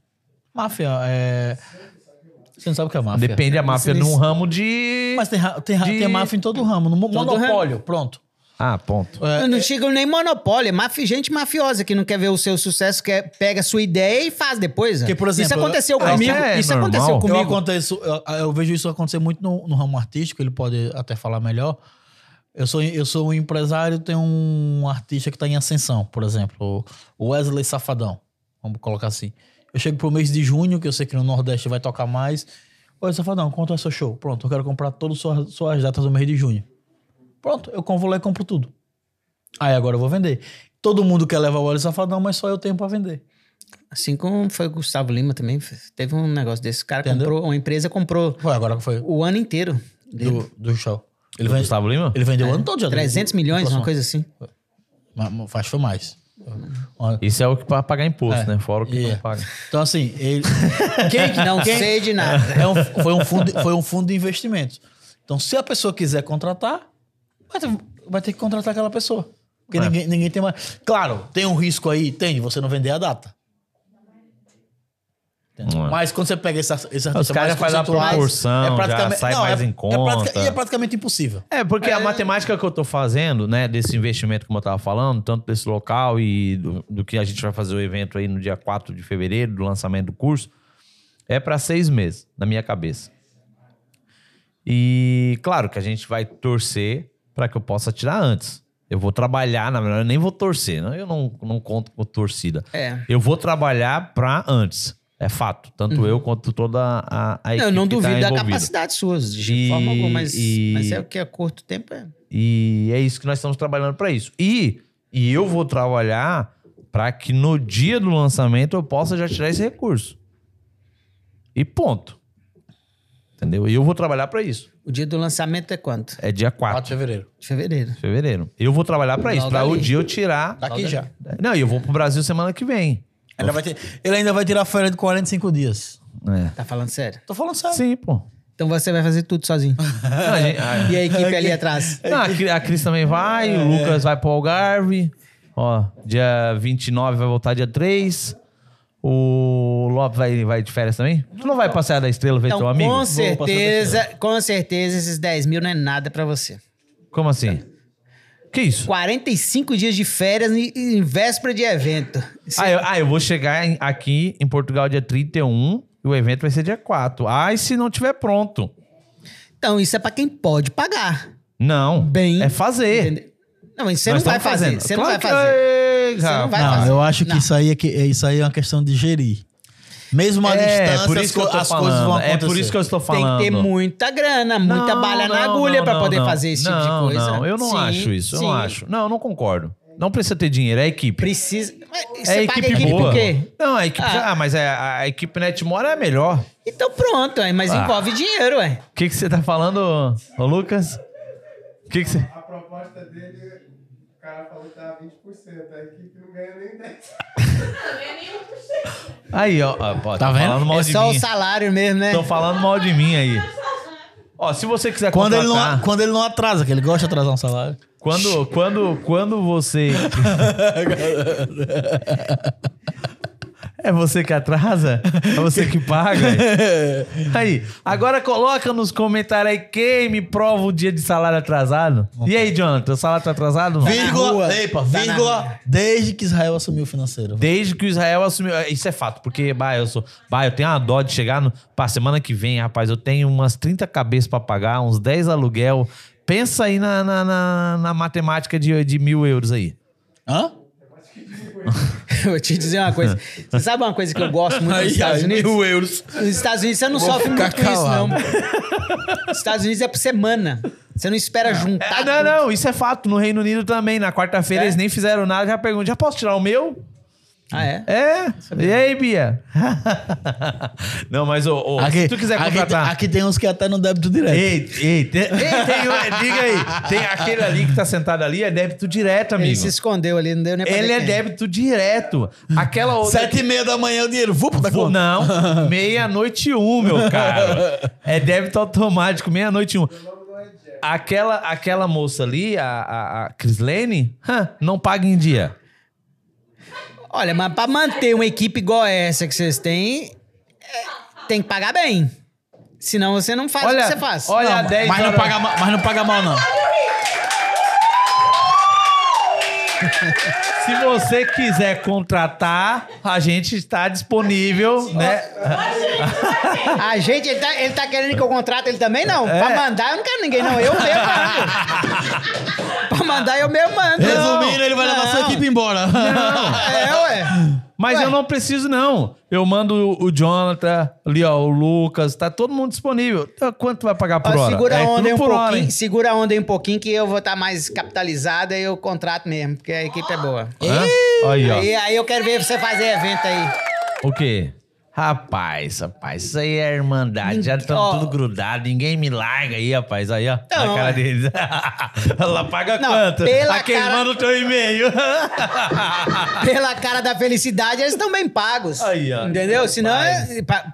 Speaker 2: Máfia é. Você não sabe o que é máfia.
Speaker 1: Depende a máfia num ramo de.
Speaker 2: Mas tem, ra- tem, ra-
Speaker 1: De-
Speaker 2: tem máfia em todo ramo. No mo-
Speaker 1: Todo
Speaker 2: monopólio, pronto.
Speaker 1: Ah, ponto.
Speaker 2: É,
Speaker 3: Eu não chega nem monopólio, é mafi- gente mafiosa que não quer ver o seu sucesso, quer, pega a sua ideia e faz depois.
Speaker 2: Porque, por exemplo,
Speaker 3: isso aconteceu
Speaker 1: ah, isso
Speaker 3: comigo.
Speaker 1: é
Speaker 3: isso
Speaker 1: normal.
Speaker 3: aconteceu
Speaker 1: Eu
Speaker 2: Eu,
Speaker 3: comigo.
Speaker 2: aconteço, eu, eu vejo isso acontecer muito no, no ramo artístico, ele pode até falar melhor. Eu sou, eu sou um empresário, tem um artista que está em ascensão, por exemplo, o Wesley Safadão, vamos colocar assim. Eu chego pro mês de junho, que eu sei que no Nordeste vai tocar mais. Oi, Safadão, quanto é seu show? Pronto, eu quero comprar todas as suas, suas datas do mês de junho. Pronto, eu vou lá e compro tudo. Aí agora eu vou vender. Todo mundo quer levar o Wesley Safadão, mas só eu tenho para vender.
Speaker 3: Assim como foi o Gustavo Lima também, f- teve um negócio desse. O cara
Speaker 2: Entendeu?
Speaker 3: comprou, uma empresa comprou
Speaker 2: Foi agora que foi
Speaker 3: o ano inteiro. dele.
Speaker 2: do, do show. Ele
Speaker 1: Do
Speaker 2: vende-
Speaker 1: Gustavo Lima?
Speaker 2: Ele vendeu o ano todo já.
Speaker 3: 300 milhões, uma coisa assim.
Speaker 2: coisa. Faz foi mais. Uma-
Speaker 1: Isso é o que para pagar imposto,
Speaker 2: É.
Speaker 1: né? Fora o que
Speaker 2: Yeah.
Speaker 1: não paga.
Speaker 2: Então, assim, ele. Quem que
Speaker 3: Não
Speaker 2: quem-
Speaker 3: sei de nada.
Speaker 2: É um- foi, um fundo, foi um fundo de investimentos. Então, se a pessoa quiser contratar, vai ter, vai ter que contratar aquela pessoa. Porque
Speaker 1: É.
Speaker 2: ninguém, ninguém tem mais. Claro, tem um risco aí, tem, de você não vender a data. Entende?
Speaker 1: Não é.
Speaker 2: Mas quando você pega esse, ar- esse
Speaker 1: Os
Speaker 2: artista
Speaker 1: caras
Speaker 2: mais
Speaker 1: fazem a
Speaker 2: conceituado,
Speaker 1: proporção, já sai mais
Speaker 2: é,
Speaker 1: em
Speaker 2: É
Speaker 1: conta.
Speaker 2: pratica- e é praticamente impossível.
Speaker 1: É, porque a matemática que eu tô fazendo, né, desse investimento, como eu tava falando, tanto desse local e do, do que a gente vai fazer o evento aí no dia 4 de fevereiro, do lançamento do curso, é para seis meses, na minha cabeça. E claro que a gente vai torcer para que eu possa tirar antes. Eu vou trabalhar, na verdade, eu nem vou torcer, né? eu não, não conto com torcida.
Speaker 3: É.
Speaker 1: Eu vou trabalhar para antes. É fato. Tanto eu quanto toda a, a equipe.
Speaker 3: Eu Uhum. não
Speaker 1: que tá
Speaker 3: duvido da
Speaker 1: envolvida.
Speaker 3: capacidade suas, de
Speaker 1: E-
Speaker 3: forma alguma, mas,
Speaker 1: e-
Speaker 3: mas é o que é curto tempo. É.
Speaker 1: E é isso que nós estamos trabalhando para isso. E, e eu vou trabalhar para que no dia do lançamento eu possa já tirar esse recurso. E ponto. Entendeu? E eu vou trabalhar para isso.
Speaker 3: O dia do lançamento é quanto?
Speaker 1: É dia 4
Speaker 2: 4 de fevereiro.
Speaker 3: De fevereiro.
Speaker 1: de fevereiro. Eu vou trabalhar para isso,
Speaker 3: Logo
Speaker 1: para o
Speaker 3: ali.
Speaker 1: dia eu tirar.
Speaker 2: Daqui Tá já.
Speaker 1: Não, e eu vou pro Brasil semana que vem.
Speaker 2: Ainda vai ter- ele ainda vai tirar férias de 45 dias.
Speaker 1: É.
Speaker 3: Tá falando sério?
Speaker 2: Tô falando sério.
Speaker 1: Sim, pô.
Speaker 3: Então você vai fazer tudo sozinho.
Speaker 1: Não, a gente- a-
Speaker 3: E a equipe ali atrás.
Speaker 2: É
Speaker 1: não, Ah, a, Cri- a Cris também vai, o Lucas vai pro Algarve. Ó, dia 29 vai voltar dia 3. O Lopes vai, vai de férias também? Tu não vai passear da estrela ver
Speaker 3: Então,
Speaker 1: teu amigo?
Speaker 3: com
Speaker 2: Vou passar
Speaker 3: certeza, com certeza, esses 10 mil não é nada pra você.
Speaker 1: Como assim? Que isso?
Speaker 3: 45 dias de férias em, em véspera de evento. Isso é-
Speaker 1: Ah eu, ah, eu vou chegar em- aqui em Portugal dia 31 e o evento vai ser dia 4. Ah, e se não tiver pronto?
Speaker 3: Então, isso é pra quem pode pagar.
Speaker 1: Não.
Speaker 3: Bem,
Speaker 1: é fazer.
Speaker 3: entendeu? Não, mas você
Speaker 1: Nós
Speaker 3: não vai
Speaker 1: estamos
Speaker 3: fazer.
Speaker 1: fazendo.
Speaker 3: Você
Speaker 1: Claro
Speaker 3: não
Speaker 1: que- é.
Speaker 3: vai fazer.
Speaker 1: Ei,
Speaker 3: Você não
Speaker 1: Rafa.
Speaker 3: vai
Speaker 2: Não,
Speaker 3: fazer.
Speaker 2: eu acho que
Speaker 3: Não.
Speaker 2: isso aí, é que isso aí é uma questão de gerir. Mesmo
Speaker 1: É,
Speaker 2: à distância, as, co-
Speaker 1: eu tô
Speaker 2: as coisas vão
Speaker 1: É
Speaker 2: acontecer.
Speaker 1: por isso que eu estou falando.
Speaker 3: Tem que ter muita grana, muita
Speaker 1: Não,
Speaker 3: bala na
Speaker 1: não,
Speaker 3: agulha
Speaker 1: não,
Speaker 3: pra
Speaker 1: não,
Speaker 3: poder
Speaker 1: não.
Speaker 3: fazer esse tipo de
Speaker 1: Não,
Speaker 3: coisa.
Speaker 1: Não, eu não
Speaker 3: Sim,
Speaker 1: acho isso. Eu não
Speaker 3: sim.
Speaker 1: acho. Não, eu não concordo. Não precisa ter dinheiro, é equipe.
Speaker 3: Precisa. Mas
Speaker 1: é
Speaker 3: Você paga a equipe
Speaker 1: boa.
Speaker 3: por quê?
Speaker 1: Não, a equipe.
Speaker 3: Ah.
Speaker 1: Ah, mas a, a equipe Netmore é a melhor. O
Speaker 3: Então pronto, ué, mas
Speaker 1: Ah.
Speaker 3: envolve dinheiro, ué.
Speaker 1: que, que você tá falando, ô, ô Lucas? O que, que você.
Speaker 6: A proposta dele, o cara falou que tá tava 20%, a equipe não ganha nem 10%.
Speaker 1: Aí, ó. ó pô,
Speaker 2: Tá
Speaker 1: tão
Speaker 2: vendo?
Speaker 1: Falando mal
Speaker 3: É
Speaker 1: de
Speaker 3: só o
Speaker 1: mim.
Speaker 3: salário mesmo, né?
Speaker 1: Estão falando mal de mim aí. Ó, se você quiser
Speaker 2: Quando ele,
Speaker 1: contratar- Tá
Speaker 2: não, quando ele não atrasa, que ele gosta de atrasar um salário.
Speaker 1: Quando, quando, quando você. é você que atrasa? É você que paga? Aí, agora coloca nos comentários aí quem me prova o dia de salário atrasado. E aí, Jonathan, o salário tá atrasado? Não?
Speaker 2: Vírgula,
Speaker 3: rua.
Speaker 2: epa,
Speaker 3: Tá na
Speaker 2: vírgula,
Speaker 3: rua.
Speaker 2: desde que Israel assumiu o financeiro.
Speaker 1: Desde que o Israel assumiu. Isso é fato, porque, bah, eu sou. Bah, eu tenho uma dó de chegar no. Pá, semana que vem, rapaz, eu tenho umas 30 cabeças pra pagar, uns 10 aluguel. Pensa aí na, na, na- na matemática de, de mil euros aí.
Speaker 2: Hã?
Speaker 3: Eu Vou te dizer uma coisa. Você sabe uma coisa que eu gosto muito dos Estados Unidos?
Speaker 2: mil euros.
Speaker 3: Nos Estados Unidos você não sofre
Speaker 2: ficar
Speaker 3: muito isso,
Speaker 2: calado.
Speaker 3: não. Nos Estados Unidos é por semana. Você não espera juntar.
Speaker 1: Ah, não, não, isso é fato. No Reino Unido também. Na quarta-feira
Speaker 3: É?
Speaker 1: eles nem fizeram nada. Já perguntam, já posso tirar o meu?
Speaker 3: Ah, é?
Speaker 1: É. E aí, Bia? não, mas ô, ô,
Speaker 2: Aqui,
Speaker 1: se tu quiser
Speaker 2: aqui, tem-
Speaker 1: contratar...
Speaker 2: aqui tem uns que até no débito direto.
Speaker 1: Ei, ei, tem, ei, tem um- diga aí. Tem aquele ali que tá sentado ali, é débito direto, amigo.
Speaker 3: Ele
Speaker 1: Ele,
Speaker 3: se escondeu ali, não deu nem pra ver
Speaker 1: é
Speaker 3: quem
Speaker 1: débito direto. Aquela outra...
Speaker 2: Sete e meia da manhã é o dinheiro. Vupo da
Speaker 1: Vou-
Speaker 2: conta.
Speaker 1: Não, meia-noite e um, meu caro. É débito automático, meia-noite e um. Aquela, aquela moça ali, a, a, a Crislene, hã, não paga em dia.
Speaker 3: Olha, mas pra manter uma equipe igual essa que vocês têm, é, tem que pagar bem. Senão você não faz
Speaker 1: Olha,
Speaker 3: o que você faz.
Speaker 1: olha a 10
Speaker 2: mas, não
Speaker 1: horas-
Speaker 2: paga, ma- mas não paga mal, não.
Speaker 1: Se você quiser contratar, a gente está disponível, né?
Speaker 3: A gente, ele tá, ele tá querendo que eu contrate ele também? Não.
Speaker 2: É.
Speaker 3: Pra mandar, eu não quero ninguém, não. Eu mesmo mando. pra mandar, eu mesmo mando.
Speaker 2: Resumindo, ele vai levar
Speaker 3: Não.
Speaker 2: sua equipe embora.
Speaker 3: É, ué.
Speaker 1: Mas
Speaker 3: Ué.
Speaker 1: eu não preciso, não. Eu mando o- o Jonathan, ali, ó, o Lucas, tá todo mundo disponível. Então, Quanto vai pagar por
Speaker 3: Ó,
Speaker 1: hora?
Speaker 3: segura a
Speaker 1: É
Speaker 3: onda
Speaker 1: tudo
Speaker 3: aí um
Speaker 1: por
Speaker 3: pouquinho.
Speaker 1: hora, hein?
Speaker 3: segura a onda aí um pouquinho que eu vou estar mais capitalizada e eu contrato mesmo, porque a equipe é boa.
Speaker 1: Hã? Aí, ó.
Speaker 3: Aí, aí eu quero ver você fazer evento aí.
Speaker 1: O quê? Rapaz, rapaz, isso aí é irmandade. Já estamos
Speaker 3: Ó.
Speaker 1: tudo grudado, ninguém me larga aí, rapaz. Aí, ó,
Speaker 3: Não,
Speaker 1: a cara
Speaker 3: é.
Speaker 1: deles. Ela paga
Speaker 3: Não,
Speaker 1: quanto?
Speaker 3: pela
Speaker 1: Aquele
Speaker 3: cara-
Speaker 1: manda o teu e-mail.
Speaker 3: Pela cara da felicidade, eles estão bem pagos.
Speaker 1: Aí, ó.
Speaker 3: Entendeu? Senão. é- pa-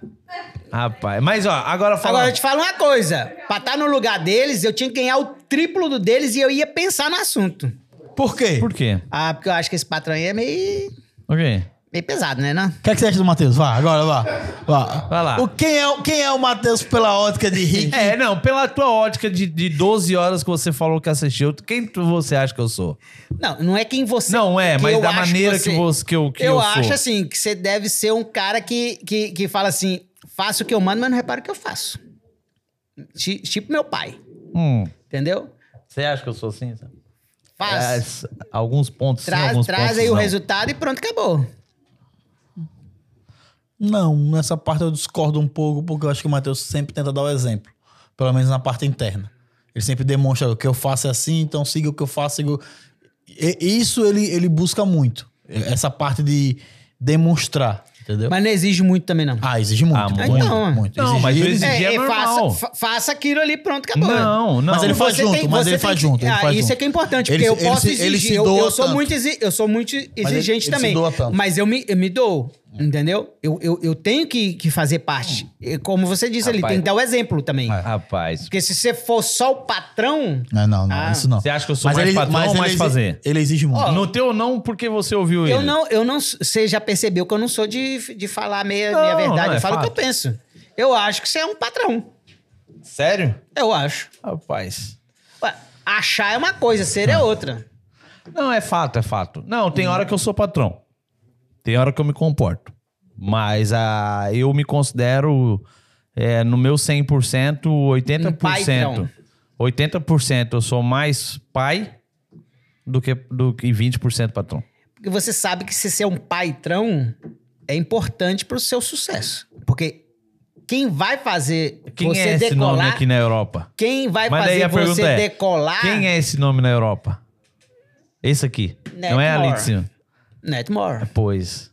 Speaker 1: rapaz, mas ó, agora fala.
Speaker 3: Agora eu te falo uma coisa: pra estar no lugar deles, eu tinha que ganhar o triplo do deles e eu ia pensar no assunto.
Speaker 2: Por quê?
Speaker 1: Por quê?
Speaker 3: Ah, porque eu acho que esse patrão aí é meio,
Speaker 1: O quê?
Speaker 3: meio pesado, né? Não?
Speaker 2: O que, é que você acha do Matheus? Vá, agora vá. Vá,
Speaker 1: Vai lá.
Speaker 2: O, quem, é, o- quem é o Matheus pela ótica de Rick?
Speaker 1: É, não, pela tua ótica de, de 12 horas que você falou que assistiu, quem tu, você acha que eu sou?
Speaker 3: Não, não é quem você.
Speaker 1: Não é,
Speaker 3: que
Speaker 1: mas
Speaker 3: eu
Speaker 1: da
Speaker 3: acho
Speaker 1: maneira que, você, que eu que eu,
Speaker 3: eu
Speaker 1: sou.
Speaker 3: acho assim que você deve ser um cara que, que, que fala assim: faço o que eu mando, mas não reparo o que eu faço. Ti- Tipo meu pai,
Speaker 1: Hum,
Speaker 3: entendeu?
Speaker 1: você acha que eu sou assim? sabe? É,
Speaker 3: Faz.
Speaker 1: s- alguns pontos sim,
Speaker 3: traz
Speaker 1: alguns
Speaker 3: traz
Speaker 1: pontos
Speaker 3: aí o
Speaker 1: não.
Speaker 3: resultado e pronto, acabou.
Speaker 2: Não, nessa parte eu discordo um pouco, porque eu acho que o Matheus sempre tenta dar o exemplo. Pelo menos na parte interna. Ele sempre demonstra o que eu faço é assim, então siga o que eu faço. Siga... o-" E- Isso ele, ele busca muito. Essa parte de demonstrar, entendeu?
Speaker 3: Mas não exige muito também, não.
Speaker 2: Ah, exige muito.
Speaker 1: Ah,
Speaker 2: muito,
Speaker 3: então,
Speaker 2: muito.
Speaker 1: Não, mas
Speaker 2: Exigir,
Speaker 1: eu exigi- é normal.
Speaker 3: faça, fa- faça aquilo ali, pronto, acabou.
Speaker 1: Não, não.
Speaker 2: Mas ele faz
Speaker 3: Você
Speaker 2: junto,
Speaker 3: tem-
Speaker 2: mas
Speaker 3: você
Speaker 2: ele
Speaker 3: tem
Speaker 2: faz
Speaker 3: que-
Speaker 2: junto. ele
Speaker 3: Ah,
Speaker 2: faz
Speaker 3: isso
Speaker 2: junto.
Speaker 3: é que é importante,
Speaker 2: Ele
Speaker 3: porque
Speaker 2: se-
Speaker 3: eu
Speaker 2: ele
Speaker 3: posso
Speaker 2: se-
Speaker 3: exigir.
Speaker 2: ele se
Speaker 3: eu,
Speaker 2: doa
Speaker 3: eu sou
Speaker 2: tanto.
Speaker 3: muito exi- eu sou muito exigente
Speaker 2: ele
Speaker 3: também.
Speaker 2: se doa tanto. Hum.
Speaker 3: Mas eu me, eu me dou, entendeu? Eu, eu, eu tenho que, que fazer parte. E Como você disse ali,
Speaker 1: Rapaz.
Speaker 3: tem que dar o exemplo também.
Speaker 2: É.
Speaker 1: Rapaz,
Speaker 3: Porque se você for só o patrão,
Speaker 2: Não, não, não,
Speaker 3: Ah.
Speaker 2: isso não.
Speaker 1: Você acha que eu sou mais patrão ou mais
Speaker 2: ele,
Speaker 1: fazer?
Speaker 2: Ele exige muito.
Speaker 1: No teu não, porque você ouviu ele.
Speaker 3: eu não, eu não. Você já percebeu que eu não sou de, de falar meia,
Speaker 1: Não,
Speaker 3: meia verdade.
Speaker 1: não, é
Speaker 3: eu falo o
Speaker 1: fato.
Speaker 3: que eu penso. Eu acho que você é um patrão.
Speaker 1: Sério?
Speaker 3: Eu acho.
Speaker 1: Rapaz.
Speaker 3: Ué, Achar é uma coisa, ser é outra.
Speaker 1: Não, é fato, é fato. Não, tem hora que eu sou patrão. Tem hora que eu me comporto. Mas ah, eu me considero é, no meu 100%,
Speaker 3: Um paizão.
Speaker 1: 80%. 80% eu sou mais pai do que, do que 20% patrão.
Speaker 3: Porque você sabe que se ser um patrão é importante pro seu sucesso. Porque quem vai fazer
Speaker 1: Quem
Speaker 3: você
Speaker 1: é esse
Speaker 3: decolar,
Speaker 1: nome aqui na Europa?
Speaker 3: quem vai
Speaker 1: Mas daí
Speaker 3: fazer
Speaker 1: a pergunta
Speaker 3: você
Speaker 1: é,
Speaker 3: decolar,
Speaker 1: Quem é esse nome na Europa? Esse aqui. Não é ali de
Speaker 3: Netmore.
Speaker 1: cima.
Speaker 3: Netmore.
Speaker 1: Pois.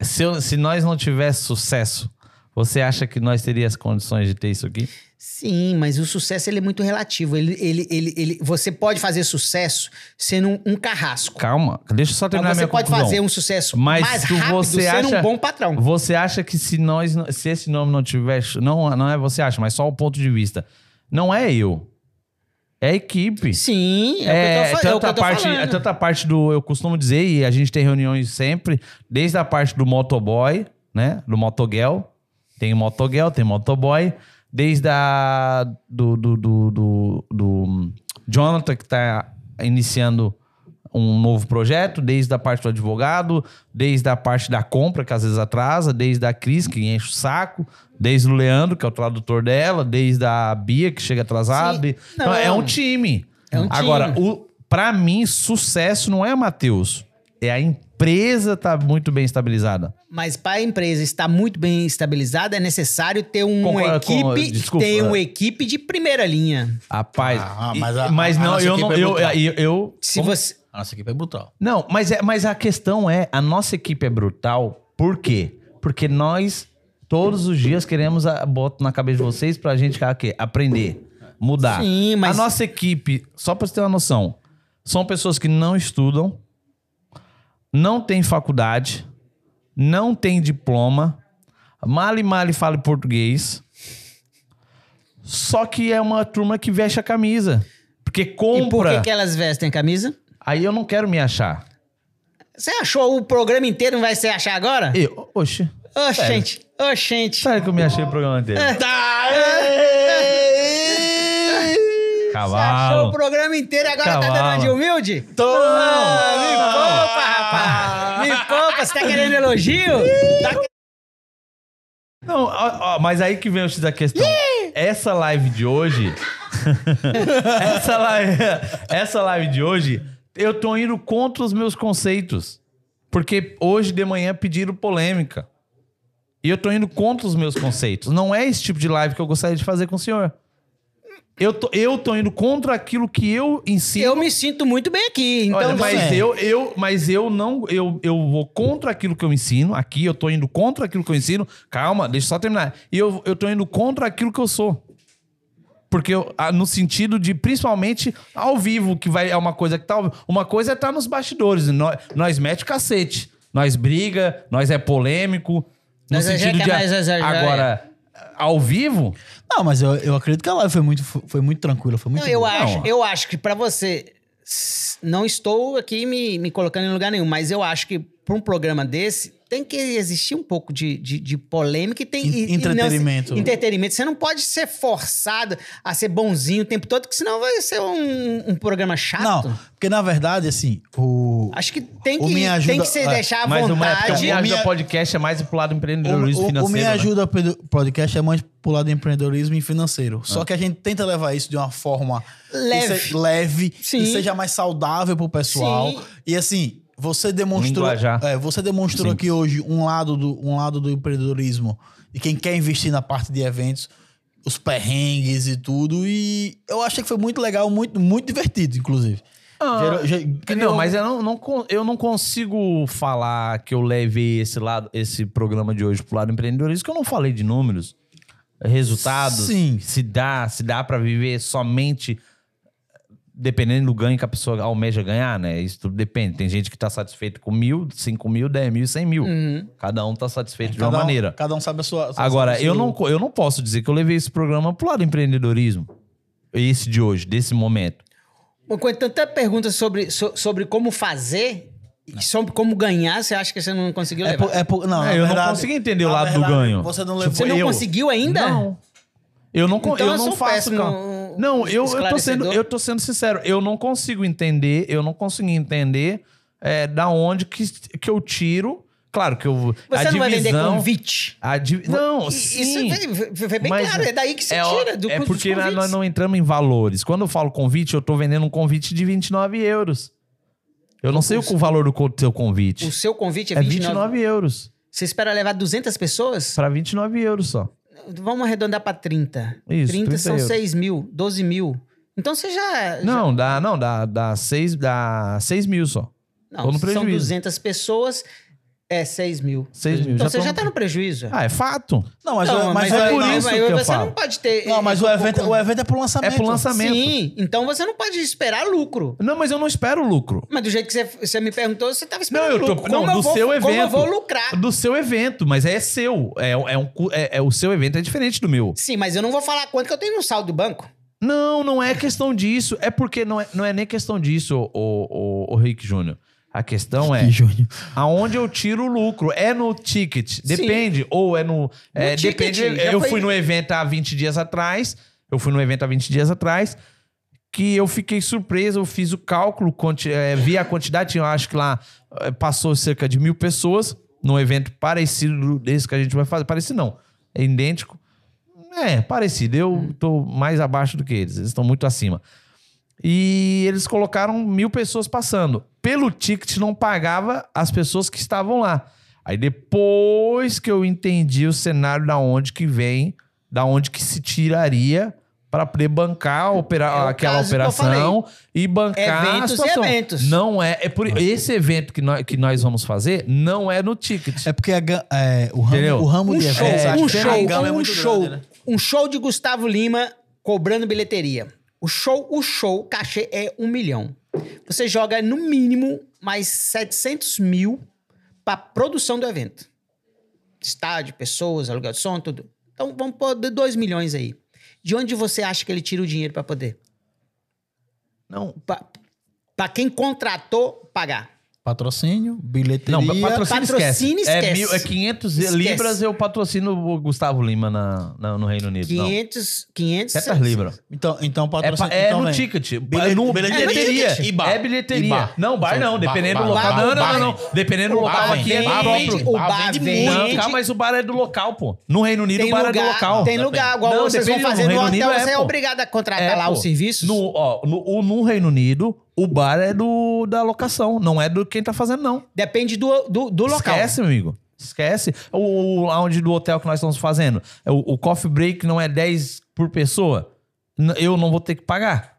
Speaker 1: Se, eu- se nós não tivesse sucesso, você acha que nós teríamos condições de ter isso aqui?
Speaker 3: Sim, mas o sucesso ele é muito relativo. Ele, ele, ele, ele, você pode fazer sucesso sendo um, um carrasco.
Speaker 1: Calma, deixa eu só
Speaker 3: Mas
Speaker 1: terminar
Speaker 3: você
Speaker 1: minha
Speaker 3: pode
Speaker 1: conclusão.
Speaker 3: fazer um sucesso
Speaker 1: Mas
Speaker 3: mais
Speaker 1: tu-
Speaker 3: rápido
Speaker 1: você
Speaker 3: sendo
Speaker 1: acha-
Speaker 3: um bom patrão.
Speaker 1: Você acha que se nós, não- se esse nome não tivesse, não, não é você acha, mas só o ponto de vista. Não é eu, é a equipe.
Speaker 3: Sim, é,
Speaker 1: É,
Speaker 3: o que eu tô, fa- é o que
Speaker 1: tanta
Speaker 3: eu tô
Speaker 1: parte,
Speaker 3: falando.
Speaker 1: é tanta parte do, eu costumo dizer e a gente tem reuniões sempre, desde a parte do motoboy, né, do motogel, tem motogel, tem motoboy, desde a do do, do, do, do Jonathan que tá iniciando um novo projeto, desde a parte do advogado, desde a parte da compra, que às vezes atrasa, desde a Cris, que enche o saco, desde o Leandro, que é o tradutor dela, desde a Bia, que chega atrasada.
Speaker 3: Sim.
Speaker 1: de- Então, é
Speaker 3: Não.
Speaker 1: um time.
Speaker 3: É um time.
Speaker 1: Agora, o, pra mim, sucesso não é Matheus. É a empresa tá muito bem estabilizada.
Speaker 3: Mas para a empresa estar muito bem estabilizada, é necessário ter uma
Speaker 1: Concordo com-
Speaker 3: equipe,
Speaker 1: desculpa. é.
Speaker 3: ter uma equipe de primeira linha.
Speaker 1: Rapaz.
Speaker 2: Ah,
Speaker 1: e-
Speaker 2: mas a-
Speaker 1: mas
Speaker 2: a
Speaker 1: não,
Speaker 2: nossa
Speaker 1: eu
Speaker 2: equipe
Speaker 1: não.
Speaker 2: é
Speaker 1: Eu,
Speaker 2: brutal.
Speaker 1: eu, eu-
Speaker 3: Se
Speaker 1: como-
Speaker 3: você
Speaker 2: A nossa equipe é brutal.
Speaker 1: Não, mas, é, mas a questão é: a nossa equipe é brutal, por quê? Porque nós, todos os dias, queremos a boto na cabeça de vocês pra gente ficar o quê? aprender, mudar.
Speaker 3: Sim, mas-
Speaker 1: A nossa equipe, só pra você ter uma noção, são pessoas que não estudam, não tem faculdade, não tem diploma, mal e mal fala português. Só que é uma turma que veste a camisa. Porque compra.
Speaker 3: E por que, é- que elas vestem a camisa?
Speaker 1: Aí eu não quero me achar.
Speaker 3: Você achou o programa inteiro, não vai se achar agora?
Speaker 1: Eu, oxe.
Speaker 3: Ô, gente, ô, gente.
Speaker 1: Sabe que eu me achei o programa inteiro?
Speaker 3: É. Você É. achou o
Speaker 1: Cavalo.
Speaker 3: programa inteiro e agora tá
Speaker 1: Cavalo.
Speaker 3: dando uma de humilde?
Speaker 1: Tô-
Speaker 3: Ah, me poupa, rapaz! Me poupa, você tá querendo elogio? Tá
Speaker 1: Não, ó, ó, mas aí que vem o X da questão. Essa live de hoje. essa, live, essa live de hoje, eu tô indo contra os meus conceitos. Porque hoje de manhã pediram polêmica. E eu tô indo contra os meus conceitos. Não é esse tipo de live que eu gostaria de fazer com o senhor. Eu tô, eu tô indo contra aquilo que eu ensino.
Speaker 3: Eu me sinto muito bem aqui. Então,
Speaker 1: Olha, mas
Speaker 2: é.
Speaker 1: eu, eu, mas eu não, eu, eu vou contra aquilo que eu ensino. Aqui eu tô indo contra aquilo que eu ensino. Calma, deixa eu só terminar. E eu, eu tô indo contra aquilo que eu sou. Porque eu- ah, no sentido de, principalmente ao vivo, que vai, é uma coisa que tá. ao- Uma coisa é estar nos bastidores. Nós, nós mete o cacete. Nós briga, nós é polêmico. No
Speaker 3: Nós é
Speaker 1: sentido
Speaker 3: jeca,
Speaker 1: de.
Speaker 3: nós é zé-
Speaker 1: agora, ao vivo,
Speaker 2: Não, mas eu, eu acredito que a live foi muito, foi muito tranquila, foi muito
Speaker 3: Não, eu
Speaker 2: boa.
Speaker 1: Não.
Speaker 3: acho, eu acho que pra você. s- Não estou aqui me, me colocando em lugar nenhum, mas eu acho que pra um programa desse tem que existir um pouco de, de, de polêmica e tem.
Speaker 2: En-
Speaker 3: e- e não se-
Speaker 2: entretenimento.
Speaker 3: entretenimento. Você não pode ser forçado a ser bonzinho o tempo todo, porque senão vai ser um, um programa chato.
Speaker 2: Não, porque na verdade, assim, o...
Speaker 3: Acho que tem
Speaker 2: O
Speaker 3: que,
Speaker 2: Me Ajuda-
Speaker 3: tem que se
Speaker 2: é,
Speaker 3: deixar à
Speaker 1: mais uma época. O
Speaker 3: vontade.
Speaker 1: Me Ajuda
Speaker 2: minha-
Speaker 1: Podcast é mais pro lado empreendedorismo
Speaker 2: O, o,
Speaker 1: financeiro.
Speaker 2: o Me
Speaker 1: né?
Speaker 2: Ajuda Pedro- Podcast é mais pro lado de empreendedorismo e financeiro.
Speaker 1: É.
Speaker 2: Só que a gente tenta levar isso de uma forma que
Speaker 3: Leve.
Speaker 2: se- leve
Speaker 3: Sim.
Speaker 2: e seja mais saudável pro pessoal.
Speaker 3: Sim.
Speaker 2: E assim, você demonstrou,
Speaker 1: Linguajar.
Speaker 2: é, você demonstrou
Speaker 1: Sim.
Speaker 2: aqui hoje um lado, do, um lado do empreendedorismo e quem quer investir na parte de eventos, os perrengues e tudo. E eu achei que foi muito legal, muito, muito divertido, inclusive.
Speaker 3: Ah.
Speaker 2: Gerou- ge-
Speaker 1: Não,
Speaker 2: criou-
Speaker 1: mas eu não, não con- eu não consigo falar que eu levei esse lado, esse programa de hoje pro lado empreendedorismo, que eu não falei de números, resultados,
Speaker 2: Sim.
Speaker 1: se dá, se dá para viver somente dependendo do ganho que a pessoa almeja ganhar, né? Isso tudo depende. Tem gente que tá satisfeito com mil, cinco mil, dez mil, cem mil. Cada um tá satisfeito de uma
Speaker 2: Uhum. cada um-
Speaker 1: maneira.
Speaker 2: Cada um sabe a sua. sabe o
Speaker 1: Agora,
Speaker 2: seu-
Speaker 1: eu não, co- eu não posso dizer que eu levei esse programa pro lado do empreendedorismo. Esse de hoje, desse momento.
Speaker 3: Bom, Com tanta pergunta sobre, so- sobre como fazer e sobre como ganhar, você acha que você não conseguiu
Speaker 2: É
Speaker 3: levar?
Speaker 2: por, é por- não,
Speaker 1: É,
Speaker 2: na
Speaker 1: eu não
Speaker 2: verdade-
Speaker 1: consegui entender o
Speaker 2: na
Speaker 1: lado do
Speaker 2: verdade,
Speaker 1: ganho.
Speaker 2: Você não
Speaker 1: Tipo,
Speaker 2: levou.
Speaker 3: Você não
Speaker 1: eu-
Speaker 3: conseguiu ainda?
Speaker 1: Não. Eu não, con-
Speaker 3: Então
Speaker 1: eu
Speaker 3: eu
Speaker 1: não
Speaker 3: sou
Speaker 1: faço.
Speaker 3: péssimo
Speaker 1: cara. Não, eu, eu, tô sendo,
Speaker 3: esclarecedor.
Speaker 1: eu tô sendo sincero. Eu não consigo entender. Eu não consegui entender é, da onde que, que eu tiro. Claro que eu.
Speaker 3: Você
Speaker 1: a
Speaker 3: não
Speaker 1: divisão,
Speaker 3: vai vender convite.
Speaker 1: a divi- Não,
Speaker 3: E-
Speaker 1: sim.
Speaker 3: Isso é foi- foi, foi bem
Speaker 1: mas
Speaker 3: claro. É daí que se
Speaker 1: é,
Speaker 3: tira do
Speaker 1: É
Speaker 3: custo dos
Speaker 1: porque nós- nós
Speaker 3: convites.
Speaker 1: não entramos em valores. Quando eu falo convite, eu tô vendendo um convite de 29 euros. Eu não sei o, valor do co- teu convite.
Speaker 3: O seu convite é
Speaker 1: é
Speaker 3: 29.
Speaker 1: 29 euros.
Speaker 3: Você espera levar 200 pessoas?
Speaker 1: Pra 29 euros só.
Speaker 3: Vamos arredondar para 30.
Speaker 1: Isso,
Speaker 3: 30 são
Speaker 1: 30 euros.
Speaker 3: 6 mil, 12 mil. Então você já. já-
Speaker 1: Não, dá, não, dá, dá, seis, dá seis mil só. tô
Speaker 3: não
Speaker 1: no
Speaker 3: são
Speaker 1: prejuízo.
Speaker 3: 200 pessoas, é 6 mil.
Speaker 1: Seis mil.
Speaker 3: Então
Speaker 1: já
Speaker 3: você
Speaker 1: tô-
Speaker 3: já tá no prejuízo. é.
Speaker 1: Ah, é fato.
Speaker 2: Não, mas,
Speaker 3: Não,
Speaker 2: o- mas,
Speaker 1: é
Speaker 2: o-
Speaker 1: por
Speaker 2: não,
Speaker 1: isso
Speaker 3: mas
Speaker 1: que eu
Speaker 3: Você
Speaker 1: falo.
Speaker 3: não pode ter.
Speaker 2: Não, mas o evento, o evento é pro lançamento.
Speaker 1: É pro lançamento.
Speaker 3: Sim, então você não pode esperar lucro.
Speaker 1: Não, mas eu não espero lucro.
Speaker 3: Mas do jeito que você, você me perguntou, você tava
Speaker 1: Não,
Speaker 3: esperando
Speaker 1: eu tô
Speaker 3: lucro.
Speaker 1: não,
Speaker 3: Como eu
Speaker 1: do
Speaker 3: vou-
Speaker 1: seu evento.
Speaker 3: Como eu vou lucrar?
Speaker 1: Do seu evento, mas é seu. É, é um, cu- é, é- o seu evento é diferente do meu.
Speaker 3: Sim, mas eu não vou falar quanto que eu tenho no saldo do banco.
Speaker 1: Não, não é questão disso. É porque não é, não é nem questão disso, o, o, o, Rick Júnior. A questão é
Speaker 2: Ih, Júnior.
Speaker 1: aonde eu tiro o lucro. É no ticket. Depende. Ou é no. é,
Speaker 3: ticket,
Speaker 1: depende.
Speaker 3: já
Speaker 1: Eu
Speaker 3: foi-
Speaker 1: fui no evento há 20 dias atrás. Eu fui no evento há 20 dias atrás. Que eu fiquei surpreso, eu fiz o cálculo, quanti- é, vi a quantidade, eu acho que lá é, passou cerca de mil pessoas num evento parecido desse que a gente vai fazer. Parecido não, é idêntico. É, parecido.
Speaker 3: Hum.
Speaker 1: Eu tô mais abaixo do que eles. Eles estão muito acima. E eles colocaram mil pessoas passando. Pelo ticket não pagava as pessoas que estavam lá. Aí depois que eu entendi o cenário da onde que vem, da onde que se tiraria para poder bancar operar,
Speaker 3: É o
Speaker 1: aquela
Speaker 3: caso que eu
Speaker 1: operação e bancar a
Speaker 3: Eventos e
Speaker 1: situação.
Speaker 3: eventos.
Speaker 1: Não é, é por esse evento que nós, que nós vamos fazer não é no ticket.
Speaker 2: É porque a ga- é, o, ramo,
Speaker 1: Entendeu?
Speaker 2: o ramo de
Speaker 3: Um show,
Speaker 2: eventos, acho
Speaker 3: um
Speaker 2: que a
Speaker 3: show,
Speaker 2: gama é
Speaker 3: um
Speaker 2: muito
Speaker 3: show.
Speaker 2: grande, né?
Speaker 3: Um show de Gustavo Lima cobrando bilheteria. O show, o show, o cachê é um milhão. Você joga, no mínimo, mais 700 mil pra produção do evento. Estádio, pessoas, aluguel de som, tudo. Então, vamos pôr de 2 milhões aí. De onde você acha que ele tira o dinheiro pra poder?
Speaker 1: Não,
Speaker 3: Pra, pra quem contratou pagar.
Speaker 2: Patrocínio, bilheteria.
Speaker 1: não, patrocínio,
Speaker 3: Patrocínio
Speaker 1: esquece. É,
Speaker 3: esquece.
Speaker 1: mil, é 500
Speaker 3: Esquece.
Speaker 1: libras eu patrocino o Gustavo Lima na, na- no Reino Unido. não.
Speaker 3: 500, 500...
Speaker 1: 500 libras.
Speaker 2: Então, então
Speaker 1: É, pa-
Speaker 2: patrocínio.
Speaker 1: é
Speaker 2: então
Speaker 1: no
Speaker 2: vem.
Speaker 1: ticket.
Speaker 2: Bilhe-
Speaker 1: É no-
Speaker 2: bilheteria.
Speaker 1: é
Speaker 2: É
Speaker 1: bilheteria.
Speaker 2: ticket e bar.
Speaker 1: É bilheteria.
Speaker 7: E bar.
Speaker 1: Não, bar não.
Speaker 7: Bar,
Speaker 1: Dependendo do
Speaker 3: bar,
Speaker 1: local.
Speaker 3: bar,
Speaker 1: não, não,
Speaker 7: bar.
Speaker 1: não, não. Dependendo do
Speaker 3: O
Speaker 1: local
Speaker 3: bar
Speaker 1: aqui é
Speaker 3: vende,
Speaker 1: próprio.
Speaker 3: o
Speaker 7: Bar
Speaker 3: bar
Speaker 7: vende
Speaker 3: vende.
Speaker 7: muito.
Speaker 1: Não, calma, mas o bar é do local, pô. No Reino Unido,
Speaker 3: Tem
Speaker 1: o bar
Speaker 3: lugar,
Speaker 1: é do local.
Speaker 3: tem lugar. Igual
Speaker 1: Não,
Speaker 3: vocês vão
Speaker 1: depende,
Speaker 3: fazer
Speaker 1: no
Speaker 3: no,
Speaker 1: Reino
Speaker 3: hotel,
Speaker 1: Unido
Speaker 3: você é,
Speaker 1: pô.
Speaker 3: obrigado a contratar lá
Speaker 1: pô.
Speaker 3: os serviços.
Speaker 1: No, ó, no, o- no Reino Unido, o bar é do, da locação. Não é do quem tá fazendo, não.
Speaker 3: Depende do, do, do local.
Speaker 1: Esquece, amigo. Esquece. O, o lounge do hotel que nós estamos fazendo. O, o coffee break não é 10 por pessoa. N- Eu não vou ter que pagar.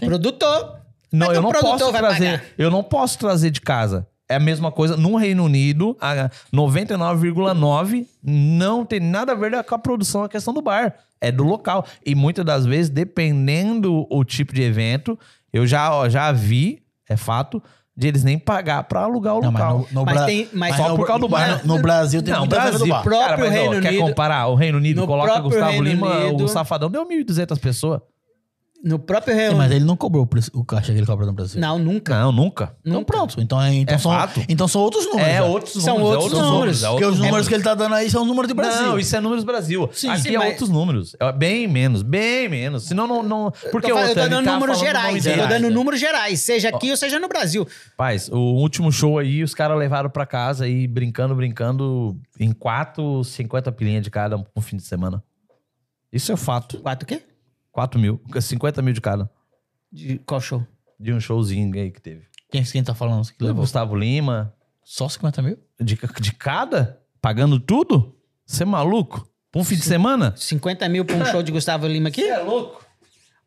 Speaker 3: Produtor.
Speaker 1: Não,
Speaker 3: Mas
Speaker 1: eu
Speaker 3: o
Speaker 1: não
Speaker 3: produtor
Speaker 1: posso
Speaker 3: vai
Speaker 1: trazer.
Speaker 3: pagar.
Speaker 1: Eu não posso trazer de casa. É a mesma coisa no Reino Unido, a 99,9 não tem nada a ver com a produção, a questão do bar, é do local. E muitas das vezes, dependendo o tipo de evento, eu já, ó, já vi, é fato, de eles nem pagar para alugar o
Speaker 2: Não, mas
Speaker 1: local.
Speaker 2: no, no
Speaker 3: Mas
Speaker 2: Bra-
Speaker 3: tem- mas-
Speaker 1: Só
Speaker 2: no-
Speaker 1: por causa é do bar.
Speaker 2: mas No, no Brasil tem
Speaker 1: Não,
Speaker 2: muita venda
Speaker 1: Brasil,
Speaker 2: do bar.
Speaker 3: próprio
Speaker 1: cara, mas, ó,
Speaker 3: Reino
Speaker 1: quer
Speaker 3: Unido-
Speaker 1: comparar o Reino Unido,
Speaker 3: No
Speaker 1: coloca
Speaker 3: próprio
Speaker 1: Gustavo
Speaker 3: Reino
Speaker 1: Lima,
Speaker 3: Unido-
Speaker 1: o Safadão deu 1.200 pessoas.
Speaker 3: No próprio Reino
Speaker 2: Sim,
Speaker 1: é
Speaker 2: Mas ele não cobrou o, preço- o caixa que ele cobra no Brasil.
Speaker 3: Não, nunca.
Speaker 1: Não, nunca.
Speaker 2: Então pronto. Então, é- então,
Speaker 1: É
Speaker 2: são,
Speaker 1: fato.
Speaker 2: então são outros números.
Speaker 1: É
Speaker 2: já.
Speaker 1: outros números.
Speaker 3: São
Speaker 1: é
Speaker 3: outros números.
Speaker 1: é
Speaker 2: Porque os
Speaker 1: outros
Speaker 2: números que ele tá dando aí são os números de Brasil.
Speaker 1: Não, isso é números Brasil. Aqui
Speaker 3: Sim,
Speaker 1: é
Speaker 3: mas-
Speaker 1: outros números. É bem menos, bem menos. Senão não. não porque
Speaker 3: eu tô, fa- eu
Speaker 1: outra,
Speaker 3: tô
Speaker 1: a gente
Speaker 3: dando
Speaker 1: tava
Speaker 3: números
Speaker 1: tá falando do
Speaker 3: gerais.
Speaker 1: nome
Speaker 3: Eu tô
Speaker 1: dele.
Speaker 3: dando números gerais, seja aqui ou seja no Brasil.
Speaker 1: Rapaz, o último show aí, os caras levaram pra casa e brincando, brincando, em 4, 50 pilinha de cada um fim de semana. Isso é fato.
Speaker 3: Quatro o quê?
Speaker 1: 4 mil, 50 mil de cada.
Speaker 3: De qual show?
Speaker 1: De um showzinho aí que teve.
Speaker 2: Quem, quem tá falando que levou?
Speaker 1: Gustavo Lima.
Speaker 2: Só 50 mil?
Speaker 1: De, de cada? Pagando tudo? Você é maluco? Pra um fim de semana?
Speaker 3: 50 mil pra um show de Gustavo Lima aqui?
Speaker 1: é louco?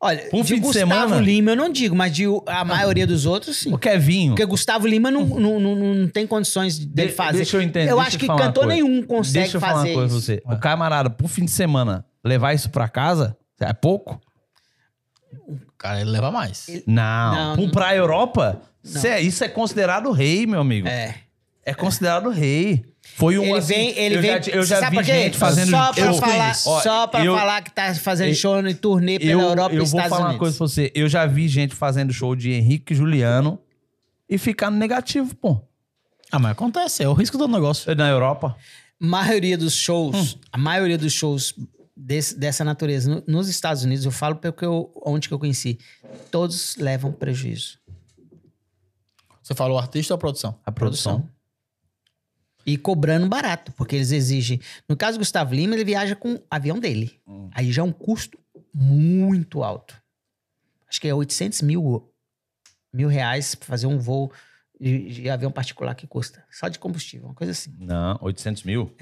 Speaker 3: Olha,
Speaker 1: Pra um
Speaker 3: de
Speaker 1: fim de
Speaker 3: Gustavo
Speaker 1: semana?
Speaker 3: Lima eu não digo, mas de o- a maioria dos outros, sim.
Speaker 1: O Kevinho.
Speaker 3: Porque Gustavo Lima não, não, não, não tem condições dele
Speaker 1: De-
Speaker 3: fazer.
Speaker 1: Deixa eu entender.
Speaker 3: Eu
Speaker 1: deixa
Speaker 3: acho
Speaker 1: eu
Speaker 3: que
Speaker 1: falar uma
Speaker 3: cantor
Speaker 1: coisa.
Speaker 3: nenhum consegue
Speaker 1: Deixa eu
Speaker 3: fazer
Speaker 1: falar uma coisa pra
Speaker 3: isso.
Speaker 1: você. O camarada, pro fim de semana, levar isso pra casa é pouco?
Speaker 2: Cara, ele leva mais.
Speaker 1: Não.
Speaker 3: Não,
Speaker 1: Pro-
Speaker 3: não.
Speaker 1: Pra Europa, cê é- isso é considerado rei, meu amigo. É,
Speaker 3: É.
Speaker 1: considerado rei. Foi um
Speaker 3: Ele
Speaker 1: assim,
Speaker 3: vem, ele
Speaker 1: eu
Speaker 3: vem.
Speaker 1: Já, eu já
Speaker 3: sabe
Speaker 1: vi
Speaker 3: pra quê?
Speaker 1: gente fazendo
Speaker 3: só pra
Speaker 1: eu-
Speaker 3: falar,
Speaker 1: Ó,
Speaker 3: só pra
Speaker 1: eu-
Speaker 3: falar que tá fazendo
Speaker 1: eu-
Speaker 3: show e turnê pela
Speaker 1: eu,
Speaker 3: Europa e
Speaker 1: eu
Speaker 3: Estados
Speaker 1: vou
Speaker 3: Unidos.
Speaker 1: falar uma coisa pra você. Eu já vi gente fazendo show de Henrique e Juliano e ficar no negativo, pô.
Speaker 2: Ah, mas acontece, é o risco do negócio.
Speaker 1: Na Europa.
Speaker 3: maioria dos
Speaker 1: Hum.
Speaker 3: shows, a maioria dos shows desse- dessa natureza no- nos Estados Unidos, eu falo porque eu, onde que eu conheci, todos levam prejuízo.
Speaker 2: Você falou artista ou produção?
Speaker 1: A produção.
Speaker 3: E cobrando barato, porque eles exigem. No caso do Gustavo Lima, ele viaja com o avião dele.
Speaker 1: Hum.
Speaker 3: Aí já é um custo muito alto. Acho que é 800 mil, mil reais pra fazer um voo de, de avião particular que custa. Só de combustível, uma coisa assim.
Speaker 1: Não, 800 mil.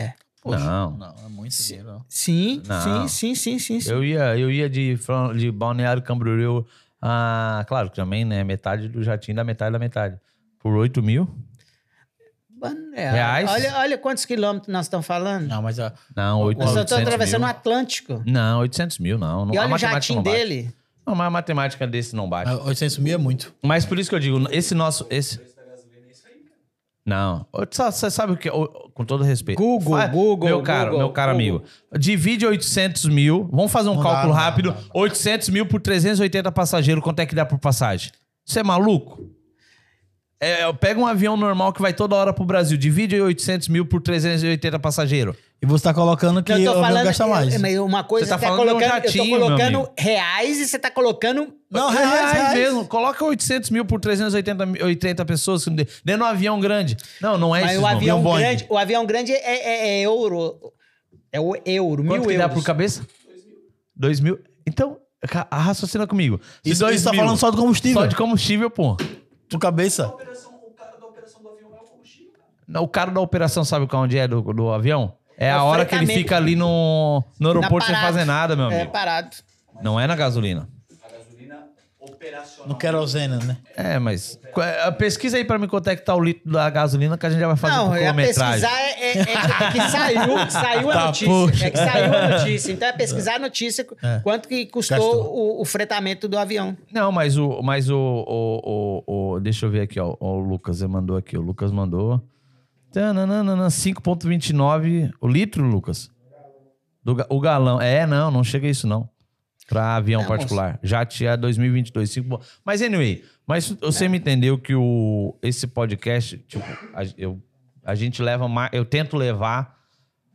Speaker 1: Não.
Speaker 2: Não, é muito dinheiro. não.
Speaker 3: Sim,
Speaker 1: Não.
Speaker 3: sim, sim, sim, sim. sim.
Speaker 1: Eu ia, eu ia de, Fran- de Balneário Camboriú a... Claro que também, né? Metade do jatinho da metade da metade. Por 8 mil?
Speaker 3: Mano, é,
Speaker 1: Reais?
Speaker 3: Olha, olha quantos quilômetros nós estamos falando.
Speaker 2: Não, mas a,
Speaker 1: Não, 8
Speaker 3: nós
Speaker 1: mil.
Speaker 3: só estamos atravessando o Atlântico.
Speaker 1: Não, 800 mil, não. não
Speaker 3: E
Speaker 1: a
Speaker 3: olha o
Speaker 1: matemática
Speaker 3: jatinho
Speaker 1: não bate.
Speaker 3: dele.
Speaker 1: Não, mas a matemática desse não bate.
Speaker 2: a 800 mil é muito.
Speaker 1: Mas por isso que eu digo, esse nosso. Esse... Não. Você sabe o que. ô, ô, Com todo respeito.
Speaker 3: Google, Google,
Speaker 1: Meu caro,
Speaker 3: Google,
Speaker 1: meu caro
Speaker 3: Google.
Speaker 1: amigo. Divide 800 mil. Vamos fazer um
Speaker 2: Não dá,
Speaker 1: cálculo
Speaker 2: não dá,
Speaker 1: rápido.
Speaker 2: não dá, não
Speaker 1: 800 mil por 380 passageiros. Quanto é que dá por passagem? Você é maluco? É, eu- pega um avião normal que vai toda hora pro Brasil. Divide 800 mil por 380 passageiros.
Speaker 2: E você tá colocando que
Speaker 3: Eu tô
Speaker 2: eu
Speaker 3: falando.
Speaker 2: não gasta mais.
Speaker 3: é, mas Uma coisa
Speaker 1: Você tá
Speaker 3: você tá
Speaker 1: falando de um
Speaker 3: colocando,
Speaker 1: jatinho,
Speaker 3: eu tô
Speaker 1: meu
Speaker 3: colocando
Speaker 1: amigo.
Speaker 3: reais e você tá colocando.
Speaker 2: Não, reais, reais.
Speaker 1: É mesmo. Coloca 800 mil por 380 mi- 80 pessoas. Dentro um avião grande. Não, não é
Speaker 3: Mas
Speaker 1: isso.
Speaker 3: o avião
Speaker 2: um bonde.
Speaker 3: grande, o avião grande é, é- é euro. É o euro,
Speaker 1: Quanto
Speaker 3: mil
Speaker 1: que
Speaker 3: euros.
Speaker 1: dá por cabeça? 2 mil. Então, ca- raciocina comigo. Se
Speaker 2: Isso,
Speaker 1: dois
Speaker 2: isso tá
Speaker 1: mil-
Speaker 2: falando só do combustível.
Speaker 1: só de combustível, pô.
Speaker 2: Por cabeça.
Speaker 1: Não, O cara da operação sabe qual onde é do, do avião? É,
Speaker 3: É
Speaker 1: a
Speaker 3: o
Speaker 1: hora que ele
Speaker 3: fretamento.
Speaker 1: fica ali no, no aeroporto sem
Speaker 3: parada.
Speaker 1: fazer nada, meu
Speaker 3: É
Speaker 1: amigo.
Speaker 3: parado.
Speaker 1: Não é na gasolina.
Speaker 2: No querosene, né?
Speaker 1: É, mas. Qu- é, Pesquisa aí pra mim quanto é que tá o litro da gasolina que a gente já vai fazer
Speaker 3: Não,
Speaker 1: por
Speaker 3: é
Speaker 1: quilometragem.
Speaker 3: pesquisar é, é- é- é que saiu, saiu a
Speaker 2: Tá,
Speaker 3: notícia.
Speaker 2: puxa.
Speaker 3: É que saiu a notícia. Então é pesquisar a notícia
Speaker 2: É.
Speaker 3: quanto que custou
Speaker 2: Gastou.
Speaker 3: o, o fretamento do avião.
Speaker 1: Não, mas o. Mas o, o, o- o- deixa eu ver aqui, ó. Ó, O Lucas eh, mandou aqui. O Lucas mandou. Tananana, 5,29 o litro, Lucas. Do ga- o galão. É, não, não chega isso, não. Pra avião
Speaker 3: Não,
Speaker 1: particular. Já tinha 2022. cinco bo- Mas, anyway, mas você me entendeu que o, esse podcast, tipo, a, eu, a gente leva mais. Eu tento levar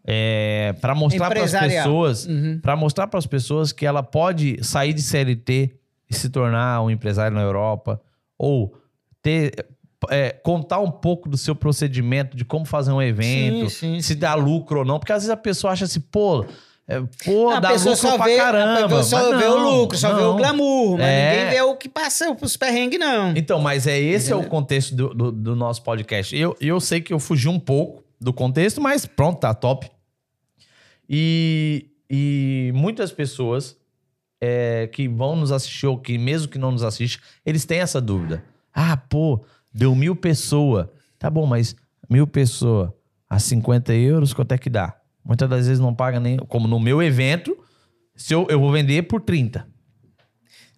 Speaker 1: é, para mostrar para as
Speaker 3: Empresarial.
Speaker 1: pessoas.
Speaker 3: Uhum.
Speaker 1: Pra mostrar para as pessoas que ela pode sair de CLT e se tornar um empresário na Europa ou ter é, contar um pouco do seu procedimento de como fazer um evento,
Speaker 3: Sim, sim,
Speaker 1: se dá lucro ou não, porque às vezes a pessoa acha assim, pô, é, pô,
Speaker 3: Não,
Speaker 1: dá lucro pra
Speaker 3: a
Speaker 1: caramba,
Speaker 3: pessoa só
Speaker 1: mas
Speaker 3: vê o
Speaker 1: não,
Speaker 3: lucro, só vê o
Speaker 1: não.
Speaker 3: glamour, mas
Speaker 1: É.
Speaker 3: ninguém vê o que passa os perrengues, não.
Speaker 1: Então, mas é esse é o contexto do, do- do nosso podcast. Eu, eu sei que eu fugi um pouco do contexto, mas pronto, tá top. E, e muitas pessoas é, que vão nos assistir, ou que mesmo que não nos assistem, eles têm essa dúvida. Ah, pô, deu mil pessoa. Tá bom, mas mil pessoa a 50 euros, quanto é que dá? Muitas das vezes não paga nem... Como no meu evento, se eu, eu vou vender por 30.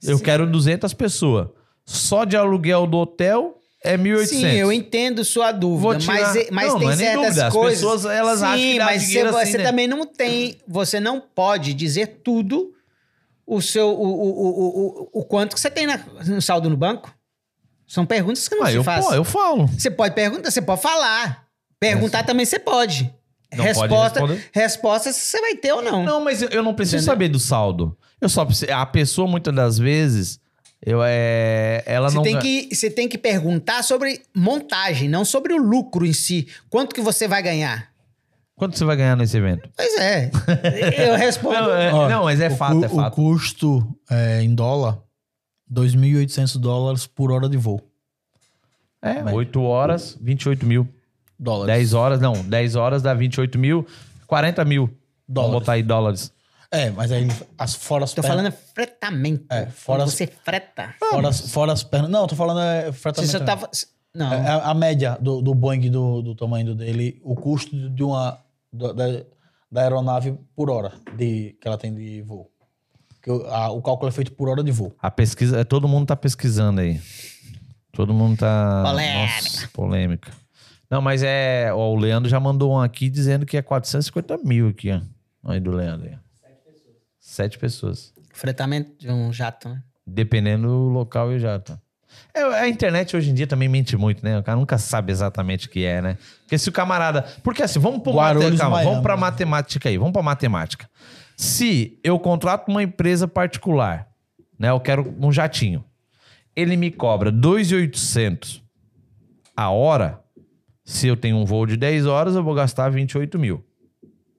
Speaker 1: Eu
Speaker 3: Sim.
Speaker 1: quero 200 pessoas. Só de aluguel do hotel é 1.800.
Speaker 3: Sim, eu entendo sua
Speaker 1: Vou
Speaker 3: dúvida,
Speaker 1: tirar-
Speaker 3: mas, e- mas
Speaker 1: Não,
Speaker 3: tem
Speaker 1: não é nem
Speaker 3: certas
Speaker 1: dúvida, as
Speaker 3: coisas.
Speaker 1: pessoas, elas
Speaker 3: Sim,
Speaker 1: acham que dá
Speaker 3: mas
Speaker 1: dinheiro
Speaker 3: você,
Speaker 1: assim,
Speaker 3: você
Speaker 1: né?
Speaker 3: também não tem, você não pode dizer tudo o seu o, o, o, o, o quanto que você tem na- no saldo no banco. São perguntas que não
Speaker 1: Ah,
Speaker 3: se
Speaker 1: eu,
Speaker 3: faz.
Speaker 1: pô, eu falo.
Speaker 3: Você pode perguntar, você pode falar. Perguntar também você pode.
Speaker 1: É. Não pode
Speaker 3: resposta,
Speaker 1: responder?
Speaker 3: resposta se você vai ter ou não.
Speaker 1: Não, mas eu, eu não preciso saber do saldo. Eu só preciso, a pessoa muitas das vezes eu é ela
Speaker 3: Você
Speaker 1: não
Speaker 3: tem,
Speaker 1: ga-
Speaker 3: que, você tem que perguntar sobre montagem, não sobre o lucro em si. Quanto que você vai ganhar?
Speaker 1: Quanto você vai ganhar nesse evento?
Speaker 3: Pois é. Eu
Speaker 1: Não,
Speaker 3: respondo.
Speaker 1: é-
Speaker 2: Ó,
Speaker 1: não, mas é
Speaker 2: o
Speaker 1: fato,
Speaker 2: cu-
Speaker 1: é fato.
Speaker 2: O custo é, em dólar, 2.800 dólares por hora de voo.
Speaker 1: É, 8 horas, 28 mil.
Speaker 2: Dólares.
Speaker 1: 10 horas, não, 10 horas dá 28 mil, 40 mil.
Speaker 2: Dólares.
Speaker 1: Vamos botar aí dólares.
Speaker 2: É, mas aí as, fora as
Speaker 3: Tô
Speaker 2: pernas-
Speaker 3: falando é fretamento.
Speaker 2: É, fora
Speaker 3: Quando Você freta.
Speaker 2: Fora as, fora as pernas. Não, tô falando é
Speaker 3: Você
Speaker 2: fretamento.
Speaker 3: só
Speaker 2: mesmo.
Speaker 3: tava. Não.
Speaker 2: É, a, a média do, do Boeing, do, do tamanho do dele, o custo de uma. do- da, da aeronave por hora de, que ela tem de voo. Porque o, a- o cálculo é feito por hora de voo.
Speaker 1: A pesquisa, é, todo mundo tá pesquisando aí. Todo mundo tá.
Speaker 3: Polêmica.
Speaker 1: Nossa, polêmica. Não, mas é. Ó, o Leandro já mandou um aqui dizendo que é 450 mil aqui, ó. Aí do Leandro aí. Sete pessoas.
Speaker 3: Fretamento de um jato, né?
Speaker 1: Dependendo do local e o jato. É, a internet hoje em dia também mente muito, né? O cara nunca sabe exatamente o que é, né? Porque se o camarada. Porque assim, vamos pro mate-
Speaker 2: Guarulhos,
Speaker 1: calma, vamos
Speaker 2: Miami.
Speaker 1: pra matemática aí, vamos pra matemática. Se eu contrato uma empresa particular, né? Eu quero um jatinho. Ele me cobra 2,800 a hora. Se eu tenho um voo de 10 horas, eu vou gastar 28 mil.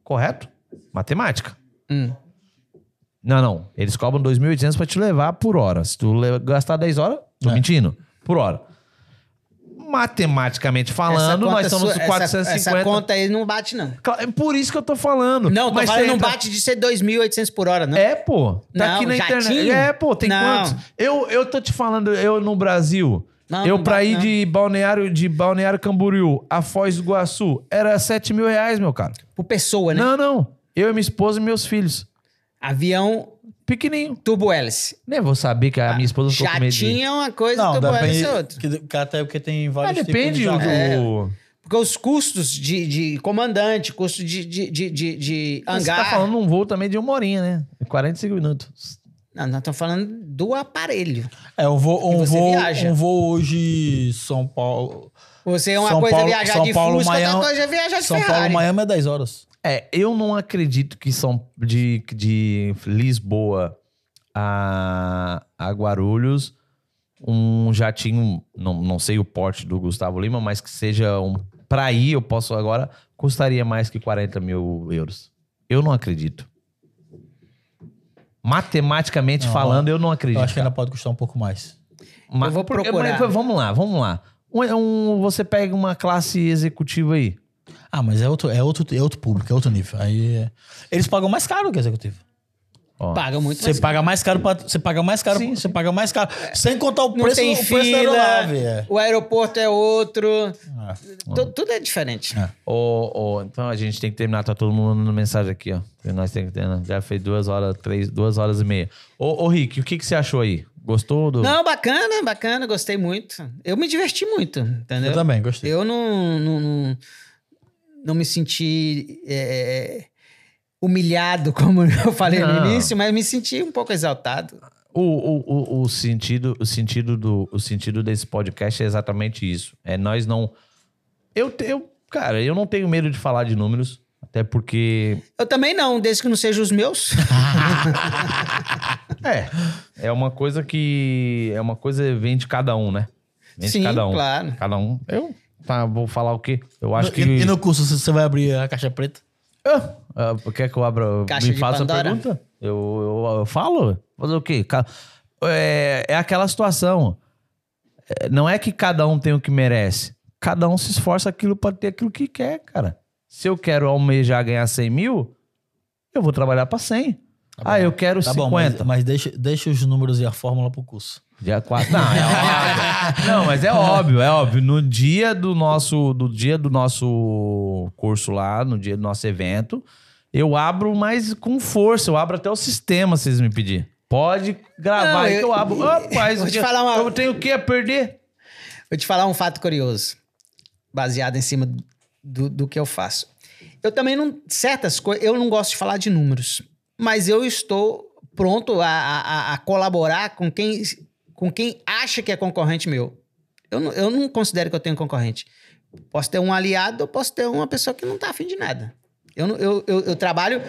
Speaker 1: Correto? Matemática.
Speaker 3: Hum.
Speaker 1: Não, não. Eles cobram 2.800
Speaker 3: É.
Speaker 1: pra te levar por hora. Se tu le- gastar 10 horas, tô mentindo, por hora. matematicamente falando, nós estamos
Speaker 3: é sua-
Speaker 1: 450.
Speaker 3: Essa, essa conta aí não bate, não.
Speaker 1: Claro, é Por isso que eu tô falando.
Speaker 3: Não, tô
Speaker 1: Mas
Speaker 3: falando,
Speaker 1: você
Speaker 3: não
Speaker 1: entra-
Speaker 3: bate de ser 2.800 por hora, não.
Speaker 1: É, pô. Tá
Speaker 3: Né? Não,
Speaker 1: aqui na
Speaker 3: jatinho?
Speaker 1: internet. É, pô, tem
Speaker 3: Não.
Speaker 1: quantos? Eu, eu tô te falando, eu no Brasil.
Speaker 3: Não,
Speaker 1: eu
Speaker 3: não
Speaker 1: pra
Speaker 3: bate,
Speaker 1: ir
Speaker 3: não.
Speaker 1: de balneário, de balneário Camboriú a Foz do Iguaçu era 7 mil reais, meu cara.
Speaker 3: Por pessoa, né?
Speaker 1: Não, não. Eu, minha esposa e meus filhos.
Speaker 3: Avião
Speaker 1: Pequenininho.
Speaker 3: turbo hélice.
Speaker 1: Nem vou saber que a minha esposa ficou com medo de-
Speaker 3: Jatinho é uma coisa,
Speaker 2: Não,
Speaker 3: turbo hélice
Speaker 2: depende.
Speaker 3: é outra.
Speaker 2: que- que até porque tem
Speaker 1: Ah,
Speaker 2: vários tipos
Speaker 1: depende
Speaker 2: de
Speaker 1: do...
Speaker 2: jato.
Speaker 3: É. Porque os custos de, de comandante, custo de, de, de, de, de
Speaker 1: Você tá
Speaker 3: hangar.
Speaker 1: falando um voo também de uma horinha, né? 45 minutos.
Speaker 3: Não, nós estamos falando do aparelho.
Speaker 2: É, um voo,
Speaker 3: Que
Speaker 2: um
Speaker 3: você
Speaker 2: voo,
Speaker 3: viaja.
Speaker 2: um voo hoje São Paulo.
Speaker 3: Você é uma
Speaker 2: São
Speaker 3: coisa
Speaker 2: Paulo-
Speaker 3: viajar
Speaker 2: São
Speaker 3: de
Speaker 2: Paulo,
Speaker 3: Fusca,
Speaker 2: Miami-
Speaker 3: outra coisa é viajar de
Speaker 2: São Paulo,
Speaker 3: Ferrari.
Speaker 2: Miami é 10 horas.
Speaker 1: É, eu não acredito que São de, de Lisboa a, a Guarulhos um jatinho, não, não sei o porte do Gustavo Lima, mas que seja um pra ir, eu posso agora, custaria mais que 40 mil euros. Eu não acredito. Matematicamente
Speaker 2: Não,
Speaker 1: falando, eu não
Speaker 2: Eu
Speaker 1: acredito.
Speaker 2: acho que
Speaker 1: cara.
Speaker 2: ainda pode custar um pouco mais.
Speaker 1: Ma-
Speaker 3: Eu vou
Speaker 1: porque-
Speaker 3: procurar.
Speaker 1: mas vamos lá, vamos lá. Um- um- você pega uma classe executiva aí.
Speaker 2: Ah, mas é outro, é outro, é outro público, é outro nível. Aí é- eles pagam mais caro que o executivo.
Speaker 1: Ó.
Speaker 3: Paga muito
Speaker 2: Você
Speaker 3: mais.
Speaker 2: paga mais caro, pra, você paga mais caro, você paga mais caro, sem contar o
Speaker 3: É. Não
Speaker 2: preço,
Speaker 3: tem
Speaker 2: o preço da
Speaker 3: fila,
Speaker 2: aeronave. é.
Speaker 3: o aeroporto é outro.
Speaker 2: Ah.
Speaker 3: Tu- Tudo é diferente.
Speaker 1: Ô, ô, então a gente tem que terminar, tá todo mundo mandando mensagem aqui, ó. E Nós tem que terminar. Já fez duas horas, três, duas horas e meia. Ô, ô Rick, o que, que você achou aí? Gostou do.
Speaker 3: Não, bacana, bacana, gostei muito. Eu me diverti muito, entendeu?
Speaker 2: Eu também gostei.
Speaker 3: Eu não, não, não, não me senti é, humilhado, como eu falei
Speaker 1: Não.
Speaker 3: no início, mas me senti um pouco exaltado.
Speaker 1: O, o, o, o sentido, o sentido do, o sentido desse podcast é exatamente isso. É nós não. Eu, te- eu, cara, eu não tenho medo de falar de números, até porque
Speaker 3: Eu também não, desde que não sejam os meus.
Speaker 1: é, é uma coisa que é uma coisa que vem de cada um, né? Vem
Speaker 3: Sim,
Speaker 1: de cada um.
Speaker 3: claro.
Speaker 1: Cada um. Eu, tá, vou falar o quê? Eu acho
Speaker 2: No-
Speaker 1: que
Speaker 2: e, e no curso você- você vai abrir a caixa preta?
Speaker 1: Ah, quer que eu abra?
Speaker 3: Caixa
Speaker 1: me
Speaker 3: de
Speaker 1: faça a
Speaker 3: Pandora?
Speaker 1: pergunta? Eu, eu, eu falo? Fazer o quê? Ca- É, é aquela situação. É, Não é que cada um tem o que merece. Cada um se esforça aquilo para ter aquilo que quer, cara. Se eu quero almejar ganhar 100 mil, eu vou trabalhar para 100. ah, eu quero
Speaker 2: Tá
Speaker 1: 50.
Speaker 2: bom, mas, mas deixa, deixa os números e a fórmula pro curso.
Speaker 1: Dia 4. Não, é óbvio. Não, mas é óbvio, é óbvio. No dia do nosso, do dia do nosso curso lá, no dia do nosso evento, eu abro mais com força, eu abro até o sistema, se vocês me pedirem. Pode gravar
Speaker 3: Não,
Speaker 1: aí que
Speaker 3: eu-
Speaker 1: eu abro. Rapaz,
Speaker 3: Vou te
Speaker 1: eu-
Speaker 3: falar uma-
Speaker 1: eu tenho o que a perder?
Speaker 3: Vou te falar um fato curioso, baseado em cima do, do que eu faço. Eu também não. Certas coisas. Eu não gosto de falar de números, mas eu estou pronto a, a- a- a colaborar com quem, com quem acha que é concorrente meu. Eu não, eu não considero que eu tenho concorrente. Posso ter um aliado ou posso ter uma pessoa que não está afim de nada. Eu, não- eu, eu, eu trabalho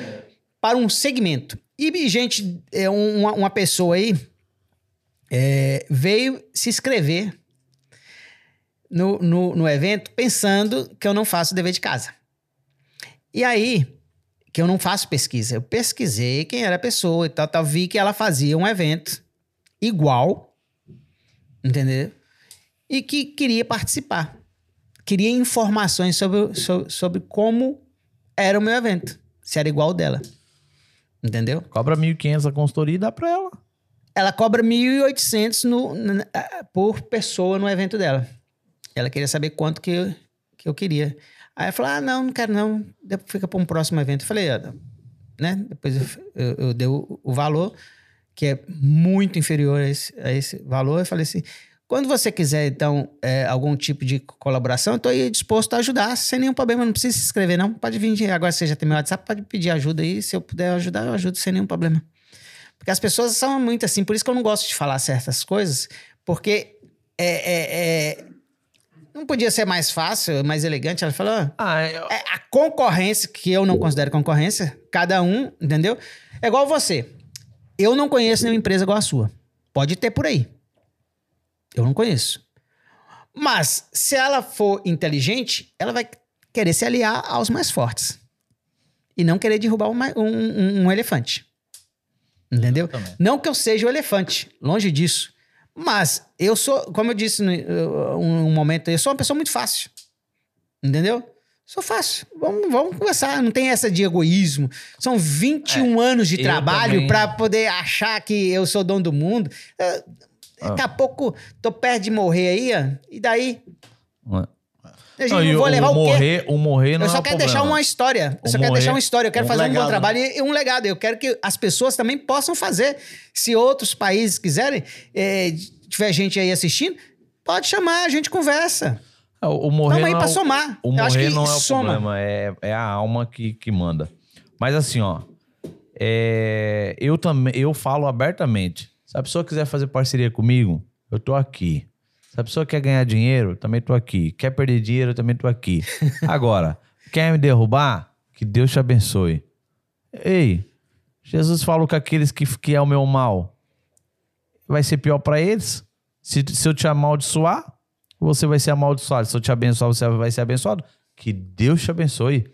Speaker 3: para um segmento. E, gente, é uma, uma pessoa aí é, veio se inscrever no, no, no evento pensando que eu não faço dever de casa. E aí, que eu não faço pesquisa. Eu pesquisei quem era a pessoa e tal, tal. Vi que ela fazia um evento igual, entendeu? E que queria participar. Queria informações sobre, sobre, sobre como era o meu evento. Se era igual o dela. Entendeu?
Speaker 1: Cobra 1.500 a consultoria e dá pra ela.
Speaker 3: Ela cobra 1.800 no, n- ah, por pessoa no evento dela. Ela queria saber quanto que eu, que eu queria. Aí ela falou: ah, não, não quero não, De- fica para um próximo evento. Eu falei: "Ah, né? Depois eu, f- eu, eu dei o, o valor, que é muito inferior a esse, a esse valor. Eu falei assim: quando você quiser, então, é, algum tipo de colaboração, eu estou aí disposto a ajudar, sem nenhum problema. Não precisa se inscrever, não. Pode vir, agora você já tem meu WhatsApp, pode pedir ajuda aí. Se eu puder ajudar, eu ajudo sem nenhum problema. Porque as pessoas são muito assim, por isso que eu não gosto de falar certas coisas, porque é, é- é- não podia ser mais fácil, mais elegante. Ela falou: "Ah,
Speaker 1: Ah, eu...
Speaker 3: é, a concorrência, que eu não considero concorrência, cada um, entendeu? É igual você. Eu não conheço nenhuma empresa igual a sua. Pode ter por aí. Eu não conheço. Mas, se ela for inteligente, ela vai querer se aliar aos mais fortes. E não querer derrubar um, ma- um-
Speaker 1: É.
Speaker 3: um- um elefante. Entendeu? Não que eu seja o elefante, longe disso. Mas eu sou, como eu disse no, eu- um, um momento aí, eu sou uma pessoa muito fácil. Entendeu? Sou fácil. Vamos, vamos conversar. Não tem essa de egoísmo. São 21 anos de
Speaker 1: É, eu
Speaker 3: trabalho
Speaker 1: também.
Speaker 3: pra poder achar que eu sou dono do mundo. Eh,
Speaker 1: Ah.
Speaker 3: Daqui a pouco tô perto de morrer aí, ó. E daí? A gente não,
Speaker 1: e
Speaker 3: vou levar o, quê?
Speaker 1: morrer, o morrer não
Speaker 3: eu só
Speaker 1: é o
Speaker 3: quero
Speaker 1: problema.
Speaker 3: deixar uma história. Eu
Speaker 1: O
Speaker 3: só quero
Speaker 1: morrer-
Speaker 3: deixar uma história. Eu quero
Speaker 2: um
Speaker 3: fazer um bom
Speaker 1: né?
Speaker 2: legado,
Speaker 3: trabalho e e um legado. Eu quero que as pessoas também possam fazer. Se outros países quiserem, eh, tiver gente aí assistindo, pode chamar, a gente conversa.
Speaker 1: É, O, o morrer
Speaker 3: Tamo aí
Speaker 1: não é
Speaker 3: pra
Speaker 1: o-
Speaker 3: somar.
Speaker 1: O
Speaker 3: eu acho
Speaker 1: morrer
Speaker 3: que
Speaker 1: não é o
Speaker 3: soma.
Speaker 1: problema, é, é a alma que, que manda. Mas assim, ó, é, eu também eu falo abertamente. Se a pessoa quiser fazer parceria comigo, eu tô aqui. Se a pessoa quer ganhar dinheiro, eu também tô aqui. Quer perder dinheiro, eu também tô aqui. Agora, quer me derrubar? Que Deus te abençoe. Ei, Jesus falou que aqueles que, que é o meu mal vai ser pior pra eles. Se, se eu te amaldiçoar, você vai ser amaldiçoado. Se eu te abençoar, você vai ser abençoado. Que Deus te abençoe.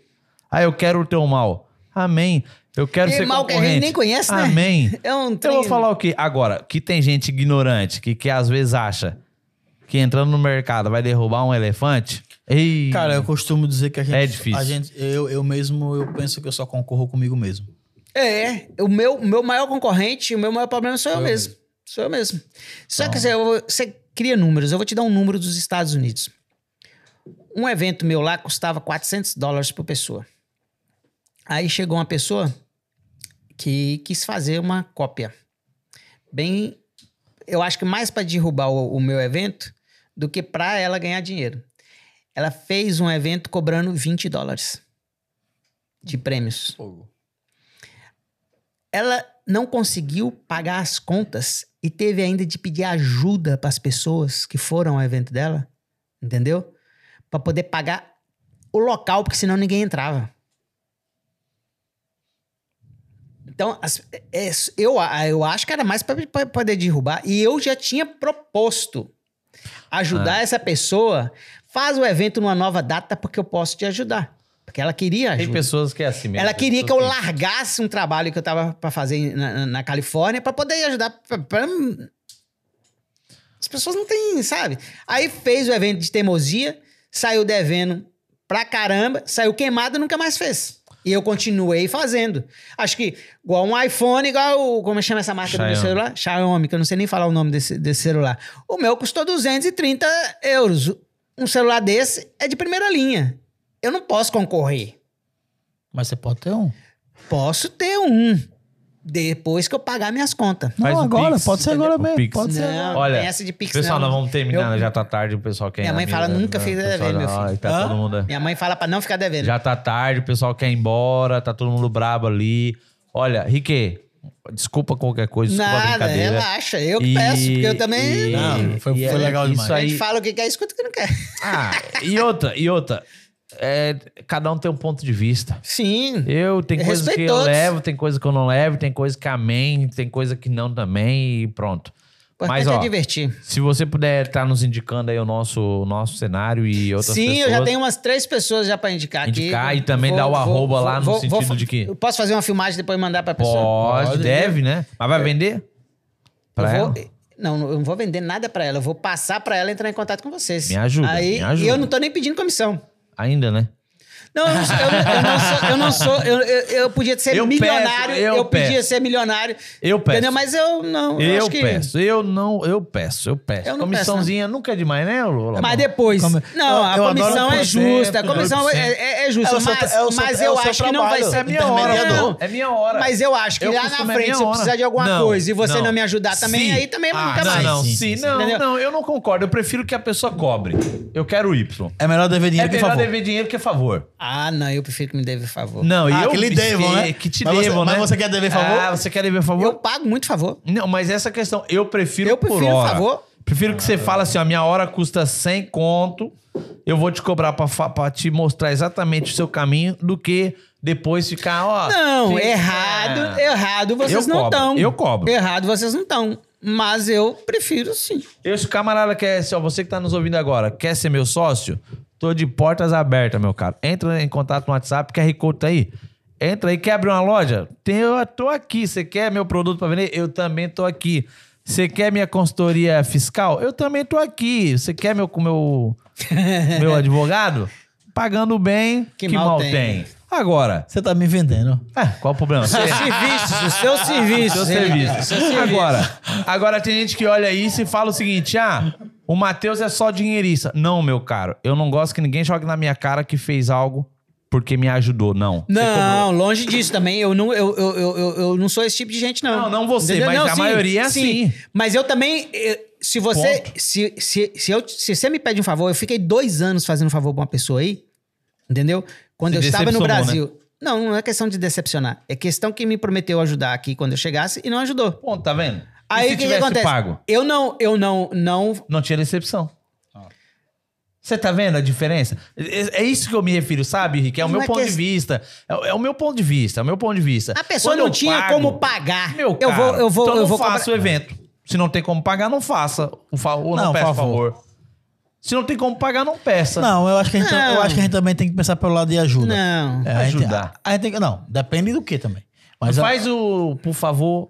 Speaker 1: Ah, eu quero o teu mal. Amém. Eu quero
Speaker 3: E
Speaker 1: ser
Speaker 3: mal que a gente
Speaker 1: concorrente.
Speaker 3: nem conhece, né?
Speaker 1: Amém. Então,
Speaker 3: É um
Speaker 1: Eu
Speaker 3: trem-
Speaker 1: vou falar o quê? Agora, que tem gente ignorante que, que às vezes acha que entrando no mercado vai derrubar um elefante. Ei,
Speaker 2: Cara, eu costumo dizer que a gente.
Speaker 1: É difícil.
Speaker 2: a gente- eu, eu mesmo, eu penso que eu só concorro comigo mesmo.
Speaker 3: É, o meu, o meu maior concorrente, o meu maior problema sou eu, mesmo. Sou eu mesmo. Só que você, eu vou- você cria números. Eu vou te dar um número dos Estados Unidos. Um evento meu lá custava 400 dólares por pessoa. Aí chegou uma pessoa que quis fazer uma cópia. Bem, eu acho que mais para derrubar o, o meu evento do que para ela ganhar dinheiro. Ela fez um evento cobrando 20 dólares de prêmios ela não conseguiu pagar as contas e teve ainda de pedir ajuda para as pessoas que foram ao evento dela, entendeu? Para poder pagar o local, porque senão ninguém entrava. Então, as- é- é- eu, a- eu acho que era mais para poder derrubar. E eu já tinha proposto ajudar essa pessoa. Faz o evento numa nova data, porque eu posso te ajudar. Porque ela queria
Speaker 1: tem
Speaker 3: ajuda.
Speaker 1: pessoas que é assim mesmo.
Speaker 3: Ela
Speaker 1: Tem
Speaker 3: queria que eu
Speaker 1: pessoas
Speaker 3: largasse um trabalho que eu tava pra fazer na, na Califórnia pra poder ajudar. pra- pra- As pessoas não têm, sabe? Aí fez o evento de teimosia, saiu devendo pra caramba, saiu queimado e nunca mais fez. E eu continuei fazendo. Acho que igual um iPhone, igual o. Como chama essa marca do meu
Speaker 1: Xiaomi.
Speaker 3: celular? Xiaomi, que eu não sei nem falar o nome desse, desse celular. O meu custou 230 euros. Um celular desse é de primeira linha. Eu não posso concorrer.
Speaker 2: Mas você pode ter um.
Speaker 3: Posso ter um. Depois que eu pagar minhas contas.
Speaker 1: Faz
Speaker 2: não,
Speaker 1: o
Speaker 2: agora,
Speaker 1: Pix,
Speaker 2: pode ser
Speaker 1: entendeu?
Speaker 2: agora
Speaker 1: O
Speaker 2: mesmo.
Speaker 1: Pix.
Speaker 2: Pode ser agora.
Speaker 3: Não,
Speaker 1: Olha,
Speaker 3: tem essa de Pix
Speaker 1: Pessoal,
Speaker 3: não.
Speaker 1: nós vamos terminar,
Speaker 3: Eu-
Speaker 1: já tá tarde, o pessoal quer ir
Speaker 3: Minha
Speaker 1: na
Speaker 3: mãe fala,
Speaker 1: mesa,
Speaker 3: "Nunca
Speaker 1: né?
Speaker 3: fiz
Speaker 1: O pessoal
Speaker 3: dever,
Speaker 1: já-
Speaker 3: meu filho."
Speaker 1: Ai, Tá
Speaker 2: Hã?
Speaker 1: todo mundo...
Speaker 3: Minha mãe fala pra não ficar devendo.
Speaker 1: Já tá tarde, o pessoal quer ir embora, tá todo mundo brabo ali. Olha, Rique, desculpa qualquer coisa, desculpa a
Speaker 3: Nada,
Speaker 1: brincadeira.
Speaker 3: relaxa. Eu que peço, porque eu também.
Speaker 2: Não, foi- foi
Speaker 1: é
Speaker 2: legal
Speaker 1: isso
Speaker 2: demais.
Speaker 3: A gente
Speaker 1: Aí,
Speaker 3: fala o que quer, escuta o que não quer.
Speaker 1: ah, e outra, e outra. É, cada um tem um ponto de vista.
Speaker 3: Sim.
Speaker 1: Eu,
Speaker 3: É
Speaker 1: tem coisa que
Speaker 3: Respeito
Speaker 1: eu
Speaker 3: todos.
Speaker 1: levo, tem coisa que eu não levo, tem coisa que é amém, tem coisa que não também e pronto.
Speaker 3: O importante
Speaker 1: Mas, ó,
Speaker 3: é divertir.
Speaker 1: se você puder estar nos indicando aí o nosso, o nosso cenário e outras
Speaker 3: Sim,
Speaker 1: pessoas...
Speaker 3: eu já tenho umas três pessoas já pra indicar aqui.
Speaker 1: Indicar e também dar o arroba lá no sentido de que-
Speaker 3: Eu posso fazer uma filmagem e depois mandar pra pessoa?
Speaker 1: Pode, deve, né? Mas vai vender? Pra
Speaker 3: eu
Speaker 1: ela?
Speaker 3: vou- Não, eu não vou vender nada pra ela. Eu vou passar pra ela entrar em contato com vocês.
Speaker 1: Me ajuda,
Speaker 3: Aí,
Speaker 1: me ajuda.
Speaker 3: E eu não tô nem pedindo comissão.
Speaker 1: Ainda, né?
Speaker 3: Não, eu não, sou- eu não- eu não sou. Eu, não sou eu, eu, eu podia ser
Speaker 1: Eu
Speaker 3: milionário.
Speaker 1: peço, eu
Speaker 3: eu podia
Speaker 1: peço.
Speaker 3: ser milionário.
Speaker 1: Eu peço.
Speaker 3: Entendeu? Mas eu não. um, Eu,
Speaker 1: eu
Speaker 3: acho que,
Speaker 1: peço. Eu não, eu peço, eu peço.
Speaker 3: Eu não
Speaker 1: Comissãozinha nunca é demais, né, Lola?
Speaker 3: Mas depois.
Speaker 2: Como-
Speaker 3: Não, a
Speaker 2: Eu- eu
Speaker 3: comissão
Speaker 2: adoro
Speaker 3: é
Speaker 2: por
Speaker 3: justa. A
Speaker 1: cento,
Speaker 3: comissão é,
Speaker 1: 8%.
Speaker 3: é- é justa.
Speaker 2: É o seu-
Speaker 1: tá-
Speaker 3: mas
Speaker 2: é o seu-
Speaker 3: mas
Speaker 2: é o
Speaker 3: eu
Speaker 2: seu
Speaker 3: acho que não vai
Speaker 2: trabalho.
Speaker 1: É
Speaker 3: ser.
Speaker 1: minha hora,
Speaker 3: Não,
Speaker 1: pô. É minha hora.
Speaker 3: Mas eu acho que
Speaker 1: Eu
Speaker 3: lá na
Speaker 1: costumo, é
Speaker 3: frente,
Speaker 1: minha
Speaker 3: se eu
Speaker 1: hora.
Speaker 3: precisar de alguma
Speaker 1: Não,
Speaker 3: coisa e você não,
Speaker 1: não.
Speaker 3: me ajudar também,
Speaker 1: Se-
Speaker 3: aí também é
Speaker 1: Ah,
Speaker 3: nunca
Speaker 1: não,
Speaker 3: mais.
Speaker 1: Não,
Speaker 2: Sim,
Speaker 1: sim,
Speaker 2: sim, sim.
Speaker 1: não,
Speaker 3: Entendeu?
Speaker 1: não, eu não concordo. Eu prefiro que a pessoa cobre. Eu quero o Y.
Speaker 2: É melhor dever
Speaker 1: É
Speaker 2: dinheiro que
Speaker 1: melhor
Speaker 2: favor.
Speaker 1: dever dinheiro que favor.
Speaker 3: Ah, não, eu prefiro que me deve favor.
Speaker 1: Não, e
Speaker 2: Ah,
Speaker 1: eu
Speaker 2: que lhe devam, né?
Speaker 1: Que te
Speaker 2: Mas você-
Speaker 1: devam,
Speaker 2: mas
Speaker 1: né?
Speaker 2: você quer dever favor?
Speaker 1: Ah, você quer dever favor?
Speaker 3: Eu pago muito favor.
Speaker 1: Não, mas essa questão, eu prefiro
Speaker 3: Eu
Speaker 1: por
Speaker 3: prefiro
Speaker 1: hora.
Speaker 3: favor.
Speaker 1: Prefiro que você fale assim, ó, minha hora custa 100 conto, eu vou te cobrar pra, fa- pra te mostrar exatamente o seu caminho, do que depois ficar, ó...
Speaker 3: Não,
Speaker 1: fica- Ah.
Speaker 2: é
Speaker 3: errado, errado vocês
Speaker 1: é. Eu
Speaker 3: não
Speaker 1: cobro,
Speaker 3: estão.
Speaker 1: eu cobro.
Speaker 3: Errado vocês não estão. Mas eu prefiro sim.
Speaker 1: Esse camarada quer ser, ó, você que tá nos ouvindo agora, quer ser meu sócio? Tô de portas abertas, meu caro. Entra em contato no WhatsApp, QR Code tá aí. Entra aí, quer abrir uma loja? Tem, eu tô aqui. Você quer meu produto pra vender? Eu também tô aqui. Você quer minha consultoria fiscal? Eu também tô aqui. Você quer meu, meu, meu advogado? Pagando bem, que, mal, tem. Agora,
Speaker 2: Você tá me vendendo.
Speaker 1: ah, qual o problema? Você-
Speaker 3: Seus serviços, os seus serviços.
Speaker 1: Seu
Speaker 3: Renan,
Speaker 1: serviço.
Speaker 3: seus serviços.
Speaker 1: Agora, agora tem gente que olha isso e fala o seguinte: ah, o Matheus é só dinheirista. Não, meu caro, eu não gosto que ninguém jogue na minha cara que fez algo porque me ajudou. Não. Você cobrou.
Speaker 3: Não, longe disso também. Eu não, eu, eu, eu, eu- eu não sou esse tipo de gente, não.
Speaker 1: Não, não você, mas a maioria é assim.
Speaker 3: Mas eu também. eh, Se você.
Speaker 1: Ponto.
Speaker 3: Se, se, se, eu, se você me pede um favor, eu fiquei dois anos fazendo um favor pra uma pessoa aí, entendeu? Quando
Speaker 1: Se
Speaker 3: eu estava no
Speaker 1: decepcionou, né?
Speaker 3: Brasil. Não, não é questão de decepcionar. É questão que me prometeu ajudar aqui quando eu chegasse e não ajudou.
Speaker 1: Ponto, tá vendo? E
Speaker 3: Aí
Speaker 1: se
Speaker 3: o que, que
Speaker 1: tivesse
Speaker 3: acontece?
Speaker 1: pago,
Speaker 3: Eu não, eu não, não
Speaker 1: não tinha decepção. Você tá vendo a diferença? É é isso que eu me refiro, sabe, Rick? É o
Speaker 3: Não
Speaker 1: meu
Speaker 3: é
Speaker 1: ponto
Speaker 3: que-
Speaker 1: de vista. É, o- é o meu ponto de vista, é o meu ponto de vista.
Speaker 3: A pessoa
Speaker 1: Quando
Speaker 3: não
Speaker 1: eu
Speaker 3: tinha
Speaker 1: pago-
Speaker 3: como pagar.
Speaker 1: Meu
Speaker 3: eu vou,
Speaker 1: caro,
Speaker 3: eu vou,
Speaker 1: então
Speaker 3: eu
Speaker 1: não
Speaker 3: vou
Speaker 1: faça
Speaker 3: cobrar-
Speaker 1: o evento. Se não tem como pagar, não faça. O favor, não,
Speaker 2: Não,
Speaker 1: peça favor.
Speaker 2: favor.
Speaker 1: Se não tem como pagar, não peça.
Speaker 2: Não, eu acho, que a gente,
Speaker 3: Não.
Speaker 2: eu acho que a gente também tem que pensar pelo lado de ajuda.
Speaker 3: Não.
Speaker 2: É, a gente-
Speaker 1: Ajudar.
Speaker 2: a- a gente tem que- não, depende do que também. Mas eu-
Speaker 1: Faz o, por favor,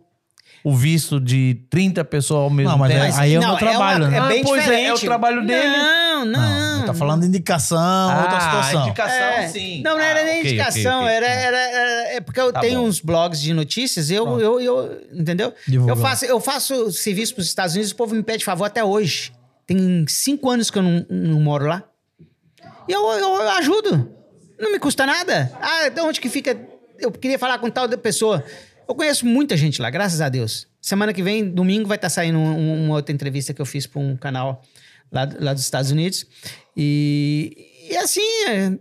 Speaker 1: o visto de 30 pessoas ao mesmo
Speaker 2: Não, mas
Speaker 1: tempo.
Speaker 2: é- aí é o meu trabalho,
Speaker 3: uma-
Speaker 2: né?
Speaker 3: É bem
Speaker 1: Ah, pois é, é o
Speaker 3: diferente.
Speaker 1: trabalho dele.
Speaker 3: Não,
Speaker 1: um-
Speaker 3: não.
Speaker 2: não, tá falando de indicação,
Speaker 1: Ah,
Speaker 2: outra situação.
Speaker 1: indicação,
Speaker 3: É.
Speaker 1: sim.
Speaker 3: Não, não era
Speaker 1: Ah, ok,
Speaker 3: nem
Speaker 1: ok,
Speaker 3: indicação,
Speaker 1: ok.
Speaker 3: era, era, era- É porque eu
Speaker 1: Tá
Speaker 3: tenho
Speaker 1: bom.
Speaker 3: uns blogs de notícias, eu, eu, eu entendeu? Eu
Speaker 2: Divulgando.
Speaker 3: faço, eu faço serviço para os Estados Unidos, o povo me pede favor até hoje. Tem cinco anos que eu não, não moro lá. E eu, eu, eu ajudo. Não me custa nada. Ah, de onde que fica? Eu queria falar com tal de- pessoa. Eu conheço muita gente lá, graças a Deus. Semana que vem, domingo, vai estar saindo um- um- uma outra entrevista que eu fiz para um canal lá, lá dos Estados Unidos. E, e assim, é, não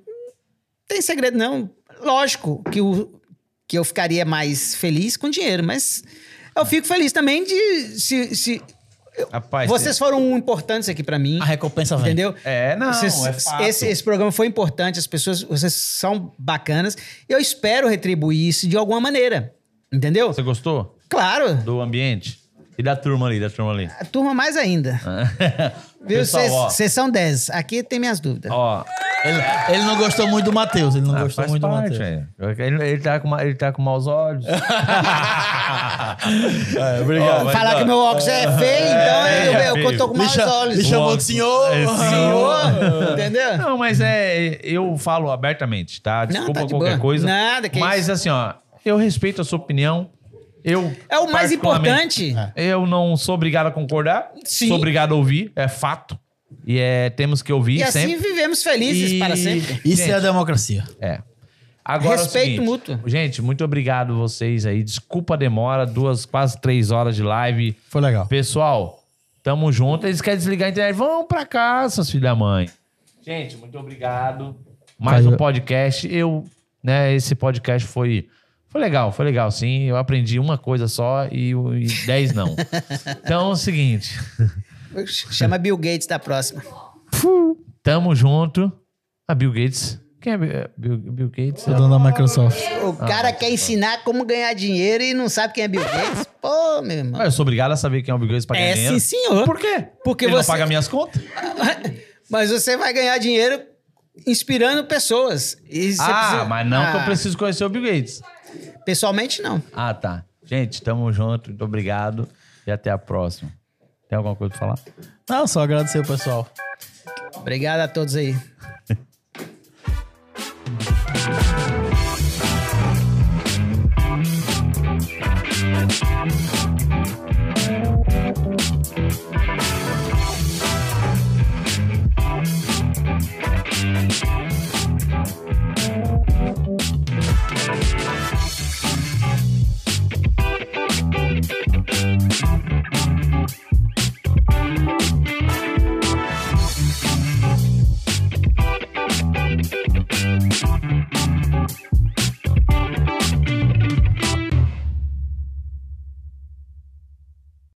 Speaker 3: tem segredo não. Lógico que, o, que eu ficaria mais feliz com dinheiro, mas
Speaker 1: É.
Speaker 3: eu fico feliz também de... Se, se,
Speaker 1: Rapaz,
Speaker 3: vocês foram importantes aqui para mim,
Speaker 2: A recompensa vem.
Speaker 3: entendeu?
Speaker 1: É, não,
Speaker 3: Vocês-
Speaker 1: é fato.
Speaker 3: esse, esse programa foi importante, as pessoas, vocês são bacanas. Eu espero retribuir isso de alguma maneira. Entendeu?
Speaker 1: Você gostou
Speaker 3: Claro.
Speaker 1: do ambiente? E da turma ali, da turma ali?
Speaker 3: A turma mais ainda. Viu?
Speaker 1: Ah. Pessoal,
Speaker 3: Vocês
Speaker 1: ó.
Speaker 3: vocês são 10. Aqui tem minhas dúvidas.
Speaker 1: Ó,
Speaker 2: Ele, ele não gostou muito do Matheus, ele não
Speaker 1: ah,
Speaker 2: gostou
Speaker 1: faz
Speaker 2: muito
Speaker 1: parte,
Speaker 2: do Matheus.
Speaker 1: velho. Ele, ele, tá com ma- ele tá com maus olhos.
Speaker 5: É, obrigado.
Speaker 1: mas
Speaker 3: Falar
Speaker 1: ó,
Speaker 3: que meu óculos é feio, então
Speaker 1: é, é
Speaker 3: eu, eu- eu
Speaker 1: feio.
Speaker 3: tô com
Speaker 2: Me,
Speaker 3: maus
Speaker 2: cha- me
Speaker 3: olhos.
Speaker 2: chamou de senhor.
Speaker 1: É,
Speaker 3: Senhor, entendeu?
Speaker 1: Não, mas é. Eu falo abertamente, tá? Desculpa
Speaker 3: tá de
Speaker 1: qualquer
Speaker 3: boa.
Speaker 1: coisa.
Speaker 3: Nada, que
Speaker 1: Mas
Speaker 3: isso.
Speaker 1: assim, ó, eu respeito a sua opinião. Eu,
Speaker 3: É o mais
Speaker 1: particularmente, é.
Speaker 3: importante.
Speaker 1: Eu não sou obrigado a concordar.
Speaker 3: Sim.
Speaker 1: Sou obrigado a ouvir, é fato. E é, temos que ouvir
Speaker 3: E assim
Speaker 1: sempre.
Speaker 3: vivemos felizes
Speaker 1: E-
Speaker 3: para sempre.
Speaker 2: Isso
Speaker 1: é Gente,
Speaker 2: é a democracia.
Speaker 1: É. Agora, é o
Speaker 3: Respeito
Speaker 1: seguinte,
Speaker 3: mútuo.
Speaker 1: Gente, muito obrigado vocês aí. Desculpa a demora, duas, quase três horas de live.
Speaker 2: Foi legal.
Speaker 1: Pessoal, tamo junto. Eles querem desligar a internet. Vão pra cá, seus filhos da mãe. Gente, muito obrigado. Mais
Speaker 2: Valeu.
Speaker 1: um podcast. Eu, né, esse podcast foi. Foi legal, foi legal, sim. Eu aprendi uma coisa só e, o- e dez não. então é o seguinte,
Speaker 3: Chama Bill Gates da próxima.
Speaker 1: tamo junto. A Bill Gates. Quem é Bill, Bill- Bill Gates?
Speaker 2: O dono da Microsoft.
Speaker 3: O
Speaker 1: Ah,
Speaker 3: cara quer ensinar como ganhar dinheiro e não sabe quem é Bill Gates? Pô, meu irmão.
Speaker 1: Ah, eu sou obrigado a saber quem é o Bill Gates pra ganhar
Speaker 3: É
Speaker 1: dinheiro.
Speaker 3: sim, senhor.
Speaker 1: Por quê?
Speaker 3: Porque
Speaker 1: Ele
Speaker 3: você-
Speaker 1: não paga minhas contas?
Speaker 3: Mas você vai ganhar dinheiro inspirando pessoas. E você
Speaker 1: ah,
Speaker 3: precisa-
Speaker 1: mas não que eu
Speaker 3: Ah,
Speaker 1: preciso conhecer o Bill Gates.
Speaker 3: Pessoalmente, não.
Speaker 1: Ah, tá. Gente, tamo junto. Muito obrigado. E até a próxima. Tem alguma coisa pra falar?
Speaker 2: Não, só agradecer o pessoal.
Speaker 3: Obrigado a todos aí.